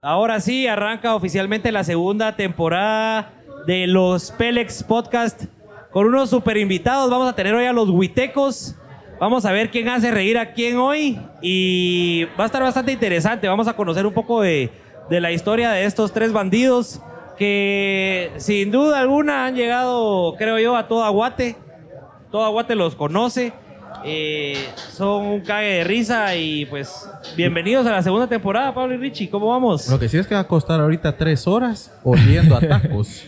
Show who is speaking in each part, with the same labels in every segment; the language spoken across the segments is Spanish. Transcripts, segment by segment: Speaker 1: Ahora sí, arranca oficialmente la segunda temporada de los Pelex Podcast con unos super invitados. Vamos a tener hoy a los Huitecos. Vamos a ver quién hace reír a quién hoy y va a estar bastante interesante. Vamos a conocer un poco de, de la historia de estos tres bandidos que sin duda alguna han llegado, creo yo, a toda Guate. Toda Guate los conoce. Eh, son un cague de risa y pues bienvenidos a la segunda temporada, Pablo y Richie. ¿Cómo vamos?
Speaker 2: Lo que sí es que va a costar ahorita tres horas oliendo a tacos.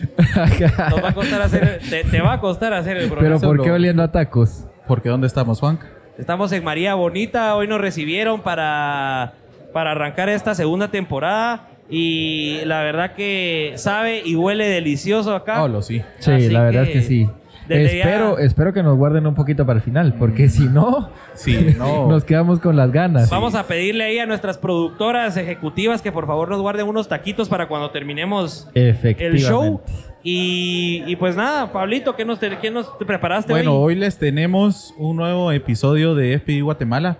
Speaker 1: Nos va a costar hacer- te, te va a costar hacer el programa.
Speaker 3: Pero ¿por
Speaker 2: solo-
Speaker 3: qué oliendo a tacos?
Speaker 2: Porque ¿dónde estamos, Juanca?
Speaker 1: Estamos en María Bonita, hoy nos recibieron para, para arrancar esta segunda temporada y la verdad que sabe y huele delicioso acá.
Speaker 2: Pablo, Ah, sí.
Speaker 3: Sí,
Speaker 1: Así
Speaker 3: la verdad
Speaker 1: que,
Speaker 3: es que sí.
Speaker 1: desde ya-
Speaker 3: Espero, espero que nos guarden un poquito para el final, porque si no,
Speaker 2: Sí, no.
Speaker 3: nos quedamos con las ganas.
Speaker 1: Vamos a pedirle ahí a nuestras productoras ejecutivas que por favor nos guarden unos taquitos para cuando terminemos el
Speaker 3: Efectivamente.
Speaker 1: show. Y, y pues nada, Pablito, ¿qué nos, te- qué nos te preparaste
Speaker 2: bueno,
Speaker 1: hoy?
Speaker 2: hoy les tenemos un nuevo episodio de FPI Guatemala.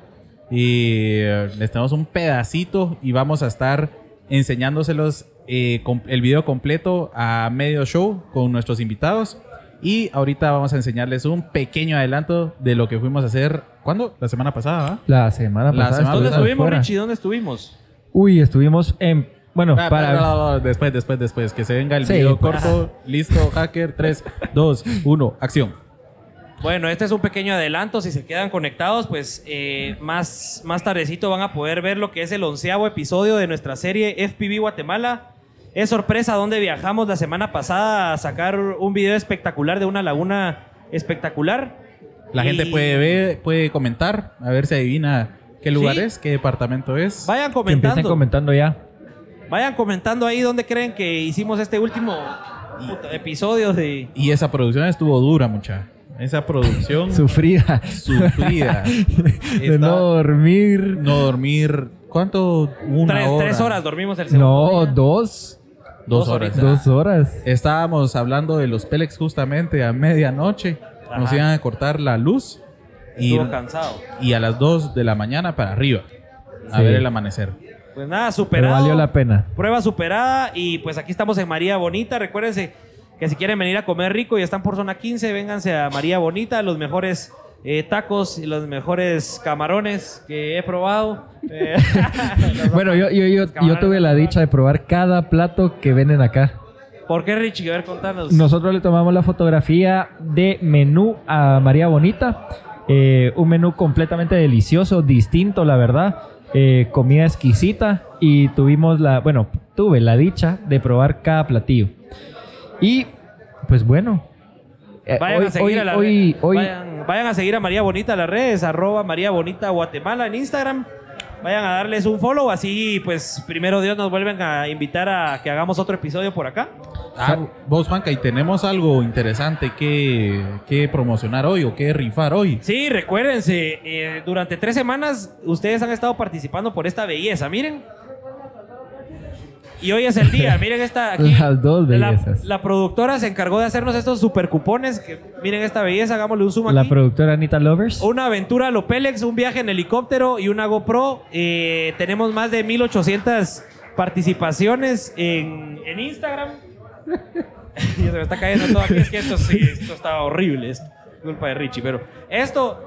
Speaker 2: Y eh, les tenemos un pedacito y vamos a estar enseñándoselos eh, com- el video completo a medio show con nuestros invitados. Y ahorita vamos a enseñarles un pequeño adelanto de lo que fuimos a hacer. ¿Cuándo? La semana pasada, ¿va?
Speaker 3: La semana
Speaker 2: La
Speaker 3: pasada.
Speaker 2: semana-
Speaker 1: ¿Dónde
Speaker 2: estuvimos
Speaker 1: estuvimos,
Speaker 3: Ah, fuera.
Speaker 1: Richie? ¿Dónde estuvimos?
Speaker 3: Uy, estuvimos en. Bueno,
Speaker 2: Ah,
Speaker 3: para.
Speaker 2: no, no, no, no, después, después, después. Que se venga el
Speaker 3: Sí,
Speaker 2: video
Speaker 3: pues.
Speaker 2: corto. Listo, hacker. 3, 2, 1, acción.
Speaker 1: Bueno, este es un pequeño adelanto. Si se quedan conectados, pues eh, más, más tardecito van a poder ver lo que es el onceavo episodio de nuestra serie FPV Guatemala. Es sorpresa donde viajamos la semana pasada a sacar un video espectacular de una laguna espectacular.
Speaker 2: La
Speaker 1: Y
Speaker 2: gente puede ver, puede comentar, a ver si adivina qué lugar
Speaker 1: Sí.
Speaker 2: es, qué departamento es.
Speaker 1: Vayan
Speaker 3: que empiecen
Speaker 1: comentando.
Speaker 3: comentando ya.
Speaker 1: Vayan comentando ahí dónde creen que hicimos este último puta, episodio de...
Speaker 2: Y esa producción estuvo dura, mucha. Esa producción
Speaker 3: Sufrida.
Speaker 2: sufrida.
Speaker 3: De no
Speaker 2: Estaba-
Speaker 3: dormir.
Speaker 2: no dormir. ¿Cuánto? Una
Speaker 1: Tres,
Speaker 2: hora.
Speaker 1: tres horas dormimos el segundo
Speaker 3: No,
Speaker 1: día.
Speaker 3: dos.
Speaker 2: Dos
Speaker 1: Dos
Speaker 2: horas.
Speaker 1: horitas.
Speaker 3: Dos horas.
Speaker 2: Estábamos hablando de los Pelex justamente a medianoche. Nos
Speaker 1: Ajá.
Speaker 2: iban a cortar la luz. Y
Speaker 1: Estuvo cansado.
Speaker 2: y a las 2 de la mañana para arriba a
Speaker 3: Sí.
Speaker 2: ver el amanecer.
Speaker 1: Pues nada,
Speaker 3: Pero
Speaker 1: superado.
Speaker 3: valió la pena.
Speaker 1: Prueba superada y pues aquí estamos en María Bonita. Recuérdense que si quieren venir a comer rico y están por zona 15, vénganse a María Bonita, los mejores eh, tacos y los mejores camarones que he probado. Eh,
Speaker 3: Bueno, yo, yo, yo, yo tuve la dicha de probar cada plato que venden acá.
Speaker 1: ¿Por qué Richie? A ver, contanos.
Speaker 3: Nosotros le tomamos la fotografía de menú a María Bonita. Eh, un menú completamente delicioso, distinto, la verdad. Eh, comida exquisita. Y tuvimos la, bueno, tuve la dicha de probar cada platillo. Y, pues bueno. eh,
Speaker 1: Vayan
Speaker 3: hoy-
Speaker 1: a seguir
Speaker 3: hoy-
Speaker 1: a la
Speaker 3: hoy- hoy-
Speaker 1: vayan, vayan a seguir a María Bonita en las redes, arroba María Bonita Guatemala en Instagram. Vayan a darles un follow, así pues primero Dios nos vuelven a invitar a que hagamos otro episodio por acá.
Speaker 2: Ah, vos, Juanca, y tenemos algo interesante que, que promocionar hoy o que rifar hoy.
Speaker 1: Sí, recuérdense, eh, durante tres semanas ustedes han estado participando por esta belleza, miren. Y hoy es el día, miren esta aquí.
Speaker 3: Las dos
Speaker 1: La-
Speaker 3: bellezas.
Speaker 1: La, productora se encargó de hacernos estos super cupones. Que, miren esta belleza, hagámosle un zoom
Speaker 3: la
Speaker 1: aquí.
Speaker 3: productora Anita Lovers.
Speaker 1: Una aventura a lo Pélex, un viaje en helicóptero y una GoPro. Eh, tenemos más de 1800 participaciones en, en Instagram. Ya se me está cayendo todo aquí. Es que esto sí, esto está horrible. Es culpa de Richie, pero esto.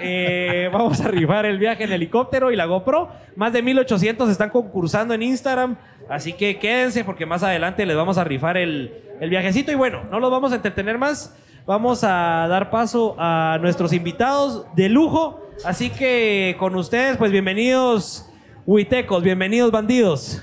Speaker 1: eh, vamos a rifar el viaje en helicóptero y la GoPro. Más de 1800 están concursando en Instagram. Así que quédense porque más adelante les vamos a rifar el, el viajecito. Y bueno, no los vamos a entretener más. Vamos a dar paso a nuestros invitados de lujo. Así que con ustedes, pues bienvenidos, huitecos, bienvenidos, bandidos.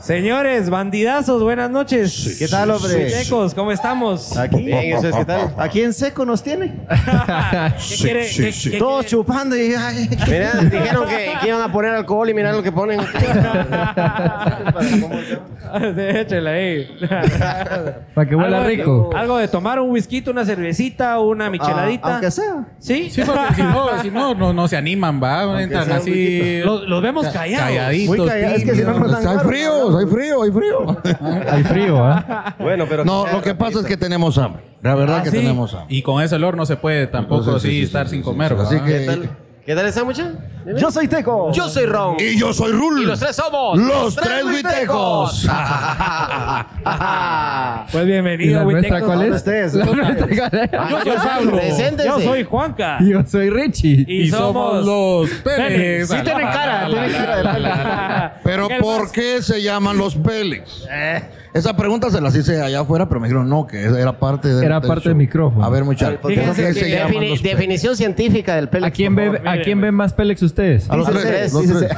Speaker 1: Señores, bandidazos, buenas noches.
Speaker 4: ¿Qué tal, hombre?
Speaker 1: Chicos, ¿cómo estamos?
Speaker 5: Ah,
Speaker 4: Aquí, eso es, ¿qué tal? Aquí en seco nos tiene.
Speaker 1: ¿Qué quiere?
Speaker 5: sí,
Speaker 1: qué-
Speaker 5: sí.
Speaker 1: qué
Speaker 4: Todos
Speaker 1: quiere?
Speaker 4: chupando y... ay.
Speaker 6: Mirá, dijeron que, que iban a poner alcohol y mirá lo que ponen.
Speaker 4: Ah,
Speaker 1: Échale ahí.
Speaker 3: Para que huela
Speaker 1: Algo de-
Speaker 3: rico.
Speaker 1: Algo de tomar un whisky, una cervecita, una
Speaker 4: Ah,
Speaker 1: micheladita.
Speaker 4: aunque sea.
Speaker 1: ¿Sí?
Speaker 2: Sí, porque si no, si no, no, no se animan, va. Entran
Speaker 4: sea un
Speaker 2: así.
Speaker 1: Los, los vemos
Speaker 2: ca-
Speaker 1: callados.
Speaker 2: Calladitos.
Speaker 4: Muy callado, es que si no, no
Speaker 2: tímidos.
Speaker 4: tan
Speaker 5: Hay
Speaker 4: claro.
Speaker 5: frío, hay frío, hay frío.
Speaker 3: Al frío, ¿ah?
Speaker 6: Bueno, pero.
Speaker 5: No, lo que pasa es que tenemos hambre. La verdad
Speaker 1: Ah,
Speaker 5: que
Speaker 1: sí.
Speaker 5: tenemos hambre.
Speaker 2: Y con ese olor no se puede tampoco
Speaker 5: Entonces,
Speaker 2: así
Speaker 5: sí, sí,
Speaker 2: estar
Speaker 5: sí,
Speaker 2: sin
Speaker 5: sí,
Speaker 2: comer,
Speaker 5: sí,
Speaker 2: ¿va?
Speaker 5: así que-
Speaker 6: ¿Qué tal, ¿Qué tal esa mucha?
Speaker 4: Yo soy Teco.
Speaker 6: Yo soy Ron.
Speaker 5: Y yo soy Rul.
Speaker 6: Y los tres somos.
Speaker 5: Los tres huitecos.
Speaker 6: Ah,
Speaker 1: Pues
Speaker 3: ¿Y la
Speaker 1: bienvenido, güey.
Speaker 3: nuestra
Speaker 1: Tecos.
Speaker 3: cuál es?
Speaker 4: ustedes.
Speaker 3: La nuestra cuál es?
Speaker 1: Ah, Yo soy Pablo.
Speaker 6: Preséntense.
Speaker 1: Yo soy Juanca.
Speaker 3: Yo soy Richie.
Speaker 1: Y, somos
Speaker 2: los Pérez.
Speaker 1: Pérez.
Speaker 4: Sí tienen
Speaker 6: Ah,
Speaker 4: cara, tienen cara de pelo.
Speaker 5: Pero
Speaker 1: El
Speaker 5: ¿por
Speaker 1: más-
Speaker 5: qué se llaman los Pélix? Esa pregunta se las hice allá afuera, pero me dijeron no, que esa era parte del
Speaker 3: Era
Speaker 5: del
Speaker 3: parte del
Speaker 5: show.
Speaker 3: micrófono.
Speaker 5: A ver, muchachos, ¿por qué
Speaker 1: Fíjense
Speaker 5: se
Speaker 1: que
Speaker 5: llaman
Speaker 6: Defini-
Speaker 5: los Pélix?
Speaker 6: definición científica del pelo.
Speaker 3: ¿A quién,
Speaker 6: por
Speaker 3: ven,
Speaker 6: favor.
Speaker 3: ¿A quién ven más Pélex ustedes?
Speaker 5: A los
Speaker 6: A los
Speaker 5: tres,
Speaker 6: tres,
Speaker 5: los
Speaker 6: sí, sí,
Speaker 5: tres.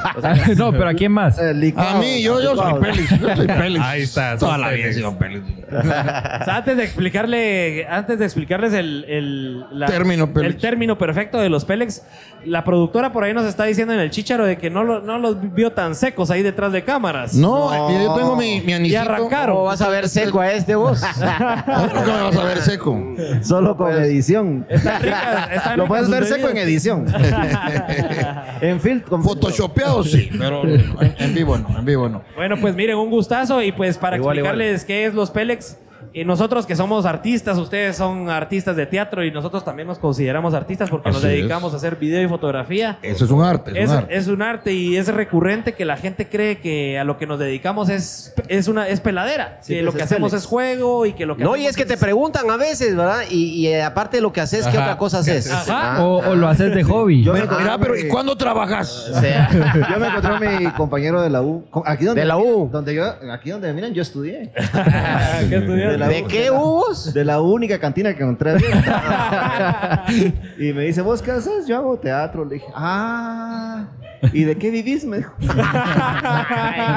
Speaker 6: sí.
Speaker 3: no, pero ¿a quién más?
Speaker 4: Eh,
Speaker 5: A
Speaker 4: licuado,
Speaker 5: mí, yo, yo soy
Speaker 4: licuado.
Speaker 5: Pélix. Yo soy Pélix.
Speaker 2: Ahí está,
Speaker 5: Toda
Speaker 2: sos
Speaker 5: la vida he
Speaker 2: Pélix.
Speaker 5: sido Pélix.
Speaker 1: O sea, antes de explicarle, antes de explicarles el, el- la-
Speaker 5: Término Pélex.
Speaker 1: el término perfecto de los Pélex, la productora por ahí nos está diciendo en el chicharo de que no, lo- no los vio tan secos ahí detrás de cámaras.
Speaker 5: No,
Speaker 4: No.
Speaker 5: mira, yo tengo mi, mi
Speaker 1: y
Speaker 5: anisito.
Speaker 1: arrancaron.
Speaker 6: ¿Cómo vas a ver seco a este vos? Pues,
Speaker 5: Nunca me vas a ver seco.
Speaker 4: Solo con edición.
Speaker 1: Están ricas, están
Speaker 4: Lo
Speaker 1: ricas
Speaker 4: puedes
Speaker 1: sus
Speaker 4: ver seco en
Speaker 1: bebidas.
Speaker 4: edición. en field con
Speaker 5: Photoshopeado sí, pero en en vivo no, en vivo no.
Speaker 1: Bueno, pues miren, un gustazo y pues para
Speaker 6: Igual,
Speaker 1: explicarles qué es los Pélex, eh, nosotros que somos artistas, ustedes son artistas de teatro y nosotros también nos consideramos artistas porque nos
Speaker 5: Así es.
Speaker 1: dedicamos a hacer video y fotografía.
Speaker 5: Eso es un arte, es,
Speaker 1: Es,
Speaker 5: un arte.
Speaker 1: es un arte y es recurrente que la gente cree que a lo que nos dedicamos es, es, una, es peladera.
Speaker 4: Sí,
Speaker 1: que
Speaker 4: pues,
Speaker 1: lo que
Speaker 4: es
Speaker 1: hacemos
Speaker 4: Félix.
Speaker 1: es juego y que lo que
Speaker 6: No,
Speaker 1: hacemos
Speaker 6: y es que te preguntan a veces, ¿verdad? Y, y, eh, aparte de lo que haces, ¿qué
Speaker 2: Ajá.
Speaker 6: otra cosa haces?
Speaker 1: Ajá.
Speaker 6: Ah,
Speaker 3: O, o lo haces de hobby.
Speaker 4: Yo-
Speaker 5: Pero, mira, pero ¿y cuándo
Speaker 6: o
Speaker 5: trabajas?
Speaker 6: sea,
Speaker 4: Yo me encontré a mi compañero de la U. con- Aquí donde,
Speaker 6: De la U.
Speaker 4: Donde yo, aquí donde me miran, yo estudié.
Speaker 1: ¿Qué estudias?
Speaker 4: De la-
Speaker 6: ¿De qué hubos?
Speaker 4: De la única cantina que encontré. y me dice, ¿vos qué haces? Yo hago teatro. Le dije, ah. ¿Y de qué vivís? Me dijo.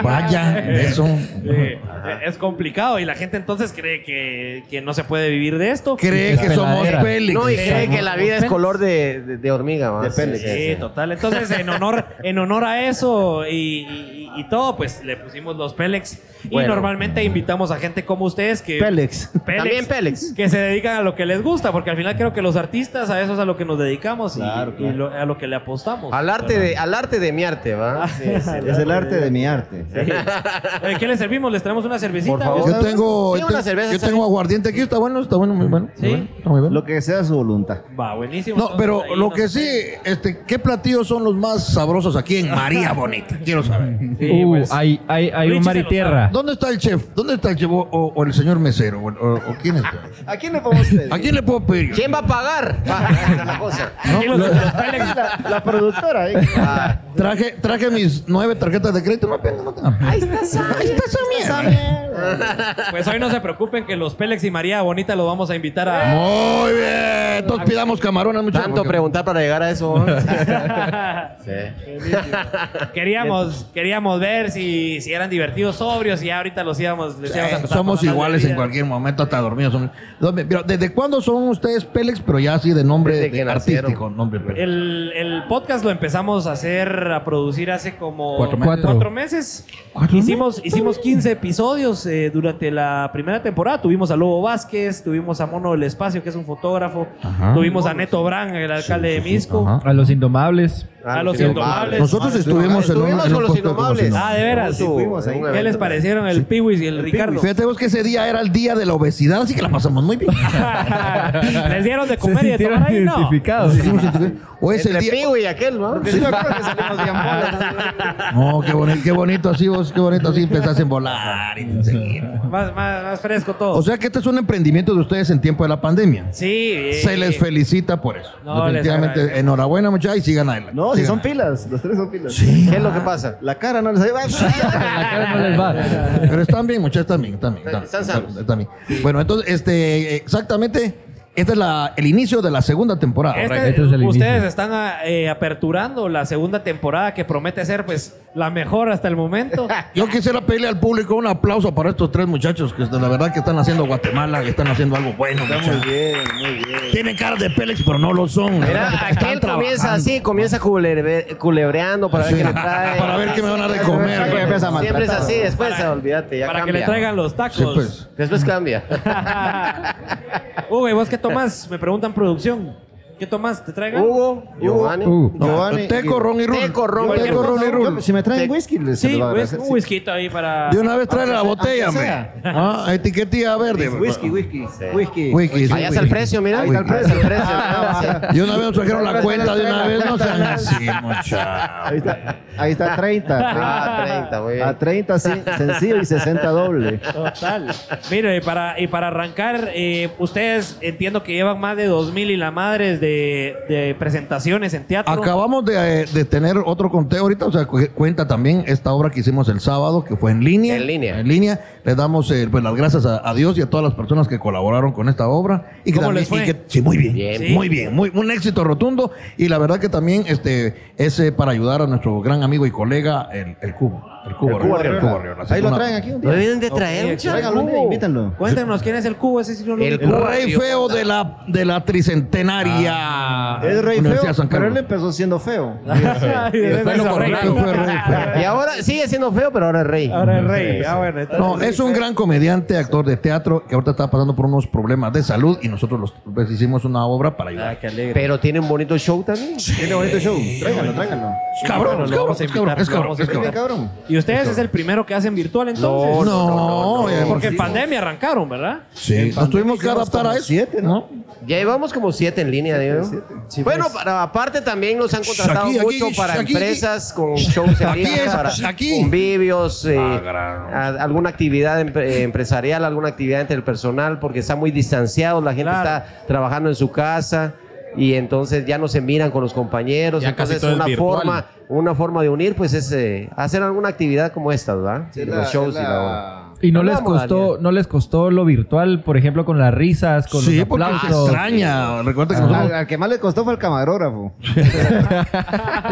Speaker 5: Vaya, eso.
Speaker 1: Sí, es complicado y la gente entonces cree que, que no se puede vivir de esto.
Speaker 5: Cree que somos
Speaker 3: peladera.
Speaker 5: Félix.
Speaker 6: No, y cree que la vida es color de, de, de hormiga, ¿verdad?
Speaker 4: De pele.
Speaker 1: Sí, total. Entonces, en honor, en honor a eso y, y- y todo, pues le pusimos los Pélex. Y
Speaker 6: Bueno.
Speaker 1: normalmente invitamos a gente como ustedes que...
Speaker 4: Pélex.
Speaker 1: Pélex,
Speaker 6: También Pélex.
Speaker 1: Que se dedican a lo que les gusta, porque al final creo que los artistas a eso es a lo que nos dedicamos y,
Speaker 4: Claro,
Speaker 1: y
Speaker 4: claro.
Speaker 1: lo- a lo que le apostamos.
Speaker 6: Al arte de, al arte de mi arte, ¿va?
Speaker 4: Es el arte de mi arte.
Speaker 1: Eh, ¿Qué les servimos? ¿Les traemos una cervecita?
Speaker 4: Por favor.
Speaker 5: Yo tengo,
Speaker 6: Sí,
Speaker 5: yo
Speaker 6: una
Speaker 5: tengo-
Speaker 6: cerveza,
Speaker 5: yo
Speaker 6: ¿sabes?
Speaker 5: tengo aguardiente aquí, está bueno, está bueno, muy bueno. está
Speaker 1: Sí.
Speaker 5: bueno, está muy bueno.
Speaker 4: Lo que sea su voluntad.
Speaker 1: Va, buenísimo.
Speaker 5: No, pero
Speaker 1: Entonces, ahí
Speaker 5: lo
Speaker 1: nos-
Speaker 5: que sí, este, ¿qué platillos son los más sabrosos aquí en María Bonita? Quiero saber.
Speaker 1: Sí,
Speaker 3: uh,
Speaker 1: pues,
Speaker 3: hay, hay, hay
Speaker 1: Richie
Speaker 3: un mar
Speaker 1: se
Speaker 3: y
Speaker 1: lo
Speaker 3: tierra.
Speaker 5: ¿Dónde está el chef? ¿Dónde está el chef o, o- o el señor mesero? ¿O, o- o quién está?
Speaker 4: ¿A quién le podemos pedir?
Speaker 5: ¿A quién le puedo pedir?
Speaker 6: ¿Quién va a pagar? La cosa.
Speaker 1: aquí los- los Pélex-
Speaker 4: La, la productora. ¿eh?
Speaker 6: Ah,
Speaker 5: Traje, traje mis nueve tarjetas de crédito, no apenas no tengo.
Speaker 6: Ahí está Sammy. Ahí está
Speaker 1: Pues hoy no se preocupen que los Pélex y María Bonita los vamos a invitar a...
Speaker 5: Muy bien. Entonces pidamos camarones, muchachos.
Speaker 6: Tanto
Speaker 5: porque-
Speaker 6: preguntar para llegar a eso.
Speaker 1: Queríamos, queríamos ver si, si eran divertidos, sobrios, y ya ahorita los íbamos, les íbamos a
Speaker 5: Eh,
Speaker 1: empezar a
Speaker 5: somos
Speaker 1: tomar las
Speaker 5: iguales en
Speaker 1: bebidas.
Speaker 5: cualquier momento, hasta dormidos. son- Entonces, pero, ¿Desde cuándo son ustedes Pélex, pero ya así de nombre
Speaker 6: Desde que
Speaker 5: de-
Speaker 6: nacieron.
Speaker 5: artístico? Nombre Pélex.
Speaker 1: El, el podcast lo empezamos a hacer, a producir hace como
Speaker 2: Cuatro meses.
Speaker 1: cuatro meses. Hicimos, hicimos 15 episodios eh, durante la primera temporada. Tuvimos a Lobo Vázquez, tuvimos a Mono del Espacio, que es un fotógrafo. Tuvimos a Neto Bran, el alcalde de Misco.
Speaker 3: A los indomables.
Speaker 1: A los indomables.
Speaker 5: Nosotros estuvimos, en un-
Speaker 6: Estuvimos
Speaker 5: en un,
Speaker 6: con los
Speaker 5: podcast con los
Speaker 6: indomables.
Speaker 1: Ah, de veras.
Speaker 4: Sí, fuimos ahí.
Speaker 1: ¿Qué les parecieron el Piwis y el, Ricardo?
Speaker 5: Fíjate vos que ese día era el día de la obesidad, así que la pasamos muy bien.
Speaker 1: ¿Les dieron de
Speaker 3: Se
Speaker 1: comer y de
Speaker 3: sintieron
Speaker 1: tomar ahí? No.
Speaker 3: identificados.
Speaker 5: O es el
Speaker 6: Entre
Speaker 5: día.
Speaker 6: Pigo y aquel, ¿no?
Speaker 4: Porque sí me acuerdo que salimos bien bolas.
Speaker 5: No, qué bonito, qué bonito así vos, qué bonito así empezaste a volar. y no sé qué.
Speaker 1: Más, más, más fresco todo.
Speaker 5: O sea que este es un emprendimiento de ustedes en tiempo de la pandemia.
Speaker 1: sí. eh,
Speaker 5: Se les felicita por eso.
Speaker 1: No, les
Speaker 5: Definitivamente,
Speaker 1: agradezco.
Speaker 5: enhorabuena, muchachos, y sigan adelante.
Speaker 4: No, si
Speaker 5: Sigan
Speaker 4: son
Speaker 5: adelante.
Speaker 4: pilas. Los tres son pilas.
Speaker 6: ¿Qué es lo que pasa?
Speaker 4: La cara no les
Speaker 3: La cara no les va.
Speaker 5: Pero están bien, muchachos, están bien, están bien. Están,
Speaker 6: Están
Speaker 5: están-
Speaker 6: sanos.
Speaker 5: están bien. Bueno, entonces, este, exactamente, este es la- el inicio de la segunda temporada.
Speaker 1: Este-
Speaker 3: Este es el
Speaker 1: ustedes
Speaker 3: inicio.
Speaker 1: están ah, eh, aperturando la segunda temporada que promete ser pues la mejor hasta el momento.
Speaker 5: Yo quisiera pedirle al público un aplauso para estos tres muchachos que de la verdad que están haciendo Guatemala, que están haciendo algo bueno. muchachos.
Speaker 4: bien, muy bien.
Speaker 5: Tienen cara de Pélex, pero no lo son.
Speaker 6: Mira, aquel comienza así, comienza culebre- culebreando para ver qué le trae.
Speaker 5: Para ver qué me van a dar de comer.
Speaker 4: Que empieza a maltratar.
Speaker 6: Siempre es así, después olvídate, ya
Speaker 1: para que
Speaker 6: cambia.
Speaker 1: le traigan los tacos.
Speaker 5: Sí, pues.
Speaker 6: Después cambia.
Speaker 1: Hugo, ¿y vos qué tomás? Me preguntan producción. ¿Qué tomás? ¿Te traigan?
Speaker 6: Hugo, Giovanni.
Speaker 3: Uh.
Speaker 5: No, teco, ron y rul.
Speaker 6: Teco, ron,
Speaker 5: Teco,
Speaker 6: cualquier
Speaker 5: ron y
Speaker 6: cosa.
Speaker 5: rul.
Speaker 4: Yo, Si me traen
Speaker 6: Te-
Speaker 4: whisky, les se
Speaker 1: sí,
Speaker 4: lo voy a
Speaker 1: pues,
Speaker 4: agradecer.
Speaker 1: un whisky ahí para...
Speaker 5: De una vez trae la botella,
Speaker 4: aunque
Speaker 5: me.
Speaker 4: sea.
Speaker 5: Ah, etiquetilla verde. me.
Speaker 4: Whisky, whisky, whisky.
Speaker 5: Whisky, sí,
Speaker 6: Ahí está el
Speaker 5: whisky.
Speaker 6: precio, mira.
Speaker 5: Ahí
Speaker 6: Ahí
Speaker 5: está
Speaker 6: está
Speaker 5: el
Speaker 6: el precio. mira,
Speaker 5: De una vez nos trajeron la cuenta, de una vez no sean así,
Speaker 4: Ahí
Speaker 5: muchachos.
Speaker 4: está, ahí está 30.
Speaker 6: Ah, 30, muy bien.
Speaker 4: A 30 sí, sencillo y 60 doble.
Speaker 1: Total. Mira, y para, y para arrancar, eh, ustedes entiendo que llevan más de 2.000 y la madre de, de presentaciones en teatro.
Speaker 5: Acabamos de, eh, de tener otro conteo ahorita, o sea, cu- cuenta también esta obra que hicimos el sábado, que fue en línea.
Speaker 6: En línea.
Speaker 5: En línea. Le damos eh, pues, las gracias a, a Dios y a todas las personas que colaboraron con esta obra. Y que
Speaker 1: ¿Cómo
Speaker 5: también-
Speaker 1: les fue?
Speaker 5: y que- sí, muy bien.
Speaker 6: Bien.
Speaker 1: Sí.
Speaker 5: Muy bien. Muy, un éxito rotundo. Y la verdad que también este, es eh, para ayudar a nuestro gran amigo y colega, el, el Cubo. El Cubo, Arriola,
Speaker 4: Cubo Arriola.
Speaker 5: el Cubo Arriola. Así
Speaker 4: Ahí lo
Speaker 5: una-
Speaker 4: traen aquí un
Speaker 6: Lo
Speaker 4: día.
Speaker 6: vienen de traer,
Speaker 1: Ok,
Speaker 6: muchachos.
Speaker 4: Tráiganlo un día, invítenlo.
Speaker 1: Cuéntanos, ¿quién es el cubo? Ese sí no lo
Speaker 6: El
Speaker 5: El
Speaker 1: ubico.
Speaker 6: Cubo
Speaker 5: rey
Speaker 6: Arriola.
Speaker 5: feo de la, Ah. de la tricentenaria.
Speaker 4: Es rey
Speaker 5: Universidad
Speaker 4: feo,
Speaker 5: San
Speaker 4: pero
Speaker 5: Carlos.
Speaker 4: él empezó siendo feo.
Speaker 1: Ay, de
Speaker 2: Después lo
Speaker 1: esa rey.
Speaker 2: coronaron.
Speaker 5: Fue rey feo.
Speaker 6: Y ahora sigue siendo feo, pero ahora es rey.
Speaker 1: Ahora el rey. Ah, bueno. entonces-
Speaker 5: No, es un gran comediante, actor de teatro, que ahorita está pasando por unos problemas de salud y nosotros los, pues, hicimos una obra para ayudar.
Speaker 6: Pero tiene un bonito show también.
Speaker 4: Tiene bonito show. Tráiganlo, tráiganlo.
Speaker 5: Es cabrón, es cabrón, es cabrón, es cabrón, es
Speaker 4: Es bien
Speaker 5: cabrón.
Speaker 4: cabrón.
Speaker 1: ¿Y ustedes es el primero que hacen virtual entonces?
Speaker 5: No, no, eh,
Speaker 1: Porque
Speaker 5: porque-
Speaker 1: en pandemia arrancaron, ¿verdad?
Speaker 5: sí, nos tuvimos que adaptar a eso.
Speaker 4: Siete, ¿no?
Speaker 6: Ya llevamos como siete en línea, digo. bueno, para, aparte también nos han contratado
Speaker 5: Aquí, aquí,
Speaker 6: mucho para
Speaker 5: aquí, aquí.
Speaker 6: empresas con shows en
Speaker 5: Aquí
Speaker 6: línea,
Speaker 5: es,
Speaker 6: para
Speaker 5: aquí.
Speaker 6: convivios, eh,
Speaker 2: Ah,
Speaker 6: a- alguna actividad em- eh, empresarial, alguna actividad entre el personal, porque está muy distanciado, la gente
Speaker 1: Claro.
Speaker 6: está trabajando en su casa y entonces ya no se miran con los compañeros.
Speaker 2: Ya casi
Speaker 6: entonces
Speaker 2: todo es
Speaker 6: una
Speaker 2: virtual.
Speaker 6: forma, una forma de unir, pues es eh, hacer alguna actividad como esta, ¿verdad?
Speaker 4: Sí,
Speaker 6: los
Speaker 4: la-
Speaker 6: shows y
Speaker 4: la-
Speaker 6: la-
Speaker 3: Y no
Speaker 6: No,
Speaker 3: les
Speaker 6: no,
Speaker 3: costó,
Speaker 6: Daniel.
Speaker 3: no les costó lo virtual, por ejemplo, con las risas, con
Speaker 5: Sí,
Speaker 3: los
Speaker 5: porque se
Speaker 3: aplausos.
Speaker 5: extraña. Recuerda que
Speaker 4: Al,
Speaker 5: nosotros
Speaker 4: al que más le costó fue el camarógrafo.
Speaker 5: sí,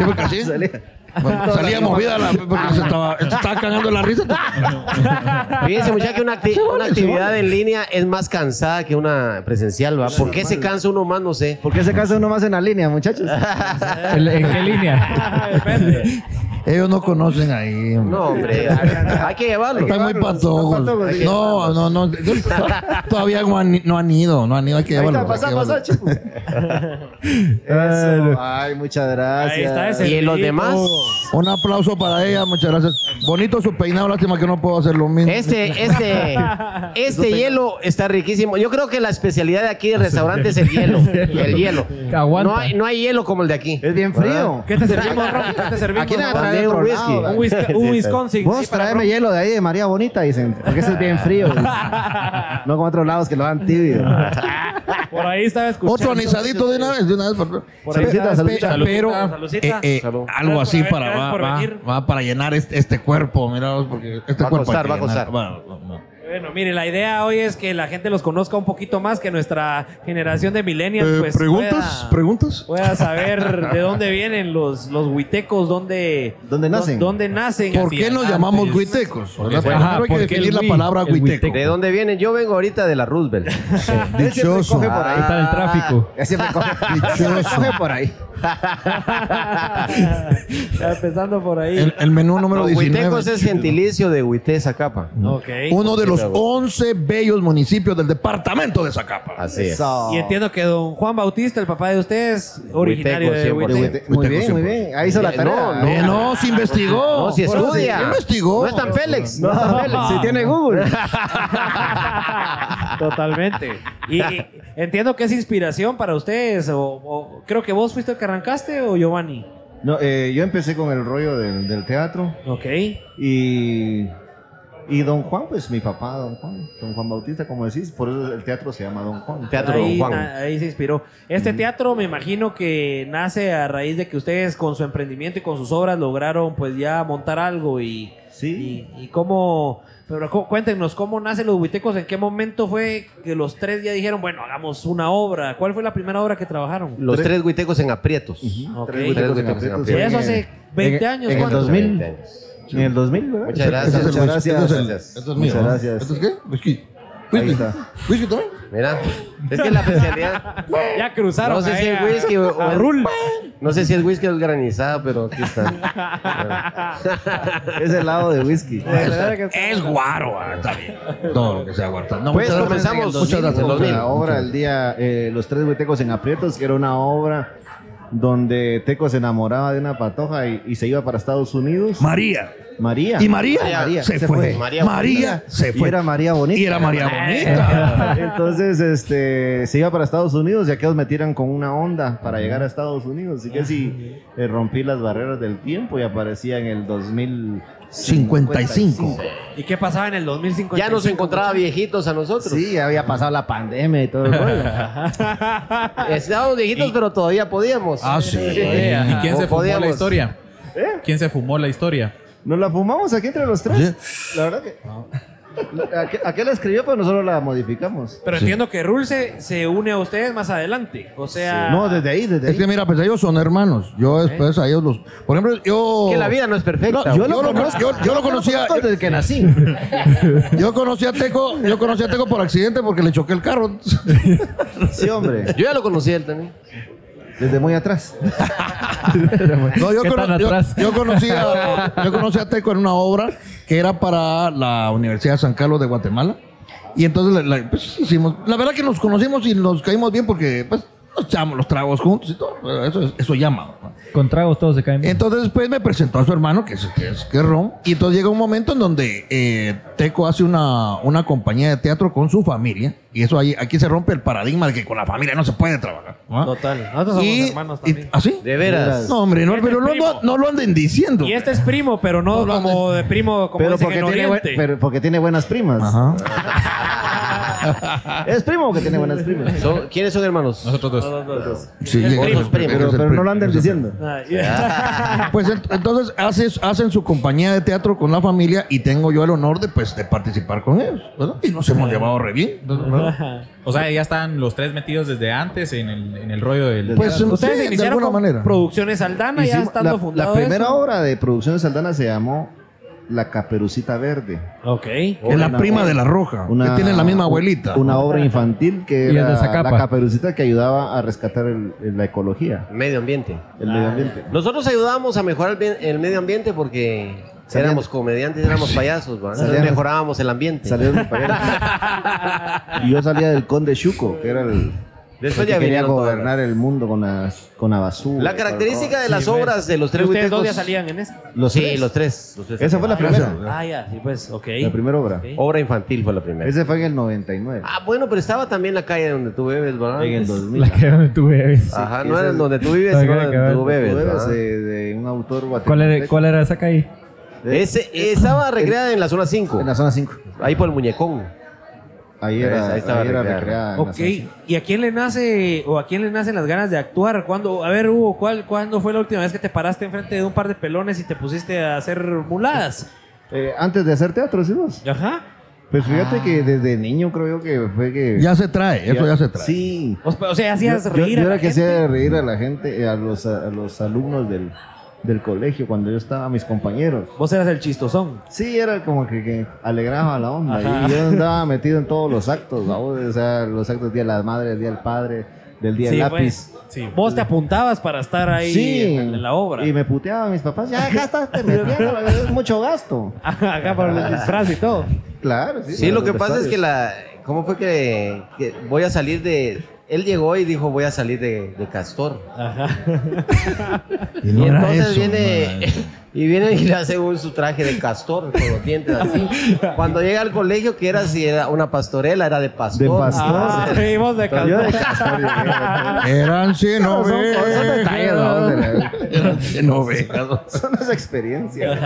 Speaker 5: porque así, bueno, salía movida la, porque se estaba, se estaba cagando la risa.
Speaker 6: Fíjense, muchachos, que una, acti- una actividad en línea es más cansada que una presencial, ¿va? ¿Por qué se cansa uno más? No sé.
Speaker 4: ¿Por qué se casa uno más en la línea, muchachos?
Speaker 3: ¿En- ¿En qué línea?
Speaker 1: Ah, depende.
Speaker 5: Ellos no conocen ahí.
Speaker 6: No, hombre, hay que llevarlo.
Speaker 5: Están muy patojos.
Speaker 4: Hay que
Speaker 5: No, no, no. Todavía no han, no han ido, no han ido. Hay que
Speaker 4: Ahí
Speaker 5: llevarlo.
Speaker 4: está, pasa, pasa, chico.
Speaker 3: Ay,
Speaker 4: Eso. Ay, muchas gracias.
Speaker 1: Ahí está ese.
Speaker 6: ¿Y los
Speaker 1: grito.
Speaker 6: demás?
Speaker 5: Un aplauso para ella, muchas gracias. Bonito su peinado, lástima que no puedo hacer lo mismo.
Speaker 6: Este, este, este hielo está riquísimo. Yo creo que la especialidad de aquí del restaurante es el hielo. El hielo.
Speaker 3: Aguanta.
Speaker 6: No hay, no hay hielo como el de aquí.
Speaker 4: Es bien frío.
Speaker 1: ¿Qué te servimos, Rocky? ¿Qué te servimos?
Speaker 4: Aquí nadie
Speaker 1: Rocky?
Speaker 4: trae otro
Speaker 6: Un
Speaker 4: whisky.
Speaker 6: whisky.
Speaker 1: un, whisky- un Wisconsin.
Speaker 4: Vos
Speaker 1: Sí, para
Speaker 4: tráeme
Speaker 1: Rocky.
Speaker 4: hielo de ahí de María Bonita, dicen. Porque ese es bien frío. dicen. No como otros lados que lo dan tibio.
Speaker 1: Por ahí estaba escuchando.
Speaker 5: Otro anisadito de una vez, de una vez. por-
Speaker 1: Por ahí
Speaker 5: Pe-
Speaker 1: está,
Speaker 5: pe-
Speaker 1: saludcita,
Speaker 5: Pero
Speaker 1: saludcita.
Speaker 5: eh, eh,
Speaker 6: Salud.
Speaker 5: algo
Speaker 1: Gracias
Speaker 5: así
Speaker 1: por
Speaker 5: para
Speaker 1: haber-
Speaker 5: va,
Speaker 1: gracias por
Speaker 5: va-
Speaker 1: venir.
Speaker 5: va para llenar este, este cuerpo, mira, porque este
Speaker 6: Va a
Speaker 5: cuerpo hay
Speaker 6: costar,
Speaker 5: que
Speaker 6: va a
Speaker 5: llenar.
Speaker 6: costar.
Speaker 5: Va, va, va.
Speaker 1: Bueno, mire, la idea hoy es que la gente los conozca un poquito más, que nuestra generación de millennials
Speaker 5: Eh,
Speaker 1: pues
Speaker 5: preguntas,
Speaker 1: pueda,
Speaker 5: preguntas.
Speaker 1: pueda saber de dónde vienen los, los huitecos, dónde,
Speaker 4: ¿Dónde nacen?
Speaker 1: dónde nacen.
Speaker 5: ¿Por qué nos llamamos huitecos?
Speaker 3: Ajá,
Speaker 5: ¿verdad? Primero hay que
Speaker 3: porque el
Speaker 5: definir la
Speaker 3: hui-
Speaker 5: palabra
Speaker 3: el
Speaker 5: huiteco.
Speaker 6: ¿De dónde vienen? Yo vengo ahorita de la Roosevelt.
Speaker 5: Dichoso.
Speaker 4: Coge por ahí.
Speaker 3: ¿Qué tal el tráfico?
Speaker 4: Ya siempre coge, siempre coge por ahí.
Speaker 1: Ya empezando por ahí.
Speaker 5: El, el menú número
Speaker 6: Los
Speaker 5: 19.
Speaker 6: huitecos es gentilicio de Huité, Zacapa.
Speaker 1: Ok.
Speaker 5: Uno de los 11 bellos municipios del departamento de Zacapa.
Speaker 6: Así es.
Speaker 4: Eso.
Speaker 1: Y entiendo que don Juan Bautista, el papá de ustedes, originario de
Speaker 6: Huiteco,
Speaker 4: De
Speaker 1: Huiteco.
Speaker 4: Huite- Muy bien, muy bien. Ahí hizo la
Speaker 6: No,
Speaker 4: tarea.
Speaker 6: no.
Speaker 5: Eh, no, se investigó.
Speaker 6: No, si
Speaker 5: Ahora sí,
Speaker 6: estudia.
Speaker 5: se investigó.
Speaker 6: No es tan Félix. No,
Speaker 4: No, Si tiene Google.
Speaker 1: Totalmente. Y, y entiendo que es inspiración para ustedes. O, o- creo que vos fuiste el que arrancaste o Giovanni.
Speaker 4: No, eh, yo empecé con el rollo del, del teatro
Speaker 1: Ok.
Speaker 4: y Y Don Juan, pues mi papá, Don Juan. Don Juan Bautista, como decís, por eso el teatro se llama Don Juan.
Speaker 6: Teatro
Speaker 1: ahí,
Speaker 6: Don Juan.
Speaker 1: na- ahí se inspiró. Este teatro me imagino que nace a raíz de que ustedes con su emprendimiento y con sus obras lograron pues ya montar algo y,
Speaker 4: Sí.
Speaker 1: y, y cómo... Pero cu- cuéntenos, ¿cómo nacen los huitecos? ¿En qué momento fue que los tres ya dijeron, bueno, hagamos una obra? ¿Cuál fue la primera obra que trabajaron?
Speaker 6: Los tres huitecos en aprietos.
Speaker 1: Ok.
Speaker 4: Tres huitecos en
Speaker 6: Tres huitecos en
Speaker 4: aprietos.
Speaker 1: Sí, eso hace 20
Speaker 4: en-
Speaker 1: años,
Speaker 4: En el
Speaker 1: ¿cuánto?
Speaker 4: 2000.
Speaker 6: 20 años.
Speaker 4: En el 2000, ¿verdad?
Speaker 6: Muchas gracias,
Speaker 4: Muchas
Speaker 5: Este es el-
Speaker 4: gracias.
Speaker 5: este es el- este es mío,
Speaker 4: Muchas
Speaker 5: ¿no?
Speaker 4: gracias.
Speaker 5: ¿Este es qué? Whisky.
Speaker 4: Ahí
Speaker 5: Whisky.
Speaker 4: está.
Speaker 5: Whisky también.
Speaker 6: Mira, es que la especialidad.
Speaker 1: Ya cruzaron.
Speaker 6: No sé
Speaker 1: ahí
Speaker 6: si es
Speaker 1: a-
Speaker 6: whisky o-
Speaker 1: a
Speaker 6: o-
Speaker 1: Rul.
Speaker 6: No sé si es whisky o es granizada, pero aquí está.
Speaker 4: Es helado de whisky.
Speaker 7: Es guaro, ah, está bien.
Speaker 5: Todo lo que sea guarda. No,
Speaker 6: Pues,
Speaker 5: muchas gracias.
Speaker 6: comenzamos.
Speaker 5: Muchas gracias.
Speaker 6: 2000.
Speaker 4: La obra del día, eh, Los Tres Huitecos en Aprietos, que era una obra donde Teco se enamoraba de una patoja y, y se iba para Estados Unidos.
Speaker 7: María.
Speaker 4: María.
Speaker 7: Y María,
Speaker 4: María,
Speaker 7: se,
Speaker 4: se
Speaker 7: fue.
Speaker 4: fue.
Speaker 7: María, se
Speaker 4: Y
Speaker 7: fue.
Speaker 4: era María Bonita.
Speaker 7: Y era María
Speaker 6: Eh.
Speaker 7: Bonita.
Speaker 4: Entonces, este, se iba para Estados Unidos y aquellos me tiran con una onda para llegar a Estados Unidos. Así que sí, eh, rompí las barreras del tiempo y aparecía en el
Speaker 5: 55.
Speaker 4: 2055.
Speaker 1: ¿Y qué pasaba en el 2050?
Speaker 6: Ya nos encontraba viejitos a nosotros.
Speaker 4: Sí, ya había pasado la pandemia y todo el rollo.
Speaker 6: Estábamos viejitos, pero todavía podíamos.
Speaker 5: Ah, sí.
Speaker 2: ¿Y quién
Speaker 6: O
Speaker 2: se fumó la
Speaker 6: podíamos-
Speaker 2: historia? ¿Quién se fumó la historia?
Speaker 4: Nos la fumamos aquí entre los tres. La verdad que. Aquel, aquel la escribió, pero nosotros la modificamos.
Speaker 1: Pero entiendo que Rul se, se une a ustedes más adelante. O sea...
Speaker 4: No, desde ahí, desde
Speaker 5: Es que
Speaker 4: ahí.
Speaker 5: mira, pues ellos son hermanos. Yo después a ellos los. Por ejemplo, yo.
Speaker 6: Que la vida no es perfecta.
Speaker 5: No, yo, lo conozco, yo, yo lo conocía.
Speaker 4: Conozco Desde que nací.
Speaker 5: Yo conocí a Teco, yo conocí a Teco por accidente porque le choqué el carro.
Speaker 4: Sí, hombre.
Speaker 6: Yo ya lo conocí a él también.
Speaker 4: Desde muy atrás.
Speaker 5: No, yo,
Speaker 3: ¿Qué tan
Speaker 5: cono- yo-
Speaker 3: atrás?
Speaker 5: yo conocí a, yo conocí a Teco en una obra que era para la Universidad de San Carlos de Guatemala. Y entonces la, la- pues, hicimos, la verdad que nos conocimos y nos caímos bien porque pues, nos echamos los tragos juntos y todo. Eso, es- eso llama. ¿no?
Speaker 3: Con tragos todos se caen. bien.
Speaker 5: Entonces después me presentó a su hermano, que es, que es, que es Ron. Y entonces llega un momento en donde eh, Teco hace una, una compañía de teatro con su familia. Y eso ahí, aquí se rompe el paradigma de que con la familia no se puede trabajar. ¿no?
Speaker 1: Total. Nosotros somos
Speaker 5: Y-
Speaker 1: hermanos
Speaker 5: y-
Speaker 1: también.
Speaker 5: ¿Ah, sí?
Speaker 6: De veras.
Speaker 5: No, hombre, no,
Speaker 1: Este
Speaker 5: pero no,
Speaker 1: primo.
Speaker 5: no- no lo anden diciendo.
Speaker 1: Y este es primo, pero no
Speaker 5: No lo
Speaker 1: como de primo, como
Speaker 4: Pero
Speaker 1: dicen
Speaker 4: porque,
Speaker 1: en
Speaker 4: tiene, buen-
Speaker 1: Oriente.
Speaker 4: pero porque tiene buenas primas.
Speaker 5: Ajá.
Speaker 4: ¿Es primo o que tiene buenas primas?
Speaker 6: Son- ¿Quiénes son hermanos?
Speaker 2: Nosotros dos.
Speaker 5: Sí,
Speaker 1: Es
Speaker 5: es-
Speaker 1: primo,
Speaker 5: es-
Speaker 6: primo.
Speaker 5: es
Speaker 4: Pero,
Speaker 5: el
Speaker 4: pero no lo
Speaker 5: primo.
Speaker 4: anden diciendo.
Speaker 1: Ah, yeah.
Speaker 5: Pues ent- entonces hace- hacen su compañía de teatro con la familia y tengo yo el honor de, pues, de participar con ellos. ¿verdad? Y nos hemos llevado re bien. ¿verdad?
Speaker 2: O sea, ya están los tres metidos desde antes en el, en el rollo del...
Speaker 5: Pues
Speaker 1: Ustedes
Speaker 5: sí, de
Speaker 1: iniciaron
Speaker 5: alguna
Speaker 1: con
Speaker 5: manera.
Speaker 1: producciones Aldana ya
Speaker 4: Hicimos-
Speaker 1: estando
Speaker 4: la- la,
Speaker 1: fundado
Speaker 4: primera
Speaker 1: eso.
Speaker 4: obra de producciones Aldana se llamó La Caperucita Verde.
Speaker 1: Ok.
Speaker 5: Es la
Speaker 4: Una-
Speaker 5: prima de la roja,
Speaker 4: Una-
Speaker 5: que tiene la misma abuelita.
Speaker 4: Una obra infantil que
Speaker 3: Y es de
Speaker 4: era
Speaker 3: Zacapa.
Speaker 4: la caperucita que ayudaba a rescatar el- el- la ecología,
Speaker 6: Medio ambiente.
Speaker 4: el medio ambiente.
Speaker 6: Nosotros ayudábamos a mejorar el, bien- el medio ambiente porque
Speaker 4: Salían-
Speaker 6: éramos comediantes, éramos payasos, ¿va? Entonces
Speaker 4: Salían-
Speaker 6: mejorábamos el ambiente.
Speaker 4: Salió de mi país. Y yo salía del conde Chuco, que era el,
Speaker 6: Después
Speaker 4: el
Speaker 6: ya
Speaker 4: que quería
Speaker 6: vinieron todas
Speaker 4: gobernar el mundo con la, con la
Speaker 6: La
Speaker 4: basura. y todo el
Speaker 6: característica de las
Speaker 2: Sí,
Speaker 6: obras de los
Speaker 1: ¿Y
Speaker 6: tres
Speaker 1: ustedes dos
Speaker 6: huitecos-
Speaker 1: ya salían en esa?
Speaker 4: rollo. Los
Speaker 6: sí,
Speaker 4: tres.
Speaker 6: los tres. los tres
Speaker 4: Esa fue la
Speaker 6: salían.
Speaker 4: primera.
Speaker 1: Ah, ya, sí, pues, ok.
Speaker 4: La primera obra.
Speaker 1: Ok.
Speaker 6: Obra infantil fue la primera.
Speaker 4: Ese fue en el 99.
Speaker 6: Ah, bueno, pero estaba también la calle donde tú bebes, ¿verdad?
Speaker 4: en el 2000.
Speaker 3: La que donde tú bebes.
Speaker 6: Ajá,
Speaker 4: Sí,
Speaker 6: no
Speaker 4: esa
Speaker 6: era
Speaker 4: es-
Speaker 6: donde tú vives,
Speaker 3: La
Speaker 6: sino
Speaker 3: calle que
Speaker 6: donde
Speaker 3: va-
Speaker 6: tú bebes.
Speaker 4: Tú bebes
Speaker 6: ¿verdad?
Speaker 4: de, de un autor
Speaker 3: ¿Cuál era,
Speaker 4: guatemalteco.
Speaker 3: ¿Cuál era esa calle?
Speaker 4: De-
Speaker 6: Ese, esa estaba recreada en la zona 5,
Speaker 4: En la zona 5.
Speaker 6: ahí por el muñecón.
Speaker 4: Ahí
Speaker 6: Esa,
Speaker 4: era,
Speaker 6: ahí
Speaker 4: ahí
Speaker 6: estaba
Speaker 4: era
Speaker 6: recreada.
Speaker 4: recreada. en la
Speaker 1: Ok,
Speaker 4: zona cinco.
Speaker 1: ¿y a quién le nace o a quién le nacen las ganas de actuar? ¿Cuándo, a ver, Hugo, ¿cuál, ¿cuándo fue la última vez que te paraste enfrente de un par de pelones y te pusiste a hacer muladas?
Speaker 4: Eh, antes de hacer teatro, ¿sí vos?
Speaker 1: Ajá.
Speaker 4: Pues fíjate que desde niño creo yo que fue que...
Speaker 5: Ya se trae, eso ya se trae.
Speaker 4: Sí.
Speaker 1: O, o sea, hacías
Speaker 4: yo, yo-
Speaker 1: reír
Speaker 4: yo
Speaker 1: a
Speaker 4: era
Speaker 1: la
Speaker 4: que
Speaker 1: gente.
Speaker 4: hacía reír a la gente, eh, a los, a los alumnos del, del colegio, cuando yo estaba, a mis compañeros.
Speaker 1: Vos eras el chistosón.
Speaker 4: Sí, era como que, que alegraba la onda.
Speaker 1: Ajá.
Speaker 4: Y yo andaba metido en todos los actos, ¿vamos? o sea, los actos del Día de las Madres, del Día del Padre, del Día
Speaker 1: Sí,
Speaker 4: del Lápiz.
Speaker 1: pues.
Speaker 2: Sí.
Speaker 1: Vos te apuntabas para estar ahí
Speaker 4: Sí.
Speaker 1: en la obra.
Speaker 4: Y me puteaban mis papás, ya gastaste, me es mucho gasto.
Speaker 1: Acá para el disfraz y todo.
Speaker 4: Claro, sí.
Speaker 6: Sí,
Speaker 4: para
Speaker 6: lo
Speaker 4: los
Speaker 6: que pasa es
Speaker 4: vestuarios.
Speaker 6: que la. ¿Cómo fue que, que voy a salir de.? Él llegó y dijo, voy a salir de, de Castor.
Speaker 1: Ajá.
Speaker 5: Y no
Speaker 6: y
Speaker 5: era
Speaker 6: entonces
Speaker 5: eso,
Speaker 6: viene.
Speaker 5: no era eso.
Speaker 6: Y vienen y le hacen un- su traje de castor con los dientes así. Cuando llega al colegio, que era si era una pastorela, era de pastor.
Speaker 4: De pastor.
Speaker 1: Ah, vimos de
Speaker 4: Yo de
Speaker 1: castor.
Speaker 4: castor llegué.
Speaker 5: Eran cien
Speaker 4: Son- son- son detalles, ¿no? De
Speaker 5: ovejas.
Speaker 4: la-
Speaker 5: Eran cien ovejas.
Speaker 4: Son las experiencias.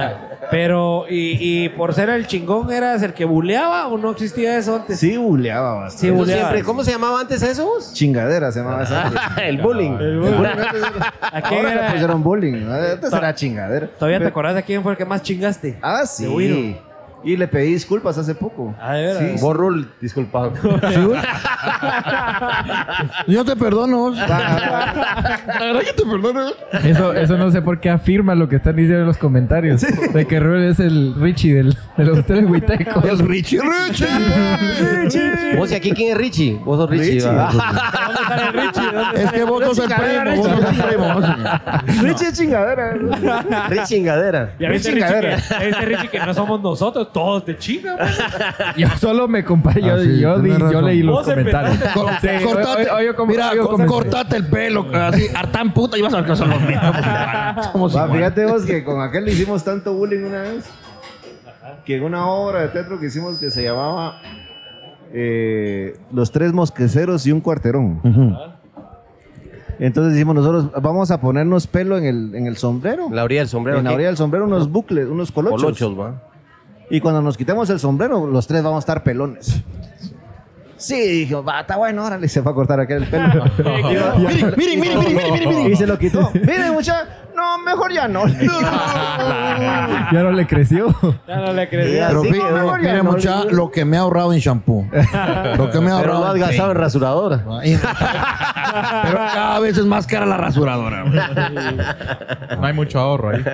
Speaker 1: Pero, y, y por ser el chingón, ¿eras el que buleaba o no existía eso antes?
Speaker 4: Sí, buleaba bastante.
Speaker 1: Sí,
Speaker 6: Uno
Speaker 1: buleaba.
Speaker 6: siempre- ¿Cómo se llamaba antes eso? vos?
Speaker 4: Chingadera se llamaba esa.
Speaker 6: el bullying.
Speaker 1: ¿A quién
Speaker 4: Ahora le
Speaker 1: era?
Speaker 4: pusieron bullying. ¿no? Antes era chingadera.
Speaker 1: ¿Todavía te
Speaker 4: Pero-
Speaker 1: acordás de quién fue el que más chingaste?
Speaker 4: Ah,
Speaker 1: De Wiro.
Speaker 4: sí. Y le pedí disculpas hace poco.
Speaker 1: Ah, ¿de veras?
Speaker 4: Sí, sí.
Speaker 6: Borrul, disculpado.
Speaker 5: Yo te perdono.
Speaker 4: Va, va.
Speaker 5: La verdad que te perdono.
Speaker 3: Eso, eso no sé por qué afirma lo que están diciendo en los comentarios. De que Rubén es el Richie del, de los tres huitecos.
Speaker 5: Es Richie. Richie.
Speaker 6: ¿Vos y aquí quién es Richie? Vos sos Richie.
Speaker 4: Richie.
Speaker 6: ¿verdad?
Speaker 1: ¿Dónde está el Richie? ¿Dónde
Speaker 5: Es que vos sos el primo. Vos sos el primo.
Speaker 4: Richie es chingadera.
Speaker 6: Richie Chingadera.
Speaker 1: Ya viste,
Speaker 4: Qué
Speaker 1: Richie,
Speaker 4: chingadera.
Speaker 1: que, ya viste, Richie, que no somos nosotros, todos te chingan. man.
Speaker 3: Yo solo me comparé. Yo,
Speaker 5: Ah, sí,
Speaker 3: yo, di-
Speaker 5: tenés
Speaker 3: yo
Speaker 5: razón.
Speaker 3: leí los
Speaker 1: Vos
Speaker 3: comentarios.
Speaker 1: empezaste
Speaker 5: Cor-
Speaker 3: Sí, hoy-
Speaker 5: cortate,
Speaker 3: hoy- hoy yo com-
Speaker 5: mira,
Speaker 3: hoy yo
Speaker 5: cor-
Speaker 3: comenté.
Speaker 5: cortate el pelo, así, hartán puta, y vas a ver que son los mismos.
Speaker 1: Pues
Speaker 5: Somos
Speaker 4: Va,
Speaker 5: iguales.
Speaker 4: fíjate vos que con aquel le hicimos tanto bullying una vez que en una obra de teatro que hicimos que se llamaba eh, Los tres mosqueceros y un cuarterón. Entonces dijimos nosotros, vamos a ponernos pelo en el, en el sombrero.
Speaker 6: La orilla del sombrero.
Speaker 4: en la
Speaker 6: ¿qué?
Speaker 4: orilla del sombrero unos bucles, unos colochos.
Speaker 6: Colochos, va.
Speaker 4: Y cuando nos quitemos el sombrero, los tres vamos a estar pelones. Sí, dije, va, está bueno, órale, se va a cortar aquel el pelo.
Speaker 5: Miren, miren, miren, miren, miren, miren, miren.
Speaker 4: Y se lo quitó. Miren, mucha, no, mejor ya no.
Speaker 3: Ya no le creció.
Speaker 1: Ya no le
Speaker 6: Y
Speaker 1: creía.
Speaker 5: Pero
Speaker 6: así
Speaker 5: fíjate,
Speaker 6: quedó.
Speaker 4: memoria,
Speaker 5: mira,
Speaker 4: ¿no?
Speaker 5: mucha, lo que me ha ahorrado en shampoo. Lo que me ha
Speaker 6: Pero lo
Speaker 5: ahorrado.
Speaker 6: has
Speaker 5: en
Speaker 6: gastado en rasuradora.
Speaker 5: Ay, Pero cada vez es más cara la rasuradora. güey.
Speaker 2: No hay mucho ahorro ahí.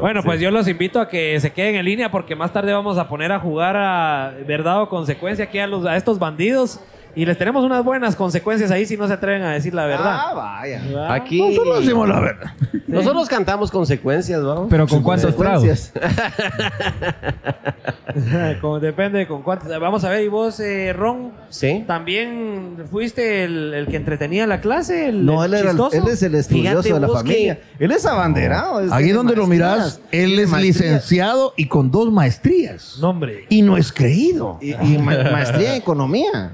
Speaker 1: Bueno, pues yo los invito a que se queden en línea porque más tarde vamos a poner a jugar a verdad o consecuencia aquí a, los, a estos bandidos y les tenemos unas buenas consecuencias ahí si no se atreven a decir la verdad.
Speaker 4: Ah, vaya.
Speaker 6: Aquí.
Speaker 5: Nosotros decimos la verdad.
Speaker 6: Nosotros cantamos consecuencias, vamos.
Speaker 3: Pero con cuántos
Speaker 4: Pues,
Speaker 3: tragos.
Speaker 4: Consecuencias. Ah.
Speaker 1: Como depende con cuántos. Vamos a ver, y vos, eh, Ron,
Speaker 6: Sí.
Speaker 1: también fuiste el, el que entretenía la clase. El,
Speaker 4: No,
Speaker 1: el
Speaker 4: él, era el-
Speaker 1: chistoso?
Speaker 4: él es el estudioso
Speaker 6: Fíjate
Speaker 4: de la
Speaker 6: vos que-
Speaker 4: familia. Él es abanderado. es-
Speaker 5: Aquí
Speaker 4: tiene
Speaker 5: donde lo
Speaker 4: maestrías,
Speaker 5: mirás, él
Speaker 4: tiene
Speaker 5: es
Speaker 4: maestrías.
Speaker 5: licenciado y con dos maestrías.
Speaker 1: No, hombre.
Speaker 5: Y no es creído.
Speaker 4: Y, y ma- maestría en economía.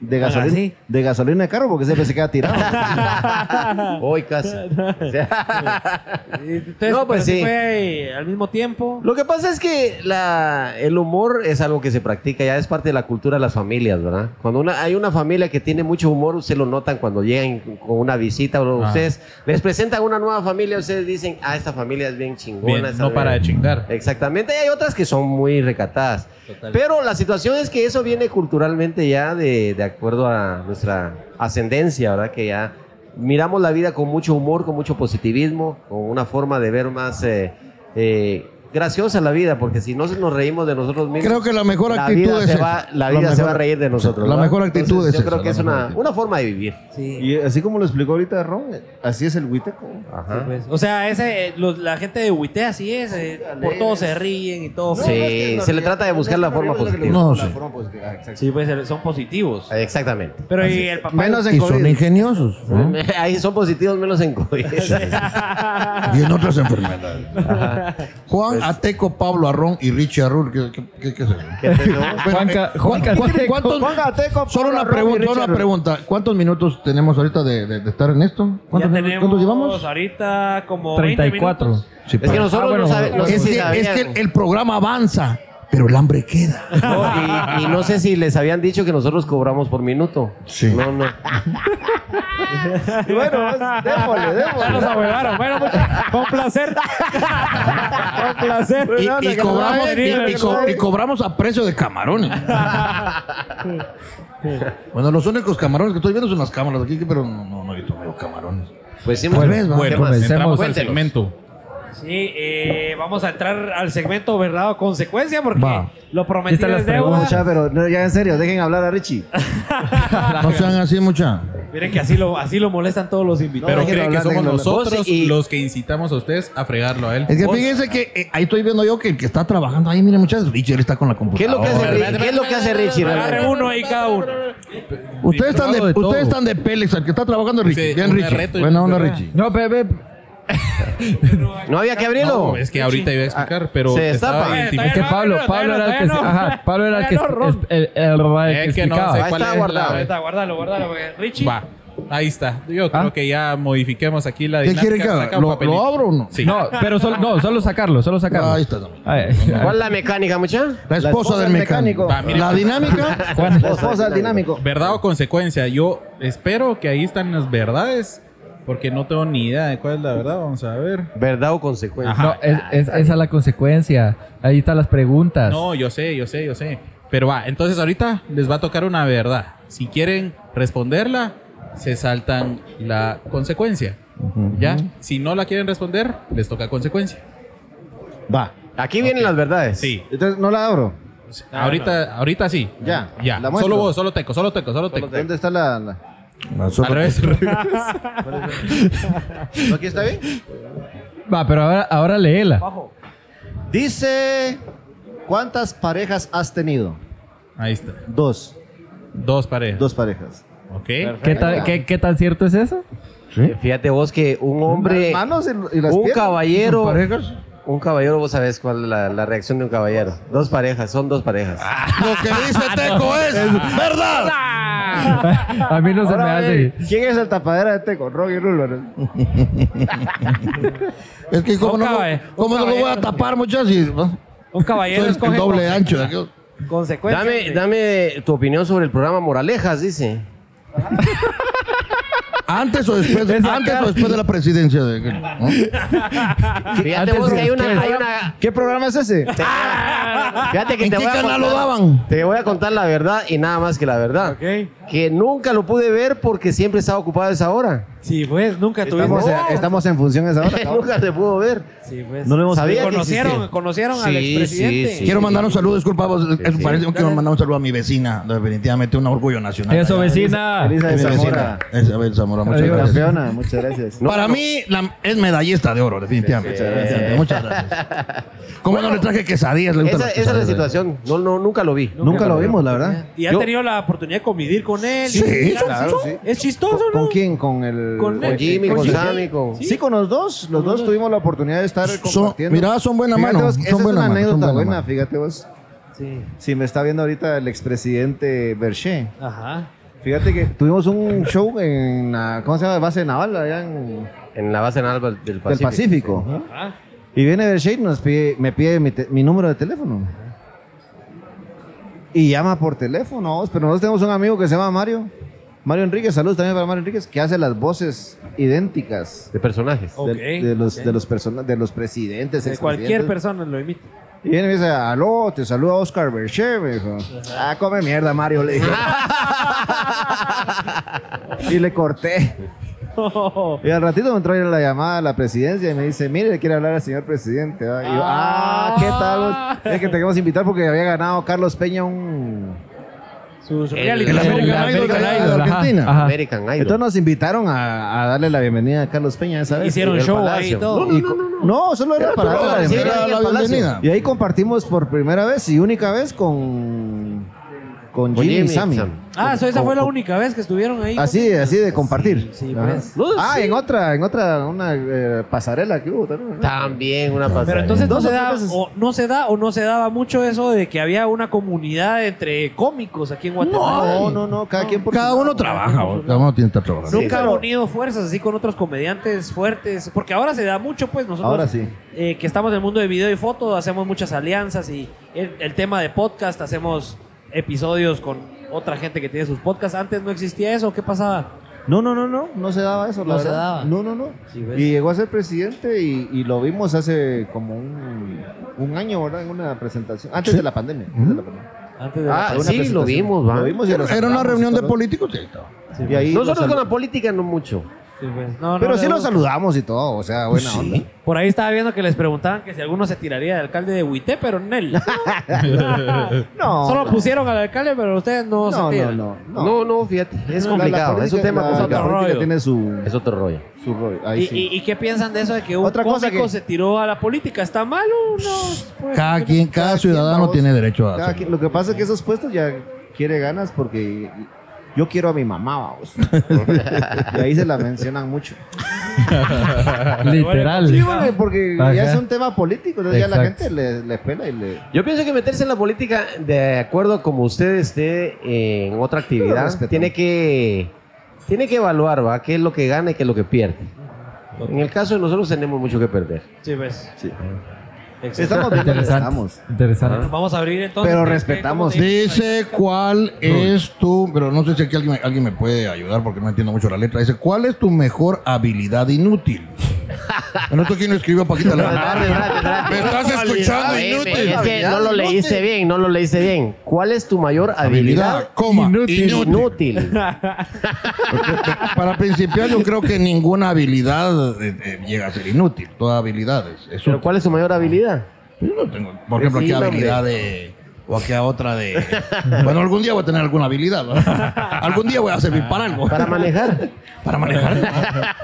Speaker 4: De gasolina,
Speaker 1: sí.
Speaker 4: de gasolina de carro porque siempre se queda tirado.
Speaker 6: Hoy casi. O sea,
Speaker 1: Entonces,
Speaker 6: No, pues
Speaker 1: pero
Speaker 6: sí.
Speaker 1: Fue eh, al mismo tiempo.
Speaker 6: Lo que pasa es que la, el humor es algo que se practica, ya es parte de la cultura de las familias, ¿verdad? Cuando una, hay una familia que tiene mucho humor, ustedes lo notan cuando llegan con una visita, o
Speaker 2: Ah.
Speaker 6: ustedes les presentan una nueva familia, ustedes dicen, ah, esta familia es bien chingona.
Speaker 2: Bien,
Speaker 6: esta
Speaker 2: no para de
Speaker 6: familia".
Speaker 2: chingar.
Speaker 6: Exactamente, y hay otras que son muy recatadas. Pero la situación es que eso viene culturalmente ya de, de acuerdo a nuestra ascendencia, ¿verdad? Que ya miramos la vida con mucho humor, con mucho positivismo, con una forma de ver más eh, eh, graciosa la vida, porque si no nos reímos de nosotros mismos.
Speaker 5: Creo que la mejor
Speaker 6: la
Speaker 5: actitud
Speaker 6: vida
Speaker 5: es
Speaker 6: se
Speaker 5: esa.
Speaker 6: va- la
Speaker 5: La
Speaker 6: vida se
Speaker 5: mejor-
Speaker 6: va a reír de nosotros.
Speaker 5: la
Speaker 6: ¿verdad?
Speaker 5: mejor actitud
Speaker 6: Entonces,
Speaker 5: es
Speaker 6: Yo creo
Speaker 5: esa,
Speaker 6: que
Speaker 5: la
Speaker 6: es
Speaker 5: mejor
Speaker 6: una,
Speaker 5: actitud.
Speaker 6: una forma de vivir.
Speaker 4: y así como lo explicó ahorita Ron, así es el huiteco.
Speaker 6: Ajá.
Speaker 1: Pues, o sea, ese, eh, los- la gente de Huité así es. eh, por todo se ríen y todo.
Speaker 6: Sí, se le trata de buscar la forma positiva.
Speaker 5: No,
Speaker 4: la
Speaker 5: sí.
Speaker 4: forma positiva, exacto.
Speaker 1: Sí, pues eh, son positivos.
Speaker 6: Exactamente.
Speaker 1: Pero y el papá.
Speaker 4: Menos en
Speaker 5: Y son
Speaker 4: COVID.
Speaker 5: ingeniosos. ¿no?
Speaker 6: Ahí son positivos menos en COVID.
Speaker 5: Y en otras enfermedades.
Speaker 6: Pues-
Speaker 5: Juan Ateco, Pablo Arrón y Richie Arrul. ¿Qué, qué, qué, qué es eso? Bueno,
Speaker 3: Juanca-
Speaker 5: eh,
Speaker 3: Juanca
Speaker 5: ¿cu- cu-
Speaker 3: Ateco.
Speaker 5: ¿cuántos-
Speaker 4: Juan Gateco,
Speaker 5: Solo una
Speaker 4: Pablo Ron
Speaker 5: pregunta,
Speaker 4: y
Speaker 5: solo una
Speaker 4: Richard.
Speaker 5: pregunta. ¿Cuántos minutos tenemos ahorita de, de- de estar en esto?
Speaker 1: Ya
Speaker 5: ¿Cuántos,
Speaker 1: tenemos
Speaker 5: cuántos llevamos?
Speaker 1: ahorita como 20
Speaker 3: 34.
Speaker 1: minutos.
Speaker 5: Sí,
Speaker 6: Es que
Speaker 5: pues.
Speaker 6: nosotros
Speaker 3: Ah, bueno,
Speaker 6: no, sabe- no sé
Speaker 5: es
Speaker 6: si
Speaker 5: que, es
Speaker 6: sabían.
Speaker 5: que el, el programa avanza, pero el hambre queda.
Speaker 6: No, y, y no sé si les habían dicho que nosotros cobramos por minuto.
Speaker 5: Sí.
Speaker 6: No, no.
Speaker 4: Y bueno, pues, démosle,
Speaker 1: Ya nos
Speaker 4: démosle.
Speaker 1: abuelaron. Bueno, mucha- con placer. con placer.
Speaker 5: Y,
Speaker 4: Bueno,
Speaker 5: y
Speaker 4: Pues, que no va
Speaker 5: cobramos,
Speaker 4: a venir,
Speaker 5: y- y
Speaker 4: que
Speaker 5: co-
Speaker 4: no va a
Speaker 5: y cobramos a precio de camarones. bueno, los únicos camarones que estoy viendo son las cámaras de aquí, pero no, no, no he visto medio camarones.
Speaker 6: Pues sí,
Speaker 5: Pues
Speaker 6: mujer.
Speaker 5: ves, va.
Speaker 6: ¿Qué
Speaker 2: Bueno,
Speaker 6: más?
Speaker 2: entramos al
Speaker 6: Cuéntenos.
Speaker 2: segmento.
Speaker 1: Sí, eh, vamos a entrar al segmento verdad o consecuencia porque
Speaker 5: Va.
Speaker 1: lo prometido
Speaker 3: Están las
Speaker 1: es deuda.
Speaker 4: Mucha, pero no, ya en serio, dejen hablar a Richie.
Speaker 5: No sean así, mucha.
Speaker 1: Miren que así lo, así lo molestan todos los invitados.
Speaker 2: Pero
Speaker 4: déjenlo
Speaker 2: cree que
Speaker 4: hablar,
Speaker 2: somos
Speaker 4: déjenlo hablar.
Speaker 2: nosotros
Speaker 6: Vos y-
Speaker 2: los que incitamos a ustedes a fregarlo a él.
Speaker 5: Es que fíjense que eh, ahí estoy viendo yo que el que está trabajando ahí, miren, muchas Richie, él está con la
Speaker 6: ¿Qué es lo
Speaker 5: computadora.
Speaker 6: que hace, Richie? ¿Qué es lo que hace Richie?
Speaker 1: Agarre
Speaker 6: realmente?
Speaker 1: uno ahí cada uno.
Speaker 5: Ustedes están de,
Speaker 3: Trabajo de todo.
Speaker 5: ustedes están de Pélex, el que está trabajando es Richie.
Speaker 2: Sí,
Speaker 5: Bien,
Speaker 2: una
Speaker 5: Richie.
Speaker 2: reto y
Speaker 5: Buena onda,
Speaker 2: una-
Speaker 5: Richie.
Speaker 3: No, bebé.
Speaker 6: No había que abrirlo.
Speaker 2: No, es que ahorita iba a explicar, pero.
Speaker 6: Se
Speaker 2: estaba
Speaker 6: destapa.
Speaker 2: identificando.
Speaker 3: Es que Pablo, Pablo era el que, ajá, Pablo era el que, es- el, el- el que
Speaker 2: Es que no
Speaker 3: explicaba.
Speaker 2: sé
Speaker 6: Ahí
Speaker 2: cuál
Speaker 6: está
Speaker 2: es
Speaker 6: guardado.
Speaker 2: la-
Speaker 1: Ahí está, guárdalo, guárdalo. porque Richie.
Speaker 2: Va. Ahí está. Yo creo
Speaker 3: Ah.
Speaker 2: que ya modifiquemos aquí la
Speaker 5: ¿Qué
Speaker 2: dinámica.
Speaker 5: quiere que haga?
Speaker 2: Saca un
Speaker 5: ¿Lo-
Speaker 2: papelito.
Speaker 5: lo abro o no?
Speaker 2: Sí.
Speaker 3: No, pero solo, no, solo sacarlo, solo sacarlo.
Speaker 5: Ahí está.
Speaker 3: A ver,
Speaker 6: ¿Cuál es la mecánica, muchacha?
Speaker 5: La esposa, del mecánico.
Speaker 2: Va, mire,
Speaker 5: la
Speaker 2: pues.
Speaker 5: dinámica.
Speaker 3: Juan,
Speaker 4: La esposa del dinámico.
Speaker 2: ¿Verdad o consecuencia? Yo espero que ahí están las verdades, porque no tengo ni idea de cuál es la verdad. Vamos a ver.
Speaker 6: ¿Verdad o consecuencia?
Speaker 2: Ajá.
Speaker 3: no, es, es- esa es la consecuencia. Ahí están las preguntas.
Speaker 2: No, yo sé, yo sé, yo sé. Pero va, entonces ahorita les va a tocar una verdad. Si quieren responderla, se saltan la consecuencia. ¿Ya? Si no la quieren responder, les toca consecuencia.
Speaker 4: Va.
Speaker 6: Aquí vienen las verdades.
Speaker 2: Sí.
Speaker 4: Entonces, no la abro.
Speaker 2: Ah, ahorita, ahorita sí.
Speaker 4: Ya.
Speaker 2: Ya.
Speaker 4: La muestro.
Speaker 2: Solo vos, solo teco, solo teco, solo teco.
Speaker 4: ¿Dónde está la...? la-
Speaker 2: Al revés.
Speaker 4: ¿No aquí está bien?
Speaker 3: Va, pero ahora, ahora léela.
Speaker 4: Dice... ¿Cuántas parejas has tenido?
Speaker 2: Ahí está.
Speaker 4: Dos.
Speaker 2: Dos parejas.
Speaker 4: Dos parejas.
Speaker 2: Ok.
Speaker 3: ¿Qué tan, qué- qué tan cierto es eso?
Speaker 6: Fíjate vos que un hombre,
Speaker 4: Las manos y, y las
Speaker 6: un
Speaker 4: piernas.
Speaker 6: caballero,
Speaker 5: Parejas.
Speaker 6: un caballero, vos sabés cuál es la, la reacción de un caballero. Dos parejas, son dos parejas.
Speaker 5: Lo que dice Teco es verdad.
Speaker 3: A mí no se me
Speaker 4: Ahora,
Speaker 3: hace.
Speaker 4: eh, ¿Quién es el tapadera de Teco? Rocky Rulver.
Speaker 5: Es que como
Speaker 1: Un
Speaker 5: no, lo-
Speaker 1: caballe-
Speaker 5: cómo
Speaker 1: un
Speaker 5: no lo voy a
Speaker 1: caballero.
Speaker 5: tapar, muchachos. Y, ¿no?
Speaker 1: Un
Speaker 5: Soy
Speaker 1: caballero
Speaker 5: el
Speaker 1: escoge
Speaker 5: doble
Speaker 1: conse-
Speaker 5: ancho. eh. de aquellos.
Speaker 4: Consecuencia.
Speaker 6: Dame, dame tu opinión sobre el programa Moralejas, dice.
Speaker 5: Antes o después, antes o después de la presidencia de aquel, ¿no?
Speaker 6: Fíjate
Speaker 3: Antes
Speaker 6: vos que
Speaker 3: de
Speaker 6: hay una,
Speaker 3: usted.
Speaker 6: hay una-
Speaker 4: ¿Qué programa es ese?
Speaker 6: Fíjate que
Speaker 5: ¿En
Speaker 6: te
Speaker 5: qué
Speaker 6: voy, a
Speaker 5: canal lo
Speaker 6: contar,
Speaker 5: daban?
Speaker 6: te voy a contar la verdad y nada más que la verdad.
Speaker 1: Ok.
Speaker 6: Que nunca lo pude ver porque siempre estaba ocupado a esa hora.
Speaker 1: Sí, pues, nunca tuvimos.
Speaker 4: Estamos, en- estamos en funciones ahora. cabrón.
Speaker 6: nunca se pudo ver.
Speaker 1: Sí, pues.
Speaker 4: No lo hemos
Speaker 6: Sabía que
Speaker 1: conocieron,
Speaker 6: existía.
Speaker 1: conocieron al
Speaker 6: Sí,
Speaker 1: expresidente.
Speaker 6: sí, sí.
Speaker 5: Quiero mandar un saludo, disculpa, vos, es-
Speaker 6: sí.
Speaker 5: parece- quiero mandar un saludo a mi vecina, definitivamente un orgullo nacional.
Speaker 3: Eso, vecina.
Speaker 4: Elisa de
Speaker 5: Mi
Speaker 4: Zamora.
Speaker 5: vecina, Isabel Zamora, muchas
Speaker 3: Adiós.
Speaker 5: gracias.
Speaker 4: Campeona, muchas gracias.
Speaker 5: Para mí la- es medallista de oro, definitivamente. Muchas gracias. ¿Cómo no le traje quesadillas? Le gustan
Speaker 6: Esa,
Speaker 5: las
Speaker 6: esa es la
Speaker 5: quesadillas.
Speaker 6: situación. No, no, nunca lo vi.
Speaker 4: Nunca lo vimos, la verdad.
Speaker 1: Y ha
Speaker 6: Yo-
Speaker 1: tenido la oportunidad de convivir con él.
Speaker 5: Sí,
Speaker 1: Y-
Speaker 5: claro,
Speaker 1: Claro,
Speaker 4: sí.
Speaker 1: Es chistoso, ¿no?
Speaker 4: ¿Con quién? Con el.
Speaker 1: Con
Speaker 6: Con
Speaker 1: él.
Speaker 6: Jimmy, con Sammy, con...
Speaker 4: Sí, con los dos. Los dos tuvimos la oportunidad de estar
Speaker 5: Son,
Speaker 4: compartiendo.
Speaker 5: mira, son buena
Speaker 4: Fíjate
Speaker 5: mano.
Speaker 4: vos,
Speaker 5: son
Speaker 4: esa es
Speaker 5: buena
Speaker 4: una
Speaker 5: mano, son
Speaker 4: anécdota
Speaker 5: buena
Speaker 4: buena,
Speaker 5: mano.
Speaker 4: fíjate vos.
Speaker 1: Sí.
Speaker 4: Si me está viendo ahorita el expresidente Berché.
Speaker 1: Ajá.
Speaker 4: Fíjate que tuvimos un show en la, ¿cómo se llama? Base naval allá en
Speaker 6: En la base naval del- del
Speaker 4: del
Speaker 6: Pacífico.
Speaker 4: Pacífico.
Speaker 1: Ajá.
Speaker 4: Y viene Berché y nos pide, me pide mi, te- mi número de teléfono. Y llama por teléfono, vos, pero nosotros tenemos un amigo que se llama Mario. Mario Enríquez, saludos también para Mario Enríquez, que hace las voces idénticas
Speaker 6: De personajes.
Speaker 4: de,
Speaker 1: Ok,
Speaker 4: de los,
Speaker 1: ok.
Speaker 4: de, los persona- de los presidentes.
Speaker 1: De cualquier
Speaker 4: expresidentes.
Speaker 1: persona lo imita.
Speaker 4: Y viene y me dice, aló, te saluda Oscar Bercher, me dijo. Ah, come mierda, Mario, le dije. y le corté.
Speaker 1: Oh,
Speaker 4: Y al ratito me entró la llamada a la presidencia y me dice, mire, le quiere hablar al señor presidente. ¿va? Y yo, ah, ¿qué tal? vos? Es que te queremos invitar porque había ganado Carlos Peña un...
Speaker 1: Su, su
Speaker 6: El-
Speaker 1: reality.
Speaker 5: El
Speaker 3: El
Speaker 5: American Idol
Speaker 3: American
Speaker 5: de
Speaker 3: Idol, ajá,
Speaker 5: Argentina.
Speaker 3: ajá.
Speaker 6: American Idol.
Speaker 4: Entonces nos invitaron a, a darle la bienvenida a Carlos Peña esa vez.
Speaker 1: Hicieron
Speaker 6: el
Speaker 1: show ahí
Speaker 6: palacio.
Speaker 1: y todo.
Speaker 4: Y co- no, solo era para darle la
Speaker 5: Sí,
Speaker 4: bienvenida.
Speaker 5: era
Speaker 6: en
Speaker 5: la
Speaker 6: el palacio.
Speaker 5: bienvenida.
Speaker 4: Y ahí compartimos por primera vez y única vez con, con
Speaker 6: Con
Speaker 4: Jimmy,
Speaker 6: Jimmy
Speaker 4: y Sammy.
Speaker 6: Sammy.
Speaker 1: Ah, so esa fue la única vez que estuvieron ahí.
Speaker 4: Así, así de compartir.
Speaker 1: Sí, sí,
Speaker 4: Ajá.
Speaker 1: pues.
Speaker 4: ah, en otra, en otra, una eh, pasarela que hubo también. ¿no?
Speaker 6: También una pasada.
Speaker 1: Pero entonces no
Speaker 4: Dos
Speaker 1: se,
Speaker 4: o tres
Speaker 1: da,
Speaker 4: veces.
Speaker 1: o no se da o no se daba mucho eso de que había una comunidad entre cómicos aquí en Guatemala.
Speaker 4: No, no, no, cada quien por
Speaker 5: Cada
Speaker 4: su
Speaker 5: uno
Speaker 4: lado.
Speaker 5: trabaja, vos, cada uno tiene que estar trabajando.
Speaker 1: Nunca han unido fuerzas así con otros comediantes fuertes, porque ahora se da mucho, pues nosotros
Speaker 4: Ahora sí.
Speaker 1: eh, que estamos en el mundo de video y foto, hacemos muchas alianzas y el, el tema de podcast, hacemos episodios con otra gente que tiene sus podcasts. Antes no existía eso, ¿qué pasaba?
Speaker 4: No, no, no, no, no se daba eso, la
Speaker 1: No se
Speaker 4: verdad.
Speaker 1: daba.
Speaker 4: No, no, no.
Speaker 1: Sí, ves.
Speaker 4: y llegó a ser presidente y, y lo vimos hace como un, un año, ¿verdad? En una presentación, antes de la pandemia. antes de la pandemia.
Speaker 1: Antes de
Speaker 6: Ah,
Speaker 4: Una
Speaker 6: sí, lo
Speaker 4: presentación.
Speaker 6: vimos, va.
Speaker 4: Lo vimos y lo
Speaker 5: Era una
Speaker 4: saludamos y
Speaker 5: reunión de
Speaker 4: todo.
Speaker 5: políticos. y ahí estaba.
Speaker 4: Y ahí lo
Speaker 6: Nosotros
Speaker 4: salu-
Speaker 6: con la política no mucho.
Speaker 1: Sí, pues, no, no,
Speaker 4: Pero
Speaker 1: no,
Speaker 4: sí
Speaker 1: no.
Speaker 4: lo saludamos y todo, o sea, buena onda.
Speaker 1: Por ahí estaba viendo que les preguntaban que si alguno se tiraría del alcalde de Huité, pero Nel.
Speaker 4: No,
Speaker 1: Solo
Speaker 4: no.
Speaker 1: pusieron al alcalde, pero ustedes no, se
Speaker 4: no, no,
Speaker 1: tiran.
Speaker 4: no, no.
Speaker 6: No, no, fíjate. Es
Speaker 4: La- la
Speaker 6: complicado. Es
Speaker 4: política-
Speaker 6: un tema
Speaker 4: la-
Speaker 6: complicado.
Speaker 4: la
Speaker 1: otro
Speaker 4: política
Speaker 1: rollo.
Speaker 4: tiene su,
Speaker 6: Es otro rollo.
Speaker 4: su rollo. Ahí
Speaker 1: ¿Y,
Speaker 4: sí.
Speaker 1: y- y qué piensan de eso de que un
Speaker 4: Otra cosa
Speaker 1: cómico
Speaker 4: que-
Speaker 1: se tiró a la política? ¿Está mal o no? Pues,
Speaker 5: Cada
Speaker 1: ¿qué-
Speaker 5: quien, cada ciudadano
Speaker 4: vos-
Speaker 5: tiene derecho a
Speaker 4: Cada
Speaker 5: hacerlo.
Speaker 4: quien- lo que pasa es que esos puestos ya quiere ganas porque yo quiero a mi mamá, vamos. y ahí se la mencionan mucho.
Speaker 3: Literal.
Speaker 4: Sí, bueno, porque
Speaker 3: Ajá.
Speaker 4: ya es un tema político, entonces ya la
Speaker 3: Exacto.
Speaker 4: gente le, le pela y le...
Speaker 6: Yo pienso que meterse en la política, de acuerdo a como usted esté eh, en otra actividad,
Speaker 4: respeto.
Speaker 6: tiene que, tiene que evaluar ¿va? qué es lo que gana y qué es lo que pierde. En el caso de nosotros tenemos mucho que perder.
Speaker 1: Sí, pues.
Speaker 4: Estamos viendo que
Speaker 3: Interesante.
Speaker 4: estamos.
Speaker 3: Interesante.
Speaker 1: Vamos a abrir entonces.
Speaker 4: Pero
Speaker 1: ¿Qué- qué-
Speaker 4: respetamos.
Speaker 1: cómo se-
Speaker 5: Dice cuál es tu, pero no sé si aquí alguien me, alguien me puede ayudar porque no entiendo mucho la letra. Dice, ¿cuál es tu mejor habilidad inútil? Bueno, esto quién lo escribió Paquita
Speaker 6: Espérate,
Speaker 5: la
Speaker 6: espérate, espérate.
Speaker 5: Me estás escuchando
Speaker 6: Oíme,
Speaker 5: inútil.
Speaker 6: Es que no lo
Speaker 5: Inútil.
Speaker 6: leíste bien, no lo leíste bien. ¿Cuál es tu mayor
Speaker 5: Habilidad,
Speaker 6: habilidad?
Speaker 5: coma,
Speaker 3: Inútil.
Speaker 5: inútil.
Speaker 6: Inútil.
Speaker 5: Para principiar yo creo que ninguna habilidad eh, eh, llega a ser inútil. Toda habilidad es, es
Speaker 6: ¿Pero
Speaker 5: útil.
Speaker 6: cuál es tu mayor habilidad?
Speaker 5: Yo no tengo, por ejemplo, aquí
Speaker 6: Decime,
Speaker 5: habilidad
Speaker 6: hombre.
Speaker 5: de. O aquí a otra de. Bueno, algún día voy a tener alguna habilidad. ¿no? Algún día voy a servir para algo.
Speaker 6: Para manejar.
Speaker 5: Para manejar.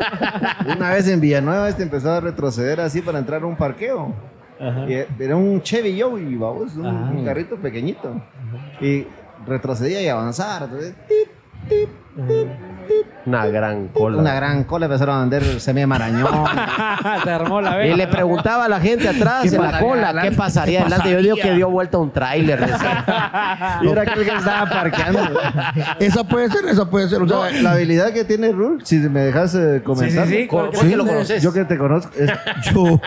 Speaker 4: Una vez en Villanueva este empezó a retroceder así para entrar a un parqueo. Y era un Chevy Joey, vamos, un, un carrito pequeñito. Y retrocedía y avanzaba. Entonces, tit,
Speaker 6: Una gran cola.
Speaker 4: una gran cola empezaron a vender semilla de marañón.
Speaker 1: se armó la
Speaker 6: Y
Speaker 1: vela.
Speaker 6: le preguntaba a la gente atrás en la cola qué pasaría adelante. Yo digo que dio vuelta un tráiler.
Speaker 4: y era aquel que estaba parqueando.
Speaker 5: esa puede ser, esa puede ser. O sea,
Speaker 4: No, la habilidad que tiene Rul, si me dejas eh, comenzar.
Speaker 1: sí, sí, ¿cuál-
Speaker 6: cuál que lo conoces?
Speaker 4: Yo que te conozco. es-
Speaker 5: yo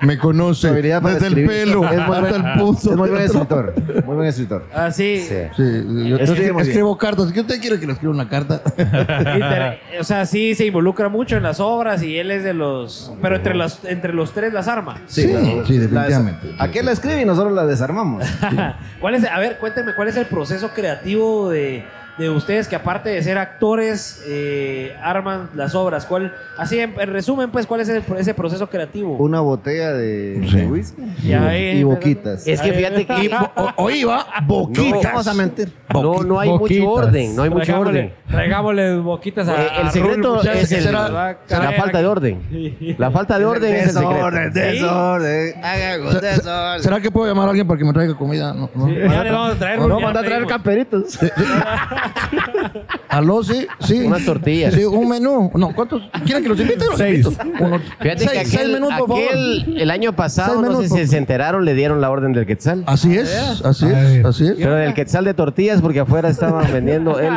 Speaker 5: me conoce
Speaker 4: Su habilidad para
Speaker 5: desde el
Speaker 4: escribir.
Speaker 5: pelo
Speaker 4: Es muy
Speaker 5: hasta
Speaker 4: buen-
Speaker 5: el punto.
Speaker 4: es muy buen escritor. Muy buen escritor.
Speaker 1: Así.
Speaker 5: Sí, yo
Speaker 4: Eso sí,
Speaker 5: escri-
Speaker 4: muy bien.
Speaker 5: escribo cartas. ¿Qué usted quiere que le escriba una carta?
Speaker 1: Inter- o sea, sí se involucra mucho en las obras y él es de los. Pero entre los, entre los tres las arma.
Speaker 5: Sí, sí, definitivamente.
Speaker 4: La, aquel la escribe y nosotros la desarmamos.
Speaker 1: ¿Cuál es, a ver, cuénteme, ¿cuál es el proceso creativo de, de ustedes que aparte de ser actores, eh, arman las obras? ¿Cuál, así, en, en resumen, pues, ¿cuál es el- ese proceso creativo?
Speaker 4: Una botella de,
Speaker 5: Sí.
Speaker 4: de whisky
Speaker 1: Y ahí-
Speaker 4: y boquitas.
Speaker 6: Es que fíjate
Speaker 5: Y
Speaker 6: que
Speaker 5: bo- o- Hoy va boquitas.
Speaker 4: No vamos a mentir.
Speaker 6: no, no hay
Speaker 3: Boquitas.
Speaker 6: mucho orden. No hay mucho
Speaker 1: Traigámosle-
Speaker 6: orden.
Speaker 1: traigámosle boquitas a,
Speaker 6: Eh,
Speaker 1: a
Speaker 6: el
Speaker 1: Rul,
Speaker 6: secreto
Speaker 1: muchachos,
Speaker 6: es
Speaker 1: que
Speaker 6: el-
Speaker 1: se las va a
Speaker 6: la
Speaker 1: cargar
Speaker 6: falta de
Speaker 1: aquí.
Speaker 6: orden. La falta de orden es el
Speaker 4: Desorden,
Speaker 6: secreto.
Speaker 4: desorden. Hagan un desorden.
Speaker 5: ¿Será que puedo llamar a alguien para que me traiga comida? No, no.
Speaker 1: Sí, ya le vamos a traer.
Speaker 4: No,
Speaker 1: ya
Speaker 4: mandó a
Speaker 1: le
Speaker 4: traer
Speaker 1: dimos.
Speaker 4: camperitos.
Speaker 5: Aló, sí, sí.
Speaker 6: Unas tortillas.
Speaker 5: Sí, un menú. No, ¿cuántos? ¿Quieren que los invite? Los
Speaker 3: Seis.
Speaker 5: invito. Uno-
Speaker 6: Fíjate que
Speaker 5: seis, seis
Speaker 6: aquel,
Speaker 5: menús, por favor.
Speaker 6: aquel- el año pasado,
Speaker 5: Seis Ah,
Speaker 6: no sé
Speaker 5: menús, por
Speaker 6: si se enteraron, le dieron la orden del quetzal.
Speaker 5: Así es, así es, así es.
Speaker 6: Pero del quetzal de tortillas, porque afuera estaban vendiendo él.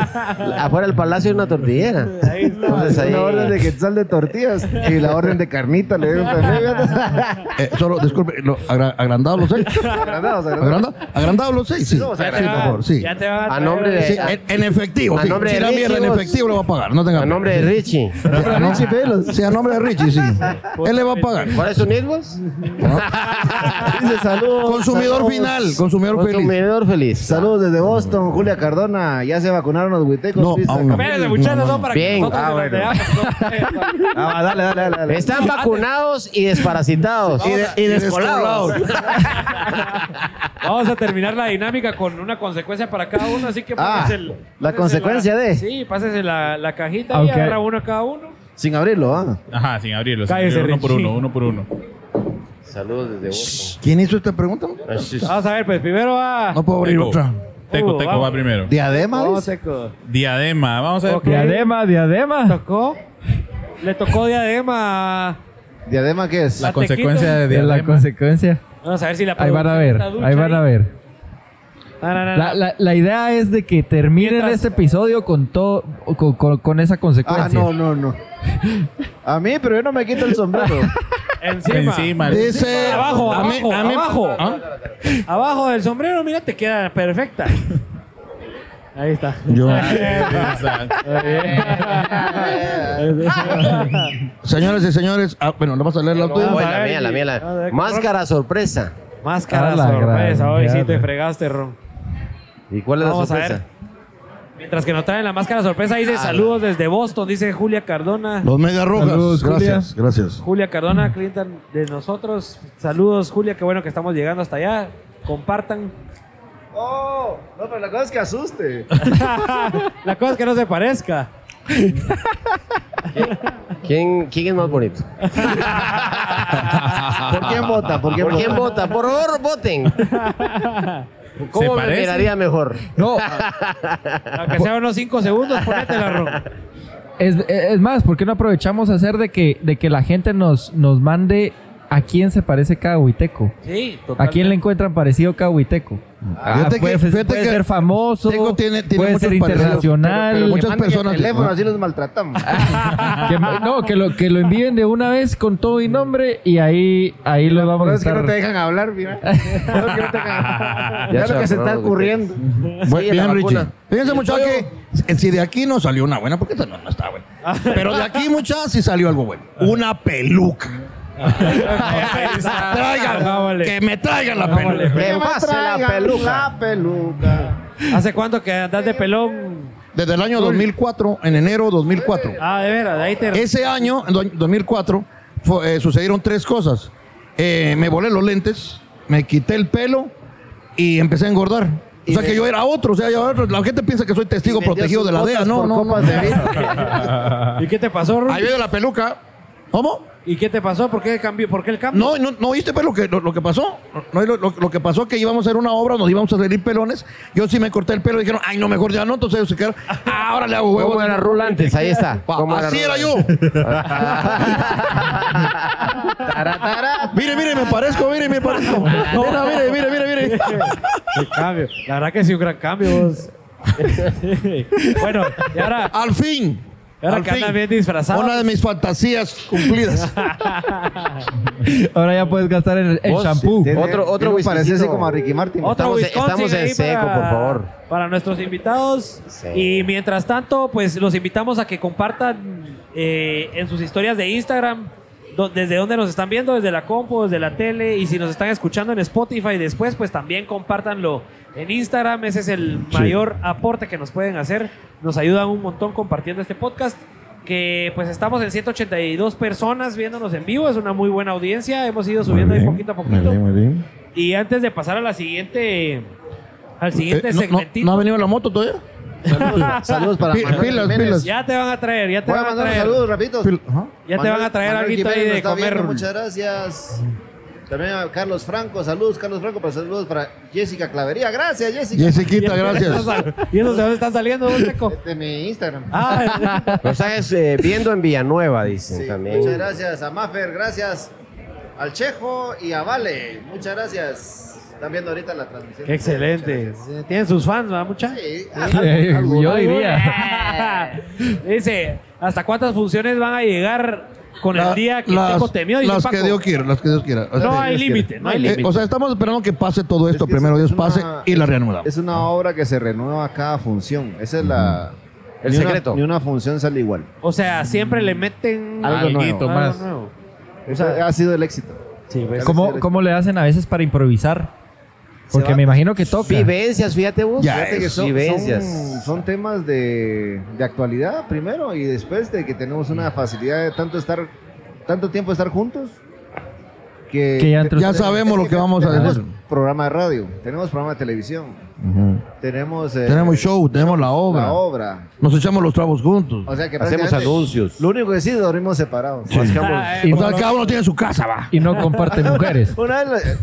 Speaker 6: Afuera del palacio hay una tortillera. Entonces ahí.
Speaker 4: La orden de quetzal de tortillas y la orden de carnita le dieron también.
Speaker 5: Eh, solo, disculpe, lo, agra- agrandado los seis.
Speaker 4: Agradados, agradados.
Speaker 5: Agranda, agrandado los seis, sí. Sí,
Speaker 1: Ya te
Speaker 5: por
Speaker 1: van-
Speaker 5: favor, sí.
Speaker 1: ya te van
Speaker 6: A
Speaker 1: traer-
Speaker 6: nombre de-
Speaker 5: Sí, en, en efectivo,
Speaker 6: A
Speaker 5: sí.
Speaker 6: nombre
Speaker 5: Si
Speaker 6: de
Speaker 5: la mierda en
Speaker 6: Richie, vos.
Speaker 5: efectivo lo va a pagar, no tenga
Speaker 6: A nombre de Richie.
Speaker 5: A nombre de Richie. Sí, a nombre de Richie, sí. Él le va a pagar.
Speaker 6: ¿Cuáles son Nisbos?
Speaker 4: Dice saludos.
Speaker 5: Consumidor
Speaker 4: saludos.
Speaker 5: final, consumidor feliz.
Speaker 6: Consumidor feliz.
Speaker 4: Saludos desde Boston, Julia Cardona. Ya se vacunaron los huitecos.
Speaker 5: No,
Speaker 4: Luisa
Speaker 5: aún no.
Speaker 4: Camil.
Speaker 1: Espérense, muchachos, no, para que
Speaker 6: Bien.
Speaker 1: nosotros
Speaker 6: Ah,
Speaker 1: se pues, los
Speaker 6: bueno.
Speaker 1: veamos.
Speaker 4: Ah, va, dale, dale, dale. dale.
Speaker 6: Están vacunados y desparasitados.
Speaker 5: Y descolado.
Speaker 1: Vamos a terminar la dinámica con una consecuencia para cada uno, así que
Speaker 4: Ah,
Speaker 1: pásese el-
Speaker 4: la
Speaker 1: pásese
Speaker 4: consecuencia
Speaker 1: la-
Speaker 4: de-
Speaker 1: Sí, pásese la, la cajita
Speaker 3: Aunque-
Speaker 1: y agarra uno a cada uno.
Speaker 4: Sin abrirlo, ¿ah?
Speaker 2: Ajá, sin abrirlo. sin
Speaker 1: Cállese,
Speaker 2: abrirlo, uno por
Speaker 1: Richie.
Speaker 2: uno, uno por uno.
Speaker 6: Saludos desde Boston.
Speaker 5: ¿Quién hizo esta pregunta?
Speaker 1: Vamos a ver, pues primero va.
Speaker 5: No pues. puedo abrir
Speaker 2: Teco.
Speaker 5: otra.
Speaker 2: Teco,
Speaker 1: Uh,
Speaker 2: Teco
Speaker 1: vamos.
Speaker 2: va primero.
Speaker 4: Diadema.
Speaker 1: Vamos,
Speaker 4: dice.
Speaker 1: Teco.
Speaker 2: Diadema, vamos a ver.
Speaker 1: Ok.
Speaker 3: Diadema, diadema.
Speaker 1: Tocó. Le tocó diadema.
Speaker 4: ¿Diadema qué es?
Speaker 2: La
Speaker 1: La
Speaker 2: consecuencia de
Speaker 3: De
Speaker 2: diadema.
Speaker 3: la consecuencia.
Speaker 1: Vamos a ver si la
Speaker 3: Ahí van a ver,
Speaker 1: producción
Speaker 3: ahí
Speaker 1: está
Speaker 3: van
Speaker 1: ducha
Speaker 3: a ver.
Speaker 1: No, no, no, no.
Speaker 3: La, la- la idea es de que terminen
Speaker 1: Mientras-
Speaker 3: este episodio con todo, con, con- con esa
Speaker 4: Ah,
Speaker 3: consecuencia.
Speaker 4: no, no, no. A mí, pero yo no me quito el sombrero.
Speaker 1: Encima.
Speaker 2: Encima.
Speaker 5: Dice.
Speaker 1: Abajo,
Speaker 5: a mí-
Speaker 1: abajo,
Speaker 5: a mí-
Speaker 1: abajo.
Speaker 5: ¿Ah?
Speaker 1: Abajo del sombrero, mira, te queda perfecta. Ahí está.
Speaker 5: Yo-
Speaker 2: Exacto.
Speaker 5: Señores y señores, ah, bueno, no vas a leer la
Speaker 6: Ah,
Speaker 5: tuya.
Speaker 6: bueno, la mía, la mía,
Speaker 1: Vamos a
Speaker 6: la
Speaker 1: ver,
Speaker 6: Máscara sorpresa.
Speaker 1: Máscara
Speaker 3: A la
Speaker 1: sorpresa.
Speaker 3: gran
Speaker 1: Hoy sí
Speaker 3: mierda.
Speaker 1: te fregaste, Ron.
Speaker 6: ¿Y cuál es la
Speaker 1: Vamos a ver.
Speaker 6: sorpresa?
Speaker 1: Mientras que nos traen la máscara sorpresa, dice saludos desde Boston, dice Julia Cardona.
Speaker 5: Los medias rojas.
Speaker 3: Saludos,
Speaker 5: gracias, gracias.
Speaker 1: Julia Cardona, clienta de nosotros. Saludos, Julia, qué bueno que estamos llegando hasta allá. Compartan.
Speaker 4: Oh, no, pero la cosa es que asuste.
Speaker 1: la cosa es que no se parezca.
Speaker 6: ¿Quién, ¿Quién es más bonito?
Speaker 4: ¿Por quién vota? ¿Por quién
Speaker 6: ¿Por quién
Speaker 4: vota?
Speaker 6: vota? Por favor, voten.
Speaker 2: ¿Se
Speaker 6: ¿Cómo me
Speaker 2: parece?
Speaker 6: miraría mejor?
Speaker 3: No,
Speaker 1: Aunque sea unos 5 segundos, ponétela, Ron.
Speaker 3: es, es más, ¿por qué no aprovechamos a hacer de que, de que la gente nos, nos mande a quién se parece cada huiteco?
Speaker 1: Sí,
Speaker 3: ¿A quién le encuentran parecido cada huiteco? Ah,
Speaker 5: Fíjate que-
Speaker 3: puede
Speaker 5: fíjate
Speaker 3: puede
Speaker 5: que
Speaker 3: ser famoso,
Speaker 5: Teco tiene- tiene
Speaker 3: puede
Speaker 5: muchos
Speaker 3: ser
Speaker 5: parecidos,
Speaker 3: internacional.
Speaker 5: pero- pero muchas
Speaker 4: Muchas personas. Ah,
Speaker 5: personas-
Speaker 4: El teléfono, así los maltratamos.
Speaker 3: Que- no, que lo, que lo envíen de una vez con todo y nombre y ahí, ahí lo vamos
Speaker 4: Por
Speaker 3: a
Speaker 4: eso es que
Speaker 3: estar.
Speaker 4: no te dejan hablar, mira. Por eso es que no te dejan hablar. Ya lo que se está ocurriendo.
Speaker 5: Bueno,
Speaker 6: la
Speaker 5: bien,
Speaker 6: vacuna.
Speaker 5: Richie. Fíjense,
Speaker 6: El
Speaker 5: muchachos,
Speaker 6: pollo.
Speaker 5: que si de aquí no salió una buena, porque esta no, no está buena. Pero de aquí, muchachos, sí salió algo bueno. Una peluca.
Speaker 1: Ah,
Speaker 5: Traigan,
Speaker 1: Vámonos.
Speaker 5: que me traigan la peluca.
Speaker 6: Que pase la
Speaker 4: Traigan
Speaker 6: peluca.
Speaker 4: La peluca.
Speaker 1: ¿Hace cuánto que andas de pelón?
Speaker 5: Desde el año 2004, en enero 2004.
Speaker 1: Ah, de veras, de ahí te.
Speaker 5: Ese año, en do- 2004, fue- eh, sucedieron tres cosas. Eh, me volé los lentes, me quité el pelo y empecé a engordar. O sea que yo era otro, o sea, yo era otro. la gente piensa que soy testigo
Speaker 4: vendió
Speaker 5: protegido
Speaker 4: sus
Speaker 5: de la DEA,
Speaker 4: botas
Speaker 5: no,
Speaker 4: por
Speaker 5: no.
Speaker 4: copas
Speaker 5: no.
Speaker 4: de vino.
Speaker 1: ¿Y qué te pasó, Ron?
Speaker 5: Ahí veo la peluca. ¿Cómo?
Speaker 1: ¿Y qué te pasó? ¿Por qué cambió? ¿Por qué el cambio?
Speaker 5: No, no, no oíste pues, lo, que, lo, lo que pasó. No, lo, lo- lo que pasó que íbamos a hacer una obra, nos íbamos a salir pelones. Yo sí me corté el pelo y dijeron, ay, no, mejor ya no. Entonces ellos se quedaron, "Ah, ahora le hago huevo.
Speaker 6: ¿Cómo era Rul antes? Ahí está.
Speaker 5: Pa-
Speaker 6: ¿Cómo
Speaker 5: así
Speaker 6: Rul
Speaker 5: era
Speaker 6: antes?
Speaker 5: yo. mire, mire, me parezco, mire, me parezco. Mira, mire, mire, mire, mire.
Speaker 1: El cambio. La verdad que sí, un gran cambio. vos. bueno, y ahora.
Speaker 5: Al fin.
Speaker 1: Ahora
Speaker 5: al
Speaker 1: que andan bien disfrazados.
Speaker 5: Una de mis fantasías cumplidas.
Speaker 3: Ahora ya puedes gastar el, el
Speaker 6: Vos,
Speaker 3: shampoo.
Speaker 4: Tiene-
Speaker 6: Otro- otro
Speaker 4: tiene un parecerse
Speaker 6: whiskycito.
Speaker 4: como a Ricky Martin.
Speaker 1: Otro
Speaker 6: Estamos en-
Speaker 1: Wisconsin
Speaker 6: estamos en
Speaker 1: ahí
Speaker 6: seco,
Speaker 1: para-
Speaker 6: por favor.
Speaker 1: Para nuestros invitados.
Speaker 6: Sí.
Speaker 1: Y mientras tanto, pues los invitamos a que compartan eh, en sus historias de Instagram do- desde donde nos están viendo, desde la compu, desde la tele. Y si nos están escuchando en Spotify después, pues también compártanlo en Instagram. Ese es el mayor aporte que nos pueden hacer. Nos ayudan un montón compartiendo este podcast. Que pues estamos en 182 personas viéndonos en vivo. Es una muy buena audiencia. Hemos ido subiendo ahí poquito a poquito. Y antes de pasar a la siguiente, al siguiente
Speaker 5: Eh, no- no,
Speaker 1: segmentito,
Speaker 5: ¿no ha venido la moto todavía?
Speaker 4: Saludos, saludos para
Speaker 5: Pi-
Speaker 4: Manuel
Speaker 5: pilas,
Speaker 4: Jiménez.
Speaker 5: pilas.
Speaker 1: ya te van a traer, ya te
Speaker 4: Voy a
Speaker 1: van a
Speaker 4: mandar un
Speaker 1: traer.
Speaker 4: saludo, rapitos.
Speaker 5: Fil- ajá.
Speaker 1: Ya te van a traer
Speaker 4: Manuel
Speaker 1: algo ahí
Speaker 4: Jiménez
Speaker 1: de
Speaker 4: está
Speaker 1: comer.
Speaker 4: viendo, muchas gracias. También a Carlos Franco, saludos Carlos Franco, para saludos para Jessica Clavería. Gracias, Jessica.
Speaker 5: Jessiquita, gracias.
Speaker 1: ¿Y eso se dónde están saliendo, vos, Teco?
Speaker 4: Este es mi Instagram.
Speaker 1: Ah,
Speaker 6: Lo estás eh, viendo en Villanueva, dicen
Speaker 4: Sí,
Speaker 6: también.
Speaker 4: Muchas gracias a Maffer, gracias al Chejo y a Vale. Muchas gracias. Están viendo ahorita la transmisión.
Speaker 1: qué excelente.
Speaker 4: Muchas
Speaker 1: Tienen sus fans, ¿verdad, mucha?
Speaker 4: gracias. Sí, eh,
Speaker 3: Yo diría.
Speaker 1: Dice, ¿hasta cuántas funciones van a llegar con
Speaker 5: La-
Speaker 1: el día que
Speaker 5: las,
Speaker 1: Teco temió? Dice
Speaker 5: las
Speaker 1: Paco.
Speaker 5: que Dios quiera, las que Dios quiera. O sea,
Speaker 1: No hay
Speaker 5: Dios
Speaker 1: límite,
Speaker 5: quiera.
Speaker 1: no hay
Speaker 5: Eh,
Speaker 1: límite.
Speaker 5: o sea, estamos esperando que pase todo esto
Speaker 4: Es que
Speaker 5: primero,
Speaker 4: es
Speaker 5: Dios
Speaker 4: una-
Speaker 5: pase y la reanudamos.
Speaker 4: Es una obra que se renueva cada función. Esa es la.
Speaker 6: El
Speaker 4: ni una-
Speaker 6: secreto.
Speaker 4: ni una función sale igual.
Speaker 1: O sea, siempre le meten
Speaker 4: Algo nuevo.
Speaker 1: algo
Speaker 2: más.
Speaker 1: nuevo.
Speaker 4: Ese ha sido el éxito.
Speaker 1: Sí, pues.
Speaker 3: ¿Cómo, ¿Cómo le hacen a veces para improvisar? Porque
Speaker 4: va-
Speaker 3: me imagino que toca.
Speaker 6: Vivencias, fíjate vos.
Speaker 5: Ya,
Speaker 6: fíjate que
Speaker 4: Son,
Speaker 6: vivencias.
Speaker 4: son- son temas de, de actualidad primero y después de que tenemos una facilidad de tanto estar tanto tiempo estar juntos que,
Speaker 3: Que ya entró-
Speaker 5: Ya sabemos lo que vamos a
Speaker 4: tenemos
Speaker 5: hacer.
Speaker 4: programa de radio, tenemos programa de televisión, tenemos eh,
Speaker 5: Tenemos show, tenemos la
Speaker 4: la
Speaker 5: obra.
Speaker 4: obra.
Speaker 5: Nos echamos los tragos juntos.
Speaker 4: O sea que
Speaker 6: Hacemos
Speaker 4: prácticamente
Speaker 6: anuncios.
Speaker 4: Lo único que sí dormimos separados.
Speaker 1: Ah, eh,
Speaker 3: Y
Speaker 5: O
Speaker 3: no,
Speaker 5: sea, cada uno tiene su casa, va.
Speaker 3: y no comparte mujeres.
Speaker 4: Una vez la-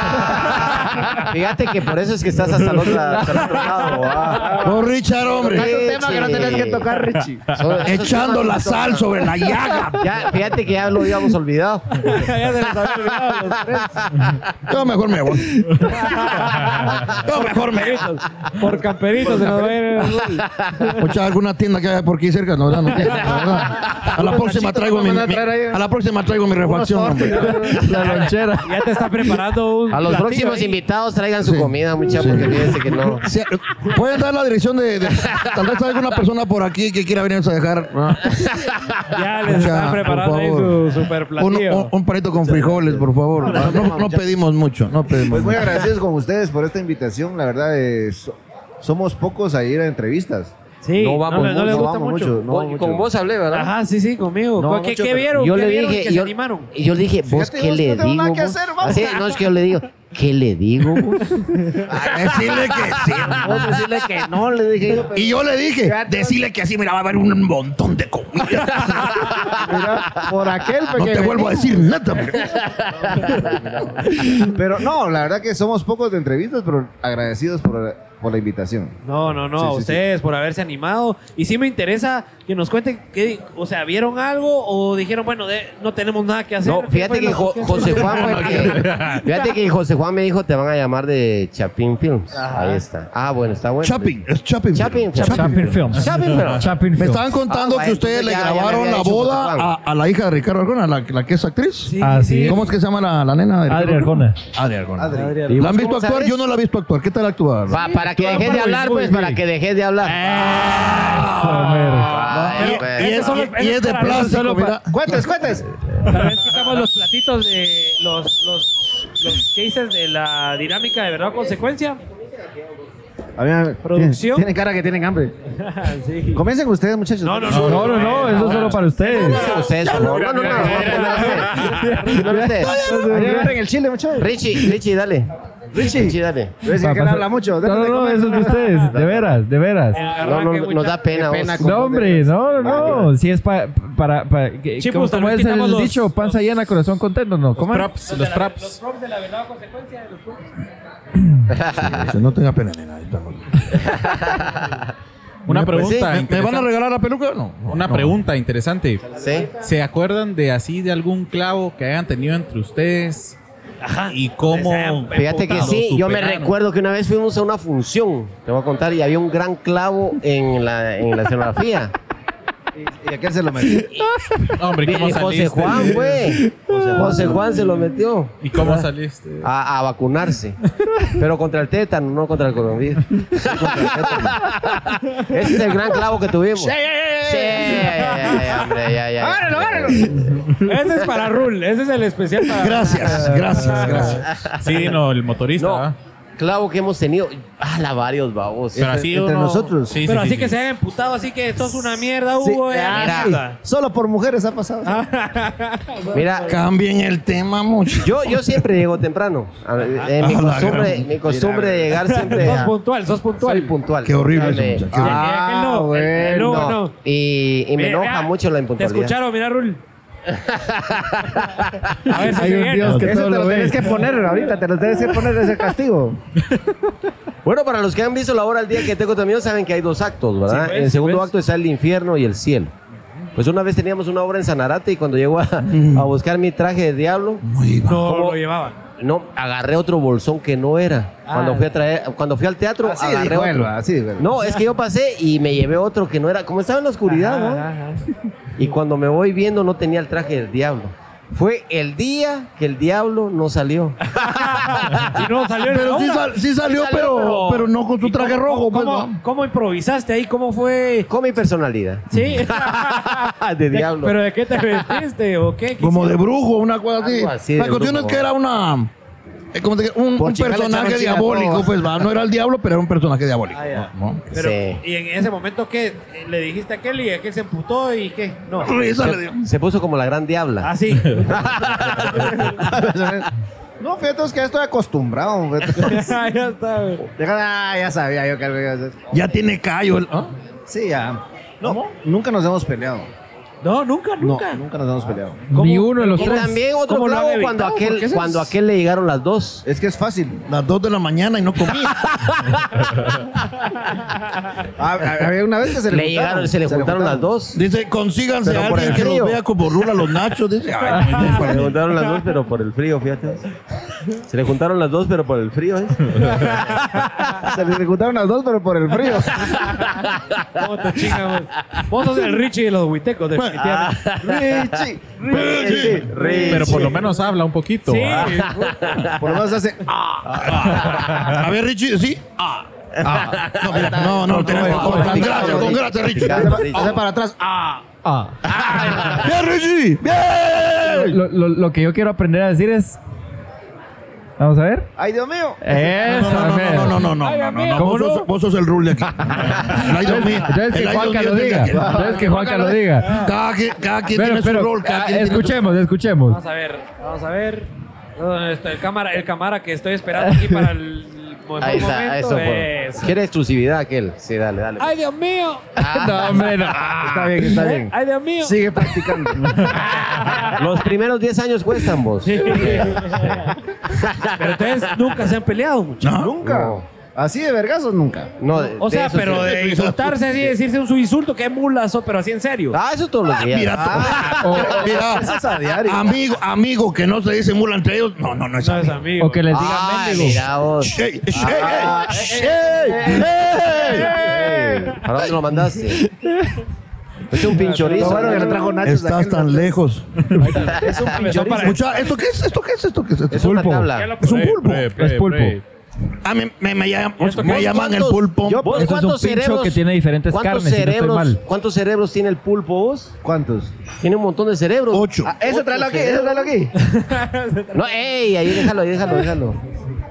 Speaker 6: Ah, fíjate que por eso es que estás hasta el otro, hasta el otro lado. ah.
Speaker 5: No, Richard,
Speaker 4: Hay
Speaker 5: hombre.
Speaker 4: un tema que no tenés que tocar, Richie. Solo-
Speaker 5: Echando la sal sobre la llaga.
Speaker 6: Ya, fíjate que ya lo habíamos olvidado.
Speaker 1: ya se nos había olvidado los tres.
Speaker 5: Yo mejor me voy. Yo mejor me voy.
Speaker 1: Por camperitos se nos va a ir.
Speaker 5: Mucha alguna tienda que haya por aquí cerca, no, la verdad, no tiene, la verdad. A la próxima traigo mi, mi- a la próxima traigo mi refacción, hombre.
Speaker 3: La lonchera.
Speaker 1: Ya te está preparando un.
Speaker 6: A los
Speaker 1: platillo
Speaker 6: próximos
Speaker 1: ahí.
Speaker 6: invitados traigan su
Speaker 5: Sí.
Speaker 6: comida, muchachos,
Speaker 5: Sí.
Speaker 6: porque fíjense que no.
Speaker 5: Sí, Pueden dar la dirección de, de- tal vez hay alguna persona por aquí que quiera venirnos a dejar ¿no?
Speaker 1: Ya les
Speaker 5: Mucha,
Speaker 1: está
Speaker 5: por
Speaker 1: preparando ahí
Speaker 5: favor.
Speaker 1: su super
Speaker 5: un,
Speaker 1: platillo.
Speaker 5: un- un palito con frijoles, por favor. No, no- no pedimos mucho, no pedimos.
Speaker 4: Pues muy
Speaker 5: mucho.
Speaker 4: agradecidos con ustedes por esta invitación. La verdad, eh, so- somos pocos a ir a entrevistas.
Speaker 1: Sí,
Speaker 6: No vamos,
Speaker 1: le-
Speaker 6: no
Speaker 1: le
Speaker 6: vamos
Speaker 1: gusta mucho.
Speaker 4: no
Speaker 6: Vos-
Speaker 4: mucho.
Speaker 6: con vos hablé, ¿verdad?
Speaker 1: Ajá, sí, sí, conmigo.
Speaker 6: No,
Speaker 1: ¿Qué,
Speaker 6: mucho,
Speaker 1: qué
Speaker 6: pero-
Speaker 1: vieron?
Speaker 8: Yo
Speaker 1: ¿Qué
Speaker 8: le
Speaker 1: vieron
Speaker 8: dije,
Speaker 1: que se
Speaker 8: yo,
Speaker 1: animaron?
Speaker 8: yo le dije, ¿vos
Speaker 4: Fíjate,
Speaker 8: qué
Speaker 4: vos
Speaker 8: le
Speaker 4: no tengo
Speaker 8: digo?
Speaker 4: nada que
Speaker 8: vos?
Speaker 4: hacer,
Speaker 6: Ah,
Speaker 4: vamos.
Speaker 8: Así, no, es que yo le digo, ¿qué le digo? vos?
Speaker 5: Ay, decirle que sí.
Speaker 8: Vos decirle que no, le dije yo.
Speaker 5: Y yo le dije, decirle que así, mira, va a haber un montón de comida.
Speaker 4: Mira, por aquel
Speaker 5: No te
Speaker 4: pequeño-
Speaker 5: vuelvo a decir nada. pero-
Speaker 4: Pero no, la verdad que somos pocos de entrevistas, pero agradecidos por, por la invitación.
Speaker 1: No, no, no,
Speaker 4: Sí,
Speaker 1: a
Speaker 4: sí, sí.
Speaker 1: ustedes por haberse animado. Y sí me interesa que nos cuenten, qué, o sea, ¿vieron algo o dijeron, bueno, de- no tenemos nada que hacer?
Speaker 8: No,
Speaker 1: ¿Qué
Speaker 8: fíjate
Speaker 1: fue
Speaker 8: que
Speaker 1: lo-
Speaker 8: Jo-
Speaker 1: qué-
Speaker 8: José Juan fue el que-
Speaker 6: Fíjate que José Juan me dijo, te van a llamar de Chapin Films. Ahí está. Ah, bueno, está bueno.
Speaker 5: Chapin, es Chapin.
Speaker 6: Chapin.
Speaker 3: Chapin, Films.
Speaker 6: Chapin Films.
Speaker 3: Chapin
Speaker 5: Me
Speaker 3: Films.
Speaker 5: estaban contando
Speaker 6: Ah,
Speaker 5: que
Speaker 6: bueno,
Speaker 5: ustedes le
Speaker 6: ya- ya me
Speaker 5: grabaron
Speaker 6: había
Speaker 5: la
Speaker 6: dicho,
Speaker 5: boda
Speaker 6: Juan.
Speaker 5: a, a la hija de Ricardo Arjona, la, la que es actriz.
Speaker 1: Sí,
Speaker 3: Así
Speaker 1: sí.
Speaker 3: es.
Speaker 5: ¿Cómo es que se llama la, la nena de
Speaker 3: Adri
Speaker 5: Ricardo
Speaker 3: Arjona.
Speaker 5: Adri Ah, Arjona.
Speaker 4: Adri.
Speaker 6: ¿Y
Speaker 5: ¿La
Speaker 6: vos
Speaker 5: han visto
Speaker 6: cómo
Speaker 5: actuar?
Speaker 6: sabes?
Speaker 5: Yo no la he visto actuar. ¿Qué tal actúa?
Speaker 6: Pa- para que dejes de hablar, pues, para que dejes de hablar.
Speaker 3: Ah.
Speaker 6: Ay,
Speaker 5: Y-
Speaker 6: pues.
Speaker 5: y, es,
Speaker 1: solo-
Speaker 5: y- y
Speaker 1: eso
Speaker 5: es de
Speaker 1: para- eso
Speaker 5: plástico,
Speaker 1: solo para-
Speaker 5: mira.
Speaker 4: Cuentes, cuentes.
Speaker 1: Tal vez quitamos los platitos de los, los, los cases de la dinámica de verdad o consecuencia.
Speaker 4: A ver,
Speaker 1: Producción.
Speaker 4: Tienen cara que tienen hambre.
Speaker 1: sí.
Speaker 4: Comiencen ustedes, muchachos.
Speaker 1: No, no,
Speaker 3: No, no, no, eso es solo para ustedes.
Speaker 6: Ustedes, por favor. No, no, no. No, no, ustedes.
Speaker 4: Agarren el chile, muchachos.
Speaker 6: Richie, Richie, dale. Richie, dale.
Speaker 4: Ves que
Speaker 3: Va a
Speaker 4: él
Speaker 3: pasar-
Speaker 4: habla Ah, mucho.
Speaker 3: No, no,
Speaker 4: déjate
Speaker 3: no,
Speaker 4: comer.
Speaker 3: eso es de ustedes, de veras, de veras.
Speaker 6: No, no, nos da pena.
Speaker 4: Qué pena
Speaker 6: vos.
Speaker 4: con-
Speaker 3: No, hombre, no, no,
Speaker 4: pues.
Speaker 3: no. Si es pa- para. para que-
Speaker 1: Sí,
Speaker 3: ¿cómo-
Speaker 1: pues, tal
Speaker 3: ¿Cómo
Speaker 1: vez
Speaker 3: es el
Speaker 1: quitamos los-
Speaker 3: dicho? Panza llena, corazón contento, ¿no?
Speaker 2: Los
Speaker 3: ¿Cómo era?
Speaker 2: props, los props.
Speaker 1: props de la verdad o consecuencia. Los props.
Speaker 5: Dice, No tenga pena, nena. ahí estamos.
Speaker 2: Una
Speaker 5: Pues sí,
Speaker 2: pregunta
Speaker 5: ¿me- ¿Me van a
Speaker 2: interesante.
Speaker 5: regalar la peluca? No.
Speaker 2: Una
Speaker 5: No.
Speaker 2: pregunta interesante.
Speaker 6: Sí.
Speaker 2: ¿Se acuerdan de así de algún clavo que hayan tenido entre ustedes? Ajá. ¿Y cómo?
Speaker 6: Fíjate que sí, yo me recuerdo que una vez fuimos a una función, te voy a contar, y había un gran clavo en la, en la escenografía.
Speaker 4: Y aquel se lo metió.
Speaker 2: Hombre, ¿cómo
Speaker 6: Y Eh, José
Speaker 2: saliste?
Speaker 6: Juan, güey. José Juan se lo metió
Speaker 2: ¿Y cómo
Speaker 5: Ah,
Speaker 2: saliste?
Speaker 6: a, a vacunarse. Pero contra el tétano, no contra el coronavirus. Sí, contra el tétano. Ese es el gran clavo que tuvimos. Sí,
Speaker 5: ¡Eh!
Speaker 6: ya, ya, hombre, ya, ya.
Speaker 1: Ese es para Rule, ese es el especial para
Speaker 5: Gracias, gracias, gracias.
Speaker 2: Sí, no, el motorista.
Speaker 6: No,
Speaker 2: ¿va?
Speaker 6: clavo que hemos tenido. Ah, la varios babos.
Speaker 2: Pero así
Speaker 4: entre
Speaker 2: uno-
Speaker 4: nosotros.
Speaker 2: Sí,
Speaker 1: Pero
Speaker 2: sí,
Speaker 1: así
Speaker 2: sí,
Speaker 1: que
Speaker 2: sí.
Speaker 1: se han emputado, así que esto es una mierda,
Speaker 4: Sí,
Speaker 1: Hugo. eh.
Speaker 4: ah,
Speaker 1: ya,
Speaker 4: sí.
Speaker 1: mierda.
Speaker 4: Solo por mujeres ha pasado.
Speaker 3: Ah.
Speaker 6: Mira,
Speaker 5: Cambien el tema mucho.
Speaker 6: Yo, yo siempre llego temprano. A ver, eh, mi,
Speaker 5: Ah, la
Speaker 6: costumbre,
Speaker 5: gran-
Speaker 6: mi costumbre de llegar siempre
Speaker 1: Sos
Speaker 6: a,
Speaker 1: puntual, sos
Speaker 6: soy
Speaker 1: puntual.
Speaker 6: puntual.
Speaker 5: Qué horrible
Speaker 6: Dale.
Speaker 5: eso, muchacho.
Speaker 6: Ah,
Speaker 1: El- el no, el- el Eh, no,
Speaker 6: bueno.
Speaker 1: no.
Speaker 6: Y, y me
Speaker 1: Mira,
Speaker 6: enoja
Speaker 1: mira,
Speaker 6: mucho la
Speaker 1: Te
Speaker 6: impuntualidad.
Speaker 1: escucharon, mira, Rule. a ver si
Speaker 3: Hay
Speaker 1: se
Speaker 3: un
Speaker 1: viene.
Speaker 3: Dios que
Speaker 4: Eso
Speaker 3: todo
Speaker 4: te
Speaker 3: lo
Speaker 4: lo
Speaker 3: ve.
Speaker 4: tienes que poner ahorita, te lo tienes que poner ese castigo.
Speaker 6: Bueno, para los que han visto la hora al día que tengo también saben que hay dos actos, ¿verdad?
Speaker 1: Sí, pues,
Speaker 6: el segundo
Speaker 1: pues.
Speaker 6: acto está el infierno y el cielo. Pues una vez teníamos una obra en Sanarate y cuando llego a, a buscar mi traje de diablo,
Speaker 1: No, lo llevaba.
Speaker 6: no, agarré otro bolsón que no era.
Speaker 1: Ah.
Speaker 6: Cuando fui a traer, cuando fui al teatro,
Speaker 4: Así
Speaker 6: agarré
Speaker 4: dijo él,
Speaker 6: otro.
Speaker 4: va, así dijo él.
Speaker 6: No, es que yo pasé y me llevé otro que no era, como estaba en la oscuridad, ¿no? Y cuando me voy viendo no tenía el traje del diablo. Fue el día que el diablo no salió.
Speaker 1: Y no salió en la
Speaker 5: Pero sí,
Speaker 1: obra.
Speaker 5: sal- sí
Speaker 6: salió,
Speaker 5: salió, pero,
Speaker 6: pero-
Speaker 5: pero no con su
Speaker 1: ¿Y cómo-
Speaker 5: traje rojo. pues,
Speaker 1: ¿Cómo,
Speaker 5: ¿no?
Speaker 1: cómo improvisaste ahí? ¿Cómo fue?
Speaker 6: Con mi personalidad. Ah,
Speaker 1: Sí.
Speaker 6: de diablo.
Speaker 1: ¿Pero de qué te vestiste o qué? ¿Qué
Speaker 5: Como de brujo, una cosa así.
Speaker 6: Algo así de
Speaker 5: La cuestión
Speaker 6: brujo.
Speaker 5: es que era una. eh, ¿cómo te digo? un,
Speaker 6: Por
Speaker 5: un
Speaker 6: chingarle
Speaker 5: personaje
Speaker 6: echaron chile a
Speaker 5: diabólico,
Speaker 6: todos.
Speaker 5: pues va. No era el diablo, pero era un personaje diabólico. ¿no?
Speaker 1: Pero,
Speaker 6: Sí.
Speaker 1: ¿Y en ese momento qué? Eh, ¿Le dijiste a aquel y aquel se emputó y qué? No.
Speaker 5: Risa le dio.
Speaker 6: Se, se puso como la gran diabla.
Speaker 1: Así.
Speaker 4: No, fíjate, es que ya estoy acostumbrado. fíjate.
Speaker 1: ya está. güey.
Speaker 4: Deja- ah, ya sabía yo que algo iba a hacer.
Speaker 5: Ya tiene callo. el- ¿ah?
Speaker 4: Sí, ya. No, nunca nos hemos peleado.
Speaker 1: No, nunca, nunca.
Speaker 4: No, nunca nos hemos peleado.
Speaker 3: Ni uno de los
Speaker 6: Y
Speaker 3: tres.
Speaker 6: también otro
Speaker 1: ¿Cómo lo han
Speaker 6: clavo
Speaker 1: evitado?
Speaker 6: cuando
Speaker 1: ¿Por qué
Speaker 6: aquel,
Speaker 1: esas-
Speaker 6: cuando aquel le llegaron las dos.
Speaker 4: Es que es fácil.
Speaker 5: Las dos de la mañana y no comía.
Speaker 4: Ah, ah, Había una vez que se le,
Speaker 6: Le llegaron, se le juntaron las dos.
Speaker 5: Dice, consíganse
Speaker 6: Pero
Speaker 5: a
Speaker 6: por
Speaker 5: alguien
Speaker 6: el
Speaker 5: que los
Speaker 6: frío.
Speaker 5: vea como rula los nachos. Dice, ay, no, no,
Speaker 6: Se le juntaron las dos, pero por el frío, fíjate. Se le juntaron las dos, pero por el frío, ¿eh?
Speaker 4: Se le juntaron las dos, pero por el frío.
Speaker 1: ¿Cómo te chingas? vos? Vos sos el Richie de los huitecos, definitivamente.
Speaker 4: Richie,
Speaker 6: Sí,
Speaker 4: Richie.
Speaker 2: Pero por lo menos habla un poquito.
Speaker 1: Sí.
Speaker 6: Ah,
Speaker 2: ¿va?
Speaker 4: Por lo menos hace. ah,
Speaker 5: Ah, A ver, Richie, sí. Ah. Ah. No, mira, no, no, tenemos.
Speaker 4: no, no,
Speaker 5: con gracias,
Speaker 4: no,
Speaker 5: con
Speaker 4: Ah, no,
Speaker 5: gracias, Richie.
Speaker 6: no,
Speaker 4: hace hace para atrás. Ah,
Speaker 3: Ah.
Speaker 5: ¡Bien, Richie! ¡Bien!
Speaker 3: Lo, lo- lo que yo quiero aprender a decir es Vamos a ver.
Speaker 4: ¡Ay, Dios mío!
Speaker 3: Eso,
Speaker 5: No,
Speaker 3: men.
Speaker 5: no, no, no, no, no, no, no, no,
Speaker 3: ¿Cómo
Speaker 5: vos
Speaker 3: no?
Speaker 5: sos- Vos sos el rule aquí. El ay, Dios mío.
Speaker 3: Entonces
Speaker 5: El
Speaker 3: que
Speaker 5: ay,
Speaker 3: Juanca
Speaker 5: Dios mío
Speaker 3: lo diga.
Speaker 5: tiene que-
Speaker 3: Entonces que Juanca lo diga.
Speaker 5: Cada quien, cada quien
Speaker 3: Pero,
Speaker 5: tiene
Speaker 3: pero,
Speaker 5: su rol. Cada
Speaker 3: ah,
Speaker 5: quien tiene su-
Speaker 3: escuchemos, escuchemos.
Speaker 1: Vamos a ver, vamos a ver. ¿Dónde está el cámara, el cámara que estoy esperando aquí para el, mo-
Speaker 6: Ahí está,
Speaker 1: momento?
Speaker 6: eso fue.
Speaker 1: Eso. Ah,
Speaker 6: Quiere exclusividad aquel. Sí, dale, dale.
Speaker 1: ¡Ay, Dios mío!
Speaker 5: Ah,
Speaker 3: No, hombre, no.
Speaker 4: Está bien, está bien.
Speaker 1: ¡Ay, Dios mío!
Speaker 4: Sigue practicando.
Speaker 6: Los primeros 10 años cuestan vos.
Speaker 1: Sí. pero ustedes nunca se han peleado, muchachos.
Speaker 4: Nunca.
Speaker 6: No.
Speaker 4: Así de vergazos, nunca.
Speaker 6: No, de-
Speaker 1: O
Speaker 6: de
Speaker 1: sea,
Speaker 6: eso
Speaker 1: pero
Speaker 6: sí.
Speaker 1: de insultarse así, decirse un su insulto, que mulazo, pero así en serio.
Speaker 6: Ah, eso todos los días.
Speaker 5: Mira, to- mira,
Speaker 4: Eso es a diario.
Speaker 5: amigo, amigo que no se dice mula entre ellos. No, no, no es
Speaker 1: no es
Speaker 5: amigo.
Speaker 1: amigo.
Speaker 3: O que les diga
Speaker 6: Ah,
Speaker 3: mendigo.
Speaker 6: mira vos.
Speaker 5: Ey, ey,
Speaker 6: Ah,
Speaker 5: ey, ey.
Speaker 6: Ey, ¿Para dónde lo mandaste? Es un pinchorizo.
Speaker 4: Lo bueno que no trajo nachos de
Speaker 5: Estás
Speaker 4: aquel.
Speaker 5: tan lejos.
Speaker 1: es un
Speaker 5: Mucha- ¿Esto qué es? ¿Esto qué es? ¿Esto qué es? ¿Esto
Speaker 6: Es una
Speaker 3: Pulpo.
Speaker 6: tabla.
Speaker 5: Es un pulpo.
Speaker 3: Es pulpo.
Speaker 5: Ah, me, me, me llaman, me
Speaker 6: ¿Vos
Speaker 5: llaman el
Speaker 6: cuántos-
Speaker 5: pulpo.
Speaker 6: yo-
Speaker 3: Eso es un
Speaker 6: ¿cuántos
Speaker 3: pincho
Speaker 6: cerebros-
Speaker 3: que tiene diferentes
Speaker 6: ¿cuántos
Speaker 3: carnes, si no estoy
Speaker 6: cerebros-
Speaker 3: mal?
Speaker 6: ¿Cuántos cerebros tiene el pulpo vos?
Speaker 4: ¿Cuántos?
Speaker 6: Tiene un montón de cerebros.
Speaker 5: Ocho.
Speaker 6: Ah,
Speaker 4: Eso
Speaker 6: ocho
Speaker 4: tráelo aquí, eso
Speaker 6: cerebros.
Speaker 4: tráelo aquí.
Speaker 6: No, ey, ahí déjalo, ahí déjalo, déjalo.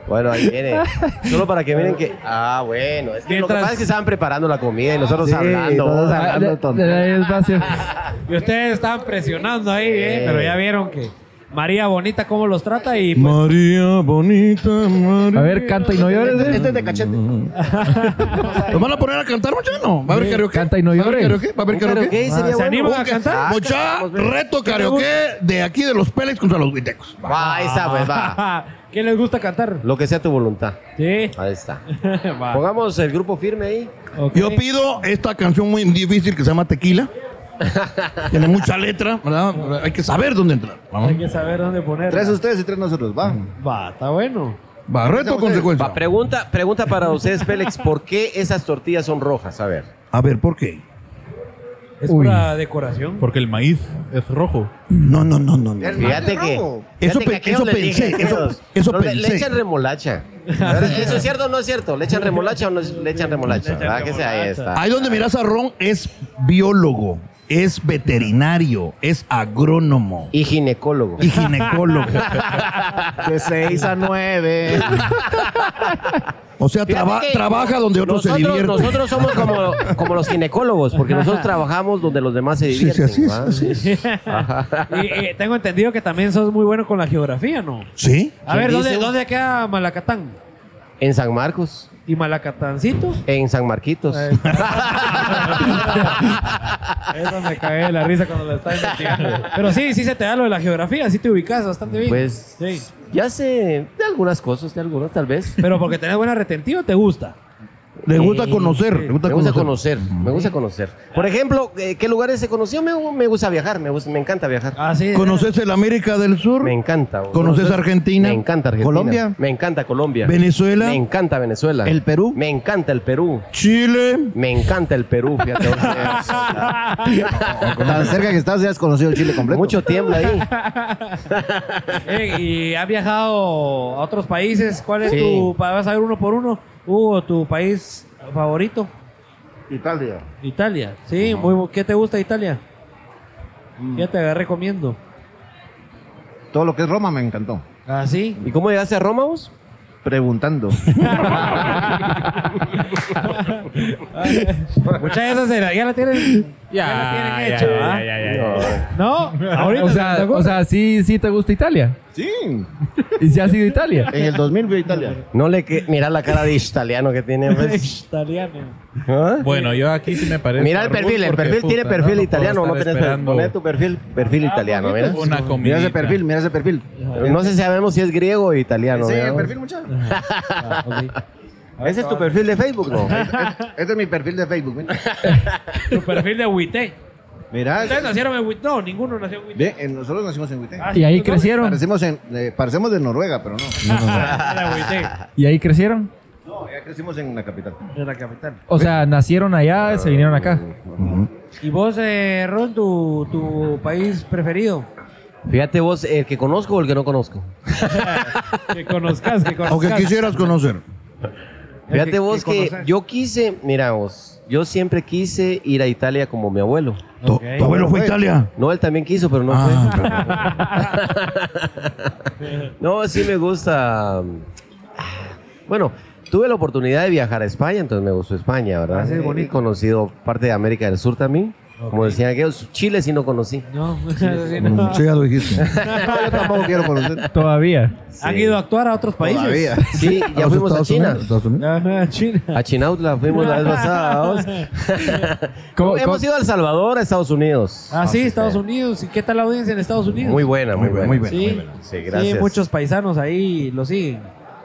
Speaker 6: Bueno, ahí viene. Solo para que miren que. Ah, bueno. Es que lo que
Speaker 1: Mientras-
Speaker 6: pasa es que estaban preparando la comida y nosotros
Speaker 4: Sí,
Speaker 6: hablando.
Speaker 4: todos
Speaker 6: vos.
Speaker 3: Ah,
Speaker 4: hablando
Speaker 3: de-
Speaker 4: tonto.
Speaker 3: de- de- espacio.
Speaker 1: Y ustedes estaban presionando ahí, ¿eh? pero ya vieron que María Bonita cómo los trata y pues,
Speaker 5: María bonita, María.
Speaker 3: A ver, canta y no llores.
Speaker 6: ah,
Speaker 3: ¿eh?
Speaker 4: Este es de cachete.
Speaker 5: ¿Nos van a poner a cantar, muchachos? No. ¿Va a haber
Speaker 3: Sí,
Speaker 5: karaoke?
Speaker 3: canta y no
Speaker 5: ¿Va a haber
Speaker 3: llores.
Speaker 5: karaoke? ¿Va a haber
Speaker 6: Un karaoke
Speaker 5: karaoke?
Speaker 6: sería bueno.
Speaker 1: ¿se animan a cantar?
Speaker 5: Mucha reto karaoke de aquí de los Pélex contra los Huitecos.
Speaker 6: Va, ahí está, pues va.
Speaker 1: ¿Qué les gusta cantar?
Speaker 6: Lo que sea tu voluntad.
Speaker 1: Sí.
Speaker 6: Ahí está.
Speaker 1: Va.
Speaker 6: Pongamos el grupo firme ahí.
Speaker 1: Ok.
Speaker 5: Yo pido esta canción muy difícil que se llama Tequila. Tiene mucha letra, ¿verdad? Hay que saber dónde entrar. Vamos.
Speaker 1: Hay que saber dónde poner.
Speaker 4: Tres ustedes y tres nosotros, va.
Speaker 1: Va, está bueno.
Speaker 5: Va, reto o consecuencia.
Speaker 6: Va, pregunta, pregunta para ustedes, Félix, ¿por qué esas tortillas son rojas? A ver.
Speaker 5: A ver, ¿por qué?
Speaker 1: Es
Speaker 3: Uy.
Speaker 1: pura decoración.
Speaker 2: Porque el maíz es rojo.
Speaker 5: No, no, no, no. no.
Speaker 6: Fíjate que.
Speaker 4: rojo.
Speaker 6: fíjate
Speaker 5: Eso pe-
Speaker 6: que aquellos
Speaker 5: eso
Speaker 6: les dije,
Speaker 5: pensé, eso-
Speaker 6: aquellos,
Speaker 5: eso
Speaker 6: no, le- Le,
Speaker 5: pensé.
Speaker 6: echan remolacha. A ver, ¿Eso es cierto o no es cierto? ¿Le echan remolacha o no es- le echan remolacha? ¿Verdad que sea? Ahí está.
Speaker 5: Ahí donde miras a Ron es biólogo, es veterinario, es agrónomo
Speaker 6: Y ginecólogo.
Speaker 5: y ginecólogo.
Speaker 4: De seis a nueve.
Speaker 5: O sea,
Speaker 6: Fíjate
Speaker 5: traba-
Speaker 6: que
Speaker 5: trabaja donde otros se
Speaker 6: nosotros-
Speaker 5: divierten.
Speaker 6: Nosotros somos como, como los ginecólogos, porque nosotros trabajamos donde los demás se
Speaker 5: Sí, sí,
Speaker 6: divierten.
Speaker 5: así es,
Speaker 6: ¿va?
Speaker 5: así es.
Speaker 1: Y, eh, tengo entendido que también sos muy bueno con la geografía, ¿no?
Speaker 5: ¿Sí?
Speaker 1: A ver, ¿dónde,
Speaker 6: Buenísimo.
Speaker 1: ¿dónde queda Malacatán?
Speaker 6: En San Marcos,
Speaker 1: ¿Y Malacatancito? Eh,
Speaker 6: en San Marquitos.
Speaker 1: Eso me cagué de la risa cuando lo estaba investigando. Pero sí, sí se te da lo de la geografía, sí te ubicas bastante bien.
Speaker 6: Pues-
Speaker 1: Sí.
Speaker 6: Ya sé de algunas cosas, de algunas tal vez.
Speaker 1: Pero porque tenés buena retentiva, te gusta.
Speaker 5: Le gusta
Speaker 6: Eh,
Speaker 5: conocer. Le gusta
Speaker 6: Me gusta
Speaker 5: conocer.
Speaker 6: conocer, me gusta conocer. Por ejemplo, eh, ¿qué lugares se conoció? Me, me gusta viajar, me, gusta- me encanta viajar.
Speaker 1: Ah, sí.
Speaker 5: ¿Conoces el América del Sur?
Speaker 6: Me encanta. bro.
Speaker 5: ¿Conoces Argentina?
Speaker 6: Me encanta Argentina.
Speaker 4: Colombia.
Speaker 6: Me encanta Colombia.
Speaker 5: ¿Venezuela?
Speaker 6: Me encanta Venezuela.
Speaker 4: ¿El Perú?
Speaker 6: Me encanta el Perú.
Speaker 5: ¿Chile?
Speaker 6: Me encanta el Perú, fíjate. o sea,
Speaker 4: Tan cerca que estás, ya has conocido el Chile completo.
Speaker 6: Mucho tiembla ahí.
Speaker 1: Eh, y has viajado a otros países. ¿Cuál es
Speaker 6: Sí.
Speaker 1: tu. pa- Vas a ver uno por uno. Hugo, tu país favorito?
Speaker 4: Italia.
Speaker 1: Italia. Sí, muy, bu- ¿qué te gusta de Italia? Ya te recomiendo.
Speaker 4: Todo lo que es Roma me encantó.
Speaker 1: Ah, sí.
Speaker 6: ¿Y cómo llegaste a Roma vos?
Speaker 4: Preguntando.
Speaker 1: Muchas de esas era- ya la tienen. la tienen hecha, ¿va? ¿No? Ahorita.
Speaker 3: O sea,
Speaker 1: ¿te
Speaker 3: o
Speaker 1: acuerdas?
Speaker 3: sea, sí, sí te gusta Italia.
Speaker 4: sí.
Speaker 3: Y si ha sido Italia.
Speaker 4: En el 2000 fui a Italia.
Speaker 6: No le que... mira la cara de italiano que tiene. pues.
Speaker 1: italiano.
Speaker 6: ¿Ah?
Speaker 2: Bueno, yo aquí sí me parece.
Speaker 6: Mira el perfil, el perfil tiene perfil italiano, no tenés poner tu perfil, perfil italiano, mira.
Speaker 2: una comida.
Speaker 4: Mira ese perfil, mira ese perfil.
Speaker 6: No sé si sabemos si es griego o italiano.
Speaker 4: Sí,
Speaker 6: mira,
Speaker 4: el
Speaker 6: vos.
Speaker 4: perfil, muchacho.
Speaker 6: Ese es tu perfil de Facebook, ¿no?
Speaker 4: Este es mi perfil de Facebook. Mira,
Speaker 1: Tu perfil de Huité.
Speaker 4: Mira,
Speaker 1: Ustedes nacieron en Huité. No, ninguno nació en Huité.
Speaker 4: bien, eh, nosotros nacimos en Huitén.
Speaker 1: Ah,
Speaker 3: Y ahí
Speaker 1: ¿tú no?
Speaker 3: crecieron.
Speaker 4: Parecemos en, eh, parecemos de Noruega, pero no.
Speaker 1: Ah, Era Huité,
Speaker 3: Y ahí crecieron.
Speaker 4: No, ya crecimos en la capital.
Speaker 1: en la capital.
Speaker 3: O sea, nacieron allá, se vinieron acá.
Speaker 1: ¿Y vos, eh, Ron, tu, tu país preferido?
Speaker 6: Fíjate vos, el que conozco o el que no conozco.
Speaker 1: Que conozcas, que conozcas.
Speaker 5: Aunque quisieras conocer.
Speaker 1: El que-
Speaker 6: Fíjate vos
Speaker 1: que
Speaker 6: que
Speaker 1: conoces.
Speaker 6: yo quise, mira vos, Yo siempre quise ir a Italia como mi abuelo.
Speaker 5: Tu, tu abuelo fue a Italia.
Speaker 6: No, él también quiso, pero no
Speaker 5: Ah,
Speaker 6: fue. No, sí me gusta. mm, ah, Bueno, tuve la oportunidad de viajar a España, entonces me gustó España, ¿verdad?
Speaker 4: Ah, sí,
Speaker 6: He
Speaker 4: bonito.
Speaker 6: conocido parte de América del Sur también. Como decían aquellos, Chile sí no conocí.
Speaker 1: No,
Speaker 5: mm, sí, ya lo dijiste.
Speaker 4: Yo tampoco quiero conocer.
Speaker 3: Todavía.
Speaker 9: Han ido a actuar a otros países.
Speaker 4: Todavía.
Speaker 6: Sí,
Speaker 5: A
Speaker 6: ya
Speaker 5: los
Speaker 6: fuimos a
Speaker 5: Estados
Speaker 6: China.
Speaker 5: Unidos, Estados Unidos.
Speaker 1: Ajá, China.
Speaker 6: A Chinautla fuimos la vez pasada. vamos.
Speaker 3: ¿Cómo-
Speaker 6: Hemos ido a El Salvador, a Estados Unidos.
Speaker 1: Ah, sí, Estados
Speaker 6: sí.
Speaker 1: Unidos. ¿Y qué tal la audiencia en Estados Unidos?
Speaker 6: Muy buena, muy,
Speaker 5: Muy
Speaker 6: buena.
Speaker 5: bueno, muy
Speaker 1: Sí,
Speaker 5: bueno.
Speaker 6: Sí,
Speaker 1: sí,
Speaker 6: gracias.
Speaker 1: muchos paisanos ahí lo siguen.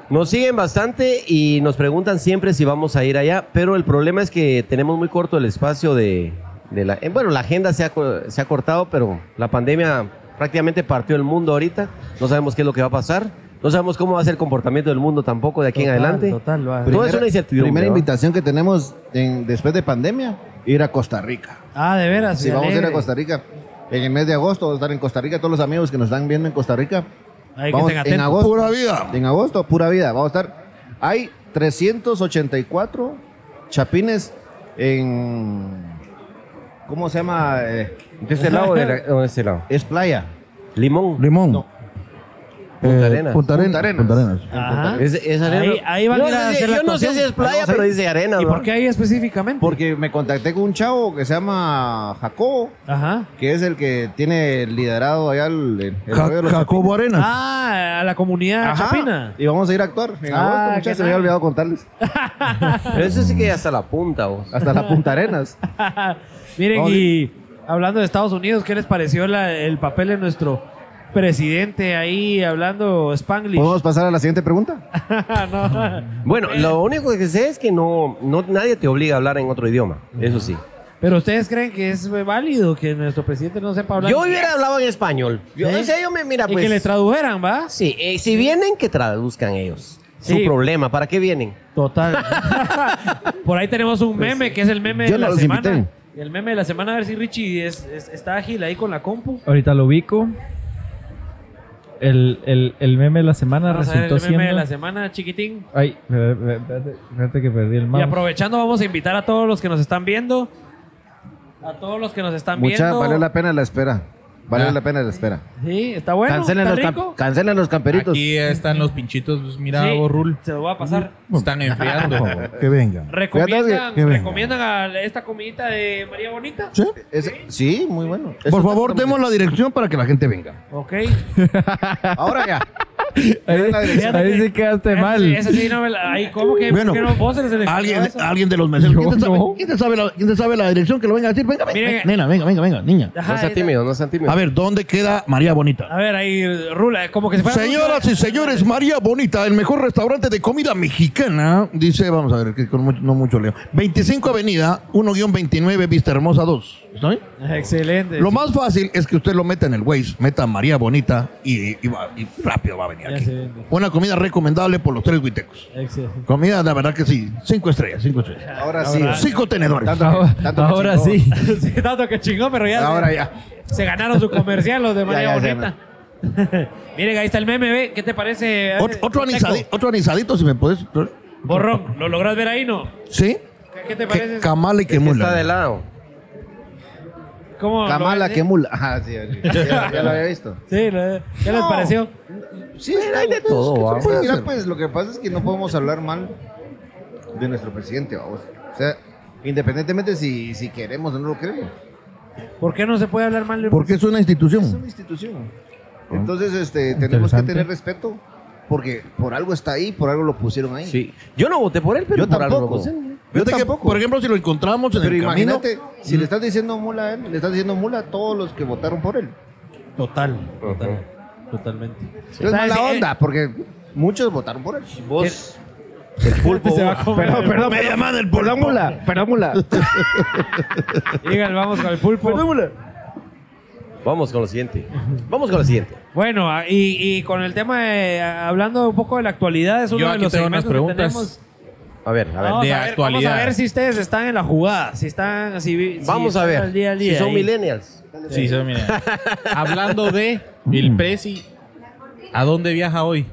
Speaker 6: Nos siguen bastante y nos preguntan siempre si vamos a ir allá, pero el problema es que tenemos muy corto el espacio de, de la... eh, Bueno, la agenda se ha, co- se ha cortado, pero la pandemia prácticamente partió el mundo ahorita. No sabemos qué es lo que va a pasar. No sabemos cómo va a ser el comportamiento del mundo tampoco de aquí en
Speaker 1: Total,
Speaker 6: adelante.
Speaker 1: Total, va.
Speaker 6: Todo es una incertidumbre.
Speaker 4: Primera
Speaker 6: ¿va?
Speaker 4: invitación que tenemos en- después de pandemia, ir a Costa Rica.
Speaker 1: Ah, de veras.
Speaker 4: Si
Speaker 1: me
Speaker 4: vamos a ir a
Speaker 1: alegre.
Speaker 4: Costa Rica en el mes de agosto, vamos a estar en Costa Rica, todos los amigos que nos están viendo en Costa Rica.
Speaker 1: Ahí que
Speaker 4: vamos
Speaker 1: estén atentos.
Speaker 4: en agosto.
Speaker 5: Pura vida.
Speaker 4: En agosto, pura vida, vamos a estar. Hay 384 chapines en. ¿Cómo se llama? Eh,
Speaker 6: ¿De este lado o de, la- o de este lado?
Speaker 4: es playa.
Speaker 6: Limón.
Speaker 5: Limón. Eh,
Speaker 4: No.
Speaker 6: Punta Arenas.
Speaker 5: Punta Arenas.
Speaker 4: Punta Arenas.
Speaker 5: Punta Arenas.
Speaker 1: Ajá.
Speaker 6: Ah, Es- es arena.
Speaker 1: Ah. Ahí- ahí van
Speaker 6: yo
Speaker 1: a ir
Speaker 6: no
Speaker 1: a
Speaker 6: sé si-
Speaker 1: hacer la
Speaker 6: yo no sé
Speaker 1: actuación.
Speaker 6: si es playa,
Speaker 1: Vamos a
Speaker 6: pero
Speaker 1: ir.
Speaker 6: dice arena.
Speaker 1: ¿Y
Speaker 6: ¿va?
Speaker 1: por qué ahí específicamente?
Speaker 4: Porque me contacté con un chavo que se llama Jacobo,
Speaker 1: Ajá.
Speaker 4: que es el que tiene liderado allá el, el
Speaker 5: Ja-
Speaker 4: rollo de los
Speaker 5: Jacobo Arenas.
Speaker 1: Ah, a la comunidad
Speaker 4: Ajá.
Speaker 1: chapina.
Speaker 4: Y vamos a ir a actuar en
Speaker 1: Ah,
Speaker 4: agosto,
Speaker 1: qué
Speaker 4: muchachos. Se me había
Speaker 1: tal.
Speaker 4: olvidado contarles.
Speaker 6: Pero eso sí que hasta la punta, vos.
Speaker 4: Hasta la Punta Arenas.
Speaker 1: Miren,
Speaker 4: Vamos a
Speaker 1: y hablando de Estados Unidos, ¿qué les pareció la- el papel de nuestro presidente ahí hablando Spanglish?
Speaker 4: ¿Podemos pasar a la siguiente pregunta?
Speaker 1: No.
Speaker 6: Bueno, lo único que sé es que no, no nadie te obliga a hablar en otro idioma. Eso sí.
Speaker 1: Pero ustedes creen que es válido que nuestro presidente no sepa hablar.
Speaker 6: Yo hubiera hablado en español. Yo,
Speaker 1: ¿Eh?
Speaker 6: o sea, yo me mira,
Speaker 1: Y que le
Speaker 6: pues.
Speaker 1: tradujeran, ¿va?
Speaker 6: Sí, eh, si vienen, que traduzcan ellos.
Speaker 1: Sí.
Speaker 6: Su problema, ¿para qué vienen?
Speaker 1: Total. Por ahí tenemos un meme que es el meme
Speaker 4: Pues Yo
Speaker 1: de
Speaker 4: no
Speaker 1: la
Speaker 4: los
Speaker 1: semana.
Speaker 4: invité.
Speaker 1: El meme de la semana, a ver si Richie es- es- está ágil ahí con la compu.
Speaker 3: Ahorita lo ubico. El, el- el meme de la semana
Speaker 1: Vamos a ver el
Speaker 3: resultó
Speaker 1: meme de
Speaker 3: siendo.
Speaker 1: la semana, chiquitín.
Speaker 3: Ay, espérate, espérate- espérate que perdí el
Speaker 1: Y
Speaker 3: mouse.
Speaker 1: aprovechando, vamos a invitar a todos los que nos están viendo. A todos los que nos están
Speaker 4: Mucha,
Speaker 1: viendo.
Speaker 4: vale la pena la espera. Vale la pena la espera.
Speaker 1: Sí, está bueno.
Speaker 4: cancelen,
Speaker 1: está
Speaker 4: los cam-
Speaker 1: rico.
Speaker 4: cancelen los camperitos.
Speaker 2: Aquí están los pinchitos, pues, mira,
Speaker 1: Sí,
Speaker 2: Borrul.
Speaker 1: Se lo va a pasar.
Speaker 2: Están enfriando.
Speaker 5: Por favor, que vengan.
Speaker 1: ¿Recomiendan,
Speaker 5: que- que venga.
Speaker 1: recomiendan a la- esta comidita de María Bonita?
Speaker 5: ¿Sí?
Speaker 4: Es- sí, muy bueno. Eso
Speaker 5: Por
Speaker 4: está
Speaker 5: favor,
Speaker 4: como-
Speaker 5: demos la dirección para que la gente venga.
Speaker 1: Ok.
Speaker 3: Este
Speaker 4: Ahora ya.
Speaker 3: Ahí, ahí sí quedaste
Speaker 1: Esa
Speaker 3: mal.
Speaker 1: sí- esa sí no me la- ahí, ¿Cómo que?
Speaker 5: Bueno,
Speaker 1: ¿por qué no? ¿Vos se les elegiste
Speaker 5: Alguien,
Speaker 4: ah,
Speaker 1: eso?
Speaker 5: alguien de los meseros. ¿Quién te,
Speaker 3: Yo
Speaker 5: sabe,
Speaker 3: no.
Speaker 5: quién te sabe la, quién te sabe la dirección que lo venga a decir? Venga, venga,
Speaker 1: Miren,
Speaker 5: venga, nena, venga, venga, venga, niña.
Speaker 1: Ajá,
Speaker 6: No
Speaker 1: ahí
Speaker 6: sean
Speaker 1: está.
Speaker 6: tímidos, no sean tímidos.
Speaker 5: A ver, ¿dónde queda María
Speaker 1: A
Speaker 5: Bonita?
Speaker 1: ver, ahí rula, como que Ah, se fue.
Speaker 5: Señoras y señores, María Bonita, el mejor restaurante de comida mexicana, dice, vamos a ver, que con mucho- no mucho leo, 25 Avenida, 1-29, Vista Hermosa 2. ¿Está bien?
Speaker 1: Excelente.
Speaker 5: Lo más fácil es que usted lo meta en el Waze, meta María Bonita y, y va- y rápido va a venir
Speaker 1: Ya
Speaker 5: aquí.
Speaker 1: se vende.
Speaker 5: Una comida recomendable por los tres huitecos.
Speaker 1: Excelente.
Speaker 5: Comida, la verdad que sí, cinco estrellas, cinco estrellas.
Speaker 4: Ahora sí.
Speaker 5: Cinco tenedores.
Speaker 3: Ahora,
Speaker 4: Tanto que
Speaker 3: ahora
Speaker 4: chingó.
Speaker 3: sí.
Speaker 1: Sí, tanto que chingó, pero ya. se-
Speaker 4: Ahora ya.
Speaker 1: Se ganaron su comercial los de María
Speaker 4: ya, ya,
Speaker 1: Bonita. Miren, ahí está el meme, ve. ¿Qué te parece?
Speaker 5: Ot- otro,
Speaker 1: Teco?
Speaker 5: anisadi- otro anisadito, si me puedes.
Speaker 1: Borrón, ¿lo logras ver ahí, no?
Speaker 5: ¿Sí?
Speaker 1: ¿Qué- ¿Qué te
Speaker 5: Que
Speaker 1: parece?
Speaker 5: camala y que
Speaker 6: Es que está de
Speaker 5: mula.
Speaker 6: lado.
Speaker 1: ¿Cómo lo
Speaker 4: Kamala
Speaker 1: ves, eh?
Speaker 4: que mula. Ajá, sí, ya, ya lo había visto.
Speaker 1: Sí, lo- ¿qué les
Speaker 4: No.
Speaker 1: pareció?
Speaker 4: Sí, hay de
Speaker 6: todo, vamos.
Speaker 4: mira, pues lo que pasa es que no podemos hablar mal de nuestro presidente, vamos. O sea, independientemente si, si queremos o no lo queremos.
Speaker 1: ¿Por qué no se puede hablar mal de
Speaker 5: Porque es una
Speaker 4: Es
Speaker 5: institución.
Speaker 4: una institución. Entonces, este, tenemos que
Speaker 3: Interesante.
Speaker 4: tener respeto porque por algo está ahí, por algo lo pusieron ahí.
Speaker 6: Sí. Yo no voté por él, pero
Speaker 4: Yo
Speaker 6: por algo lo
Speaker 4: tampoco.
Speaker 6: voté.
Speaker 5: Yo te que,
Speaker 4: tampoco.
Speaker 5: por ejemplo, si lo encontramos en
Speaker 4: Pero
Speaker 5: el camino.
Speaker 4: imagínate, si le estás diciendo mula a él, le estás diciendo mula a todos los que votaron por él.
Speaker 1: Total. Totalmente.
Speaker 4: No Es
Speaker 1: ¿Sabes?
Speaker 4: mala
Speaker 1: Eh,
Speaker 4: onda, porque muchos votaron por él.
Speaker 6: Vos, el pulpo.
Speaker 1: Se va a comer.
Speaker 4: Perdón, perdón,
Speaker 5: Me
Speaker 4: perdón.
Speaker 5: llaman el
Speaker 4: Perdón,
Speaker 5: polaco.
Speaker 4: mula, perdón, mula.
Speaker 1: Díganle, vamos con el pulpo.
Speaker 6: Vamos con lo siguiente. Vamos con lo siguiente.
Speaker 1: Bueno, a- y, y con el tema de, a- hablando un poco de la actualidad, es uno
Speaker 2: Yo
Speaker 1: de
Speaker 2: aquí
Speaker 1: los
Speaker 2: tengo unas
Speaker 1: segmentos que
Speaker 2: preguntas.
Speaker 1: tenemos.
Speaker 6: A ver, a ver.
Speaker 1: Vamos,
Speaker 2: de
Speaker 1: a ver,
Speaker 2: actualidad.
Speaker 1: vamos a ver si ustedes están en la jugada, si están, si, vi- si
Speaker 6: Vamos a
Speaker 1: están
Speaker 6: ver.
Speaker 1: al día al día
Speaker 6: si son
Speaker 1: ahí.
Speaker 6: millennials.
Speaker 2: Sí, se mira. Hablando de
Speaker 6: Mm.
Speaker 2: el Prezi, ¿a dónde viaja hoy?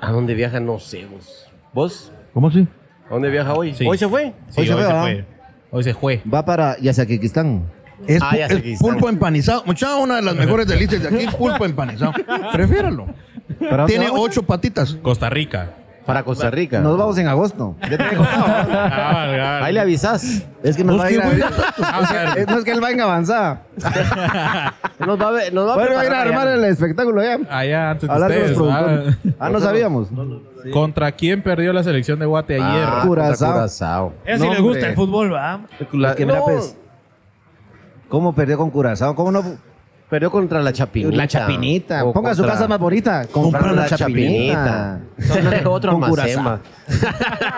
Speaker 6: ¿A dónde viajan? No sé, vos. ¿Vos?
Speaker 5: ¿Cómo así?
Speaker 6: ¿A dónde viaja hoy?
Speaker 2: Sí.
Speaker 6: ¿Hoy se fue?
Speaker 2: Sí,
Speaker 4: Hoy se fue, ¿verdad?
Speaker 2: Hoy se fue.
Speaker 4: Va para Yazaquiquistán.
Speaker 5: Es,
Speaker 6: Ah,
Speaker 5: pu-
Speaker 6: ya sé
Speaker 5: es
Speaker 6: que están.
Speaker 5: pulpo empanizado. Mucha una de las mejores delicias de aquí es pulpo empanizado. Prefiéralo.
Speaker 4: ¿Para dónde
Speaker 5: Tiene
Speaker 4: vamos?
Speaker 5: ocho patitas.
Speaker 2: Costa Rica.
Speaker 6: Para Costa Rica.
Speaker 4: Nos vamos en agosto. Ya te había contado.
Speaker 6: Ahí le avisas.
Speaker 4: Es que nos va a ir a...
Speaker 2: Vamos a ver.
Speaker 4: Eh, No es que él va en avanzada.
Speaker 6: Nos va a, ver- nos va a
Speaker 4: Bueno, va a ir a
Speaker 6: preparar
Speaker 4: armar
Speaker 6: allá.
Speaker 4: el espectáculo ya.
Speaker 2: Allá antes de
Speaker 4: Hablar con los
Speaker 2: ustedes.
Speaker 4: productores. Ah, no sabíamos.
Speaker 2: ¿va? ¿Contra quién perdió la selección de Guate ayer?
Speaker 6: Ah,
Speaker 4: Curazao.
Speaker 6: Curazao.
Speaker 1: Eso sí
Speaker 4: No,
Speaker 1: les gusta
Speaker 4: hombre.
Speaker 1: el fútbol, ¿va?
Speaker 4: Es que mira,
Speaker 6: No,
Speaker 4: pues, ¿Cómo perdió con Curazao? ¿Cómo no?
Speaker 6: Perdió contra la Chapinita.
Speaker 4: La Chapinita.
Speaker 6: O
Speaker 4: Ponga su
Speaker 6: contra-
Speaker 4: casa más bonita. Comprar la Chapinita.
Speaker 6: Son otro
Speaker 4: Con
Speaker 6: almacema.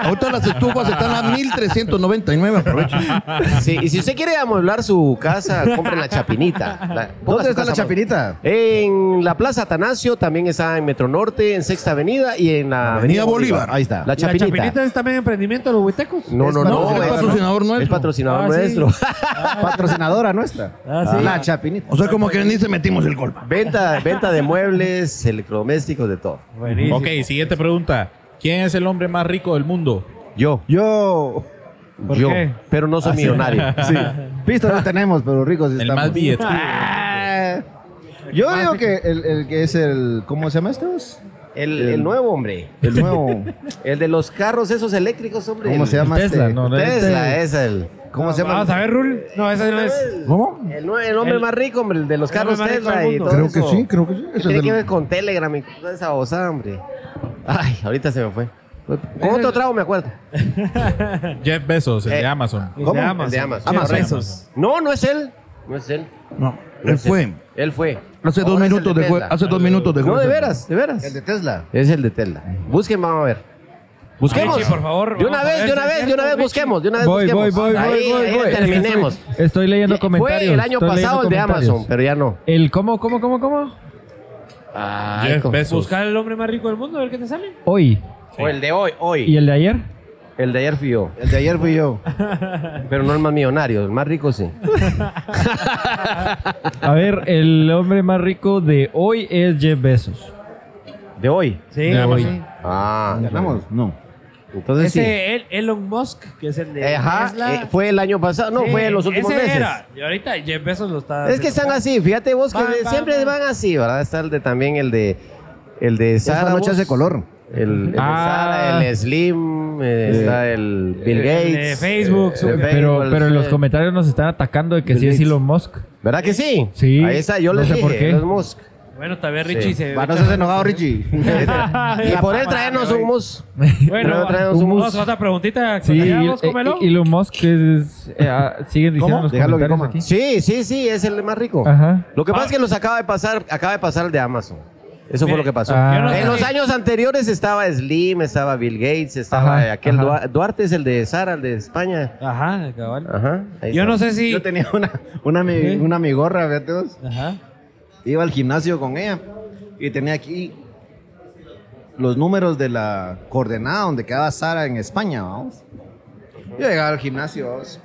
Speaker 5: Ahorita las estufas están a 1399. Aprovecha.
Speaker 6: Sí, y si usted quiere amueblar su casa, compre la Chapinita. La- ponga su
Speaker 4: ¿Dónde está
Speaker 6: casa
Speaker 4: la
Speaker 6: más-
Speaker 4: Chapinita?
Speaker 6: En la Plaza Atanasio, también está en Metro Norte, en Sexta Avenida y en la
Speaker 5: Avenida Bolívar.
Speaker 4: Ahí está.
Speaker 6: La
Speaker 1: La
Speaker 6: Chapinita.
Speaker 1: Chapinita es también emprendimiento de los huitecos.
Speaker 6: No, no,
Speaker 4: Es
Speaker 6: no.
Speaker 5: es patrocinador nuestro.
Speaker 6: Es patrocinador
Speaker 1: Ah, sí.
Speaker 6: nuestro.
Speaker 4: Patrocinadora nuestra.
Speaker 1: Ah, sí.
Speaker 4: La Chapinita.
Speaker 5: O sea, como que ni se metimos el gol.
Speaker 6: Venta, venta de muebles, electrodomésticos, de todo.
Speaker 1: Buenísimo.
Speaker 2: Ok, siguiente pregunta. ¿Quién es el hombre más rico del mundo?
Speaker 6: Yo,
Speaker 4: Yo.
Speaker 1: ¿Por
Speaker 6: yo.
Speaker 1: qué?
Speaker 6: Pero no soy millonario.
Speaker 4: Sí. Visto no tenemos, pero ricos sí
Speaker 2: El
Speaker 4: estamos.
Speaker 2: más billete.
Speaker 4: Ah, Yo digo que el, el que es el. ¿Cómo se llama este?
Speaker 6: El, el nuevo hombre.
Speaker 4: El nuevo.
Speaker 6: El de los carros esos eléctricos, hombre.
Speaker 4: ¿Cómo
Speaker 6: El-
Speaker 4: se llama
Speaker 3: Tesla,
Speaker 4: este?
Speaker 3: no, no
Speaker 6: Tesla es el.
Speaker 4: ¿Cómo se llama?
Speaker 1: Vamos a ver, Rul. No, esa no es.
Speaker 5: ¿Cómo?
Speaker 6: El, nue- el hombre
Speaker 1: El-
Speaker 6: más rico, hombre, el de los
Speaker 1: el
Speaker 6: carros
Speaker 1: hombre más rico
Speaker 6: Tesla
Speaker 1: del
Speaker 6: y todo
Speaker 1: mundo.
Speaker 5: Creo que
Speaker 6: eso.
Speaker 5: sí, creo que sí.
Speaker 6: ¿Qué
Speaker 5: Ese
Speaker 6: tiene
Speaker 5: es
Speaker 6: que
Speaker 5: el-
Speaker 6: ver con Telegram y toda esa osada, hombre? Ay, ahorita se me fue.
Speaker 5: Pues,
Speaker 6: Con otro trago me acuerdo.
Speaker 2: Jeff Bezos, el
Speaker 6: Eh.
Speaker 2: de Amazon.
Speaker 1: El
Speaker 4: ¿Cómo?
Speaker 1: de
Speaker 4: El de
Speaker 1: Amazon.
Speaker 6: El de Amazon.
Speaker 1: Jeff
Speaker 6: Amazon.
Speaker 1: Bezos.
Speaker 6: No, no es él. No es él.
Speaker 5: No,
Speaker 6: No
Speaker 5: él
Speaker 6: es
Speaker 5: fue.
Speaker 6: Él fue.
Speaker 5: Hace dos
Speaker 6: Ahora es el
Speaker 5: minutos de jue-
Speaker 6: Tesla.
Speaker 5: Hace dos minutos de
Speaker 6: No,
Speaker 5: juego.
Speaker 6: de veras, de veras.
Speaker 4: El de Tesla.
Speaker 6: Es el de Tesla. Busquen, vamos a ver. Busquemos.
Speaker 1: Richie, por favor,
Speaker 6: De una
Speaker 1: vamos a
Speaker 6: vez,
Speaker 1: ver
Speaker 6: de una
Speaker 1: si es
Speaker 6: vez, de una
Speaker 1: cierto,
Speaker 6: vez
Speaker 1: Richie.
Speaker 6: busquemos, de una vez
Speaker 3: Voy, voy,
Speaker 6: busquemos.
Speaker 3: voy,
Speaker 6: ahí,
Speaker 3: voy,
Speaker 6: ahí
Speaker 3: voy, voy.
Speaker 6: terminemos.
Speaker 3: Estoy, estoy leyendo comentarios.
Speaker 6: Fue el año
Speaker 3: estoy leyendo
Speaker 6: pasado el de
Speaker 3: comentarios.
Speaker 6: Amazon, pero ya no.
Speaker 3: El cómo, cómo, cómo, cómo.
Speaker 1: Ah,
Speaker 6: Ay,
Speaker 2: Jeff
Speaker 6: con-
Speaker 2: Bezos.
Speaker 1: Buscar el hombre más rico del mundo, a ver qué te sale.
Speaker 3: Hoy.
Speaker 6: O el de hoy, hoy.
Speaker 3: ¿Y el de ayer?
Speaker 6: El de ayer fui yo.
Speaker 4: El de ayer fui yo.
Speaker 6: Pero no el más millonario, el más rico sí.
Speaker 3: A ver, el hombre más rico de hoy es Jeff Bezos.
Speaker 6: De hoy.
Speaker 1: Sí.
Speaker 2: De Amazon.
Speaker 6: Ah,
Speaker 4: ¿Ganamos? No.
Speaker 6: Entonces
Speaker 1: Ese
Speaker 6: sí.
Speaker 1: El- Elon Musk, que es el de Tesla.
Speaker 6: Ajá, eh, fue el año pasado, no,
Speaker 1: Sí,
Speaker 6: fue en los últimos
Speaker 1: ese
Speaker 6: meses.
Speaker 1: Era. Y ahorita Jeff Bezos lo está.
Speaker 6: Es que están así, fíjate vos que
Speaker 1: Van,
Speaker 6: de-
Speaker 1: van,
Speaker 6: siempre
Speaker 1: van.
Speaker 6: van así, ¿verdad? Está el de también el de el de
Speaker 4: Esa
Speaker 6: Sara.
Speaker 4: noche
Speaker 6: vos.
Speaker 4: hace color.
Speaker 6: El, el de
Speaker 3: Ah.
Speaker 6: Sara, el Slim, eh, está el Bill Gates.
Speaker 1: de Facebook,
Speaker 6: eh,
Speaker 1: Zuckerberg.
Speaker 6: de
Speaker 3: Pero,
Speaker 6: Facebook,
Speaker 3: pero en los
Speaker 6: eh,
Speaker 3: comentarios nos están atacando de que
Speaker 4: Bill
Speaker 3: sí es
Speaker 4: Gates.
Speaker 3: Elon Musk.
Speaker 6: ¿Verdad que sí?
Speaker 3: Sí.
Speaker 6: Ahí está, yo
Speaker 3: No
Speaker 6: les
Speaker 3: sé
Speaker 6: dije,
Speaker 3: por qué.
Speaker 6: los Musk.
Speaker 1: Bueno, también Richie
Speaker 6: Sí.
Speaker 1: se.
Speaker 4: Va, no seas enojado, Richie.
Speaker 6: y por él traernos un Musk.
Speaker 1: Bueno,
Speaker 6: Pero traemos un
Speaker 1: vamos
Speaker 6: bus.
Speaker 1: a otra preguntita.
Speaker 3: Sí,
Speaker 1: Ya,
Speaker 3: y-
Speaker 1: vos, cómelo.
Speaker 3: y- Elon Musk es, es- eh, ah, siguen diciendo en los
Speaker 4: Déjalo que
Speaker 3: comentarios
Speaker 4: coma.
Speaker 3: aquí.
Speaker 6: Sí, sí, sí, es el más rico.
Speaker 3: Ajá.
Speaker 6: Lo que pasa
Speaker 1: Ah.
Speaker 6: es que los acaba de pasar, acaba de pasar el de Amazon. Eso
Speaker 1: Mire,
Speaker 6: fue lo que pasó.
Speaker 3: Ah.
Speaker 1: yo no sé
Speaker 6: En los
Speaker 1: si-
Speaker 6: años anteriores estaba Slim, estaba Bill Gates, estaba
Speaker 3: Ajá,
Speaker 6: aquel
Speaker 3: ajá.
Speaker 6: Dua- Duarte, es el de Sara, el de España.
Speaker 1: Ajá, cabal.
Speaker 6: Ajá. ahí
Speaker 1: Yo
Speaker 6: está.
Speaker 1: no sé si.
Speaker 4: Yo tenía una, una, mi, una amigorra, fíjate vos.
Speaker 1: Ajá.
Speaker 4: Iba al gimnasio con ella y tenía aquí los números de la coordenada donde quedaba Sara en España, vamos. Yo llegaba al gimnasio, vamos.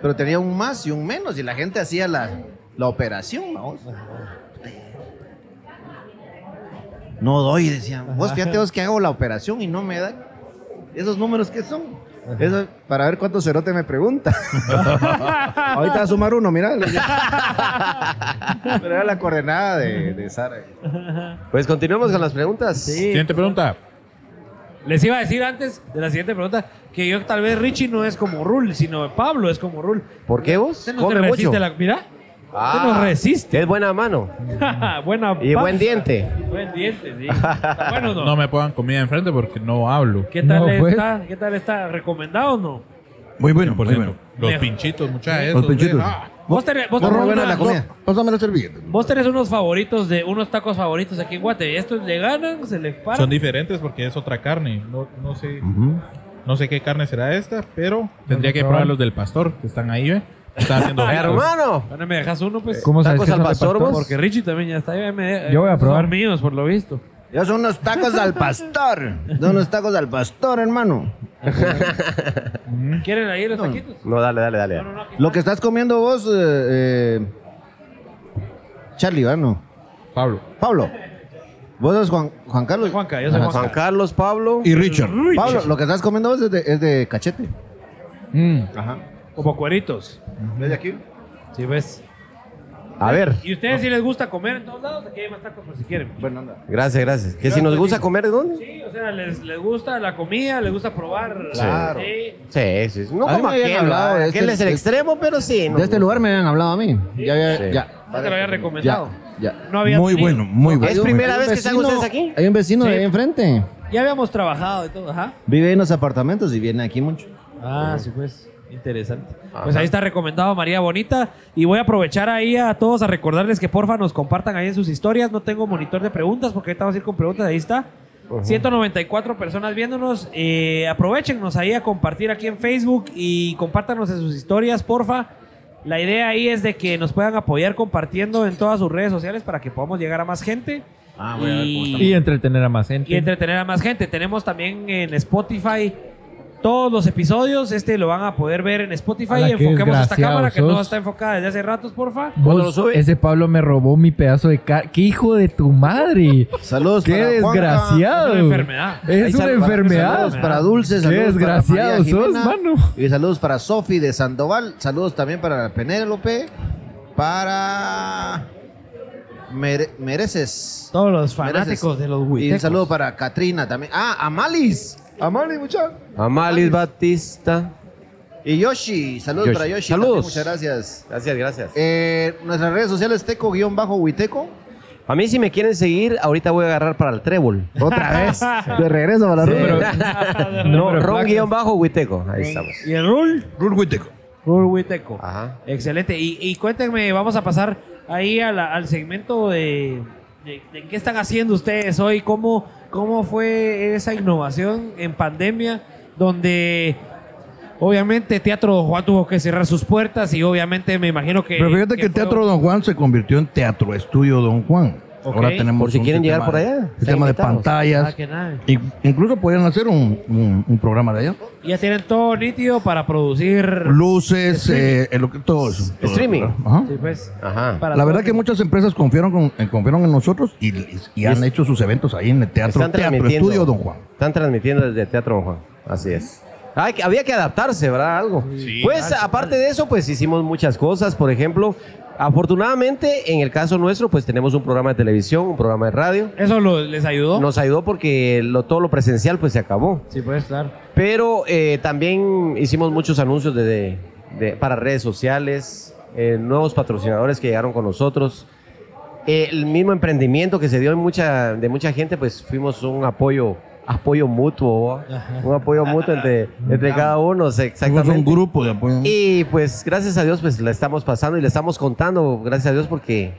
Speaker 4: Pero tenía un más y un menos y la gente hacía la, la operación, vamos. No doy, decían. Vos fíjate vos que hago la operación y no me da. ¿Esos números qué son? Eso, para ver cuánto cerote me pregunta. Ahorita va a sumar uno, mira. Pero era la coordenada de, de Sara.
Speaker 6: Pues continuemos con las preguntas. Sí.
Speaker 2: Siguiente pregunta.
Speaker 1: Les iba a decir antes de la siguiente pregunta que yo tal vez Richie no es como Rul, sino Pablo es como Rul.
Speaker 6: ¿Por qué vos?
Speaker 1: Usted no se
Speaker 6: Come
Speaker 1: resiste
Speaker 6: mucho.
Speaker 1: la. Mira.
Speaker 6: Ah.
Speaker 1: Usted no resiste.
Speaker 6: Es buena mano
Speaker 1: Buena
Speaker 6: y
Speaker 1: panza.
Speaker 6: buen diente.
Speaker 1: Buen diente, sí. Está bueno, ¿no?
Speaker 2: No me pongan comida enfrente porque no hablo.
Speaker 1: ¿Qué tal
Speaker 3: No, pues.
Speaker 1: está? ¿Qué tal está? ¿Recomendado o no?
Speaker 5: Muy bueno,
Speaker 2: Por
Speaker 5: muy bueno.
Speaker 2: cierto, los
Speaker 1: Lejos.
Speaker 2: pinchitos, muchachos. Ah.
Speaker 5: Los pinchitos.
Speaker 1: Vos tenés, vos
Speaker 4: No,
Speaker 1: tenés
Speaker 4: no, bueno,
Speaker 1: una-
Speaker 4: la comida.
Speaker 5: Pásame la servilleta.
Speaker 1: vos tenés unos favoritos de unos tacos favoritos aquí en Guate. Estos le ganan, se les paran.
Speaker 2: Son diferentes porque es otra carne. No, no sé, no sé qué carne será esta, pero tendría que probar los del pastor que están ahí, ¿eh? Están haciendo ricos.
Speaker 6: Hermano.
Speaker 1: Ahora me dejas uno, pues.
Speaker 3: ¿Cómo sabes
Speaker 6: ¿Tacos
Speaker 3: que son
Speaker 6: al
Speaker 3: de
Speaker 6: pastor,
Speaker 3: pastor?
Speaker 6: vos?
Speaker 1: Porque Richie también ya está. ya me- eh,
Speaker 3: Yo voy a
Speaker 1: son
Speaker 3: probar.
Speaker 1: míos, por lo visto.
Speaker 4: Ya son unos tacos al pastor. Son unos tacos al pastor, hermano.
Speaker 1: ¿Quieren ahí los taquitos?
Speaker 6: No, dale, dale, dale.
Speaker 4: Lo que estás comiendo vos, eh, eh, Charlie, ¿verdad? No.
Speaker 2: Pablo.
Speaker 4: Pablo. ¿Vos sos Juan, Juan Carlos?
Speaker 1: Juanca, yo soy
Speaker 4: Ajá,
Speaker 1: Juanca.
Speaker 6: Juan Carlos, Pablo.
Speaker 5: Y Richard.
Speaker 4: Pablo, lo que estás comiendo vos es de, es de cachete. Ajá.
Speaker 1: Como cueritos.
Speaker 4: ¿Ves de aquí?
Speaker 1: Sí, ves.
Speaker 6: A ver.
Speaker 1: ¿Y ustedes si les gusta comer en todos lados? Aquí hay más tacos por si quieren.
Speaker 4: Bueno, anda.
Speaker 6: Gracias, gracias. Que si nos gusta comer, ¿de dónde?
Speaker 1: Sí, o sea, les, les gusta la comida, les gusta probar.
Speaker 4: Claro.
Speaker 1: Sí.
Speaker 6: Sí, sí. No
Speaker 4: A mí
Speaker 6: como
Speaker 4: me habían
Speaker 6: aquel,
Speaker 4: hablado
Speaker 6: ¿verdad?
Speaker 4: de
Speaker 6: Aquel
Speaker 4: este-
Speaker 6: es el
Speaker 4: de-
Speaker 6: extremo, pero sí. no-
Speaker 4: De este lugar me habían hablado a mí. Ya, había-
Speaker 6: Sí.
Speaker 4: ya,
Speaker 1: No te lo había recomendado.
Speaker 4: ya, ya.
Speaker 1: No había
Speaker 5: muy
Speaker 1: tenido.
Speaker 5: bueno, muy bueno.
Speaker 6: ¿Es primera
Speaker 4: Hay un
Speaker 6: vez que están
Speaker 4: vecino-
Speaker 6: ustedes aquí?
Speaker 4: Hay un vecino de ahí enfrente.
Speaker 1: Ya habíamos trabajado y todo, ajá.
Speaker 4: Vive en los apartamentos y viene aquí mucho.
Speaker 1: Ah, sí, pues. Interesante. Pues ahí está recomendado María Bonita. Y voy a aprovechar ahí a todos a recordarles que porfa nos compartan ahí en sus historias. No tengo monitor de preguntas porque ahorita vamos a ir con preguntas. Ahí está. 194 personas viéndonos. Eh, aprovechenos ahí a compartir aquí en Facebook y compártanos en sus historias, porfa. La idea ahí es de que nos puedan apoyar compartiendo en todas sus redes sociales para que podamos llegar a más gente.
Speaker 4: Ah,
Speaker 3: Y entretener a más gente.
Speaker 1: y entretener a más gente. Tenemos también en Spotify todos los episodios. Este lo van a poder ver en Spotify.
Speaker 3: Ala, qué
Speaker 1: Enfoquemos esta
Speaker 3: desgraciado
Speaker 1: cámara que
Speaker 3: sos.
Speaker 1: no está enfocada desde hace ratos, porfa.
Speaker 3: Vos, ese Pablo me robó mi pedazo de ca... ¡Qué hijo de tu madre!
Speaker 4: Saludos
Speaker 3: ¡Qué
Speaker 4: para Juanca.
Speaker 3: desgraciado!
Speaker 1: Es una enfermedad.
Speaker 3: Es
Speaker 4: Ahí
Speaker 3: una
Speaker 4: sal-
Speaker 3: enfermedad.
Speaker 4: Saludos para Dulce,
Speaker 3: Ah, Qué
Speaker 4: saludos para
Speaker 3: desgraciado
Speaker 4: María
Speaker 3: sos,
Speaker 4: Jimena,
Speaker 3: mano.
Speaker 4: Y saludos para Sofi de Sandoval, saludos también para Penélope, para Mere- Mereces.
Speaker 1: Todos los
Speaker 4: Mereces.
Speaker 1: fanáticos de los
Speaker 4: Y un
Speaker 1: Huitecos.
Speaker 4: saludo para Katrina también. Ah, Amalis. Amalis, muchachos.
Speaker 6: Amalis Batista.
Speaker 4: Y Yoshi, saludos
Speaker 6: Yoshi.
Speaker 4: para Yoshi.
Speaker 6: Saludos.
Speaker 4: también, muchas gracias.
Speaker 6: Gracias, gracias.
Speaker 4: Eh, nuestras redes sociales, teco-huiteco.
Speaker 6: A mí si me quieren seguir, ahorita voy a agarrar para el trébol.
Speaker 4: Otra vez. De regreso para la
Speaker 3: Sí,
Speaker 4: rueda.
Speaker 3: pero-
Speaker 6: No,
Speaker 3: pero
Speaker 6: ron
Speaker 3: placas.
Speaker 6: guión bajo Huiteco. Ahí estamos.
Speaker 1: Y el Rul.
Speaker 5: Ruth Whittaker.
Speaker 1: Rul Huiteco.
Speaker 6: Ajá.
Speaker 1: Excelente. Y, y cuéntenme, vamos a pasar ahí a la- al segmento de, de- de qué están haciendo ustedes hoy, cómo, cómo fue esa innovación en pandemia, donde obviamente Teatro Don Juan tuvo que cerrar sus puertas y obviamente me imagino que...
Speaker 5: Pero fíjate que, el
Speaker 1: fue-
Speaker 5: Teatro Don Juan se convirtió en Teatro Estudio Don Juan.
Speaker 1: Ok.
Speaker 5: Ahora tenemos
Speaker 6: Por si
Speaker 5: un
Speaker 6: quieren llegar
Speaker 5: sistema
Speaker 6: por
Speaker 5: de-
Speaker 6: allá, están
Speaker 5: Sistema de
Speaker 6: invitados.
Speaker 1: Ah,
Speaker 5: pantallas.
Speaker 1: que nada.
Speaker 5: In- Incluso podrían hacer un, un- un programa de allá.
Speaker 1: Ya tienen todo nítido para producir...
Speaker 5: Luces, eh, el- lo que- todo eso. Todo,
Speaker 6: Streaming.
Speaker 5: claro. Ajá.
Speaker 1: Sí, pues,
Speaker 6: Ajá.
Speaker 1: para
Speaker 5: Ah. La verdad
Speaker 1: todo.
Speaker 5: que muchas empresas confiaron, con- en, confiaron en nosotros y, y- y han hecho sus eventos ahí en el Teatro,
Speaker 6: Están
Speaker 5: teatro
Speaker 6: transmitiendo.
Speaker 5: Estudio Don Juan.
Speaker 6: Están transmitiendo desde Teatro Don Juan. Así es. Ay, que había que adaptarse, ¿verdad? Algo. pues aparte de eso, pues hicimos muchas cosas. Por ejemplo, afortunadamente, en el caso nuestro, pues tenemos un programa de televisión, un programa de radio.
Speaker 1: ¿Eso lo- les ayudó?
Speaker 6: Nos ayudó porque lo, todo lo presencial pues se acabó.
Speaker 1: Sí, pues, claro.
Speaker 6: Pero eh, también hicimos muchos anuncios de, de- de- para redes sociales, eh, nuevos patrocinadores que llegaron con nosotros. Eh, el mismo emprendimiento que se dio en mucha, de mucha gente, pues fuimos un apoyo apoyo mutuo, ¿va? un apoyo mutuo entre, entre cada uno, sí,
Speaker 5: Fuimos
Speaker 6: exactamente.
Speaker 5: un grupo de apoyo.
Speaker 6: Y pues gracias a Dios, pues la estamos pasando y la estamos contando, gracias a Dios, porque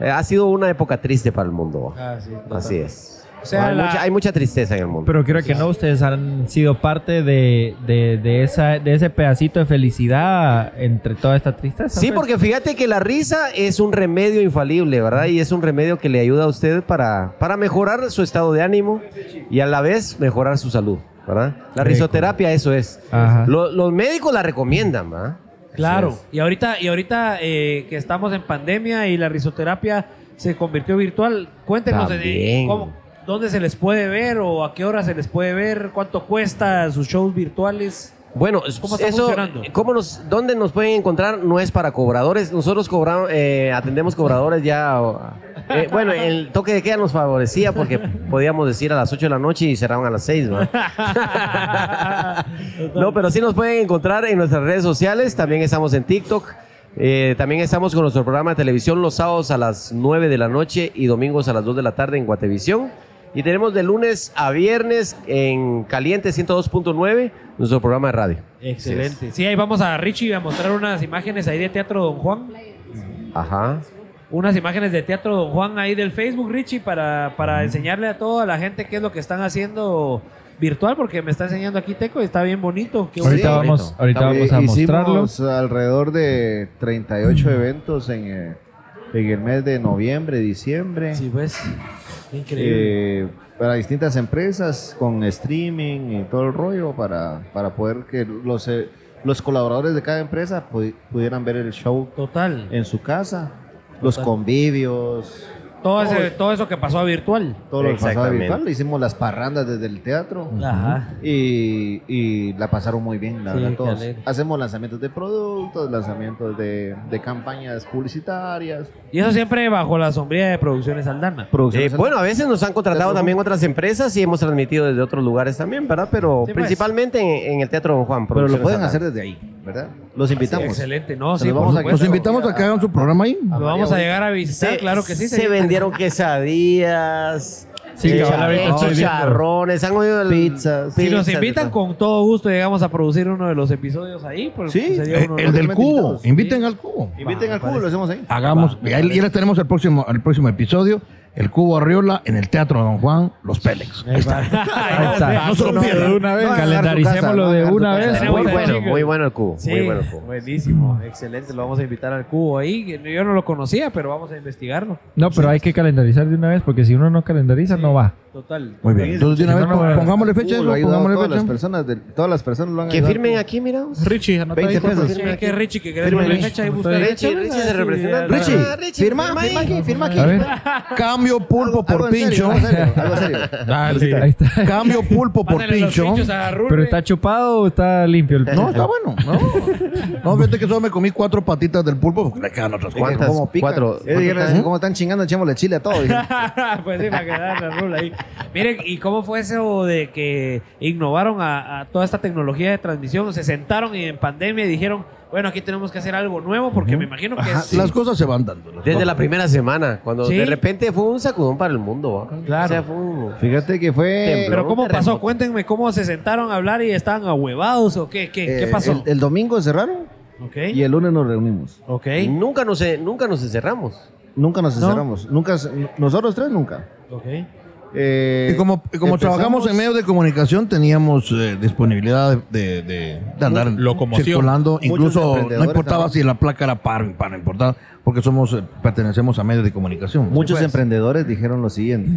Speaker 6: eh, ha sido una época triste para el mundo. ¿va?
Speaker 1: Ah, sí,
Speaker 6: Así es.
Speaker 1: O sea,
Speaker 6: hay,
Speaker 1: la-
Speaker 6: mucha, hay mucha tristeza en el mundo.
Speaker 3: Pero quiero que no, ustedes han sido parte de, de, de esa, de ese pedacito de felicidad entre toda esta tristeza.
Speaker 6: Sí,
Speaker 3: pues.
Speaker 6: porque fíjate que la risa es un remedio infalible, ¿verdad? Y es un remedio que le ayuda a usted para, para mejorar su estado de ánimo y a la vez mejorar su salud, ¿verdad? La risoterapia, eso es.
Speaker 3: Ajá.
Speaker 6: Lo- los médicos la recomiendan, ¿verdad?
Speaker 1: Claro,
Speaker 6: Así es.
Speaker 1: y ahorita, y ahorita eh, que estamos en pandemia y la risoterapia se convirtió virtual, cuéntenos de-
Speaker 6: También.
Speaker 1: cómo- dónde se les puede ver o a qué hora se les puede ver, cuánto cuesta sus shows virtuales.
Speaker 6: Bueno,
Speaker 1: ¿Cómo está
Speaker 6: eso,
Speaker 1: funcionando?
Speaker 6: ¿cómo nos, ¿dónde nos pueden encontrar? No es para cobradores. Nosotros cobramos, eh, atendemos cobradores ya. o- eh, bueno, el toque de queda nos favorecía porque podíamos decir a las 8 de la noche y cerraban a las 6, ¿verdad? no, pero sí nos pueden encontrar en nuestras redes sociales. También estamos en TikTok. Eh, también estamos con nuestro programa de televisión los sábados a las 9 de la noche y domingos a las 2 de la tarde en Guatevisión. Y tenemos de lunes a viernes en Caliente 102.9 nuestro programa de radio.
Speaker 1: Excelente. Sí, ahí vamos a Richie a mostrar unas imágenes ahí de Teatro Don Juan.
Speaker 6: Ajá.
Speaker 1: Unas imágenes de Teatro Don Juan ahí del Facebook, Richie, para, para enseñarle a toda la gente qué es lo que están haciendo virtual, porque me está enseñando aquí Teco y está bien bonito. Qué
Speaker 3: ahorita
Speaker 1: bonito.
Speaker 3: vamos, ahorita vamos a mostrarlo.
Speaker 4: Hicimos alrededor de 38 eventos en el, en el mes de noviembre, diciembre.
Speaker 1: Sí, pues. Increíble.
Speaker 4: eh, para distintas empresas con streaming y todo el rollo para, para poder que los, eh, los colaboradores de cada empresa pu- pudieran ver el show
Speaker 1: Total.
Speaker 4: en su casa, los
Speaker 1: Total.
Speaker 4: convivios,
Speaker 9: todo, ese- todo eso que pasó a virtual.
Speaker 4: Todo lo que pasaba
Speaker 6: Exactamente.
Speaker 4: virtual, le hicimos las parrandas desde el teatro
Speaker 9: Ajá.
Speaker 4: y, y la pasaron muy bien, la
Speaker 9: Sí,
Speaker 4: verdad,
Speaker 9: qué
Speaker 4: todos.
Speaker 9: alegre.
Speaker 4: Hacemos lanzamientos de productos, lanzamientos de, de campañas publicitarias.
Speaker 1: Y eso siempre bajo la sombría de Producciones Aldana.
Speaker 6: Eh,
Speaker 4: Producciones
Speaker 6: bueno, a veces nos han contratado
Speaker 4: Teatro
Speaker 6: también otras empresas y hemos transmitido desde otros lugares también, ¿verdad? Pero
Speaker 1: Sí, pues.
Speaker 6: principalmente en, en el Teatro Don Juan.
Speaker 4: Pero lo
Speaker 6: Producciones
Speaker 4: pueden
Speaker 6: Adán.
Speaker 4: hacer desde ahí, ¿verdad? Los invitamos.
Speaker 1: Excelente, no,
Speaker 4: Se
Speaker 1: sí,
Speaker 4: lo
Speaker 1: por
Speaker 4: vamos a-
Speaker 1: supuesto.
Speaker 5: Los invitamos a que hagan su programa ahí. Eh,
Speaker 1: Lo vamos a llegar a visitar,
Speaker 6: Se-
Speaker 1: claro que sí.
Speaker 6: Se
Speaker 1: señor.
Speaker 6: vendieron quesadillas,
Speaker 3: Sí,
Speaker 6: eh,
Speaker 3: cabal, ahorita estoy viendo.
Speaker 6: chicharrones, han oído el-
Speaker 4: Pizzas.
Speaker 1: Si nos
Speaker 6: pizzas,
Speaker 1: invitan,
Speaker 6: ¿verdad?
Speaker 1: con todo gusto llegamos a producir uno de los episodios ahí. Pues
Speaker 4: Sí,
Speaker 1: sería
Speaker 5: Eh,
Speaker 1: uno de
Speaker 5: el
Speaker 1: los-
Speaker 5: del cubo.
Speaker 4: invitados.
Speaker 5: Inviten al cubo.
Speaker 4: Inviten al cubo, lo hacemos ahí.
Speaker 5: Hagamos. Y ahí, ya les tenemos el próximo, el próximo episodio. El cubo Arriola en el Teatro Don Juan, Los Pélex.
Speaker 3: Ahí está.
Speaker 5: No se lo
Speaker 2: No,
Speaker 5: pierdan.
Speaker 2: de una vez.
Speaker 4: No,
Speaker 3: Calendaricémoslo
Speaker 4: no,
Speaker 3: de
Speaker 4: no,
Speaker 3: una
Speaker 4: no,
Speaker 3: vez.
Speaker 1: tenemos
Speaker 6: Muy
Speaker 1: ahí,
Speaker 6: bueno,
Speaker 1: chico.
Speaker 6: muy bueno el cubo.
Speaker 1: Sí,
Speaker 6: Muy bueno el cubo.
Speaker 1: buenísimo, excelente. Lo vamos a invitar al cubo ahí. Yo no lo conocía, pero vamos a investigarlo.
Speaker 3: No, pero hay que calendarizar de una vez porque si uno no calendariza, no va.
Speaker 1: Total.
Speaker 5: Muy bien. Entonces, de una vez, pon- pongámosle fecha. a eso,
Speaker 4: Cubo Uh, lo ha ayudado a
Speaker 5: Pongámosle
Speaker 4: todas las
Speaker 5: fecha.
Speaker 4: personas, del- todas las personas lo han
Speaker 6: Que
Speaker 4: ayudado.
Speaker 6: firmen aquí, mira. vos.
Speaker 2: Richie, anota
Speaker 4: 20
Speaker 2: ahí, por favor.
Speaker 4: pesos.
Speaker 1: Sí, que Richie, que querés
Speaker 6: Firma,
Speaker 1: poner
Speaker 6: Richie.
Speaker 1: fecha ahí,
Speaker 6: ¿Cómo
Speaker 1: busca
Speaker 6: está?
Speaker 1: fecha.
Speaker 6: Richie, Richie se representa.
Speaker 1: Richie,
Speaker 6: Ah,
Speaker 4: Firma, firma aquí, firma aquí.
Speaker 3: A ver,
Speaker 5: Cambio pulpo por
Speaker 4: Algo en serio,
Speaker 5: pincho.
Speaker 4: algo en serio, algo en serio.
Speaker 2: Ah, sí.
Speaker 3: ahí está.
Speaker 5: Cambio pulpo por
Speaker 9: Pásale los
Speaker 5: pincho.
Speaker 9: pinchos a Rune.
Speaker 3: ¿Pero está chupado o está limpio el
Speaker 5: No, está bueno. No, no fíjate que solo me comí cuatro patitas del pulpo porque le quedan otras cuatro.
Speaker 6: ¿Cuántas?
Speaker 4: Como pica.
Speaker 6: Cuatro.
Speaker 4: Eh, dijeron así, como están chingando, echémosle chile a todo. dijeron.
Speaker 1: pues sí, para quedar la rula ahí. Miren, ¿y cómo fue eso de que innovaron a, a toda esta tecnología de transmisión? Se sentaron y en pandemia dijeron, bueno, aquí tenemos que hacer algo nuevo porque me imagino que
Speaker 5: Ajá,
Speaker 1: es...
Speaker 5: Las cosas se van dando. las
Speaker 6: Desde
Speaker 5: cosas.
Speaker 6: la primera semana, cuando
Speaker 1: Sí.
Speaker 6: de repente fue un sacudón para el mundo. ¿va?
Speaker 1: Claro.
Speaker 6: O sea, fue un...
Speaker 4: Fíjate que fue...
Speaker 6: Tembló.
Speaker 1: Pero ¿cómo pasó?
Speaker 6: Terremoto.
Speaker 1: Cuéntenme cómo se sentaron a hablar y estaban ahuevados o qué, qué, qué
Speaker 4: eh,
Speaker 1: pasó.
Speaker 4: El, el domingo cerraron
Speaker 1: ok,
Speaker 4: y el lunes nos reunimos.
Speaker 1: ok.
Speaker 6: Nunca, nos, e, nunca nos encerramos.
Speaker 4: Nunca nos
Speaker 1: No.
Speaker 4: encerramos. Nunca, se- nosotros tres nunca.
Speaker 1: ok.
Speaker 4: Eh,
Speaker 5: Y como, y como
Speaker 4: empezamos-
Speaker 5: trabajamos en medios de comunicación, teníamos eh, disponibilidad de, de- de- de andar
Speaker 2: Locomoción.
Speaker 5: circulando.
Speaker 4: Muchos
Speaker 5: Incluso no
Speaker 4: emprendedores
Speaker 5: importaba
Speaker 4: también.
Speaker 5: si la placa era par o impar, no importaba, porque somos eh, pertenecemos a medios de comunicación.
Speaker 4: Muchos
Speaker 1: pues.
Speaker 4: emprendedores dijeron lo siguiente.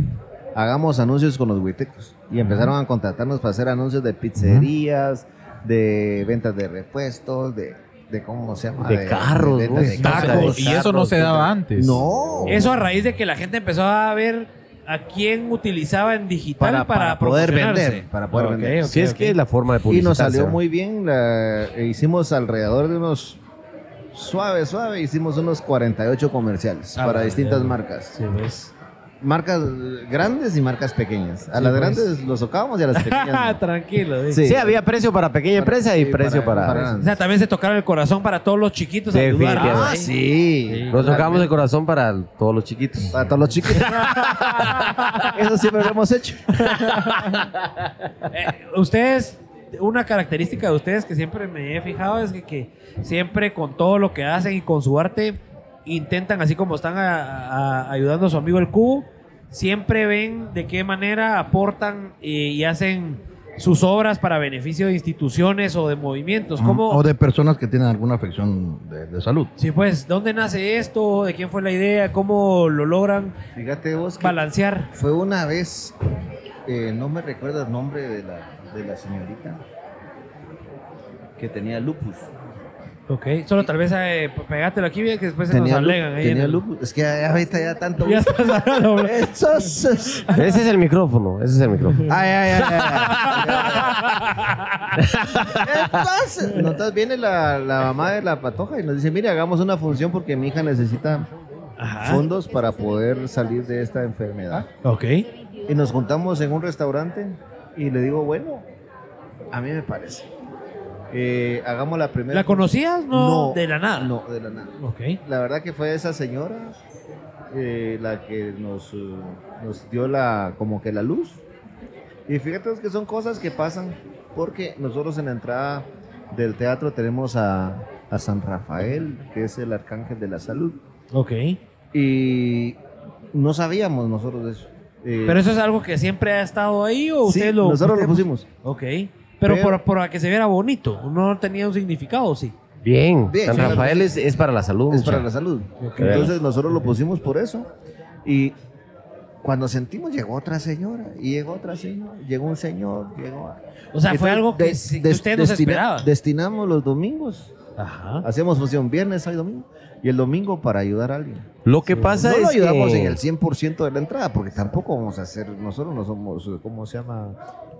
Speaker 4: Hagamos anuncios con los huitecos. Y empezaron a contratarnos para hacer anuncios de pizzerías, de ventas de repuestos, de, de cómo se llama.
Speaker 6: De carros,
Speaker 4: ventas
Speaker 6: ¿no?
Speaker 4: de
Speaker 6: Tacos.
Speaker 4: carros.
Speaker 2: Y eso no se daba antes.
Speaker 4: No.
Speaker 1: Eso a raíz de que la gente empezó a ver a quién utilizaba en digital para,
Speaker 4: para, para poder
Speaker 1: promocionarse.
Speaker 4: vender. Para poder
Speaker 1: Ok,
Speaker 4: vender.
Speaker 1: ok,
Speaker 6: si es
Speaker 1: ok.
Speaker 6: que es la forma de
Speaker 4: Y
Speaker 6: publicitar.
Speaker 4: nos salió muy bien. la- e hicimos alrededor de unos. Suave, suave. Hicimos unos 48 comerciales para distintas marcas. Marcas eh, grandes y marcas pequeñas. A las grandes los tocábamos y a las pequeñas. no.
Speaker 1: pues. Tranquilo. sí.
Speaker 6: Sí, había precio para pequeña
Speaker 4: Para-
Speaker 6: empresa y
Speaker 4: sí,
Speaker 6: precio para...
Speaker 1: O sea, también se tocaron el corazón para todos los chiquitos. a
Speaker 6: Definitivamente.
Speaker 1: ayudarlos.
Speaker 4: Ah, sí.
Speaker 6: Nos tocamos el corazón para todos los chiquitos.
Speaker 4: Para todos los chicos. Eso siempre lo hemos hecho.
Speaker 1: Eh, ustedes, una característica de ustedes que siempre me he fijado es que, que siempre con todo lo que hacen y con su arte intentan, así como están a- a- ayudando a su amigo el cubo, siempre ven de qué manera aportan eh, y hacen sus obras para beneficio de instituciones o de movimientos. ¿Cómo,
Speaker 5: O de personas que tienen alguna afección de, de salud.
Speaker 1: Sí, pues, ¿dónde nace esto? ¿De quién fue la idea? ¿Cómo lo logran
Speaker 4: Fíjate vos que
Speaker 1: balancear?
Speaker 4: fue una vez, eh, no me recuerdo el nombre de la, de la señorita que tenía lupus.
Speaker 1: Ok, solo tal vez eh, pegátelo aquí, que después se nos
Speaker 4: Tenía, lu-
Speaker 1: alegan. ahí en
Speaker 4: tenía
Speaker 1: el-
Speaker 4: lupus. Es que ya- ahorita ya tanto.
Speaker 1: Ya estás hablando, bro.
Speaker 4: Esos- esos-
Speaker 6: Ese es el micrófono, ese es el micrófono.
Speaker 4: Ay, ay, ay, ay, ay. Entonces, notas, viene la, la mamá de la patoja y nos dice, mire, hagamos una función porque mi hija necesita
Speaker 1: Ah.
Speaker 4: fondos para poder salir de esta enfermedad.
Speaker 1: Ok.
Speaker 4: Y nos juntamos en un restaurante y le digo, bueno, a mí me parece. Eh, hagamos la primera.
Speaker 1: ¿La conocías? No,
Speaker 4: No.
Speaker 1: de la nada.
Speaker 4: No, de la nada.
Speaker 1: Ok.
Speaker 4: La verdad que fue esa señora eh, la que nos, eh, nos dio la como que la luz. Y fíjate que son cosas que pasan porque nosotros en la entrada del teatro tenemos a, a San Rafael, que es el arcángel de la salud.
Speaker 1: Ok.
Speaker 4: Y no sabíamos nosotros de eso. Eh,
Speaker 1: ¿Pero eso es algo que siempre ha estado ahí o
Speaker 4: sí,
Speaker 1: ustedes lo
Speaker 4: nosotros lo
Speaker 1: ustedes-
Speaker 4: pusimos.
Speaker 1: Ok. Pero,
Speaker 4: Pero-
Speaker 1: por, por a que se viera bonito, no tenía un significado, sí.
Speaker 6: Bien,
Speaker 4: Bien,
Speaker 6: San
Speaker 4: sí, claro
Speaker 6: Rafael
Speaker 4: que
Speaker 6: es, es para la salud.
Speaker 4: Es para
Speaker 6: muchacho.
Speaker 4: la salud.
Speaker 1: Ok.
Speaker 4: Entonces nosotros lo pusimos por eso. Y cuando sentimos, llegó otra señora, y llegó otra señora, llegó un señor, llegó...
Speaker 1: O sea, fue
Speaker 4: Entonces,
Speaker 1: algo que,
Speaker 4: des-
Speaker 1: sí- que
Speaker 4: des-
Speaker 1: usted no se
Speaker 4: destina-
Speaker 1: esperaba.
Speaker 4: Destinamos los domingos Hacíamos función viernes, sábado y domingo. Y el domingo para ayudar a alguien.
Speaker 6: Lo que pasa
Speaker 4: no
Speaker 6: es
Speaker 4: lo ayudamos
Speaker 6: Pues que...
Speaker 4: en el 100% de la entrada, porque tampoco vamos a hacer, nosotros no somos, ¿cómo se llama?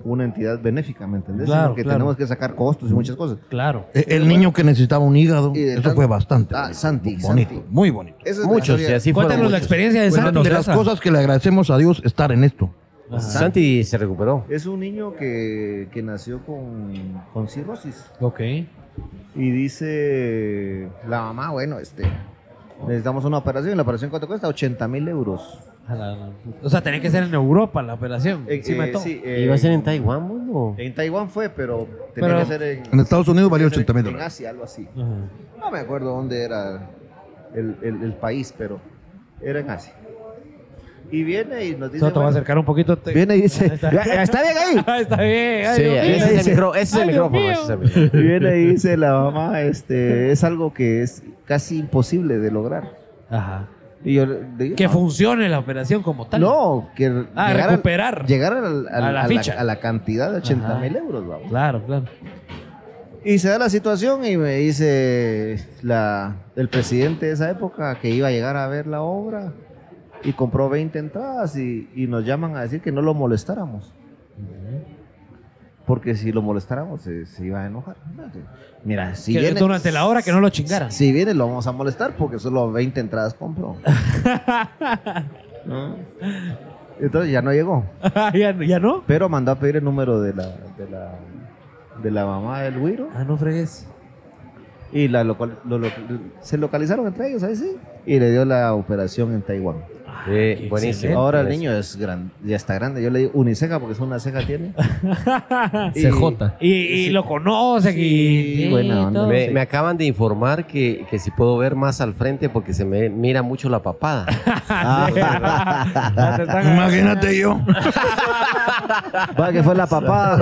Speaker 4: Una entidad benéfica, ¿me entendés?
Speaker 5: Claro,
Speaker 4: Sino que
Speaker 5: claro.
Speaker 4: tenemos que sacar costos y muchas cosas.
Speaker 1: Claro.
Speaker 5: El, el niño que necesitaba un hígado,
Speaker 4: Y del
Speaker 5: eso
Speaker 4: tanto-
Speaker 5: fue bastante.
Speaker 4: Ah, Santi,
Speaker 5: bonito,
Speaker 4: Santi.
Speaker 5: muy bonito.
Speaker 4: Esa es la
Speaker 6: Muchos,
Speaker 4: historia.
Speaker 6: y así fueron
Speaker 1: Cuéntanos la
Speaker 6: muchos.
Speaker 1: experiencia de Santi.
Speaker 5: de las cosas que le agradecemos a Dios estar en esto.
Speaker 6: Ajá. Santi se recuperó.
Speaker 4: Es un niño que, que nació con, con cirrosis.
Speaker 1: Ok.
Speaker 4: Y dice la mamá, bueno, este, necesitamos una operación. ¿La operación cuánto cuesta? 80 mil euros.
Speaker 1: A la- O sea, tenía que ser en Europa la operación.
Speaker 4: Eh,
Speaker 1: Encima de
Speaker 4: eh,
Speaker 1: todo.
Speaker 4: sí, eh,
Speaker 6: ¿Iba a ser en Taiwán, bueno?
Speaker 4: en Taiwán fue, pero tenía
Speaker 1: Pero-
Speaker 4: que ser en...
Speaker 5: En Estados Unidos valió
Speaker 4: tenía
Speaker 5: 80
Speaker 4: que ser
Speaker 5: mil
Speaker 4: En
Speaker 5: dólares.
Speaker 4: Asia, algo así.
Speaker 1: Ajá.
Speaker 4: No me acuerdo dónde era el, el- el país, pero era en Asia. Y viene y nos dice...
Speaker 1: Solo te voy a
Speaker 4: bueno,
Speaker 1: acercar un poquito. te-
Speaker 4: Viene y dice,
Speaker 1: está.
Speaker 4: "Ya- ya está bien ahí.
Speaker 1: Ah, está bien. Ay,
Speaker 6: Sí,
Speaker 1: Dios mío.
Speaker 6: ese es el micro- ese es el
Speaker 1: Ay, Dios
Speaker 6: micrófono.
Speaker 1: mío.
Speaker 6: ese es el micrófono.
Speaker 4: Y viene y dice la mamá, este, es algo que es casi imposible de lograr.
Speaker 1: Ajá.
Speaker 4: Y yo le digo,
Speaker 1: Que
Speaker 4: "No,
Speaker 1: funcione la operación como tal.
Speaker 4: No, que
Speaker 1: Ah,
Speaker 4: llegar al-
Speaker 1: recuperar.
Speaker 4: llegar al- al-
Speaker 1: A la
Speaker 4: a, la
Speaker 1: ficha.
Speaker 4: a la cantidad de 80
Speaker 1: Ajá.
Speaker 4: mil euros, vamos.
Speaker 1: Claro, claro.
Speaker 4: Y se da la situación y me dice la, el presidente de esa época que iba a llegar a ver la obra y compró 20 entradas y, y nos llaman a decir que no lo molestáramos. Porque si lo molestáramos se, se iba a enojar. Mira, si
Speaker 1: Que
Speaker 4: viene,
Speaker 1: durante la hora que no lo chingaran.
Speaker 4: si viene lo vamos a molestar porque solo 20 entradas compró. ¿No? Entonces ya no llegó.
Speaker 1: Ah, ¿Ya, ¿Ya no?
Speaker 4: Pero mandó a pedir el número de la, de la, de la mamá del güiro.
Speaker 1: Ah, no fregues.
Speaker 4: Y la local- lo- lo- se localizaron entre ellos, ahí sí. Y le dio la operación en Taiwán.
Speaker 6: Eh,
Speaker 1: Ah, qué
Speaker 6: buenísimo.
Speaker 4: Ahora el niño es gran, ya está grande. Yo le digo uniceja porque es una ceja tiene. Y-
Speaker 3: CJ.
Speaker 1: Y, y lo conocen y...
Speaker 4: Sí, buena onda.
Speaker 6: Me,
Speaker 4: Sí.
Speaker 6: me acaban de informar que, que si puedo ver más al frente porque se me mira mucho la papada.
Speaker 4: Ah,
Speaker 1: Ya te están-
Speaker 5: Imagínate yo.
Speaker 4: Va que fue la papá.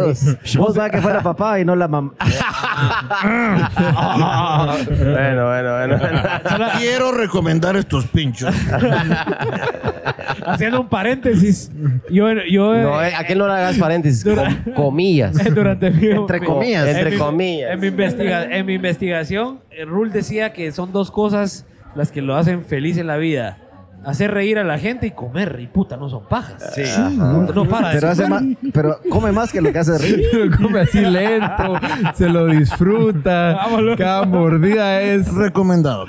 Speaker 4: Vos va que fue la papá y no la mamá.
Speaker 6: bueno, bueno, bueno.
Speaker 5: Quiero recomendar estos pinchos.
Speaker 1: Haciendo un paréntesis. Yo... yo
Speaker 6: No, eh, aquel no le hagas paréntesis, com- comillas.
Speaker 1: durante mi,
Speaker 4: Entre
Speaker 1: mi-
Speaker 4: comillas.
Speaker 1: en
Speaker 6: Entre
Speaker 1: mi-
Speaker 6: comillas.
Speaker 1: En mi, investiga- en mi investigación, el Rule decía que son dos cosas las que lo hacen feliz en la vida. Hacer reír a la gente y comer. Y puta, no son pajas. Sí. No, no para de
Speaker 4: Pero, hace
Speaker 1: comer.
Speaker 4: más- pero come más que lo que hace reír.
Speaker 3: Lo come así lento, se lo disfruta.
Speaker 1: Vámonos.
Speaker 3: Cada mordida es.
Speaker 5: Recomendado.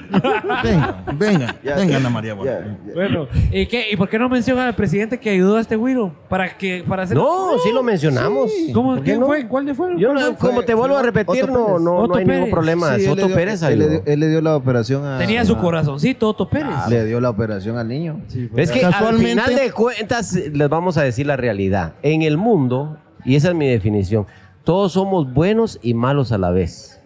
Speaker 5: Venga, venga,
Speaker 4: Ya,
Speaker 5: venga,
Speaker 4: ya,
Speaker 5: Ana María.
Speaker 4: ya,
Speaker 5: Bonita.
Speaker 4: ya.
Speaker 1: Bueno, ¿y, qué? ¿y por qué no mencionan al presidente que ayudó a este güiro? Para que para hacer
Speaker 6: No, sí lo mencionamos.
Speaker 1: ¿Cómo
Speaker 6: ¿Por qué
Speaker 1: quién
Speaker 6: no?
Speaker 1: fue? ¿Cuál de fue?
Speaker 6: Yo no,
Speaker 4: fue?
Speaker 6: como te vuelvo a
Speaker 4: Fue
Speaker 6: repetir,
Speaker 4: Otto
Speaker 6: no,
Speaker 4: Pérez.
Speaker 6: no, no
Speaker 1: Otto
Speaker 6: hay ningún
Speaker 1: Pérez.
Speaker 6: problema.
Speaker 4: Sí,
Speaker 6: es
Speaker 4: él le
Speaker 6: Otto
Speaker 4: dio-
Speaker 6: Pérez
Speaker 4: él le, dio,
Speaker 6: ayudó.
Speaker 4: él le dio la operación a.
Speaker 1: Tenía su
Speaker 4: a-
Speaker 1: corazoncito Otto Pérez.
Speaker 6: Ah,
Speaker 4: Le dio la operación al niño.
Speaker 6: Es que al
Speaker 5: Casualmente-
Speaker 6: final de cuentas les vamos a decir la realidad. En el mundo, y esa es mi definición, todos somos buenos y malos a la vez.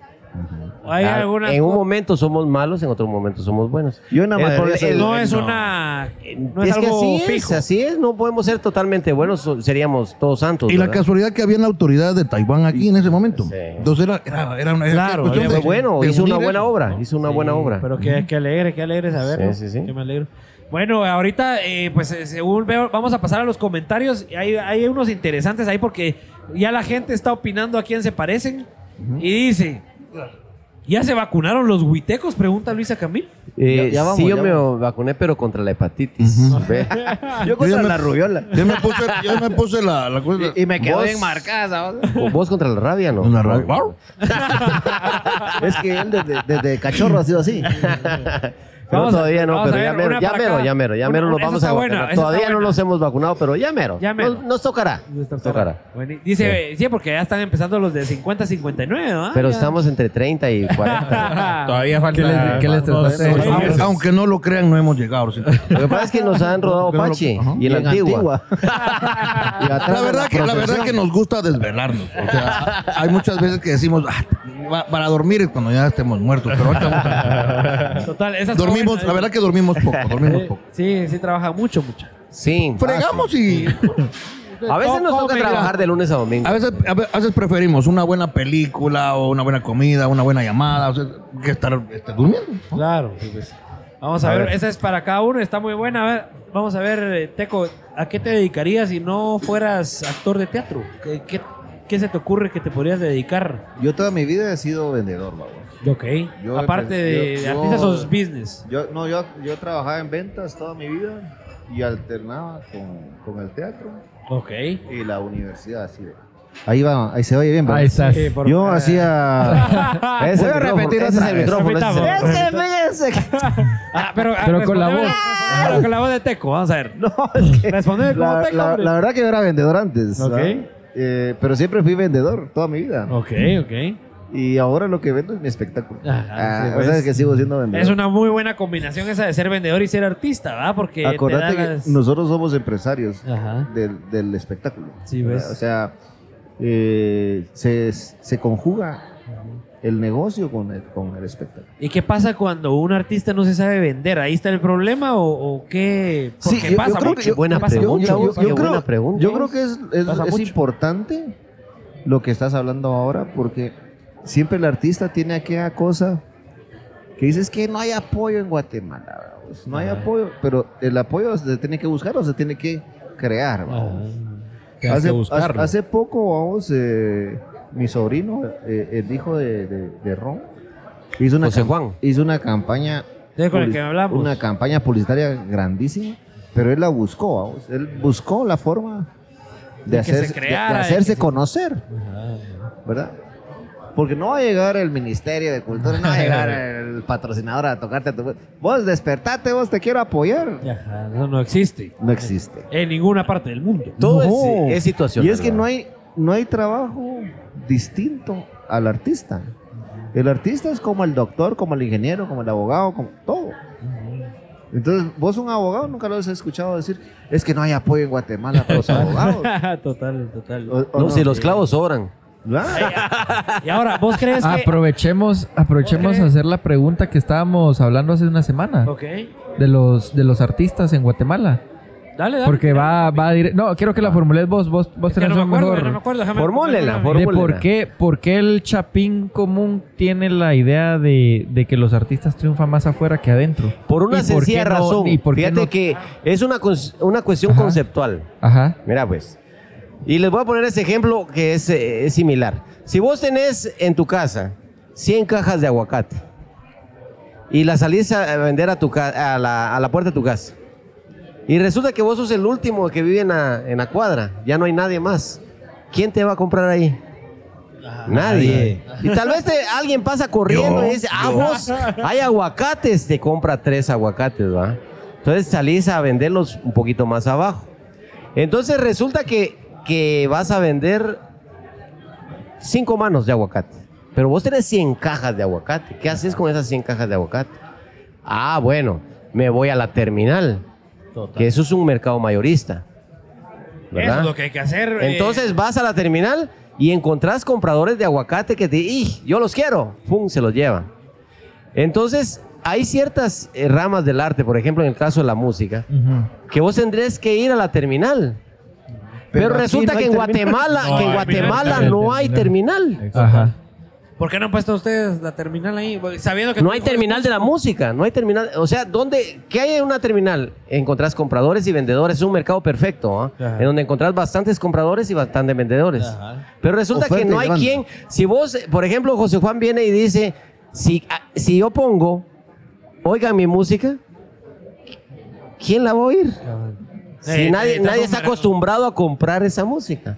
Speaker 1: Hay
Speaker 6: Ah,
Speaker 1: algunas
Speaker 6: en un
Speaker 1: cosas-
Speaker 6: momento somos malos, en otro momento somos buenos.
Speaker 4: Yo en la
Speaker 6: El
Speaker 4: mayoría
Speaker 6: proble-
Speaker 4: soy
Speaker 6: el-
Speaker 1: no
Speaker 4: bueno.
Speaker 1: es una no es, algo
Speaker 6: así
Speaker 1: fijo.
Speaker 6: es, así es. No podemos ser totalmente buenos, so- seríamos todos santos.
Speaker 5: Y la
Speaker 6: ¿verdad?
Speaker 5: casualidad que había en la autoridad de Taiwán aquí en ese momento.
Speaker 6: Sí.
Speaker 5: Entonces era, era, era una era
Speaker 1: Claro,
Speaker 5: cuestión
Speaker 1: había-
Speaker 6: Fue
Speaker 5: de-
Speaker 6: bueno,
Speaker 5: de
Speaker 6: hizo una
Speaker 5: unir
Speaker 6: buena
Speaker 5: eso.
Speaker 6: obra, hizo una buena
Speaker 1: Sí,
Speaker 6: obra.
Speaker 1: Pero qué, qué alegre, qué alegre saberlo.
Speaker 6: Sí, sí, sí.
Speaker 1: Qué me alegro. Bueno, ahorita, eh, pues eh, según veo, vamos a pasar a los comentarios. Hay, hay unos interesantes ahí porque ya la gente está opinando a quién se parecen. Y dice, ¿ya se vacunaron los huitecos? Pregunta Luisa Camil.
Speaker 6: Eh,
Speaker 4: Ya- ya vamos,
Speaker 6: sí, yo
Speaker 4: ya
Speaker 6: me vacuné, pero contra la hepatitis. Ve.
Speaker 4: Yo
Speaker 5: Yo
Speaker 4: contra
Speaker 5: ya me-
Speaker 4: la rubiola.
Speaker 5: Yo me puse, yo me puse la, la cosa.
Speaker 4: Y me quedó
Speaker 6: Vos-
Speaker 4: bien marcada. ¿sabes?
Speaker 6: ¿O ¿Vos contra la rabia, no?
Speaker 5: Una radio.
Speaker 4: Es que él desde, desde cachorro ha sido así.
Speaker 6: Pero
Speaker 1: Vamos a-
Speaker 6: todavía no,
Speaker 1: vamos a
Speaker 6: pero ya
Speaker 1: ver,
Speaker 6: mero,
Speaker 1: una
Speaker 6: ya
Speaker 1: para
Speaker 6: mero,
Speaker 1: acá.
Speaker 6: ya mero, ya
Speaker 1: Una-
Speaker 6: mero nos
Speaker 1: esa
Speaker 6: vamos
Speaker 1: está
Speaker 6: a
Speaker 1: buena,
Speaker 6: vacunar.
Speaker 1: esa
Speaker 6: Todavía
Speaker 1: está
Speaker 6: no
Speaker 1: buena.
Speaker 6: nos hemos vacunado, pero ya mero.
Speaker 1: Ya mero.
Speaker 6: Nos, nos tocará. Nos tocará.
Speaker 1: Bueno, dice, sí. porque ya están empezando los de 50 a 59, ¿no?
Speaker 6: Pero estamos entre 30 y 40.
Speaker 2: Todavía falta.
Speaker 3: ¿Qué les- qué les
Speaker 2: no
Speaker 3: trataste
Speaker 2: sé,
Speaker 3: de
Speaker 2: seis
Speaker 3: decir?
Speaker 5: Pues, Aunque,
Speaker 2: meses.
Speaker 5: aunque no lo crean, no hemos llegado. sí.
Speaker 6: Lo que pasa es que nos han rodado
Speaker 5: Creo que-
Speaker 6: Pache
Speaker 5: ajá.
Speaker 6: y en la antigua.
Speaker 5: La verdad, que, la verdad que nos gusta desvelarnos. O sea, hay muchas veces que decimos, "Ah, va- para dormir es cuando ya estemos muertos. Pero ahorita vamos a-
Speaker 1: Total, esa está
Speaker 5: dormimos,
Speaker 1: buena.
Speaker 5: la verdad que dormimos poco, dormimos poco.
Speaker 1: Sí, sí, trabaja mucho, mucho.
Speaker 6: Sí.
Speaker 5: Fregamos y
Speaker 6: A veces nos
Speaker 1: Todo
Speaker 6: toca
Speaker 1: come, mira.
Speaker 6: trabajar de lunes a domingo.
Speaker 5: a veces, a ve- a veces preferimos una buena película o una buena comida, una buena llamada, o sea, que estar este, durmiendo.
Speaker 1: Claro. sí, pues. Vamos a,
Speaker 6: A
Speaker 1: ver,
Speaker 6: ver.
Speaker 1: esa es para cada uno, está muy buena. A ver, vamos a ver, eh, Teco, ¿a qué te dedicarías si no fueras actor de teatro? ¿Qué, qué-
Speaker 9: ¿Qué se te ocurre que te podrías dedicar?
Speaker 4: Yo toda mi vida he sido vendedor, babo.
Speaker 9: Ok.
Speaker 4: Yo
Speaker 9: Aparte de
Speaker 4: empe- yo- yo-
Speaker 9: artistas o business.
Speaker 4: Yo, no, yo, yo trabajaba en ventas toda mi vida y alternaba con, con el teatro
Speaker 9: Ok.
Speaker 4: y la universidad. Así de- Ahí va, ahí se oye bien, ¿verdad?
Speaker 3: Ahí estás.
Speaker 9: Sí, por-
Speaker 4: Yo
Speaker 9: eh,
Speaker 4: hacía. Ese
Speaker 6: Voy a
Speaker 4: micrófono,
Speaker 6: repetir
Speaker 4: ese
Speaker 6: otra vez.
Speaker 9: Repitamos.
Speaker 6: Es que
Speaker 9: Ah, pero ah,
Speaker 3: Pero con la
Speaker 9: respondeme-
Speaker 3: voz.
Speaker 9: Pero con la voz de Teco, vamos a ver. No, Respondeme como
Speaker 4: La,
Speaker 9: Teco,
Speaker 4: la-
Speaker 9: hombre.
Speaker 4: la verdad que yo era vendedor antes.
Speaker 9: Ok.
Speaker 4: ¿sabes? Eh, pero siempre fui vendedor toda mi vida.
Speaker 9: Ok, ok.
Speaker 4: Y ahora lo que vendo es mi espectáculo.
Speaker 9: Ah,
Speaker 4: Ah,
Speaker 9: sí,
Speaker 4: o sea
Speaker 9: pues.
Speaker 4: que sigo siendo vendedor.
Speaker 9: Es una muy buena combinación esa de ser vendedor y ser artista, ¿verdad? Porque te
Speaker 4: Acordate
Speaker 9: da
Speaker 4: que
Speaker 9: las-
Speaker 4: nosotros somos empresarios
Speaker 9: Ajá.
Speaker 4: del, del espectáculo.
Speaker 9: Sí, ves.
Speaker 4: O sea, eh, se, se conjuga el negocio con el, con el espectáculo.
Speaker 9: ¿Y qué pasa cuando un artista no se sabe vender? ¿Ahí está el problema o, o qué?
Speaker 4: Sí,
Speaker 9: Porque
Speaker 4: yo- yo
Speaker 9: pasa
Speaker 4: creo que-
Speaker 9: mucho.
Speaker 4: yo-
Speaker 9: Buena
Speaker 4: yo-
Speaker 9: pasa
Speaker 4: yo-
Speaker 9: mucho.
Speaker 4: yo- yo
Speaker 6: Qué
Speaker 4: creo-
Speaker 6: buena pregunta.
Speaker 4: Yo creo que es, es-
Speaker 6: Pasa
Speaker 4: es
Speaker 6: mucho.
Speaker 4: importante lo que estás hablando ahora porque siempre el artista tiene aquella cosa que dices que no hay apoyo en Guatemala. vamos, No hay apoyo, pero el apoyo se tiene que buscar o se tiene que crear. vamos.
Speaker 2: Te hace buscarlo.
Speaker 4: hace poco, vamos, eh, mi sobrino, eh, el hijo de, de- de Ron, hizo una,
Speaker 6: José
Speaker 4: cam-
Speaker 6: Juan.
Speaker 4: hizo una campaña.
Speaker 9: Es con el
Speaker 4: public-
Speaker 9: que hablamos.
Speaker 4: Una campaña publicitaria grandísima, pero él la buscó, vamos. Él buscó la forma de,
Speaker 9: De que se
Speaker 4: hacerse, de- de
Speaker 9: creara, de que
Speaker 4: hacerse
Speaker 9: se-
Speaker 4: conocer, ¿verdad? Porque no va a llegar el Ministerio de Cultura, no va a llegar el patrocinador a tocarte. a tu- Vos despertate, vos te quiero apoyar.
Speaker 9: Ajá, eso no existe
Speaker 4: No existe.
Speaker 9: en ninguna parte del mundo.
Speaker 6: Todo
Speaker 4: No.
Speaker 6: pues, es, es situacional.
Speaker 4: Oh. Y es que
Speaker 6: ¿verdad?
Speaker 4: no hay, no hay trabajo distinto al artista. El artista es como el doctor, como el ingeniero, como el abogado, como todo. Entonces, vos un abogado nunca lo has escuchado decir, es que no hay apoyo en Guatemala para los abogados.
Speaker 9: total, total.
Speaker 4: O- o
Speaker 6: No,
Speaker 4: no.
Speaker 6: si los clavos sobran.
Speaker 4: ¿Verdad?
Speaker 9: Y ahora, ¿vos crees
Speaker 3: Ah,
Speaker 9: que...?
Speaker 3: Aprovechemos, aprovechemos
Speaker 9: Ok.
Speaker 3: a hacer la pregunta que estábamos hablando hace una semana
Speaker 9: Ok,
Speaker 3: de los de los artistas en Guatemala,
Speaker 9: dale, dale.
Speaker 3: porque va va a dire- no quiero que la formules vos vos vos
Speaker 9: Es que
Speaker 3: tenés
Speaker 9: no me
Speaker 3: un
Speaker 9: acuerdo,
Speaker 3: mejor
Speaker 9: no me acuerdo. déjame-
Speaker 6: Formúlela,
Speaker 9: déjame-
Speaker 6: for-
Speaker 3: de
Speaker 6: Fórmula.
Speaker 3: por qué por qué el chapín común tiene la idea de, de que los artistas triunfan más afuera que adentro.
Speaker 6: Por
Speaker 3: ¿Y
Speaker 6: una
Speaker 3: por qué
Speaker 6: sencilla
Speaker 3: no-
Speaker 6: razón.
Speaker 3: y por qué
Speaker 6: Fíjate
Speaker 3: no-
Speaker 6: que es una, cons- una cuestión
Speaker 3: Ajá.
Speaker 6: conceptual.
Speaker 3: Ajá.
Speaker 6: Mira, pues. Y les voy a poner ese ejemplo que es, eh, es similar. Si vos tenés en tu casa 100 cajas de aguacate y las salís a a vender a, tu ca- a, la, a la puerta de tu casa, y resulta que vos sos el último que vive en la, en la cuadra, ya no hay nadie más, ¿quién te va a comprar ahí? Nadie. Y tal vez te- alguien pasa corriendo y dice, ah, vos, hay aguacates, te compra tres aguacates, ¿va? Entonces salís a venderlos un poquito más abajo. Entonces resulta que, que vas a vender cinco manos de aguacate. Pero vos tenés 100 cajas de aguacate. ¿Qué haces con esas 100 cajas de aguacate? Ah, bueno, me voy a la terminal. Que eso es un mercado mayorista. ¿verdad?
Speaker 9: Eso es lo que hay que hacer. eh,
Speaker 6: Entonces vas a la terminal y encontrás compradores de aguacate que te ¡Ih, yo los quiero! ¡Pum! Se los llevan. Entonces, hay ciertas eh, ramas del arte, por ejemplo, en el caso de la música, que vos tendrías que ir a la terminal. Pero,
Speaker 4: aquí
Speaker 6: resulta
Speaker 4: no hay
Speaker 6: que en
Speaker 4: terminal.
Speaker 6: Guatemala,
Speaker 9: No
Speaker 6: que en
Speaker 9: hay
Speaker 6: Guatemala
Speaker 3: terminal.
Speaker 6: no hay terminal.
Speaker 3: Ajá.
Speaker 9: ¿Por qué no han puesto ustedes la terminal ahí? Sabiendo que
Speaker 6: No
Speaker 9: tu
Speaker 6: hay
Speaker 9: hijo es
Speaker 6: terminal de la música, no hay terminal. O sea, ¿dónde, ¿qué hay en una terminal? Encontrás compradores y vendedores, es un mercado perfecto, ¿ah?
Speaker 9: Ajá.
Speaker 6: en donde encontrás bastantes compradores y bastantes vendedores. Pero resulta
Speaker 4: Oferta
Speaker 6: que
Speaker 4: y
Speaker 6: no hay
Speaker 4: demanda.
Speaker 6: quien, si vos, eh, por ejemplo, José Juan viene y dice, si, ah, si yo pongo, oigan mi música, ¿quién la va a oír? Si
Speaker 9: Eh,
Speaker 6: nadie,
Speaker 9: eh,
Speaker 6: nadie está
Speaker 9: estás
Speaker 6: acostumbrado a comprar esa música.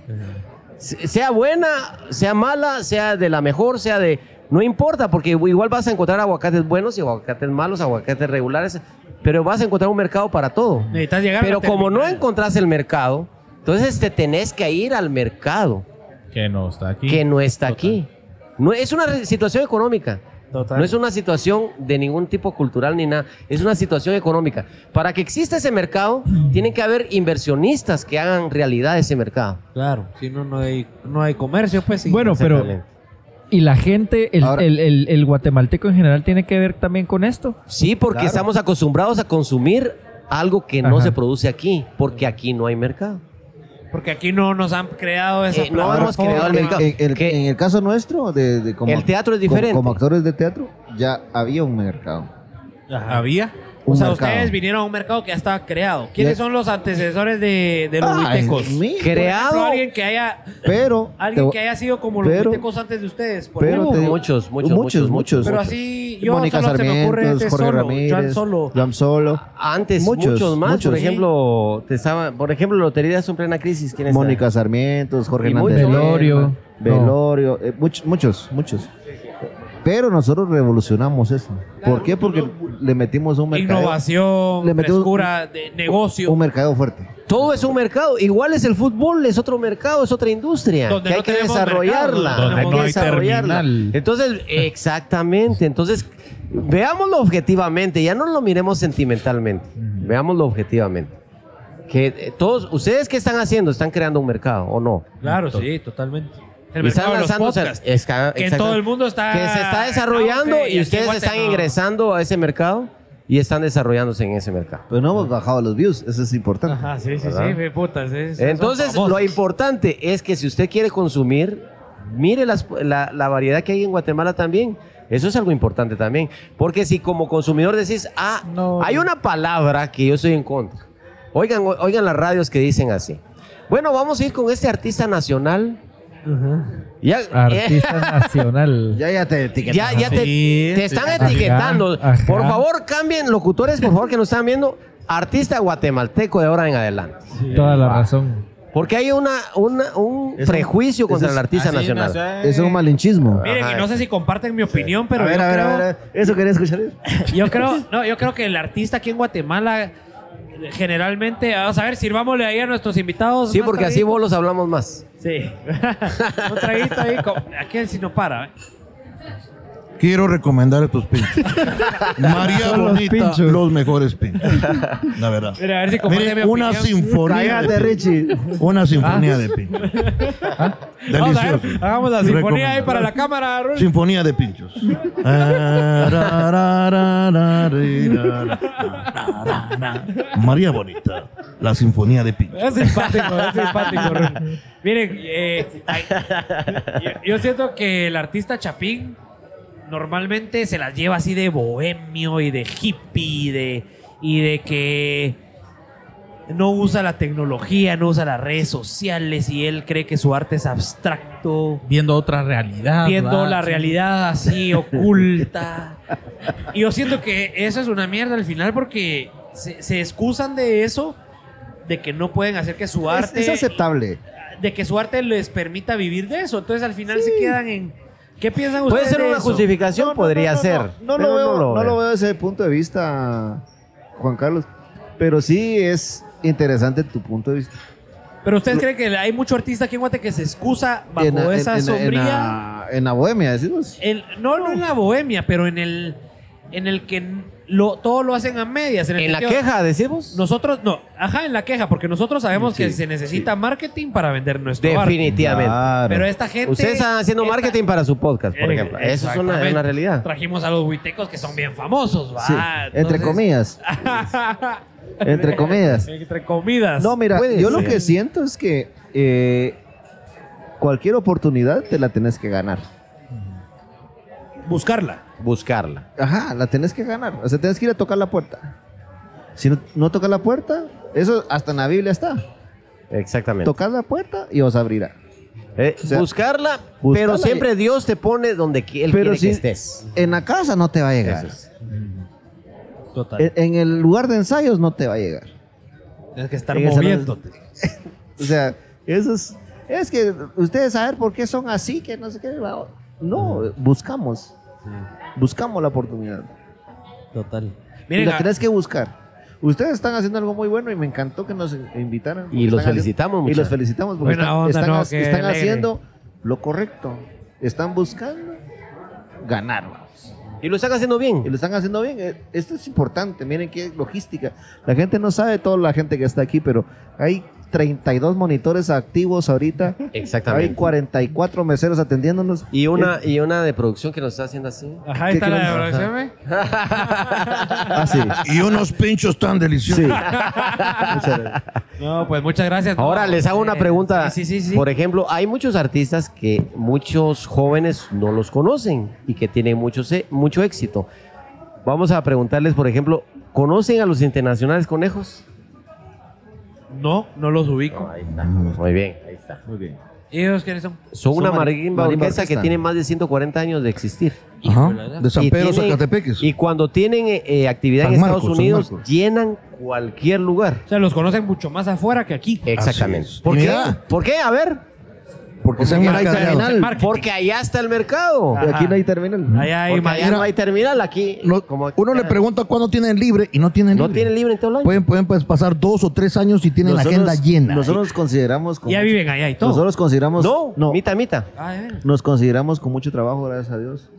Speaker 6: Se- Sea buena, sea mala, sea de la mejor, sea de... No importa, porque igual vas a encontrar aguacates buenos y aguacates malos, aguacates regulares, pero vas a encontrar un mercado para todo.
Speaker 9: Necesitas llegar a
Speaker 6: Pero
Speaker 9: la
Speaker 6: como no
Speaker 9: terminal.
Speaker 6: encontrás el mercado, entonces te tenés que ir al mercado
Speaker 2: que no está aquí.
Speaker 6: que no está aquí. No, es una re- situación económica.
Speaker 9: Total.
Speaker 6: No es una situación de ningún tipo cultural ni nada. Es una situación económica. Para que exista ese mercado, tienen que haber inversionistas que hagan realidad ese mercado.
Speaker 9: Claro, si no, no hay, no hay comercio, pues sí.
Speaker 3: Bueno, pero
Speaker 6: Exactamente.
Speaker 3: y la gente, el,
Speaker 4: Ahora-
Speaker 3: el- el- el guatemalteco en general tiene que ver también con esto.
Speaker 6: Sí, porque
Speaker 4: Claro.
Speaker 6: estamos acostumbrados a consumir algo que no
Speaker 3: Ajá.
Speaker 6: se produce aquí, porque aquí no hay mercado.
Speaker 9: Porque aquí no nos han creado esa
Speaker 6: Eh, no
Speaker 9: plataforma.
Speaker 6: hemos creado el
Speaker 4: En-
Speaker 6: mercado.
Speaker 4: en, el-
Speaker 6: Que
Speaker 4: en el caso nuestro, de, de como,
Speaker 6: el teatro es
Speaker 4: como-
Speaker 6: diferente.
Speaker 4: como actores de teatro, ya había un mercado.
Speaker 2: Había.
Speaker 4: Un
Speaker 1: O sea,
Speaker 4: mercado.
Speaker 1: ustedes vinieron a un mercado que ya estaba creado. ¿Quiénes son los antecesores de, de los
Speaker 4: Ah,
Speaker 1: huitecos?
Speaker 4: en
Speaker 1: Por
Speaker 4: mí.
Speaker 1: ejemplo,
Speaker 6: Creado.
Speaker 1: Alguien que haya,
Speaker 4: Pero.
Speaker 1: alguien
Speaker 4: te-
Speaker 1: que haya sido como los
Speaker 4: pero-
Speaker 1: huitecos antes de ustedes. Por
Speaker 4: pero
Speaker 1: ejemplo.
Speaker 4: te digo-
Speaker 6: Muchos, muchos, muchos,
Speaker 4: muchos, muchos.
Speaker 1: pero así, yo
Speaker 4: Mónica
Speaker 1: solo se me ocurre
Speaker 4: Sarmiento,
Speaker 1: este
Speaker 4: Jorge
Speaker 1: solo, Joan
Speaker 4: Ramírez,
Speaker 1: solo.
Speaker 4: Joan Solo,
Speaker 6: Antes,
Speaker 4: Muchos,
Speaker 6: muchos, más.
Speaker 4: muchos.
Speaker 6: Por ejemplo, te estaba, por ejemplo, Lotería en plena crisis. ¿Quién está?
Speaker 4: Mónica Sarmiento, Jorge
Speaker 6: Y
Speaker 4: Hernández,
Speaker 6: muchos.
Speaker 4: Lerma,
Speaker 3: Velorio.
Speaker 4: Velorio, eh, much- muchos, muchos. Pero nosotros revolucionamos eso. ¿Por qué? Porque le metimos un mercado,
Speaker 1: Innovación,
Speaker 4: Le metió un-
Speaker 1: frescura, de negocio.
Speaker 4: un mercado fuerte.
Speaker 6: Todo es un mercado. Igual es el fútbol, es otro mercado, es otra industria.
Speaker 1: Donde
Speaker 6: que
Speaker 1: no
Speaker 6: hay que
Speaker 1: tenemos
Speaker 6: desarrollarla.
Speaker 1: mercado,
Speaker 2: donde
Speaker 6: que
Speaker 2: no hay
Speaker 6: desarrollarla.
Speaker 2: terminal.
Speaker 6: Entonces, exactamente. Entonces, veámoslo objetivamente. Ya no lo miremos sentimentalmente. Veámoslo objetivamente. Que eh, todos, ¿ustedes qué están haciendo? ¿Están creando un mercado o no?
Speaker 1: Claro, sí, totalmente. El
Speaker 6: Y están
Speaker 1: mercado de los
Speaker 6: lanzándose-
Speaker 1: podcasts.
Speaker 4: eh,
Speaker 6: es ca-
Speaker 1: Que
Speaker 6: exacto.
Speaker 1: todo el mundo está...
Speaker 6: que se está desarrollando
Speaker 1: Ah, ok,
Speaker 6: y
Speaker 1: aquí
Speaker 6: ustedes
Speaker 1: en
Speaker 6: están
Speaker 1: Guate no.
Speaker 6: ingresando a ese mercado y están desarrollándose en ese mercado.
Speaker 4: Pero no hemos bajado los views, eso es importante.
Speaker 1: Ajá, Ah, sí, sí,
Speaker 6: ¿Verdad?
Speaker 1: sí, me putas. es-
Speaker 6: Entonces,
Speaker 1: son
Speaker 6: lo
Speaker 1: famosos.
Speaker 6: importante es que si usted quiere consumir, mire las- la, la variedad que hay en Guatemala también. Eso es algo importante también. Porque si como consumidor decís, ah,
Speaker 3: No.
Speaker 6: hay una palabra que yo estoy en contra. Oigan, o- oigan las radios que dicen así. Bueno, vamos a ir con este artista nacional. Ya, eh,
Speaker 3: Artista nacional.
Speaker 4: Ya, ya te etiquetamos.
Speaker 6: Ya, ya te,
Speaker 2: Sí,
Speaker 6: te están
Speaker 3: Ajá,
Speaker 6: etiquetando.
Speaker 3: ajá.
Speaker 6: Por favor, cambien locutores, por favor, que nos están viendo. Artista guatemalteco de ahora en adelante.
Speaker 3: Toda la razón.
Speaker 6: Porque hay una, una- un
Speaker 4: Es un-
Speaker 6: prejuicio
Speaker 4: eso
Speaker 6: contra
Speaker 4: es-
Speaker 6: el artista
Speaker 2: Así
Speaker 6: nacional.
Speaker 2: nació, eh.
Speaker 4: Es un malinchismo.
Speaker 1: Miren,
Speaker 6: Ajá.
Speaker 1: y no sé si comparten mi opinión, pero
Speaker 4: a, ver,
Speaker 1: yo,
Speaker 4: a ver,
Speaker 1: creo,
Speaker 4: a ver, eso quería escuchar. Eso
Speaker 1: yo creo, no, yo creo que el artista aquí en Guatemala generalmente, vamos a ver, sirvámosle ahí a nuestros invitados.
Speaker 6: Sí,
Speaker 1: más
Speaker 6: porque así
Speaker 1: traguito.
Speaker 6: vos los hablamos más.
Speaker 1: Sí. Un traguito ahí, con- aquí si no para. ¿eh?
Speaker 5: Quiero recomendar estos pinchos. María
Speaker 3: Son los
Speaker 5: Bonita, los,
Speaker 3: pinchos.
Speaker 5: mejores pinchos. La verdad.
Speaker 1: Mira, a ver si comparte
Speaker 5: Mire,
Speaker 1: mi
Speaker 5: una
Speaker 1: opinión.
Speaker 5: sinfonía.
Speaker 4: Cállate,
Speaker 5: De
Speaker 4: Richie.
Speaker 5: pinchos. Una sinfonía de pinchos.
Speaker 1: Ah. Vamos a
Speaker 5: Delicioso.
Speaker 1: ver, hagamos la sinfonía ahí
Speaker 5: Recomendado.
Speaker 1: para la cámara, Rul.
Speaker 5: Sinfonía de pinchos. María Bonita, la sinfonía de pinchos.
Speaker 1: Es simpático, es simpático. Rul. Miren, eh, ay, yo, yo siento que el artista Chapín normalmente se las lleva así de bohemio y de hippie y de, y de que no usa la tecnología, no usa las redes sociales y él cree que su arte es abstracto,
Speaker 2: Viendo otra
Speaker 4: Ah,
Speaker 2: realidad.
Speaker 1: viendo
Speaker 2: ¿verdad?
Speaker 1: la
Speaker 2: Sí.
Speaker 1: realidad así oculta. Y yo siento que eso es una mierda al final porque se, se excusan de eso, de que no pueden hacer que su
Speaker 4: Es,
Speaker 1: arte
Speaker 4: es aceptable.
Speaker 1: de que su arte les permita vivir de eso. Entonces al final se quedan en. ¿Qué piensan
Speaker 6: Puede
Speaker 1: ustedes?
Speaker 6: ser
Speaker 1: de
Speaker 6: una
Speaker 1: eso?
Speaker 6: justificación, podría
Speaker 4: no,
Speaker 6: ser.
Speaker 4: No,
Speaker 6: pero
Speaker 4: lo veo, no,
Speaker 6: veo.
Speaker 4: lo veo desde el punto de vista, Juan Carlos. Pero sí es interesante tu punto de vista.
Speaker 1: Pero ustedes creen que hay mucho artista aquí en Guate que se excusa bajo
Speaker 4: En la- en-
Speaker 1: esa
Speaker 4: en la- en
Speaker 1: sombría.
Speaker 4: la- En la bohemia, decimos.
Speaker 1: el- no, no en la bohemia, pero en el. En el que lo, todo lo hacen a medias. En, el
Speaker 6: En la
Speaker 1: sentido-
Speaker 6: queja, decimos.
Speaker 1: Nosotros, no, ajá, en la queja, porque nosotros sabemos que se necesita marketing para vender nuestro arte.
Speaker 6: Definitivamente.
Speaker 4: Claro.
Speaker 1: Pero esta gente.
Speaker 6: Ustedes están haciendo
Speaker 1: esta-
Speaker 6: marketing para su podcast, por
Speaker 1: Eh,
Speaker 6: ejemplo. Eso es una, es una realidad.
Speaker 1: Trajimos a los huitecos que son bien famosos, ¿va?
Speaker 4: Sí, entre
Speaker 1: Entonces-
Speaker 4: comillas. Entre comillas.
Speaker 1: Entre comidas.
Speaker 4: No, mira,
Speaker 6: Puede
Speaker 4: yo lo
Speaker 6: ser.
Speaker 4: que siento es que eh, cualquier oportunidad te la tenés que ganar.
Speaker 1: buscarla.
Speaker 6: Buscarla.
Speaker 4: Ajá, la tenés que ganar. O sea, tenés que ir a tocar la puerta. Si no, no tocas la puerta, eso hasta en la Biblia está.
Speaker 6: Exactamente.
Speaker 4: Tocad la puerta y os abrirá.
Speaker 6: Eh,
Speaker 4: o sea,
Speaker 6: buscarla,
Speaker 4: buscarla
Speaker 6: pero
Speaker 4: y-
Speaker 6: siempre Dios te pone donde qui- Él
Speaker 4: Pero
Speaker 6: quiere
Speaker 4: sí-
Speaker 6: que estés.
Speaker 4: En la casa no te va a llegar.
Speaker 6: Eso es.
Speaker 1: Total.
Speaker 4: En, en el lugar de ensayos no te va a llegar.
Speaker 1: Tienes que estar
Speaker 4: Tienes que
Speaker 1: moviéndote.
Speaker 4: O sea, eso es. Es que ustedes saben por qué son así, que no sé qué. va- No, buscamos. Buscamos la oportunidad.
Speaker 6: Total.
Speaker 4: y
Speaker 6: ah,
Speaker 1: Miren,
Speaker 4: la
Speaker 1: a-
Speaker 4: tenés que buscar. Ustedes están haciendo algo muy bueno y me encantó que nos in- invitaran. porque
Speaker 6: Y los
Speaker 4: están haciendo-
Speaker 6: felicitamos,
Speaker 4: Y
Speaker 6: muchachos.
Speaker 4: los felicitamos porque
Speaker 1: Buena
Speaker 4: están,
Speaker 1: onda,
Speaker 4: están
Speaker 1: ¿no?
Speaker 4: ha-
Speaker 1: Qué
Speaker 4: están
Speaker 1: alegre.
Speaker 4: haciendo lo correcto. Están buscando ganar, vamos.
Speaker 6: Y lo están haciendo bien.
Speaker 4: Y lo están haciendo bien. Eh, Esto es importante. Miren qué logística. La gente no sabe toda la gente que está aquí, pero hay 32 monitores activos ahorita. Hay
Speaker 6: Exactamente.
Speaker 4: 44 meseros atendiéndonos.
Speaker 6: Y una, y una de producción que nos está haciendo así.
Speaker 1: ah, Ajá, ahí
Speaker 4: ¿Qué
Speaker 1: está la
Speaker 4: queremos?
Speaker 1: evaluación, ¿ve?
Speaker 4: Ah, sí.
Speaker 5: Y unos pinchos tan deliciosos.
Speaker 4: Sí.
Speaker 1: No, pues muchas gracias. ¿no?
Speaker 6: Ahora les hago una
Speaker 1: Eh,
Speaker 6: pregunta.
Speaker 1: Sí, sí, sí.
Speaker 6: Por ejemplo, hay muchos artistas que muchos jóvenes no los conocen y que tienen mucho, se- mucho éxito. Vamos a preguntarles, por ejemplo, ¿Conocen a los internacionales conejos?
Speaker 1: No, no los ubico.
Speaker 6: Ahí está. Muy bien, ahí está.
Speaker 4: Muy bien.
Speaker 1: ¿Y ellos quiénes son?
Speaker 6: Son una
Speaker 4: Son
Speaker 6: marimba
Speaker 4: marimba
Speaker 6: orquesta que
Speaker 4: orquesta.
Speaker 6: tiene más de 140 años de existir.
Speaker 5: Ajá. De San
Speaker 6: Y
Speaker 5: Pedro,
Speaker 6: tienen-
Speaker 5: Zacatepeques.
Speaker 6: Y cuando tienen eh, eh, actividad
Speaker 5: San
Speaker 6: en Estados
Speaker 5: Marcos, San
Speaker 6: Unidos,
Speaker 5: Marcos.
Speaker 6: llenan cualquier lugar.
Speaker 1: O sea, los conocen mucho más afuera que aquí.
Speaker 6: Exactamente.
Speaker 5: es.
Speaker 6: ¿Por qué?
Speaker 5: Mira.
Speaker 6: ¿Por qué? A ver.
Speaker 5: Porque se han
Speaker 6: Porque no hay
Speaker 5: mercadeado.
Speaker 6: terminal.
Speaker 1: Marketing.
Speaker 6: Porque allá está el mercado.
Speaker 4: Pero aquí no hay terminal.
Speaker 1: Allá hay
Speaker 6: Porque allá
Speaker 5: Mira.
Speaker 6: no hay terminal. Aquí
Speaker 5: No,
Speaker 6: como-
Speaker 5: uno le pregunta cuándo tienen libre y no tienen
Speaker 6: No
Speaker 5: libre.
Speaker 6: tiene libre en todo el año.
Speaker 5: Pueden, pueden pues, pasar dos o tres años y tienen la agenda llena.
Speaker 4: Nosotros consideramos. con
Speaker 1: Ya
Speaker 4: mucho-
Speaker 1: viven allá y todo.
Speaker 4: Nosotros consideramos.
Speaker 6: no,
Speaker 4: no.
Speaker 6: mita, mita.
Speaker 1: Ah, de veras.
Speaker 4: Nos consideramos con mucho trabajo, gracias a Dios.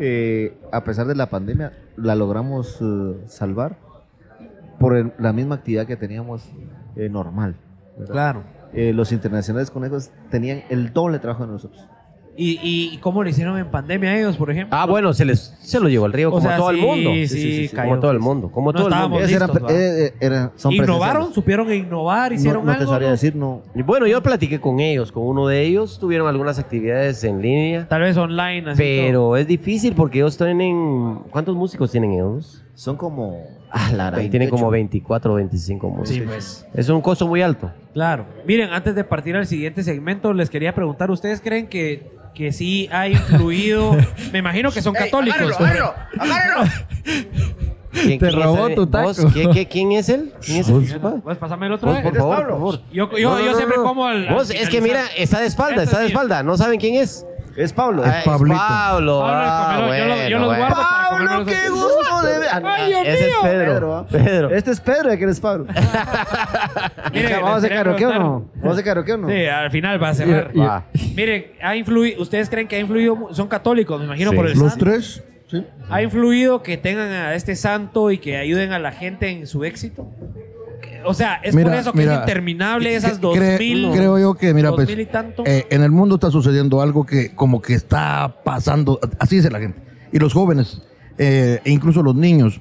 Speaker 4: Eh, a pesar de la pandemia, la logramos eh, salvar por el- la misma actividad que teníamos eh, normal. ¿verdad?
Speaker 1: Claro.
Speaker 4: Eh, los internacionales conejos tenían el doble trabajo de nosotros.
Speaker 1: ¿Y, y- y cómo le hicieron en pandemia a ellos, por ejemplo?
Speaker 6: Ah, bueno, se les se lo llevó el río
Speaker 1: O
Speaker 6: como
Speaker 1: sea,
Speaker 6: todo el
Speaker 1: sí,
Speaker 6: mundo.
Speaker 1: sí,
Speaker 6: como
Speaker 1: cayó,
Speaker 6: todo el
Speaker 1: sí,
Speaker 6: mundo, como
Speaker 1: No
Speaker 6: todo el mundo.
Speaker 1: estábamos
Speaker 4: Ellos eran
Speaker 1: listos,
Speaker 4: pre-
Speaker 1: va.
Speaker 4: eh, eh, eran- son
Speaker 1: ¿Innovaron?
Speaker 4: presenciales.
Speaker 1: ¿Supieron innovar? ¿Hicieron
Speaker 4: no, no te
Speaker 1: algo?
Speaker 4: sabría
Speaker 1: no?
Speaker 4: decir, no.
Speaker 6: Y Bueno, yo platiqué con ellos, con uno de ellos, tuvieron algunas actividades en línea,
Speaker 1: Tal vez online. así todo.
Speaker 6: pero es difícil porque ellos tienen... ¿Cuántos músicos tienen ellos?
Speaker 4: Son como.
Speaker 6: Ah, la gran, tienen
Speaker 4: 28.
Speaker 6: como 24 o 25 músicos.
Speaker 1: Sí, pues.
Speaker 6: Es un costo muy alto.
Speaker 1: Claro. Miren, antes de partir al siguiente segmento, les quería preguntar, ¿ustedes creen que, que sí ha influido? Me imagino que son católicos. pues.
Speaker 3: Te
Speaker 6: ¿Quién- quién es
Speaker 3: robó
Speaker 6: él?
Speaker 3: tu
Speaker 6: ¿Vos?
Speaker 3: taco.
Speaker 6: ¿Qué- qué- quién es él? ¿Quién es él? Vos,
Speaker 1: Pues pásame el otro.
Speaker 6: por
Speaker 1: eh.
Speaker 6: favor, por favor.
Speaker 1: Yo, yo,
Speaker 6: No, no,
Speaker 1: yo
Speaker 6: no,
Speaker 1: siempre
Speaker 6: no.
Speaker 1: como al. al
Speaker 6: Vos, es que mira,
Speaker 1: finalizar.
Speaker 6: está de espalda,
Speaker 1: Este
Speaker 6: está de
Speaker 1: es mío.
Speaker 6: espalda. No saben quién es.
Speaker 4: Es Pablo.
Speaker 6: Ah,
Speaker 5: Pablito.
Speaker 1: Pablo,
Speaker 6: Pablo. Ah,
Speaker 1: comelo, yo lo- yo
Speaker 6: bueno,
Speaker 1: los
Speaker 6: bueno.
Speaker 1: guardo para comérmelos
Speaker 4: qué
Speaker 1: así.
Speaker 4: gusto de ver- Ah, no,
Speaker 1: Ay, Dios
Speaker 6: Ese es
Speaker 1: mío.
Speaker 6: Pedro.
Speaker 4: ¿ah?
Speaker 6: Pedro.
Speaker 4: Este es Pedro, aquel es Pablo.
Speaker 1: Miren, les
Speaker 4: eh, ¿Vamos a hacer
Speaker 1: quería
Speaker 4: karaoke o
Speaker 1: preguntar-
Speaker 4: no? ¿Vamos a hacer karaoke o no?
Speaker 1: Sí, al final va a cerrar.
Speaker 6: Va.
Speaker 1: Miren, ha influido, ustedes creen que ha influido, mu- son católicos, me imagino,
Speaker 6: Sí.
Speaker 1: por el
Speaker 5: Los
Speaker 1: santo.
Speaker 5: tres. Sí.
Speaker 1: ¿Ha influido que tengan a este santo y que ayuden a la gente en su éxito? Que- O sea, es por
Speaker 5: Mira,
Speaker 1: eso que
Speaker 5: mira,
Speaker 1: es interminable
Speaker 5: cre-
Speaker 1: esas dos
Speaker 5: cre-
Speaker 1: mil.
Speaker 5: Creo yo que, mira,
Speaker 1: dos
Speaker 5: pues,
Speaker 1: mil y tanto.
Speaker 5: eh, en el mundo está sucediendo algo que como que está pasando, así dice la gente, y los jóvenes, eh, e incluso los niños.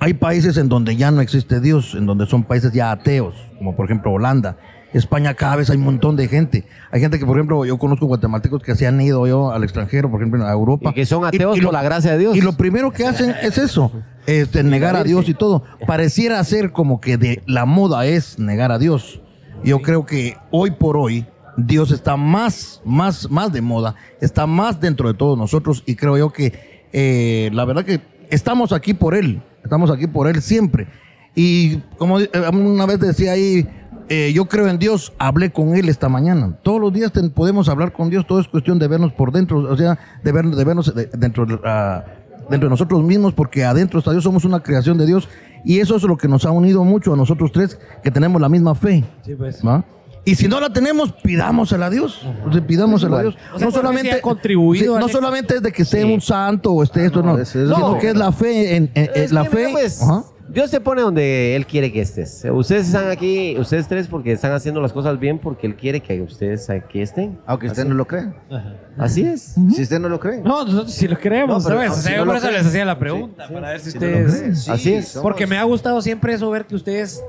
Speaker 5: Hay países en donde ya no existe Dios, en donde son países ya ateos, como por ejemplo Holanda. España cada vez hay un montón de gente. Hay gente que, por ejemplo, yo conozco guatemaltecos que se han ido yo al extranjero, por ejemplo, a Europa.
Speaker 6: Y que son ateos
Speaker 5: y lo-
Speaker 6: por la gracia de Dios.
Speaker 5: y lo primero que hacen es eso, este, negar a Dios y todo. Pareciera ser como que de la moda es negar a Dios. Yo creo que hoy por hoy Dios está más, más, más de moda, está más dentro de todos nosotros y creo yo que eh, la verdad que estamos aquí por Él, estamos aquí por Él siempre. Y como eh, una vez decía ahí, eh, yo creo en Dios, hablé con Él esta mañana. Todos los días ten- podemos hablar con Dios, todo es cuestión de vernos por dentro, o sea, de, ver- de vernos de- dentro, ah, dentro de nosotros mismos, porque adentro está Dios, somos una creación de Dios. Y eso es lo que nos ha unido mucho a nosotros tres, que tenemos la misma fe.
Speaker 1: pues.
Speaker 5: ¿va? Y si no la tenemos, pidámosela a Dios. O sea, pidámosela a Dios.
Speaker 1: O sea, pues, sí ha contribuido
Speaker 5: sí,
Speaker 1: al
Speaker 5: no
Speaker 1: éxito.
Speaker 5: solamente es de que esté un santo o esté esto,
Speaker 4: Ah, no,
Speaker 5: no,
Speaker 4: eso es
Speaker 5: sino
Speaker 4: lo-
Speaker 5: que es la fe. En, en- en-
Speaker 6: Es
Speaker 5: Eh, la
Speaker 6: que, mira,
Speaker 5: fe.
Speaker 6: pues,
Speaker 5: ajá.
Speaker 6: Dios te pone donde Él quiere que estés. Ustedes están aquí, ustedes tres, porque están haciendo las cosas bien, porque Él quiere que ustedes aquí estén.
Speaker 4: Aunque usted no lo crea.
Speaker 6: Así es.
Speaker 4: Si usted no lo cree.
Speaker 1: No, nosotros sí lo creemos,
Speaker 4: No, pero
Speaker 1: ¿sabes?
Speaker 4: no,
Speaker 1: O sea,
Speaker 4: si
Speaker 1: yo
Speaker 4: no
Speaker 1: por
Speaker 4: lo
Speaker 1: eso
Speaker 4: creen.
Speaker 1: les hacía la pregunta,
Speaker 4: Sí,
Speaker 1: para ver si
Speaker 4: sí,
Speaker 1: ustedes...
Speaker 4: Sí,
Speaker 6: Así es.
Speaker 4: somos-
Speaker 1: Porque me ha gustado siempre eso, ver que ustedes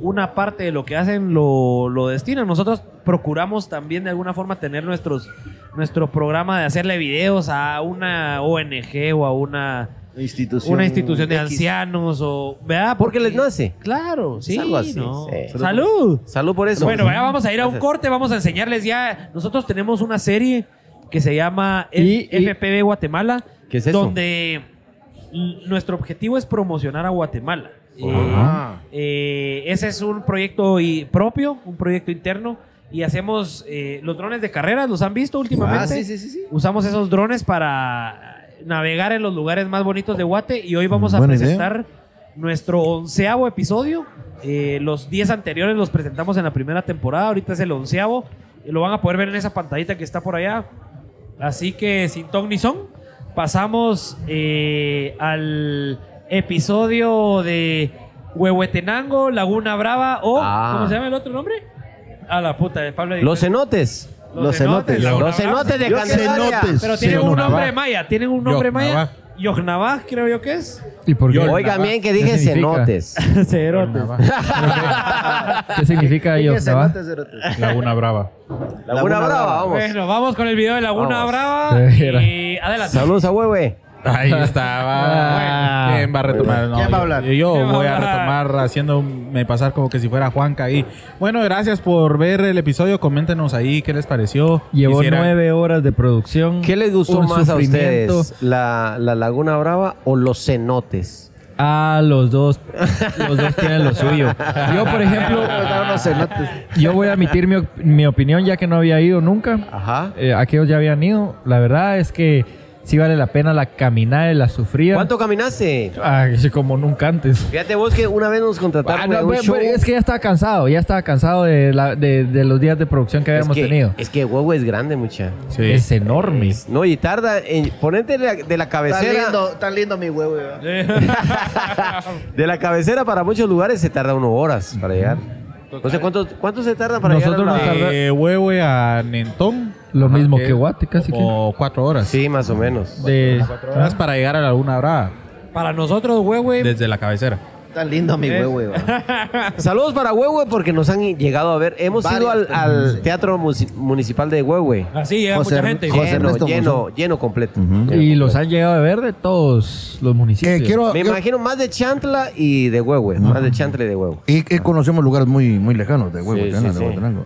Speaker 1: una parte de lo que hacen lo, lo destinan. Nosotros procuramos también de alguna forma tener nuestros nuestro programa de hacerle videos a una ONG o a una,
Speaker 4: Institución.
Speaker 1: una institución de
Speaker 4: X.
Speaker 1: ancianos o ¿verdad?
Speaker 6: Porque les nace.
Speaker 1: Claro, sí.
Speaker 6: algo así,
Speaker 1: ¿no?
Speaker 6: sí.
Speaker 1: Salud.
Speaker 6: Salud por eso.
Speaker 1: Bueno, ya vamos a ir a un
Speaker 6: Gracias.
Speaker 1: corte, vamos a enseñarles ya. Nosotros tenemos una serie que se llama
Speaker 3: Y- y-
Speaker 1: FPB Guatemala,
Speaker 6: ¿Qué es eso?
Speaker 1: donde l- nuestro objetivo es promocionar a Guatemala. Eh,
Speaker 6: Ah.
Speaker 1: eh, ese es un proyecto y- propio, un proyecto interno, y hacemos eh, los drones de carreras, ¿los han visto últimamente?
Speaker 4: Ah, sí, sí, sí, sí.
Speaker 1: Usamos esos drones para navegar en los lugares más bonitos de Guate y hoy vamos a
Speaker 5: Buena idea.
Speaker 1: presentar nuestro onceavo episodio. Eh, los diez anteriores los presentamos en la primera temporada, ahorita es el onceavo. Y lo van a poder ver en esa pantallita que está por allá. Así que sin ton ni son, pasamos eh, al episodio de Huehuetenango, Laguna Brava o...
Speaker 6: Ah.
Speaker 1: ¿Cómo se llama el otro nombre? A la puta de Pablo.
Speaker 6: Los cenotes.
Speaker 1: Los cenotes.
Speaker 6: Los cenotes de
Speaker 4: Yo
Speaker 6: Candelaria.
Speaker 5: cenotes.
Speaker 1: Pero tienen un
Speaker 5: Yognabaj.
Speaker 1: nombre maya, tienen un nombre maya.
Speaker 2: Yognabaj.
Speaker 1: Yognabaj, creo yo que es.
Speaker 3: ¿Y por qué?
Speaker 6: Oigan bien que dije
Speaker 3: ¿Qué significa?
Speaker 6: cenotes.
Speaker 1: Cerotes.
Speaker 3: ¿Qué significa
Speaker 4: ¿Qué
Speaker 3: ello?
Speaker 4: se
Speaker 3: Nava?
Speaker 4: nota, cerote?
Speaker 2: Laguna Brava.
Speaker 6: Laguna Brava, vamos.
Speaker 1: Bueno, vamos con el video de Laguna
Speaker 6: Vamos.
Speaker 1: Brava.
Speaker 3: De veras.
Speaker 1: Y adelante.
Speaker 6: Saludos a Huehue.
Speaker 2: Ahí estaba.
Speaker 3: Ah.
Speaker 2: ¿Quién va a retomar? No,
Speaker 4: ¿Quién va a hablar?
Speaker 2: Yo, yo
Speaker 9: ¿Quién va
Speaker 2: voy
Speaker 9: a
Speaker 2: a
Speaker 9: hablar?
Speaker 2: retomar haciéndome pasar como que si fuera Juanca ahí. Bueno, gracias por ver el episodio. Coméntenos ahí qué les pareció.
Speaker 3: Llevó
Speaker 2: Quisiera-
Speaker 3: nueve horas de producción.
Speaker 6: ¿Qué les gustó
Speaker 3: Un
Speaker 6: más a
Speaker 3: sufrimiento.
Speaker 6: ustedes? ¿La, la Laguna Brava o los cenotes?
Speaker 3: Ah, los dos. Los dos tienen lo suyo. Yo, por ejemplo, yo voy a admitir mi, op- mi opinión ya que no había ido nunca.
Speaker 6: Ajá.
Speaker 3: Eh, aquellos ya habían ido. La verdad es que sí vale la pena la caminada y la sufrida.
Speaker 6: ¿Cuánto caminaste?
Speaker 3: Ay, sí, como nunca antes.
Speaker 6: Fíjate vos que una vez nos contrataron
Speaker 3: Ah, no,
Speaker 6: en un
Speaker 3: pero-
Speaker 6: show.
Speaker 3: pero es que ya estaba cansado, ya estaba cansado de, la- de- de los días de producción que
Speaker 6: Es
Speaker 3: habíamos
Speaker 6: que-
Speaker 3: tenido.
Speaker 6: Es que huevo es grande, mucha.
Speaker 2: Sí.
Speaker 3: Es enorme.
Speaker 6: No, y tarda en ponerte de la, de la
Speaker 4: Tan
Speaker 6: cabecera.
Speaker 4: lindo, tan lindo mi huevo. ¿verdad?
Speaker 6: De la cabecera para muchos lugares se tarda uno horas para llegar. No sé cuánto, cuánto se tarda para
Speaker 3: Nosotros
Speaker 6: llegar. a la-
Speaker 3: nos
Speaker 2: De Huehue a Nentón.
Speaker 3: Lo
Speaker 2: Ajá,
Speaker 3: mismo que Guate, casi que.
Speaker 2: Como cuatro horas.
Speaker 6: Sí, más o menos.
Speaker 3: De,
Speaker 2: Cuatro horas para llegar a la Laguna Brava.
Speaker 9: Para nosotros, güey, güey.
Speaker 2: Desde la cabecera.
Speaker 4: Tan lindo mi huevo. ¿verdad?
Speaker 6: Saludos para Huehue porque nos han llegado a ver. Hemos
Speaker 4: Varias
Speaker 6: ido al, al Teatro Musi- Municipal de Huehue.
Speaker 9: Así llega
Speaker 4: José-
Speaker 9: mucha gente.
Speaker 4: José-
Speaker 6: Lleno,
Speaker 4: Ernesto
Speaker 6: lleno, lleno completo.
Speaker 3: y los han llegado a ver de todos los municipios.
Speaker 5: Que Eh, quiero,
Speaker 6: Me
Speaker 5: yo-
Speaker 6: imagino más de Chantla y de Huehue. Más de Chantla y de Huehue.
Speaker 5: y que conocemos lugares muy, muy lejanos de Huehuetlán,
Speaker 6: sí,
Speaker 5: de
Speaker 6: sí. Ah.
Speaker 5: Huehuetlán.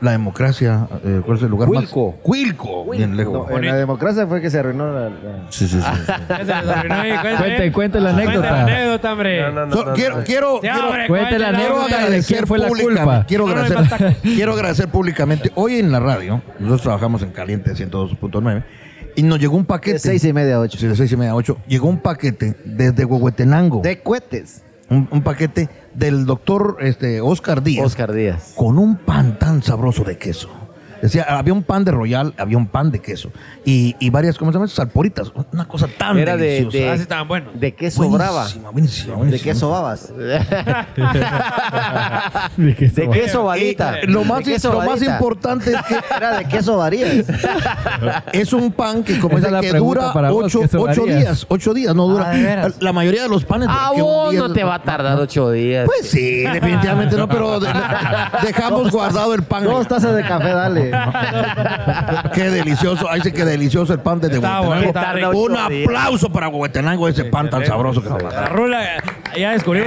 Speaker 5: La democracia, eh, ¿cuál es el lugar
Speaker 6: Cuilco.
Speaker 5: más? Cuilco. Bien lejos.
Speaker 6: eh.
Speaker 4: No, en la democracia fue que se arruinó la- la...
Speaker 5: Sí, sí, sí.
Speaker 6: Ah,
Speaker 9: Cuente,
Speaker 3: Cuente, cuente la
Speaker 9: Cuente la
Speaker 3: anécdota.
Speaker 9: anécdota, hombre.
Speaker 6: No, no, no,
Speaker 5: So,
Speaker 6: no,
Speaker 5: quiero,
Speaker 6: no.
Speaker 5: quiero,
Speaker 9: Ya,
Speaker 5: quiero-
Speaker 9: hombre,
Speaker 3: Cuente la
Speaker 9: cuente
Speaker 5: Quiero
Speaker 3: anécdota de
Speaker 5: agradecer
Speaker 3: quién fue la
Speaker 5: públicamente-
Speaker 3: culpa.
Speaker 5: Quiero
Speaker 9: No, no,
Speaker 5: agradecer, quiero agradecer públicamente. Hoy en la radio, nosotros trabajamos en Caliente 102.9 y nos llegó un paquete.
Speaker 4: De seis y media a ocho.
Speaker 5: Sí, de seis y media a ocho. Llegó un paquete desde Huehuetenango.
Speaker 4: De cohetes.
Speaker 5: un, un paquete del doctor este, Oscar Díaz
Speaker 6: Oscar Díaz.
Speaker 5: con un pan tan sabroso de queso. Decía, había un pan de royal, había un pan de queso y, y varias, ¿cómo se llama? Salporitas. Una cosa tan
Speaker 6: Era de,
Speaker 5: deliciosa.
Speaker 6: de,
Speaker 9: Ah, sí, estaban buenos.
Speaker 6: de queso brava.
Speaker 5: Buenísima, buenísima,
Speaker 4: ¿De
Speaker 5: buenísima.
Speaker 4: queso babas?
Speaker 3: De que se
Speaker 6: De
Speaker 3: va.
Speaker 6: queso varita.
Speaker 5: Eh, lo más,
Speaker 6: De queso
Speaker 5: lo más
Speaker 6: varita.
Speaker 5: importante es que
Speaker 4: Era de queso varías.
Speaker 5: es un pan que como
Speaker 3: Esa
Speaker 5: es
Speaker 3: es la
Speaker 5: que
Speaker 3: pregunta
Speaker 5: dura
Speaker 3: para vos,
Speaker 5: ocho,
Speaker 3: queso
Speaker 5: ocho
Speaker 3: María.
Speaker 5: días, ocho días, no
Speaker 3: Ah,
Speaker 5: dura.
Speaker 3: ¿de veras?
Speaker 5: la mayoría de los panes.
Speaker 6: A Ah,
Speaker 5: que un
Speaker 6: vos
Speaker 5: día-
Speaker 6: no te va a tardar ocho días.
Speaker 5: Pues sí, definitivamente no, pero de- dejamos guardado el pan.
Speaker 4: Dos tazas de café, dale.
Speaker 5: Qué delicioso, ahí sí que delicioso el pan de
Speaker 9: Está
Speaker 5: Huehuetenango.
Speaker 9: bueno, está
Speaker 6: rico.
Speaker 5: Un aplauso para Huehuetenango, ese pan tan sabroso que nos
Speaker 9: A
Speaker 5: mandaron.
Speaker 9: Rula, ya descubrimos.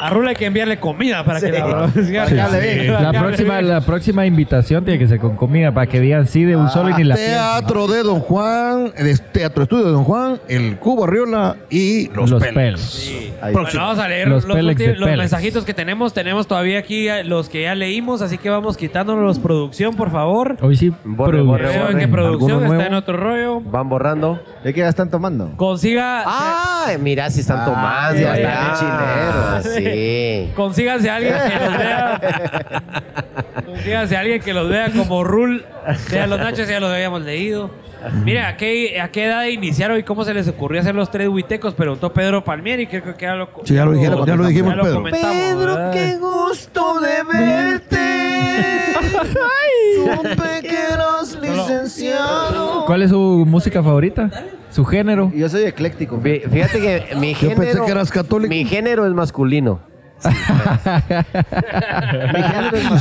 Speaker 9: A Rula hay que enviarle comida para que la
Speaker 4: Para que hable bien.
Speaker 3: La próxima, la próxima invitación tiene que ser con comida para que digan sí de un solo y ni la piensen.
Speaker 5: Teatro de Don Juan, el Teatro Estudio de Don Juan, el Cubo Arriola y los,
Speaker 3: Los
Speaker 5: Pelos.
Speaker 3: Pelos.
Speaker 4: Ahí.
Speaker 9: Bueno, vamos a leer los,
Speaker 3: Los Pélex de
Speaker 9: últimos- los
Speaker 3: Pélex.
Speaker 9: mensajitos que tenemos. Tenemos todavía aquí eh, los que ya leímos, así que vamos quitándonos producción, por favor.
Speaker 3: Hoy sí,
Speaker 6: Borre,
Speaker 3: produ-
Speaker 6: borre,
Speaker 9: Creo
Speaker 5: ¿eh?
Speaker 9: que
Speaker 6: ¿Alguno
Speaker 9: producción
Speaker 3: nuevo?
Speaker 9: está en otro rollo.
Speaker 6: Van borrando.
Speaker 4: ¿De qué ya están tomando?
Speaker 9: Consiga.
Speaker 6: Ah,
Speaker 5: eh,
Speaker 6: mira si están
Speaker 4: Ah,
Speaker 6: tomando.
Speaker 4: ya
Speaker 6: allá.
Speaker 4: están de
Speaker 6: Sí.
Speaker 9: Consíganse a alguien que los vea. Consíganse a alguien que los vea como Rule. Sea los Nachos, ya los habíamos leído. Mira, ¿a qué, ¿a qué edad iniciaron y cómo se les ocurrió hacer los tres huitecos? Preguntó Pedro Palmieri. Creo que era lo.
Speaker 5: Sí, ya lo dijeron, ya lo dijimos,
Speaker 9: ya lo
Speaker 5: Pedro.
Speaker 9: comentamos, ¿verdad?
Speaker 6: eh.
Speaker 4: gusto de verte. Supe que eras licenciado.
Speaker 3: ¿Cuál es su música favorita? ¿Su género?
Speaker 4: Yo soy ecléctico.
Speaker 6: Fí- Fíjate que mi
Speaker 5: Yo
Speaker 6: género.
Speaker 5: pensé que eras católico.
Speaker 6: Mi género es masculino.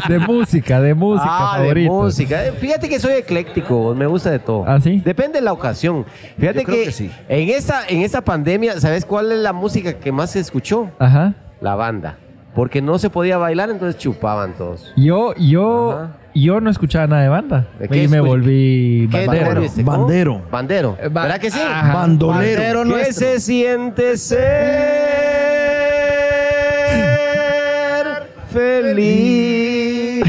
Speaker 3: De música, de música
Speaker 6: ah,
Speaker 3: favorita.
Speaker 6: de música. Eh, Fíjate que soy ecléctico, me gusta de todo.
Speaker 3: ¿Ah, sí?
Speaker 6: Depende de la ocasión. Fíjate
Speaker 4: Yo creo
Speaker 6: que,
Speaker 4: que sí.
Speaker 6: en esta en esta pandemia, ¿sabes cuál es la música que más se escuchó?
Speaker 3: Ajá.
Speaker 6: La banda. Porque no se podía bailar, entonces chupaban todos.
Speaker 3: Yo, yo,
Speaker 6: Ajá.
Speaker 3: yo no escuchaba nada de banda.
Speaker 6: ¿De qué
Speaker 3: y me
Speaker 6: escuch-
Speaker 3: volví
Speaker 6: ¿Qué
Speaker 3: bandero.
Speaker 6: te volviste? ¿Cómo?
Speaker 5: Bandero.
Speaker 6: Bandero.
Speaker 3: Eh, ba-
Speaker 6: ¿Verdad que sí?
Speaker 3: Ajá.
Speaker 5: Bandolero.
Speaker 6: ¿Qué se siente ser feliz?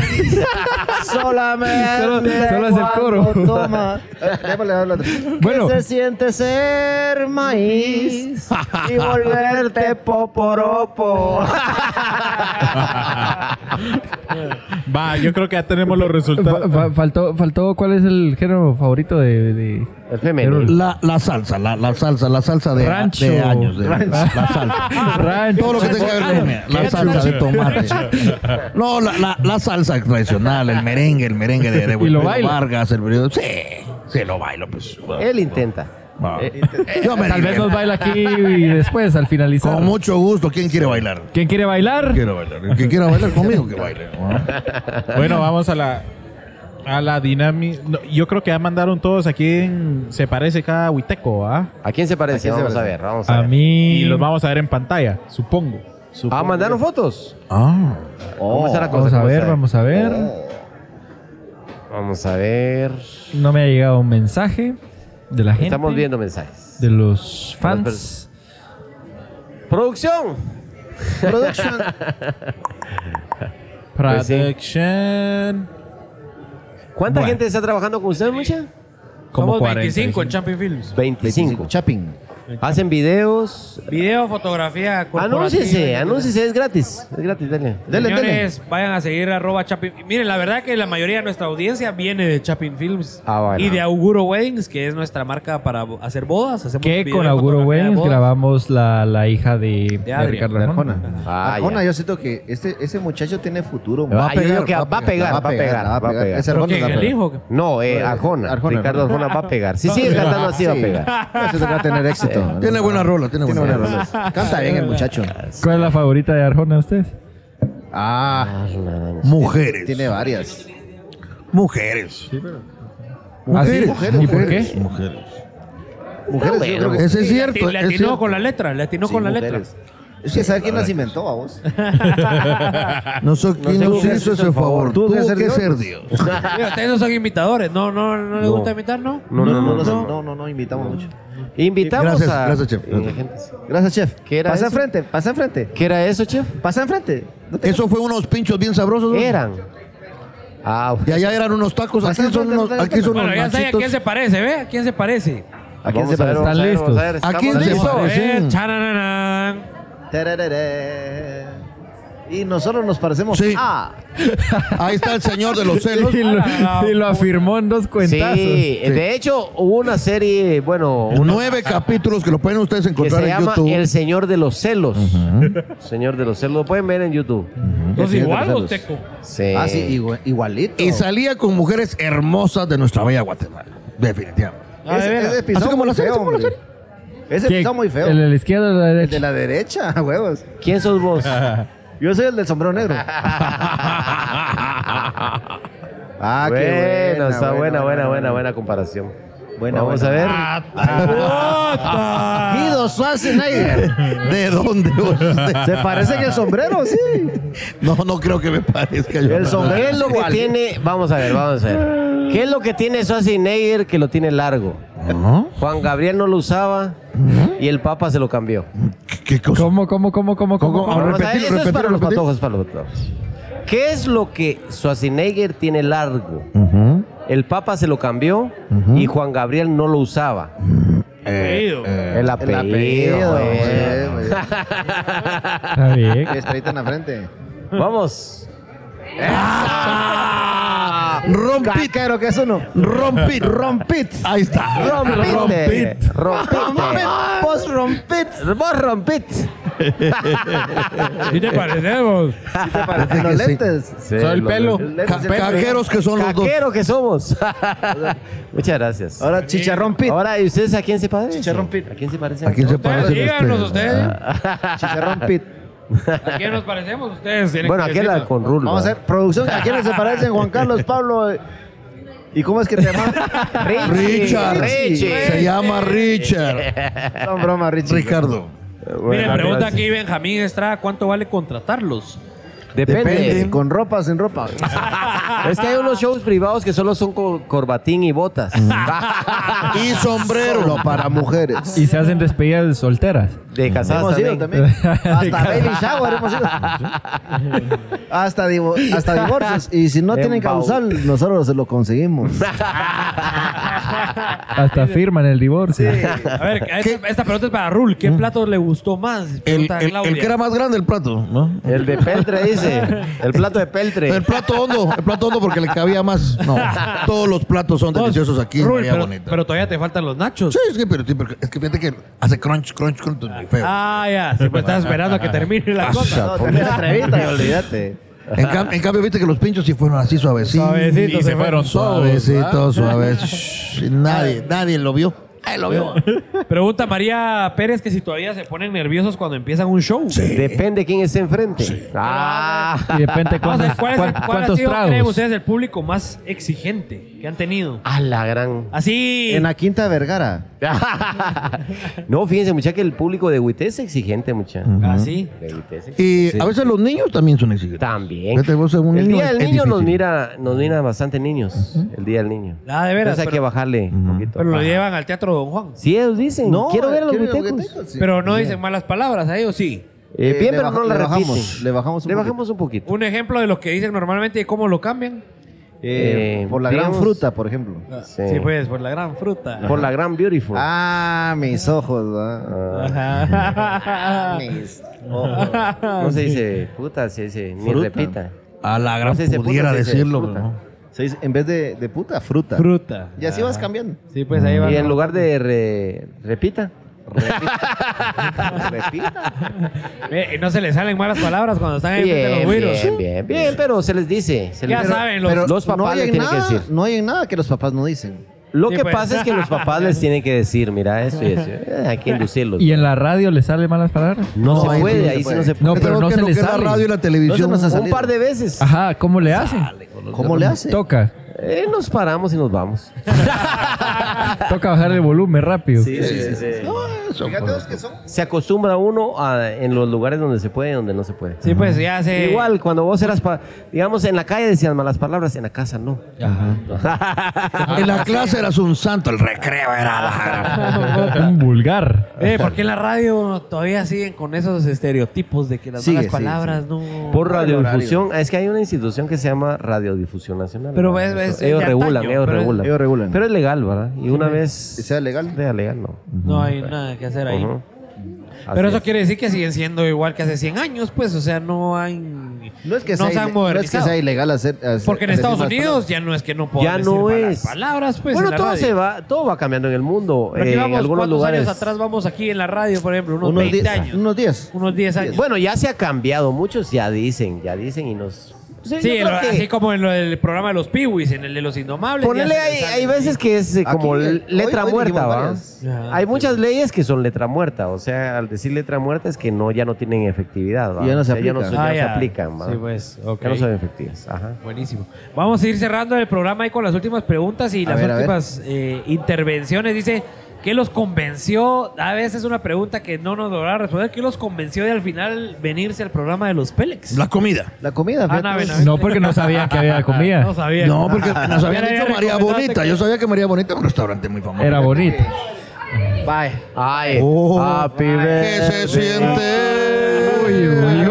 Speaker 6: Solamente.
Speaker 3: Solo- solo hace el coro.
Speaker 4: Cuando Toma. Eh, Déjale hablar. ¿Qué
Speaker 3: Bueno.
Speaker 4: se siente ser maíz y volverte poporopo?
Speaker 2: Va, yo creo que ya tenemos los
Speaker 3: Fa-
Speaker 2: resultados.
Speaker 3: fa- faltó, faltó, ¿cuál es el género favorito de...? de-
Speaker 6: Es femenino.
Speaker 5: La, la salsa, la, la salsa, la salsa de,
Speaker 3: Rancho.
Speaker 5: de años. de- La salsa.
Speaker 3: Rancho.
Speaker 5: Todo lo que tenga que ver con comida. La salsa de tomate. No, la, la, la salsa tradicional, el merengue, el merengue de, de
Speaker 3: Y lo
Speaker 5: Wilfrido
Speaker 3: baila.
Speaker 5: Vargas, el merengue. Sí, sí, lo bailo, pues.
Speaker 6: Él intenta.
Speaker 5: Ah. Yo me
Speaker 3: Eh, Tal vez
Speaker 5: divierto.
Speaker 3: nos baila aquí y después, al finalizar.
Speaker 5: Con mucho gusto. ¿Quién quiere bailar?
Speaker 3: ¿Quién quiere bailar?
Speaker 5: Quiero bailar. El que quiera bailar conmigo, que baile. Ah.
Speaker 2: Bueno, vamos a la. A la dinámica. yo creo que ya mandaron todos a quién se parece cada huiteco, ¿ah?
Speaker 6: ¿A quién se parece?
Speaker 4: ¿A quién se
Speaker 6: vamos a
Speaker 4: parece?
Speaker 6: ver, vamos a,
Speaker 3: A
Speaker 6: ver.
Speaker 3: mí.
Speaker 2: Y los vamos a ver en pantalla, supongo.
Speaker 6: Ah,
Speaker 2: Supongo.
Speaker 6: mandaron fotos.
Speaker 2: Ah.
Speaker 6: ¿Cómo está la cosa?
Speaker 3: Vamos
Speaker 6: pues
Speaker 3: a
Speaker 6: ¿Cómo
Speaker 3: ver,
Speaker 6: está?
Speaker 3: vamos a ver.
Speaker 6: Vamos a ver.
Speaker 3: No me ha llegado un mensaje de la gente.
Speaker 6: Estamos viendo mensajes.
Speaker 3: De los fans.
Speaker 6: Las ¡Producción!
Speaker 4: Production.
Speaker 6: Pues sí.
Speaker 2: Production.
Speaker 6: ¿Cuánta
Speaker 2: Bueno.
Speaker 6: gente está trabajando con ustedes, mucha?
Speaker 2: Como
Speaker 9: Somos
Speaker 2: 40,
Speaker 9: 25 en
Speaker 2: sí.
Speaker 9: Champion Films.
Speaker 6: 25.
Speaker 4: Chapin.
Speaker 6: Hacen videos.
Speaker 9: Video, fotografía, corporativa.
Speaker 6: Anúnciese, anúnciese, es gratis. Es gratis, dale.
Speaker 4: Dele, dele.
Speaker 9: Señores, vayan a seguir arroba Chapin. Miren, la verdad que la mayoría de nuestra audiencia viene de Chapin Films
Speaker 6: Ah, bueno.
Speaker 9: y de Auguro Weddings, que es nuestra marca para bo- hacer bodas. Hacemos
Speaker 3: Que
Speaker 9: video
Speaker 3: con
Speaker 9: de
Speaker 3: Auguro
Speaker 9: fotografía de
Speaker 3: Weddings
Speaker 9: bodas.
Speaker 3: grabamos la, la hija de, de
Speaker 9: Adrián,
Speaker 3: Ricardo
Speaker 4: De
Speaker 3: Arjona.
Speaker 4: Arjona.
Speaker 6: Ah,
Speaker 4: Arjona,
Speaker 6: ya.
Speaker 4: yo siento que este, ese muchacho tiene futuro.
Speaker 6: Ah, yo digo que va a pegar, va a pegar, va a pegar.
Speaker 4: Ese
Speaker 9: ¿Pero
Speaker 4: Arjona
Speaker 9: quién,
Speaker 4: la
Speaker 9: el
Speaker 4: pega.
Speaker 9: hijo?
Speaker 6: No, eh, Arjona.
Speaker 4: Arjona,
Speaker 6: Ricardo
Speaker 4: Arjona.
Speaker 6: Arjona va a pegar. Si sigue cantando así, va a
Speaker 4: Sí.
Speaker 6: pegar.
Speaker 4: Ese te va a tener éxito.
Speaker 5: Tiene buena rola, tiene
Speaker 4: Tiene
Speaker 5: buena rola.
Speaker 4: buenas rolas. Canta bien el muchacho.
Speaker 3: ¿Cuál es la favorita de Arjona usted?
Speaker 4: Ah,
Speaker 5: Mujeres.
Speaker 4: tiene varias.
Speaker 5: Mujeres.
Speaker 3: ¿Ah, sí?
Speaker 5: Mujeres.
Speaker 3: ¿Y por qué?
Speaker 5: mujeres, Mujeres.
Speaker 4: Mujeres, yo creo que-
Speaker 5: Ese es cierto.
Speaker 9: Le
Speaker 5: es
Speaker 9: atinó
Speaker 5: cierto.
Speaker 9: con la letra, le atinó
Speaker 4: Sí,
Speaker 9: con la letra.
Speaker 4: mujeres. Es que saber quién las inventó a vos.
Speaker 5: No sé quién
Speaker 6: sé,
Speaker 5: nos
Speaker 6: tú
Speaker 5: hizo ese favor. Tuvo que ser Dios.
Speaker 9: Mira, Ustedes no son imitadores, no, no, no les
Speaker 6: No.
Speaker 9: gusta imitar, ¿no?
Speaker 6: No, no, no.
Speaker 4: los-
Speaker 6: no.
Speaker 4: no, no, no, invitamos mucho.
Speaker 6: Invitamos
Speaker 5: Gracias,
Speaker 6: a.
Speaker 5: gracias, chef.
Speaker 6: Eh, gente.
Speaker 4: Gracias, chef.
Speaker 6: ¿Qué era
Speaker 4: pasa
Speaker 6: eso?
Speaker 4: enfrente, pasa enfrente.
Speaker 6: ¿Qué era eso, chef?
Speaker 4: Pasa enfrente. No te-
Speaker 5: Eso fue unos pinchos bien sabrosos. ¿no?
Speaker 6: Eran. Ah,
Speaker 5: Y allá eran unos tacos. Aquí
Speaker 4: Pásame,
Speaker 5: son unos,
Speaker 4: pásame,
Speaker 5: aquí son
Speaker 9: Bueno,
Speaker 5: unos
Speaker 9: ya sé a
Speaker 5: nachitos.
Speaker 9: quién se parece, ¿ve? ¿A quién se parece?
Speaker 4: ¿A quién se
Speaker 6: parece?
Speaker 4: parece?
Speaker 3: ¿Están listos?
Speaker 5: ¿A quién se
Speaker 9: Vamos a
Speaker 5: parece?
Speaker 9: ver, chananán.
Speaker 4: Tararara. Y nosotros nos parecemos
Speaker 5: Sí.
Speaker 4: a.
Speaker 5: Ahí está el señor de los celos.
Speaker 3: Y lo, y lo afirmó en dos cuentazos.
Speaker 6: Sí, de hecho, hubo una serie, bueno, una
Speaker 5: Nueve capítulos que lo pueden ustedes
Speaker 6: que
Speaker 5: encontrar
Speaker 6: se
Speaker 5: en
Speaker 6: llama
Speaker 5: YouTube.
Speaker 6: El Señor de los Celos. Señor de los Celos, lo pueden ver en YouTube.
Speaker 9: Los
Speaker 6: El Señor de los
Speaker 9: igualos,
Speaker 6: Celos.
Speaker 9: Teco.
Speaker 6: Sí.
Speaker 4: Ah, sí, igua- igualito.
Speaker 5: Y salía con mujeres hermosas de nuestra bella Guatemala. Definitivamente.
Speaker 9: Ah, de
Speaker 4: Ese-
Speaker 9: veras.
Speaker 4: Ese pisó
Speaker 5: Así como
Speaker 4: muy
Speaker 5: la serie,
Speaker 4: feo,
Speaker 5: así como la
Speaker 4: hombre. Ese
Speaker 3: ¿Quién?
Speaker 4: pisó muy feo.
Speaker 3: ¿El de la izquierda o el de la
Speaker 4: El de
Speaker 3: derecha?
Speaker 4: la derecha, huevos.
Speaker 6: ¿Quién sos vos?
Speaker 4: Ah, Yo soy el del sombrero negro. Ah,
Speaker 6: bueno, está buena, buena, buena, buena comparación.
Speaker 4: Buena,
Speaker 6: Vamos
Speaker 4: buena. Ah.
Speaker 6: a ver. Ah.
Speaker 4: Guido Schwarzenegger.
Speaker 5: ¿De dónde? vos?
Speaker 4: Se parece que el sombrero, sí.
Speaker 5: No, no creo que me parezca yo.
Speaker 4: El sombrero.
Speaker 6: ¿Qué es lo que
Speaker 4: Igual.
Speaker 6: tiene? Vamos a ver, vamos a ver. ¿Qué es lo que tiene Schwarzenegger que lo tiene largo?
Speaker 5: Ajá.
Speaker 6: Juan Gabriel no lo usaba y el Papa se lo cambió.
Speaker 5: ¿Qué, qué cosa?
Speaker 3: ¿Cómo, cómo, cómo, cómo, cómo?
Speaker 5: ¿Cómo?
Speaker 6: Vamos a ver,
Speaker 5: Repetilo,
Speaker 6: eso es para
Speaker 5: repetilo,
Speaker 6: los
Speaker 5: repetilo.
Speaker 6: patojos, para los patojos. ¿Qué es lo que Schwarzenegger tiene largo?
Speaker 5: Ujú.
Speaker 6: El Papa se lo cambió y Juan Gabriel no lo usaba.
Speaker 5: Eh,
Speaker 9: Querido.
Speaker 6: el apellido. eh.
Speaker 4: eh, güey.
Speaker 3: Está bien.
Speaker 4: Estrellita en la frente.
Speaker 6: Vamos.
Speaker 5: Rompit,
Speaker 4: Caquero, que es uno.
Speaker 5: rompit, rompit. Ahí está.
Speaker 6: Rompite. Rompite.
Speaker 4: Vos rompit.
Speaker 6: Vos rompit.
Speaker 9: ¿Sí te parecemos?
Speaker 4: Sí te parecen los
Speaker 5: que sí.
Speaker 4: lentes.
Speaker 2: Soy el
Speaker 6: lo-
Speaker 2: pelo.
Speaker 4: Los
Speaker 5: Ca-
Speaker 4: lentes se parecen.
Speaker 5: Cajeros que son los dos.
Speaker 6: Caquero que somos. Muchas gracias.
Speaker 4: Ahora chicharrón pit.
Speaker 6: Ahora, ¿y ustedes a quién se parecen?
Speaker 4: Chicharrón Pit.
Speaker 6: ¿A quién se parecen?
Speaker 5: ¿A quién se
Speaker 9: Ustedes,
Speaker 5: parece? este? Ah,
Speaker 9: díganos ustedes.
Speaker 4: Chicharrón pit.
Speaker 9: ¿A quién nos parecemos ustedes? Tienen
Speaker 6: Bueno,
Speaker 9: que
Speaker 6: aquel
Speaker 9: decirlo.
Speaker 6: con Rulo.
Speaker 4: Vamos a
Speaker 6: ¿verdad?
Speaker 4: hacer producción. ¿A quiénes se parecen Juan Carlos, Pablo? eh? ¿Y cómo es que te llamas?
Speaker 5: Richard.
Speaker 6: Richie.
Speaker 5: Se llama Richard.
Speaker 4: Son bromas, Richie.
Speaker 5: Ricardo.
Speaker 6: Bueno,
Speaker 9: Mira, pregunta
Speaker 6: gracias.
Speaker 9: aquí Benjamín Estrada, ¿cuánto vale contratarlos?
Speaker 6: Depende.
Speaker 4: Depende. Con ropa, sin ropa.
Speaker 6: Es que hay unos shows privados que solo son con corbatín y botas.
Speaker 5: Y sombrero.
Speaker 4: Solo para mujeres.
Speaker 3: Y se hacen despedidas de solteras.
Speaker 6: De casadas
Speaker 4: Hemos ido
Speaker 6: también.
Speaker 4: también. Hasta baby shower hemos ido. Hasta, divo- hasta divorcios. Y si no
Speaker 6: En
Speaker 4: tienen
Speaker 6: baúl.
Speaker 4: causal, nosotros se lo conseguimos.
Speaker 3: Hasta firman el divorcio.
Speaker 9: A ver, esta, esta pregunta es para Rul. ¿Qué plato le gustó más?
Speaker 5: Mm. El,
Speaker 9: Pregunta
Speaker 5: el-
Speaker 9: Claudia.
Speaker 5: el que era más grande, el plato. ¿no?
Speaker 6: El de peltre, dice. El plato de peltre.
Speaker 5: El plato hondo, el plato hondo porque le cabía más. No, todos los platos son
Speaker 9: Vos,
Speaker 5: deliciosos aquí. en
Speaker 9: Rul,
Speaker 5: María
Speaker 9: pero,
Speaker 5: Bonita.
Speaker 9: pero todavía te faltan los nachos.
Speaker 5: Sí, es que, pero, sí, pero es que fíjate que hace crunch, crunch, crunch, muy feo.
Speaker 9: Ah, ya.
Speaker 1: pues
Speaker 9: Siempre estás esperando a que termine la cosa.
Speaker 4: No, también la entrevista y olvídate.
Speaker 5: En, cam- en cambio, viste que los pinchos sí fueron así suavecitos.
Speaker 9: Suavecitos,
Speaker 2: Y se fueron todos.
Speaker 5: Suavecitos, suavecitos. Nadie, nadie lo vio. Ahí lo veo.
Speaker 1: Pregunta María Pérez que si todavía se ponen nerviosos cuando empiezan un show.
Speaker 6: Depende quién esté enfrente. Ah,
Speaker 3: Y de repente,
Speaker 1: Vamos a ver,
Speaker 3: ¿cuántos,
Speaker 1: ¿cuál es el- cuál ha
Speaker 3: cuántos
Speaker 1: sido, creen
Speaker 3: tragos?
Speaker 1: ustedes, el público más exigente que han tenido?
Speaker 6: a la gran.
Speaker 1: Así.
Speaker 4: En la Quinta Vergara.
Speaker 6: no, fíjense, mucha que el público de Huité es exigente, mucha.
Speaker 1: Mm. Así.
Speaker 6: De Huité es
Speaker 5: Y
Speaker 6: exigente.
Speaker 5: a veces los niños también son exigentes.
Speaker 6: También.
Speaker 5: Fíjate vos, un
Speaker 6: el
Speaker 5: niño
Speaker 6: día
Speaker 5: es-
Speaker 6: del
Speaker 5: es
Speaker 6: niño nos
Speaker 5: difícil.
Speaker 6: mira, nos mira bastante niños. El día del niño.
Speaker 1: Ah, de veras,
Speaker 6: Entonces hay que
Speaker 1: pero-
Speaker 6: bajarle un poquito.
Speaker 1: Pero lo
Speaker 6: Ajá.
Speaker 1: llevan al Teatro Don Juan.
Speaker 6: Sí, ellos dicen. quiero ver a los huitecos.
Speaker 4: huitecos, sí.
Speaker 1: Pero no dicen malas palabras a ellos, sí.
Speaker 6: Eh,
Speaker 4: Eh,
Speaker 6: bien,
Speaker 4: le
Speaker 6: pero
Speaker 4: baja-
Speaker 6: no la
Speaker 4: le
Speaker 6: repiten.
Speaker 4: bajamos, le bajamos un
Speaker 6: Le
Speaker 4: poquito.
Speaker 6: bajamos un poquito.
Speaker 1: Un ejemplo de lo que dicen normalmente y cómo lo cambian.
Speaker 4: Eh,
Speaker 6: Eh,
Speaker 4: por la gran
Speaker 6: digamos-
Speaker 4: fruta, por ejemplo.
Speaker 6: Sí.
Speaker 1: Sí, pues, por la gran fruta.
Speaker 6: Por la gran beautiful.
Speaker 4: Ah, mis ojos. ¿verdad?
Speaker 6: Ah,
Speaker 1: Ajá.
Speaker 4: Mis-
Speaker 6: no se dice puta, se dice ni
Speaker 4: Fruta.
Speaker 6: repita.
Speaker 5: A la
Speaker 6: No
Speaker 5: gran
Speaker 6: sé si se
Speaker 5: pudiera
Speaker 6: puta, si se
Speaker 5: decirlo,
Speaker 6: disfruta.
Speaker 5: ¿no?
Speaker 4: Se dice, en vez de, de puta, fruta.
Speaker 1: fruta.
Speaker 4: Y así vas cambiando.
Speaker 1: Sí, pues ahí va.
Speaker 6: Y en lugar de re- repita,
Speaker 4: Ah.
Speaker 1: Eh, y no se les salen malas palabras cuando están ahí frente a
Speaker 6: bien,
Speaker 1: los güiros.
Speaker 6: bien, bien, bien, pero se les dice. se les
Speaker 1: Ya
Speaker 6: dice.
Speaker 1: saben, los-
Speaker 6: los papás
Speaker 4: no
Speaker 6: le
Speaker 4: hay en
Speaker 6: tienen que
Speaker 4: nada,
Speaker 6: decir.
Speaker 4: No hay en nada que los papás no dicen.
Speaker 6: Lo
Speaker 1: Sí,
Speaker 6: que
Speaker 1: pues.
Speaker 6: pasa es que los papás les tienen que decir, mira, eso y eso. Eh, hay que inducirlos.
Speaker 3: ¿Y en la radio le salen malas palabras?
Speaker 6: No,
Speaker 5: No,
Speaker 6: se
Speaker 5: ahí sí
Speaker 6: puede,
Speaker 5: no
Speaker 6: ahí
Speaker 4: se
Speaker 6: sí no
Speaker 4: puede.
Speaker 6: se
Speaker 3: No,
Speaker 6: puede.
Speaker 3: pero no
Speaker 5: Tenemos que
Speaker 3: se
Speaker 5: lo
Speaker 3: le
Speaker 5: que es la
Speaker 3: sale.
Speaker 5: radio y la
Speaker 4: No
Speaker 5: televisión.
Speaker 4: se nos hace-
Speaker 6: Un par de veces.
Speaker 3: Ajá, ¿cómo le hacen?
Speaker 4: ¿Cómo le hace?
Speaker 3: Toca,
Speaker 6: Eh, nos paramos y nos vamos.
Speaker 3: toca bajar el volumen rápido.
Speaker 5: Eso,
Speaker 4: Fíjate vos que son.
Speaker 6: Se acostumbra uno a, en los lugares donde se puede y donde no se puede.
Speaker 1: Sí, pues ya se.
Speaker 6: Igual, cuando vos eras, pa- digamos, en la calle decían malas palabras, en la casa no.
Speaker 5: En la clase eras un santo, el recreo era la
Speaker 3: Un vulgar.
Speaker 1: Eh, porque en la radio todavía siguen con esos estereotipos de que las
Speaker 4: Sigue,
Speaker 1: malas
Speaker 4: sigue,
Speaker 1: palabras no.
Speaker 6: Por radiodifusión, Ah, es que hay una institución que se llama Radiodifusión Nacional.
Speaker 1: Pero
Speaker 6: ¿verdad?
Speaker 1: ves-
Speaker 6: Eso,
Speaker 1: ves,
Speaker 6: ellos
Speaker 1: de
Speaker 6: regulan,
Speaker 1: antaño,
Speaker 6: ellos
Speaker 1: pero es-
Speaker 6: regulan.
Speaker 4: Ellos regulan.
Speaker 6: Pero es legal, ¿verdad? Y una vez.
Speaker 4: que sea legal.
Speaker 6: Sea legal, no.
Speaker 1: No hay nada que hacer ahí.
Speaker 6: Ujú.
Speaker 1: Pero
Speaker 6: Así
Speaker 1: eso
Speaker 6: es.
Speaker 1: quiere decir que siguen siendo igual que hace 100 años, pues, o sea, no hay.
Speaker 4: No es que,
Speaker 1: se
Speaker 4: sea,
Speaker 1: han
Speaker 4: ile- no es que
Speaker 1: modernizado.
Speaker 4: sea ilegal hacer. hacer-
Speaker 1: Porque en
Speaker 4: decir
Speaker 1: Estados
Speaker 4: malas
Speaker 1: Unidos ya no es que no puedan
Speaker 6: Ya
Speaker 1: decir
Speaker 6: no
Speaker 1: malas
Speaker 6: es.
Speaker 1: palabras, pues.
Speaker 6: bueno,
Speaker 1: en la
Speaker 6: todo
Speaker 1: radio.
Speaker 6: se va, todo va cambiando en el mundo.
Speaker 1: Pero aquí
Speaker 6: eh, en
Speaker 1: vamos,
Speaker 6: algunos
Speaker 1: ¿cuántos
Speaker 6: lugares.
Speaker 1: años atrás vamos aquí en la radio, por ejemplo? Unos,
Speaker 4: palabras. Unos
Speaker 1: 20
Speaker 4: diez-
Speaker 1: años.
Speaker 4: Unos 10.
Speaker 1: Unos 10 años.
Speaker 6: Bueno, ya se ha cambiado. Muchos ya dicen, ya dicen y nos. yo
Speaker 1: sí,
Speaker 6: creo
Speaker 1: lo-
Speaker 6: que-
Speaker 1: así como en lo del programa de los Piwis, en el de los Indomables. ya
Speaker 6: Ponele,
Speaker 1: se
Speaker 6: hay,
Speaker 1: les sale.
Speaker 6: hay veces que es eh,
Speaker 4: Aquí,
Speaker 6: como
Speaker 4: eh,
Speaker 6: letra
Speaker 4: hoy- hoy
Speaker 6: muerta, ¿va?
Speaker 4: dijimos varias.
Speaker 1: Ajá.
Speaker 6: Hay muchas leyes que son letra muerta, o sea, al decir letra muerta es que no, ya no tienen efectividad, ¿va?
Speaker 4: Ya no se
Speaker 6: O sea,
Speaker 4: aplican.
Speaker 6: son- ya
Speaker 1: Ah,
Speaker 6: no se
Speaker 1: ya.
Speaker 6: aplican, ¿va?
Speaker 1: Sí, pues, ok.
Speaker 6: Ya no son efectivas, ajá.
Speaker 1: Buenísimo. Vamos a ir cerrando el programa ahí con las últimas preguntas y
Speaker 4: A
Speaker 1: las
Speaker 4: ver, a ver.
Speaker 1: últimas eh, intervenciones. Dice, ¿qué los convenció? A veces una pregunta que no nos lograron responder. ¿Qué los convenció de al final venirse al programa de los Pélex?
Speaker 5: La comida.
Speaker 4: La comida. fíjate.
Speaker 1: Ana Benavente.
Speaker 3: No, porque no sabían que había
Speaker 1: No
Speaker 3: comida.
Speaker 1: sabía. Ah.
Speaker 5: No, porque nos habían
Speaker 1: Hubiera
Speaker 5: dicho María
Speaker 1: recomendado
Speaker 5: Bonita.
Speaker 1: que-
Speaker 5: Yo sabía que María Bonita era un restaurante muy famoso.
Speaker 3: Era bonito.
Speaker 4: Bye.
Speaker 6: Ay,
Speaker 5: Oh,
Speaker 1: Ah,
Speaker 6: happy
Speaker 5: ¿Qué se siente?
Speaker 1: uy, uy,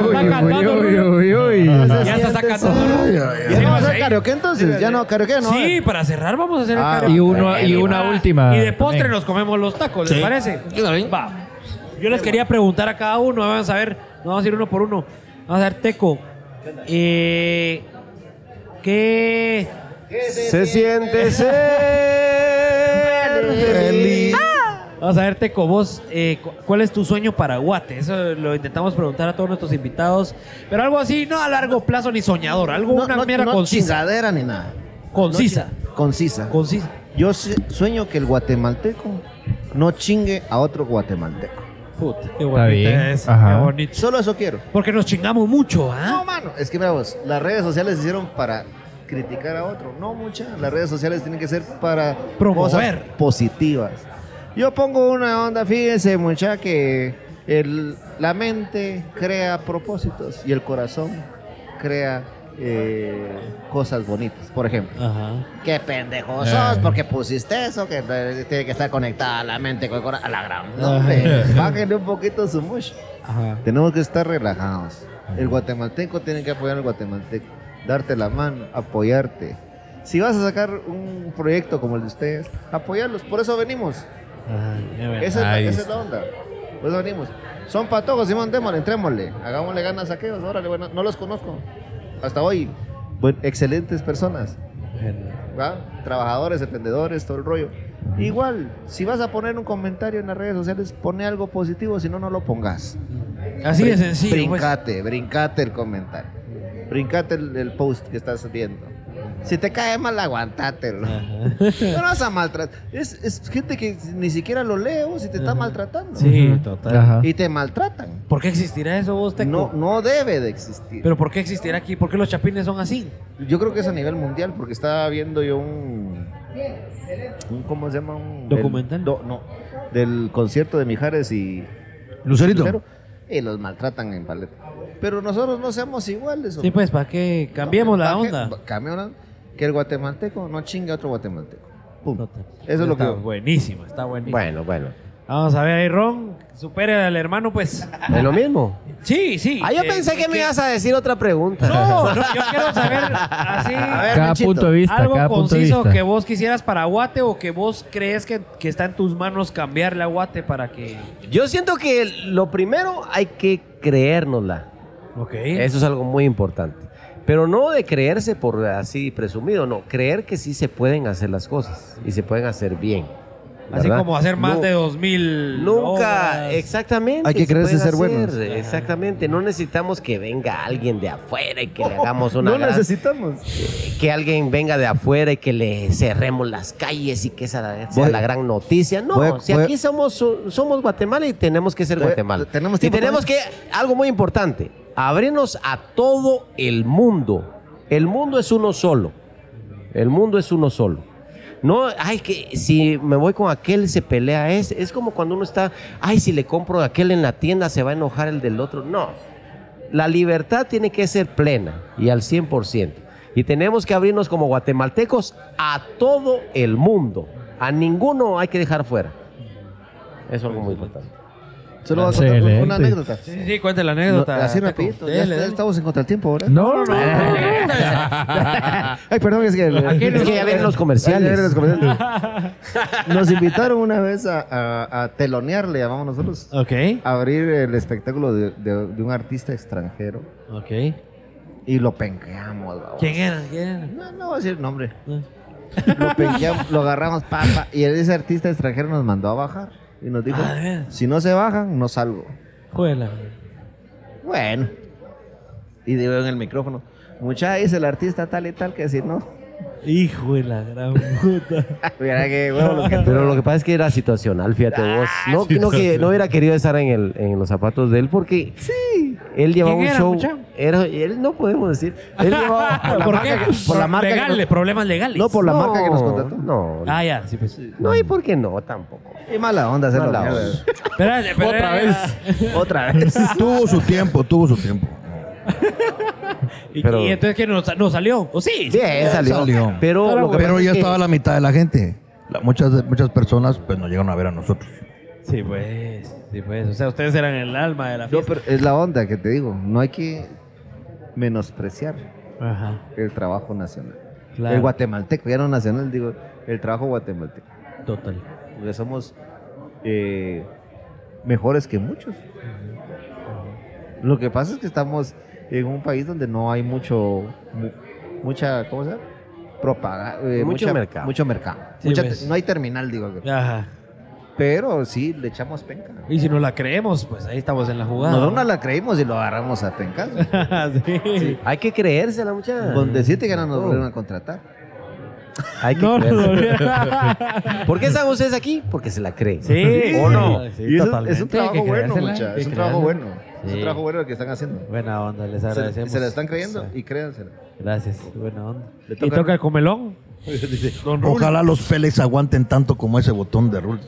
Speaker 1: uy, Ya se está cantando.
Speaker 5: Ay, ay,
Speaker 4: ¿Ya
Speaker 5: ay.
Speaker 4: no vas a
Speaker 1: sí.
Speaker 4: hacer karaoke entonces? ¿Ya no karaoke? No.
Speaker 1: Sí, para cerrar vamos a hacer el
Speaker 4: Ah,
Speaker 1: karaoke.
Speaker 3: Y, uno, y una última.
Speaker 1: Y de postre
Speaker 3: también.
Speaker 1: nos comemos los tacos, ¿les parece? Va. Yo les quería preguntar a cada uno, vamos a ver, vamos a ir uno por uno. Vamos a ver, Teco. eh, ¿Qué?
Speaker 6: Se siente ser feliz.
Speaker 1: Vamos a ver, Teco, vos, eh, cu- ¿cuál es tu sueño para Guate? Eso lo intentamos preguntar a todos nuestros invitados. Pero algo así, no a largo plazo ni soñador, algo
Speaker 4: No,
Speaker 1: una
Speaker 4: no,
Speaker 1: mera
Speaker 4: no
Speaker 1: concisa.
Speaker 4: chingadera ni nada.
Speaker 1: Concisa.
Speaker 4: Concisa.
Speaker 1: Concisa.
Speaker 4: Yo se- sueño que el guatemalteco no chingue a otro guatemalteco.
Speaker 1: Puta, qué bonita
Speaker 3: bien,
Speaker 1: es,
Speaker 3: ajá.
Speaker 1: Qué bonito.
Speaker 4: Solo eso quiero.
Speaker 1: Porque nos chingamos mucho, ¿ah?
Speaker 4: No, mano. Es que, mira vos, las redes sociales se hicieron para criticar a otro. No muchas. Las redes sociales tienen que ser para
Speaker 1: Promover.
Speaker 4: cosas positivas. Yo pongo una onda, fíjense, mucha que el- la mente crea propósitos y el corazón crea eh, cosas bonitas. Por ejemplo,
Speaker 1: Ajá.
Speaker 4: qué pendejo sos porque pusiste eso, que eh, tiene que estar conectada a la mente con el corazón. A la gran. No, hombre, bájenle un poquito su mush.
Speaker 1: Ajá.
Speaker 4: Tenemos que estar relajados. El guatemalteco tiene que apoyar al guatemalteco, darte la mano, apoyarte. Si vas a sacar un proyecto como el de ustedes, apoyarlos. Por eso venimos. Esa, es la,
Speaker 2: Ahí
Speaker 4: esa es
Speaker 2: está.
Speaker 4: la onda. Por eso venimos. Son patojos, Simón, démosle, entrémosle. Hagámosle ganas a aquellos. Órale, bueno, no los conozco. Hasta hoy. Buen- excelentes personas. ¿va? Trabajadores, emprendedores, todo el rollo. Igual, si vas a poner un comentario en las redes sociales, pone algo positivo, si no, no lo pongas.
Speaker 1: Así de
Speaker 4: Brin-
Speaker 1: sencillo. pues.
Speaker 4: Brincate, brincate el comentario. Brincate el, el post que estás viendo. Si te cae mal, aguantátelo. No vas a maltratar. Es, es gente que ni siquiera lo lee, vos, si te está maltratando.
Speaker 1: Sí, total.
Speaker 3: Ajá.
Speaker 4: Y te maltratan.
Speaker 1: ¿Por qué existirá eso vos, Teco?
Speaker 4: No, no debe de existir.
Speaker 1: ¿Pero por qué existirá aquí? ¿Por qué los chapines son así?
Speaker 4: Yo creo que es a nivel mundial, porque estaba viendo yo un. un- ¿Cómo se llama? Un,
Speaker 1: ¿Documental?
Speaker 4: del- do- no, del concierto de Mijares y.
Speaker 5: Lucerito.
Speaker 4: Lucero, y los maltratan en paleta. Pero nosotros no seamos iguales.
Speaker 1: Sí,
Speaker 4: hombre.
Speaker 1: pues, ¿para qué? Cambiemos la
Speaker 4: ¿Para qué?
Speaker 1: onda.
Speaker 4: Cambiemos la onda. Que el guatemalteco no chingue a otro guatemalteco. Pum.
Speaker 1: Total.
Speaker 4: Eso es lo
Speaker 1: Está
Speaker 4: que.
Speaker 1: buenísimo, está buenísimo.
Speaker 6: Bueno, bueno.
Speaker 1: Vamos a ver ahí, Ron. Supere al hermano, pues.
Speaker 6: ¿Es lo mismo?
Speaker 1: Sí, sí.
Speaker 6: Ah, yo
Speaker 1: Eh,
Speaker 6: pensé que me ibas a decir otra pregunta.
Speaker 1: No, no, yo quiero saber así.
Speaker 3: cada punto de vista, cada
Speaker 1: algo
Speaker 3: punto de
Speaker 1: conciso
Speaker 3: vista.
Speaker 1: que vos quisieras para Guate o que vos crees que, que está en tus manos cambiarle a Guate para que.
Speaker 6: Yo siento que lo primero hay que creérnosla.
Speaker 1: Ok.
Speaker 6: Eso es algo muy importante. Pero no de creerse por así presumido, no. Creer que sí se pueden hacer las cosas y se pueden hacer bien.
Speaker 1: así
Speaker 6: ¿verdad?
Speaker 1: como hacer más
Speaker 6: No-
Speaker 1: de 2000.
Speaker 6: Nunca,
Speaker 1: obras.
Speaker 6: exactamente.
Speaker 4: Hay
Speaker 6: se
Speaker 4: que creerse
Speaker 6: pueden
Speaker 4: ser
Speaker 6: hacer,
Speaker 4: buenos.
Speaker 6: Exactamente. No necesitamos que venga alguien de afuera y que le hagamos una
Speaker 4: no
Speaker 6: gran-
Speaker 4: necesitamos.
Speaker 6: que alguien venga de afuera y que le cerremos las calles y que esa sea
Speaker 4: Voy-
Speaker 6: la gran noticia. No,
Speaker 4: voy-
Speaker 6: si
Speaker 4: voy-
Speaker 6: aquí somos, somos Guatemala y tenemos que ser
Speaker 4: Te-
Speaker 6: Guatemala.
Speaker 4: te- tenemos
Speaker 6: y
Speaker 4: tiempo
Speaker 6: tenemos que,
Speaker 4: todavía.
Speaker 6: algo muy importante, abrirnos a todo el mundo. El mundo es uno solo. El mundo es uno solo. No, ay, que si me voy con aquel se pelea ese. Es como cuando uno está, ay, si le compro a aquel en la tienda se va a enojar el del otro. No, la libertad tiene que ser plena y al 100%. Y tenemos que abrirnos como guatemaltecos a todo el mundo. A ninguno hay que dejar fuera. Eso es algo muy importante.
Speaker 4: Solo vas a contar
Speaker 3: Excelente.
Speaker 4: una anécdota.
Speaker 1: Sí, sí, sí, cuente la
Speaker 4: No,
Speaker 1: anécdota.
Speaker 4: así
Speaker 1: Teco.
Speaker 4: rapidito. Ya,
Speaker 1: Dele,
Speaker 4: ya
Speaker 1: dele.
Speaker 4: estamos en contra el tiempo, ¿verdad?
Speaker 3: No, no,
Speaker 6: Eh.
Speaker 4: Ay, perdón, es que...
Speaker 1: Aquí
Speaker 6: Es que ya vienen los comerciales.
Speaker 4: Ya vienen los comerciales. Nos invitaron una vez a, a- a telonear, le llamamos nosotros,
Speaker 1: Ok,
Speaker 4: a abrir el espectáculo de, de- de un artista extranjero
Speaker 1: ok.
Speaker 4: y lo penqueamos. babos.
Speaker 1: ¿Quién era? ¿Quién era?
Speaker 4: No, no voy a decir nombre.
Speaker 1: Ah.
Speaker 4: Lo penqueamos, lo agarramos, papa, y ese artista extranjero nos mandó a bajar y nos dijo,
Speaker 1: Ah, ¿de veras?
Speaker 4: si no se bajan, no salgo.
Speaker 1: Juela.
Speaker 4: Bueno. Y digo en el micrófono, mucha es el artista tal y tal que si no...
Speaker 1: Hijo de la gran puta.
Speaker 4: Mira qué huevos los que
Speaker 6: Pero lo que pasa es que era situacional, fíjate
Speaker 1: Ah,
Speaker 6: vos. No, no que, no hubiera querido estar en, el, en los zapatos de él porque él llevaba un
Speaker 1: ¿Quién era,
Speaker 6: show.
Speaker 1: muchacho?
Speaker 6: Era, eh, él no podemos decir. Él llevaba por la
Speaker 1: ¿Por qué?
Speaker 6: marca que- por la marca que
Speaker 1: Legales, problemas legales.
Speaker 4: "Ah, No, por la marca que nos contrató.
Speaker 6: No, no.
Speaker 1: Ah, ya, sí, pues.
Speaker 6: No, y por qué no tampoco.
Speaker 4: Y mala onda hacerlo.
Speaker 6: Mala
Speaker 4: mierda.
Speaker 6: onda.
Speaker 1: Espérate, espérate.
Speaker 2: Otra vez.
Speaker 4: Otra vez.
Speaker 5: Tuvo su tiempo, tuvo su tiempo.
Speaker 1: ¿Y,
Speaker 6: Pero-
Speaker 1: y entonces que nos, nos salió? ¿O sí?
Speaker 6: Sí, salió.
Speaker 5: Salió.
Speaker 6: Pero, lo que
Speaker 5: Pero
Speaker 6: pasa
Speaker 5: ya
Speaker 6: es que-
Speaker 5: estaba la mitad de la gente. La- muchas, muchas personas pues nos llegaron a ver a nosotros.
Speaker 1: Sí, pues. Sí, pues. O sea, ustedes eran el alma de la
Speaker 4: No,
Speaker 1: fiesta.
Speaker 4: pero es la onda que te digo. No hay que menospreciar
Speaker 1: Ajá.
Speaker 4: el trabajo nacional.
Speaker 1: Claro.
Speaker 4: El guatemalteco, ya no nacional, digo, el trabajo guatemalteco.
Speaker 1: Total.
Speaker 4: Porque somos eh, mejores que muchos. Lo que pasa es que estamos en un país donde no hay mucho, mu- mucha, ¿cómo se llama? Propaga, eh,
Speaker 6: Mucho
Speaker 4: mucha-
Speaker 6: mercado.
Speaker 4: Mucho mercado.
Speaker 1: Sí,
Speaker 4: Mucha-
Speaker 1: pues.
Speaker 4: no hay terminal, digo.
Speaker 1: Ajá.
Speaker 4: Pero sí, le echamos penca.
Speaker 1: Y si no la creemos, pues ahí estamos en la jugada. Ah,
Speaker 4: Nosotros no la creímos y lo agarramos a penca.
Speaker 1: sí.
Speaker 6: Hay que creérsela, muchacha.
Speaker 4: Con decirte que no nos volvieron a contratar.
Speaker 6: Hay que
Speaker 1: No, no,
Speaker 6: creérsela.
Speaker 1: no.
Speaker 6: ¿Por qué están ustedes aquí? Porque se la creen.
Speaker 1: Sí.
Speaker 6: ¿O no?
Speaker 1: Sí,
Speaker 4: Y eso es-
Speaker 1: totalmente.
Speaker 4: es un trabajo
Speaker 1: Hay que
Speaker 4: bueno,
Speaker 1: creérsela,
Speaker 4: mucha.
Speaker 1: hay
Speaker 4: Es un
Speaker 1: que
Speaker 4: trabajo
Speaker 1: creérsela.
Speaker 4: bueno. Es un
Speaker 1: Sí.
Speaker 4: trabajo bueno lo que están haciendo.
Speaker 1: Buena onda, les
Speaker 4: Se,
Speaker 1: agradecemos.
Speaker 4: se la están creyendo
Speaker 1: Sí.
Speaker 4: y créansela.
Speaker 1: Gracias, buena onda.
Speaker 4: Le
Speaker 1: ¿Y
Speaker 4: toca-
Speaker 1: toca el comelón? Don Rulo.
Speaker 5: Ojalá los Pélex aguanten tanto como ese botón de Rules.